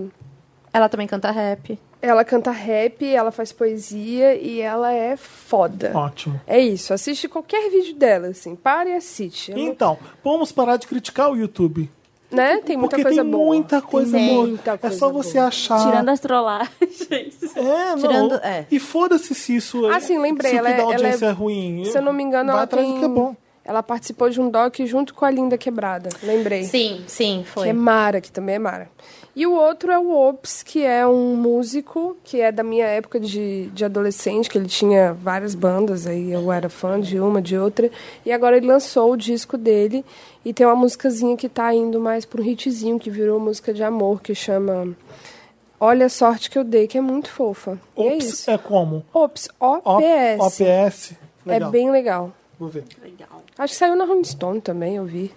[SPEAKER 11] Ela também canta rap.
[SPEAKER 4] Ela canta rap, ela faz poesia e ela é foda.
[SPEAKER 1] Ótimo.
[SPEAKER 4] É isso, assiste qualquer vídeo dela, assim, para e assiste. É Ela-
[SPEAKER 1] Então, vamos parar de criticar o YouTube.
[SPEAKER 4] né? Tem muita
[SPEAKER 1] porque
[SPEAKER 4] coisa
[SPEAKER 1] tem
[SPEAKER 4] boa.
[SPEAKER 1] muita coisa
[SPEAKER 4] Tem
[SPEAKER 1] boa.
[SPEAKER 4] muita
[SPEAKER 1] é
[SPEAKER 4] coisa
[SPEAKER 1] só você
[SPEAKER 4] boa.
[SPEAKER 1] achar.
[SPEAKER 2] Tirando as trollagens.
[SPEAKER 1] É, não.
[SPEAKER 11] Tirando- é.
[SPEAKER 1] E foda-se se isso.
[SPEAKER 4] Ah, sim, lembrei,
[SPEAKER 1] Se o
[SPEAKER 4] ela é-
[SPEAKER 1] que dá
[SPEAKER 4] ela é-
[SPEAKER 1] audiência é ruim.
[SPEAKER 4] Se eu não me engano,
[SPEAKER 1] Vai
[SPEAKER 4] ela
[SPEAKER 1] atrás do
[SPEAKER 4] tem...
[SPEAKER 1] que é bom.
[SPEAKER 4] Ela participou de um doc junto com a Linda Quebrada, lembrei.
[SPEAKER 11] Sim, sim,
[SPEAKER 4] Que é Mara, que também é Mara. E o outro é o Ops, que é um músico que é da minha época de, de adolescente, que ele tinha várias bandas, aí eu era fã de uma, de outra. E agora ele lançou o disco dele e tem uma musicazinha que tá indo mais pro hitzinho, que virou música de amor, que chama Olha a Sorte que eu dei, que é muito fofa. E é
[SPEAKER 1] Ops
[SPEAKER 4] isso.
[SPEAKER 1] é, como?
[SPEAKER 4] Ops,
[SPEAKER 1] O-
[SPEAKER 4] OPS.
[SPEAKER 1] OPS.
[SPEAKER 4] É
[SPEAKER 1] Legal.
[SPEAKER 4] bem legal.
[SPEAKER 1] Vou ver.
[SPEAKER 2] Legal.
[SPEAKER 4] Acho que saiu na Rolling Stone também, eu vi.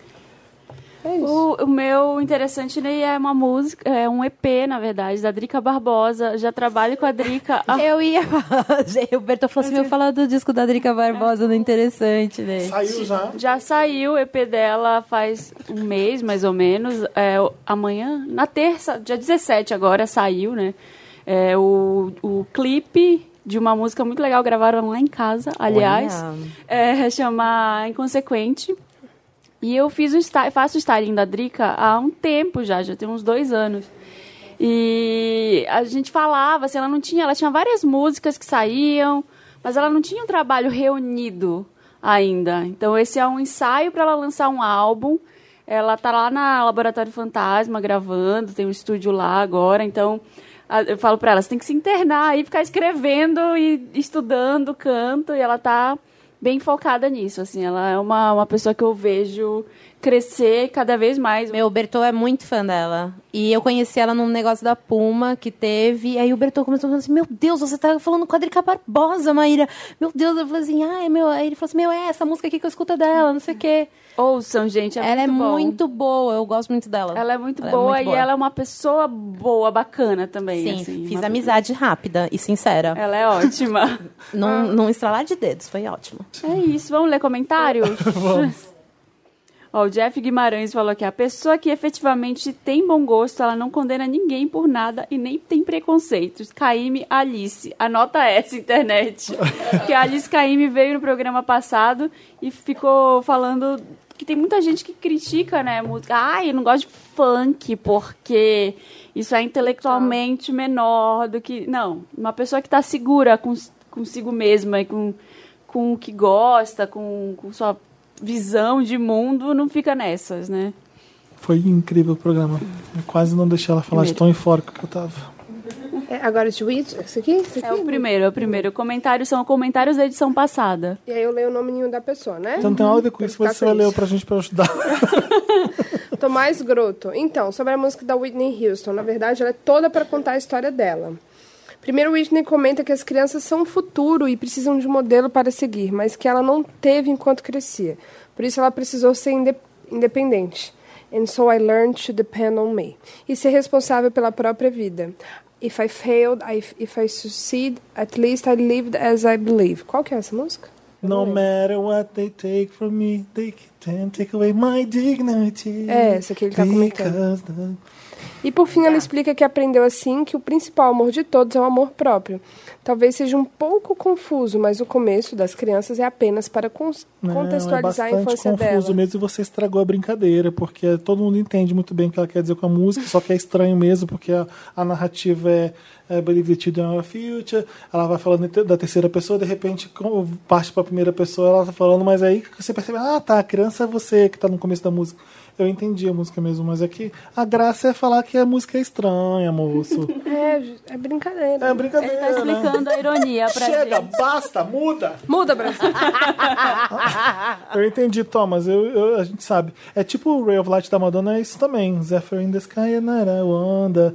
[SPEAKER 4] É isso.
[SPEAKER 2] O, o meu interessante né, é uma música, é um EP, na verdade, da Drica Barbosa. Já trabalho com a Drica.
[SPEAKER 3] Ah.
[SPEAKER 2] há-
[SPEAKER 11] Eu ia falar. gente, O Berto falou assim: eu ia falar do disco da Drica Barbosa
[SPEAKER 3] é
[SPEAKER 11] no interessante, né?
[SPEAKER 1] Saiu já.
[SPEAKER 2] Já saiu o EP dela faz um mês, mais ou menos. É, o- amanhã, na terça, dia 17 agora, saiu, né? É, o, o clipe de uma música muito legal, gravaram lá em casa, aliás. É, chama Inconsequente. E eu fiz o sty- faço o styling da Drica há um tempo já, já tem uns dois anos. E a gente falava, assim, ela não tinha, ela tinha várias músicas que saíam, mas ela não tinha um trabalho reunido ainda. Então esse é um ensaio para ela lançar um álbum. Ela tá lá na Laboratório Fantasma gravando, tem um estúdio lá agora, então a- eu falo para ela, você tem que se internar e ficar escrevendo e estudando canto, e ela tá bem focada nisso, assim, ela é uma, uma pessoa que eu vejo crescer cada vez mais.
[SPEAKER 11] Meu, o Bertô é muito fã dela. E eu conheci ela num negócio da Puma que teve. E aí o Bertô começou falando assim: Meu Deus, você tá falando com a Drica Barbosa, Maíra. Meu Deus, eu falei assim: Ah, é meu. Aí ele falou assim: Meu, é essa música aqui que eu escuto dela, não sei o quê.
[SPEAKER 2] Ouçam, gente, é
[SPEAKER 11] ela
[SPEAKER 2] muito
[SPEAKER 11] é
[SPEAKER 2] bom.
[SPEAKER 11] muito boa, eu gosto muito dela.
[SPEAKER 2] Ela é muito boa e ela é uma pessoa boa, bacana também.
[SPEAKER 11] Sim,
[SPEAKER 2] assim,
[SPEAKER 11] fiz
[SPEAKER 2] uma-
[SPEAKER 11] amizade rápida e sincera.
[SPEAKER 2] Ela é ótima. Ah.
[SPEAKER 11] Num, num estralar de dedos, foi ótimo.
[SPEAKER 2] é isso, vamos ler comentários? vamos. Ó, o Jeff Guimarães falou que a pessoa que efetivamente tem bom gosto, ela não condena ninguém por nada e nem tem preconceitos. Caíme Alice. Anota essa, internet. que a Alice Caíme veio no programa passado e ficou falando que tem muita gente que critica, né, música. Ai, eu não gosto de funk porque isso é intelectualmente menor do que... Não, uma pessoa que está segura cons- consigo mesma e com, com o que gosta, com, com sua visão de mundo, não fica nessas, né?
[SPEAKER 1] Foi incrível o programa. Eu quase não deixei ela falar de tão enfórico que eu tava.
[SPEAKER 4] É, agora o tweet, isso aqui? Isso aqui?
[SPEAKER 2] É o primeiro, é o primeiro. Comentários são comentários da edição passada.
[SPEAKER 4] E aí eu leio o nominho da pessoa, né?
[SPEAKER 1] Então não tem nada a ver com isso,
[SPEAKER 4] Pra
[SPEAKER 1] mas
[SPEAKER 4] ficar
[SPEAKER 1] você vai
[SPEAKER 4] feliz.
[SPEAKER 1] ler pra gente pra ajudar.
[SPEAKER 4] Tomás Groto. Então, sobre a música da Whitney Houston. Na verdade, ela é toda para contar a história dela. Primeiro, Whitney comenta que as crianças são o futuro e precisam de um modelo para seguir, mas que ela não teve enquanto crescia. Por isso, ela precisou ser inde- independente. And so I learned to depend on me. E ser responsável pela própria vida. If I failed, I, if I succeed, at least I lived as I believe. Qual que é essa música?
[SPEAKER 1] No matter what they take from me, they can't take away my dignity.
[SPEAKER 4] É, essa que ele tá comentando.
[SPEAKER 1] Because the-
[SPEAKER 4] E por
[SPEAKER 1] Tá.
[SPEAKER 4] fim, ela explica que aprendeu assim que o principal amor de todos é o amor próprio. Talvez seja um pouco confuso, mas o começo das crianças é apenas para cons-
[SPEAKER 1] Não,
[SPEAKER 4] contextualizar
[SPEAKER 1] é
[SPEAKER 4] a
[SPEAKER 1] bastante
[SPEAKER 4] infância
[SPEAKER 1] confuso
[SPEAKER 4] dela.
[SPEAKER 1] mesmo e você estragou a brincadeira, porque todo mundo entende muito bem o que ela quer dizer com a música, só que é estranho mesmo, porque a, a narrativa é, é Believe the Children are the Future, ela vai falando em te- da terceira pessoa, de repente com- parte para a primeira pessoa, ela tá falando, mas aí você percebe, ah tá, a criança é você que tá no começo da música. Eu entendi a música mesmo, mas é que a graça é falar que a música é estranha, moço.
[SPEAKER 4] É, é brincadeira.
[SPEAKER 1] É brincadeira,
[SPEAKER 2] Ele tá
[SPEAKER 1] né?
[SPEAKER 2] explicando a ironia pra
[SPEAKER 1] Chega,
[SPEAKER 2] gente.
[SPEAKER 1] basta, muda!
[SPEAKER 4] Muda, Brasil.
[SPEAKER 1] Eu entendi, Thomas. Eu, eu- a gente sabe. É tipo o Ray of Light da Madonna, é isso também. Zephyr in the sky and I wonder.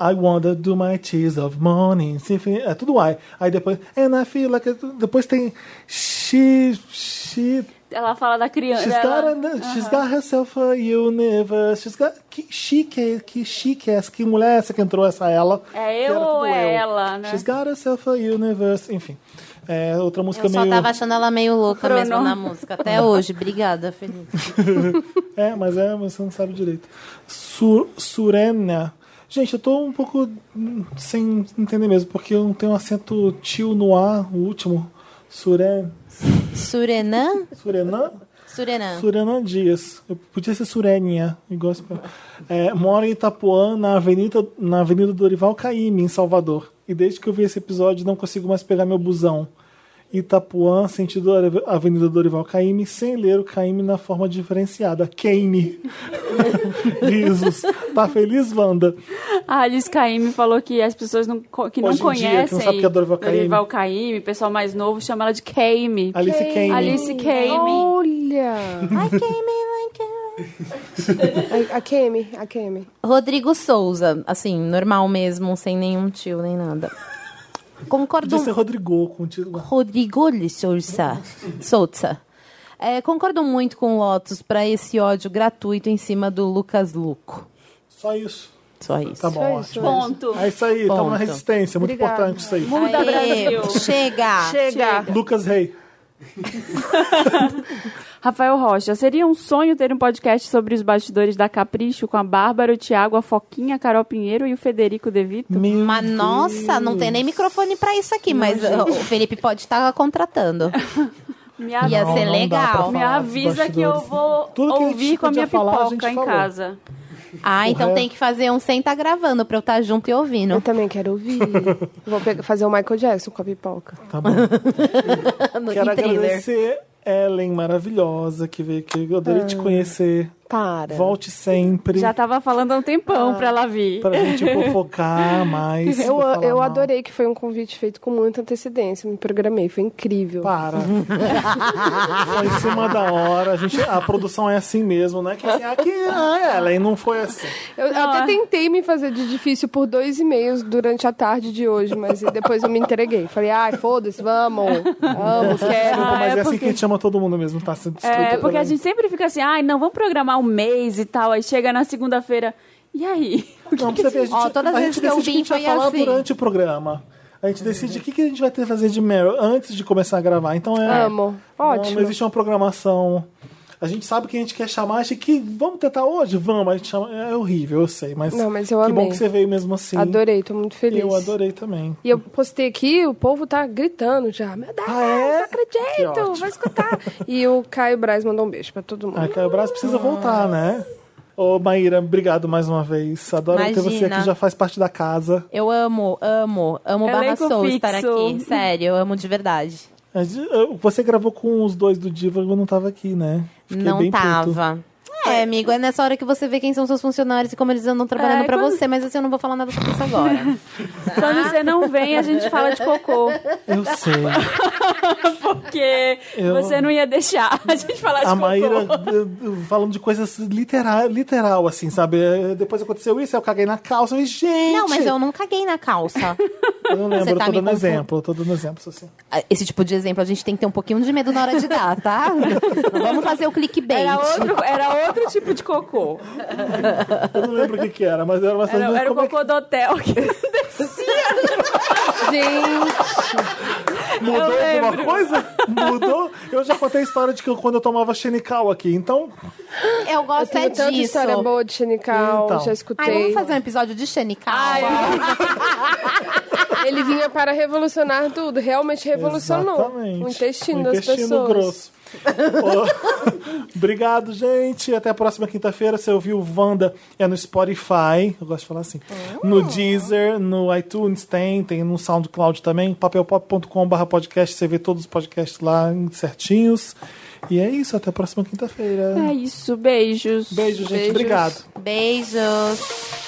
[SPEAKER 1] I wonder do my tears of morning. Symphony- É tudo I. Aí depois. And I feel like. it- Depois tem. She. She.
[SPEAKER 2] Ela fala da criança.
[SPEAKER 1] She's got,
[SPEAKER 2] ela-
[SPEAKER 1] a, she's got herself a universe. She's got. Que chique, que chique é essa? Que mulher é essa que entrou essa ela?
[SPEAKER 2] É
[SPEAKER 1] Que
[SPEAKER 2] eu
[SPEAKER 1] era tudo
[SPEAKER 2] ou é
[SPEAKER 1] eu.
[SPEAKER 2] ela, né?
[SPEAKER 1] She's got herself a universe. Enfim. É outra música
[SPEAKER 3] Eu só
[SPEAKER 1] meio.
[SPEAKER 3] tava achando ela meio louca
[SPEAKER 2] Crono.
[SPEAKER 3] mesmo na música. Até hoje. Obrigada, Felipe.
[SPEAKER 1] É, mas é, mas você não sabe direito. Sur, Surena Gente, eu tô um pouco hum, sem entender mesmo, porque eu não tenho um acento tio no ar, o último. Suré.
[SPEAKER 3] Surenã?
[SPEAKER 1] Surenã?
[SPEAKER 3] Surenã.
[SPEAKER 1] Surenã Dias. Eu podia ser Sureninha, igual esse povo. é, Moro em Itapuã, na Avenida, na Avenida Dorival Caymmi, em Salvador. E desde que eu vi esse episódio, não consigo mais pegar meu busão. Itapuã, sentido Are- Avenida Dorival Caymmi, sem ler o Caymmi na forma diferenciada. Caymmi. Risos. Tá feliz, Wanda?
[SPEAKER 2] A Alice Caymmi falou que as pessoas não, co- que não
[SPEAKER 1] Hoje em dia, que não
[SPEAKER 2] conhecem
[SPEAKER 1] sabe o que é Dorival Caymmi.
[SPEAKER 2] Dorival Caymmi, pessoal mais novo chama ela de Caymmi.
[SPEAKER 1] Alice Caymmi.
[SPEAKER 2] Alice Caymmi.
[SPEAKER 4] Olha! A Kemi, a Kemi.
[SPEAKER 3] Rodrigo Souza, assim, normal mesmo, sem nenhum tio nem nada. Concordo
[SPEAKER 1] Podia ser Rodrigo, contigo.
[SPEAKER 3] Rodrigo de Souza. Souza. É, concordo muito com o Lotus para esse ódio gratuito em cima do Lucas Luco.
[SPEAKER 1] Só isso.
[SPEAKER 3] Só É isso.
[SPEAKER 1] Tá bom,
[SPEAKER 4] Só isso.
[SPEAKER 1] ótimo.
[SPEAKER 2] Ponto.
[SPEAKER 1] É isso aí, estamos na
[SPEAKER 3] Ponto.
[SPEAKER 1] resistência. Muito
[SPEAKER 4] Obrigada.
[SPEAKER 1] importante isso aí.
[SPEAKER 2] Muda, Brasil.
[SPEAKER 3] Chega!
[SPEAKER 4] Chega!
[SPEAKER 1] Lucas Rey.
[SPEAKER 2] Rafael Rocha, seria um sonho ter um podcast sobre os bastidores da Capricho com a Bárbara, o Thiago, a Foquinha, a Carol Pinheiro e o Federico De Vito?
[SPEAKER 1] Meu
[SPEAKER 3] Mas nossa, não tem nem microfone pra isso aqui, mas ó, o Felipe pode estar contratando.
[SPEAKER 2] Me
[SPEAKER 3] Ia
[SPEAKER 2] avisa,
[SPEAKER 3] ser
[SPEAKER 1] não dá pra
[SPEAKER 3] legal.
[SPEAKER 1] falar.
[SPEAKER 2] me avisa que eu vou
[SPEAKER 1] Tudo que a gente
[SPEAKER 2] ouvir com a
[SPEAKER 1] podia
[SPEAKER 2] minha
[SPEAKER 1] falar, a gente
[SPEAKER 2] pipoca em
[SPEAKER 1] falou.
[SPEAKER 2] casa.
[SPEAKER 3] Ah, então
[SPEAKER 1] Correto.
[SPEAKER 3] tem que fazer um sem tá gravando pra eu estar junto e
[SPEAKER 4] Eu
[SPEAKER 3] ouvindo.
[SPEAKER 4] também quero ouvir. Vou pegar- fazer o Michael Jackson com a pipoca.
[SPEAKER 1] Tá bom.
[SPEAKER 3] No
[SPEAKER 1] Quero
[SPEAKER 3] e thriller.
[SPEAKER 1] agradecer Ellen maravilhosa, que veio aqui. Eu adorei te conhecer.
[SPEAKER 4] Para.
[SPEAKER 1] Volte sempre
[SPEAKER 2] Já tava falando há um tempão pra ela vir.
[SPEAKER 1] Ah, pra gente fofocar mais.
[SPEAKER 4] Eu,
[SPEAKER 1] pra falar
[SPEAKER 4] eu
[SPEAKER 1] mal.
[SPEAKER 4] adorei que foi um convite feito com muita antecedência. Me programei, foi incrível.
[SPEAKER 1] Para. foi em cima da hora. A, gente, a produção é assim mesmo, né? Que assim, aqui, ah, Ellen, não foi assim.
[SPEAKER 4] Eu, eu até tentei me fazer de difícil por dois e-mails durante a tarde de hoje, mas depois eu me entreguei. Falei, ai, foda-se, vamos, vamos, quero.
[SPEAKER 1] Desculpa,
[SPEAKER 2] Ah,
[SPEAKER 1] mas
[SPEAKER 2] é
[SPEAKER 1] é, assim que
[SPEAKER 2] porque-
[SPEAKER 1] a gente chama todo mundo mesmo, tá? Se desculpa
[SPEAKER 2] É, porque a
[SPEAKER 1] também.
[SPEAKER 2] gente sempre fica assim, ai, não, vamos programar um mês e tal. Aí chega na segunda-feira, e aí?
[SPEAKER 1] Não, pra você ver, a gente,
[SPEAKER 3] Ó, todas
[SPEAKER 1] a
[SPEAKER 3] as
[SPEAKER 1] gente
[SPEAKER 3] vezes que eu
[SPEAKER 1] decide o que a
[SPEAKER 3] vim
[SPEAKER 1] gente vai
[SPEAKER 3] foi
[SPEAKER 1] falar
[SPEAKER 3] assim.
[SPEAKER 1] durante o programa. A gente decide o que, que a gente vai ter que fazer de Meryl antes de começar a gravar. Então é.
[SPEAKER 4] Amo.
[SPEAKER 1] Não, assim,
[SPEAKER 4] Ótimo.
[SPEAKER 1] Não existe uma programação. A gente sabe que a gente quer chamar, acha que vamos tentar hoje? Vamos. A gente chama. É horrível, eu sei, mas.
[SPEAKER 4] Não, mas eu
[SPEAKER 1] que bom
[SPEAKER 4] amei.
[SPEAKER 1] que você veio mesmo assim.
[SPEAKER 4] Adorei, tô muito feliz.
[SPEAKER 1] Eu adorei também.
[SPEAKER 4] E eu postei aqui, o povo tá gritando já. Meu Deus,
[SPEAKER 1] Ah, é?
[SPEAKER 4] não
[SPEAKER 1] Que
[SPEAKER 4] acredito,
[SPEAKER 1] ótimo.
[SPEAKER 4] vou escutar. e o Caio Braz mandou um beijo pra todo mundo.
[SPEAKER 1] Ah, Caio Braz precisa
[SPEAKER 3] Ah.
[SPEAKER 1] voltar, né? Ô, Maíra, obrigado mais uma vez. Adoro ter você
[SPEAKER 3] Imagina.
[SPEAKER 1] aqui, já faz parte da casa.
[SPEAKER 3] Eu amo, amo, amo Barra
[SPEAKER 2] Elenco
[SPEAKER 3] Soul estar
[SPEAKER 2] fixo.
[SPEAKER 3] aqui. Sério, eu amo de verdade.
[SPEAKER 1] A gente- eu- Você gravou com os dois do Diva, eu não tava aqui, né? Fiquei
[SPEAKER 3] não
[SPEAKER 1] bem puto.
[SPEAKER 3] tava. É, amigo, é nessa hora que você vê quem são seus funcionários e como eles andam trabalhando
[SPEAKER 2] É,
[SPEAKER 3] pra
[SPEAKER 2] quando-
[SPEAKER 3] você, mas assim, eu não vou falar nada sobre isso agora.
[SPEAKER 2] Quando você não vem, a gente fala de cocô.
[SPEAKER 1] Eu sei.
[SPEAKER 2] Porque
[SPEAKER 1] Eu-
[SPEAKER 2] você não ia deixar a gente falar de
[SPEAKER 1] A
[SPEAKER 2] cocô.
[SPEAKER 1] Maíra eh, eh, falando de coisas literal, literal assim, sabe? Eh, Depois aconteceu isso, aí eu caguei na calça. E, gente!
[SPEAKER 3] não, mas eu não caguei na calça.
[SPEAKER 1] Eu não lembro,
[SPEAKER 3] Você
[SPEAKER 1] eu
[SPEAKER 3] tá
[SPEAKER 1] tô
[SPEAKER 3] me
[SPEAKER 1] dando
[SPEAKER 3] confu-
[SPEAKER 1] exemplo, eu tô dando exemplos assim.
[SPEAKER 3] Ah, Esse tipo de exemplo a gente tem que ter um pouquinho de medo na hora de dar, tá? Não Vamos fazer o clickbait.
[SPEAKER 2] Era outro, era outro tipo de cocô.
[SPEAKER 1] Eu não lembro o que que era, mas era bastante.
[SPEAKER 2] Era, era o
[SPEAKER 1] como é
[SPEAKER 2] cocô do hotel.
[SPEAKER 4] Gente,
[SPEAKER 1] que mudou
[SPEAKER 2] eu
[SPEAKER 1] alguma
[SPEAKER 2] lembro.
[SPEAKER 1] coisa? Mudou? Eu já contei a história de que eu- quando eu tomava xenical aqui, então.
[SPEAKER 3] Eu
[SPEAKER 4] eu
[SPEAKER 3] gosto é
[SPEAKER 4] tenho tanta
[SPEAKER 3] disso.
[SPEAKER 4] história boa de Xenical,
[SPEAKER 1] Então.
[SPEAKER 4] já escutei.
[SPEAKER 3] Ai, vamos fazer um episódio de Xenical.
[SPEAKER 4] Ele vinha para revolucionar tudo, realmente revolucionou
[SPEAKER 1] Exatamente.
[SPEAKER 4] o intestino
[SPEAKER 1] O
[SPEAKER 4] das
[SPEAKER 1] intestino
[SPEAKER 4] pessoas.
[SPEAKER 1] grosso. Ô, Obrigado, gente. Até a próxima quinta-feira. Você ouviu Wanda é no Spotify. Eu gosto de falar assim. No Deezer, no iTunes tem, tem no SoundCloud também. papelpop.com.br podcast. Você vê todos os podcasts lá certinhos. E é isso. Até a próxima quinta-feira.
[SPEAKER 2] É isso, beijos.
[SPEAKER 1] Beijo, gente.
[SPEAKER 4] Beijos.
[SPEAKER 1] Obrigado.
[SPEAKER 3] Beijos.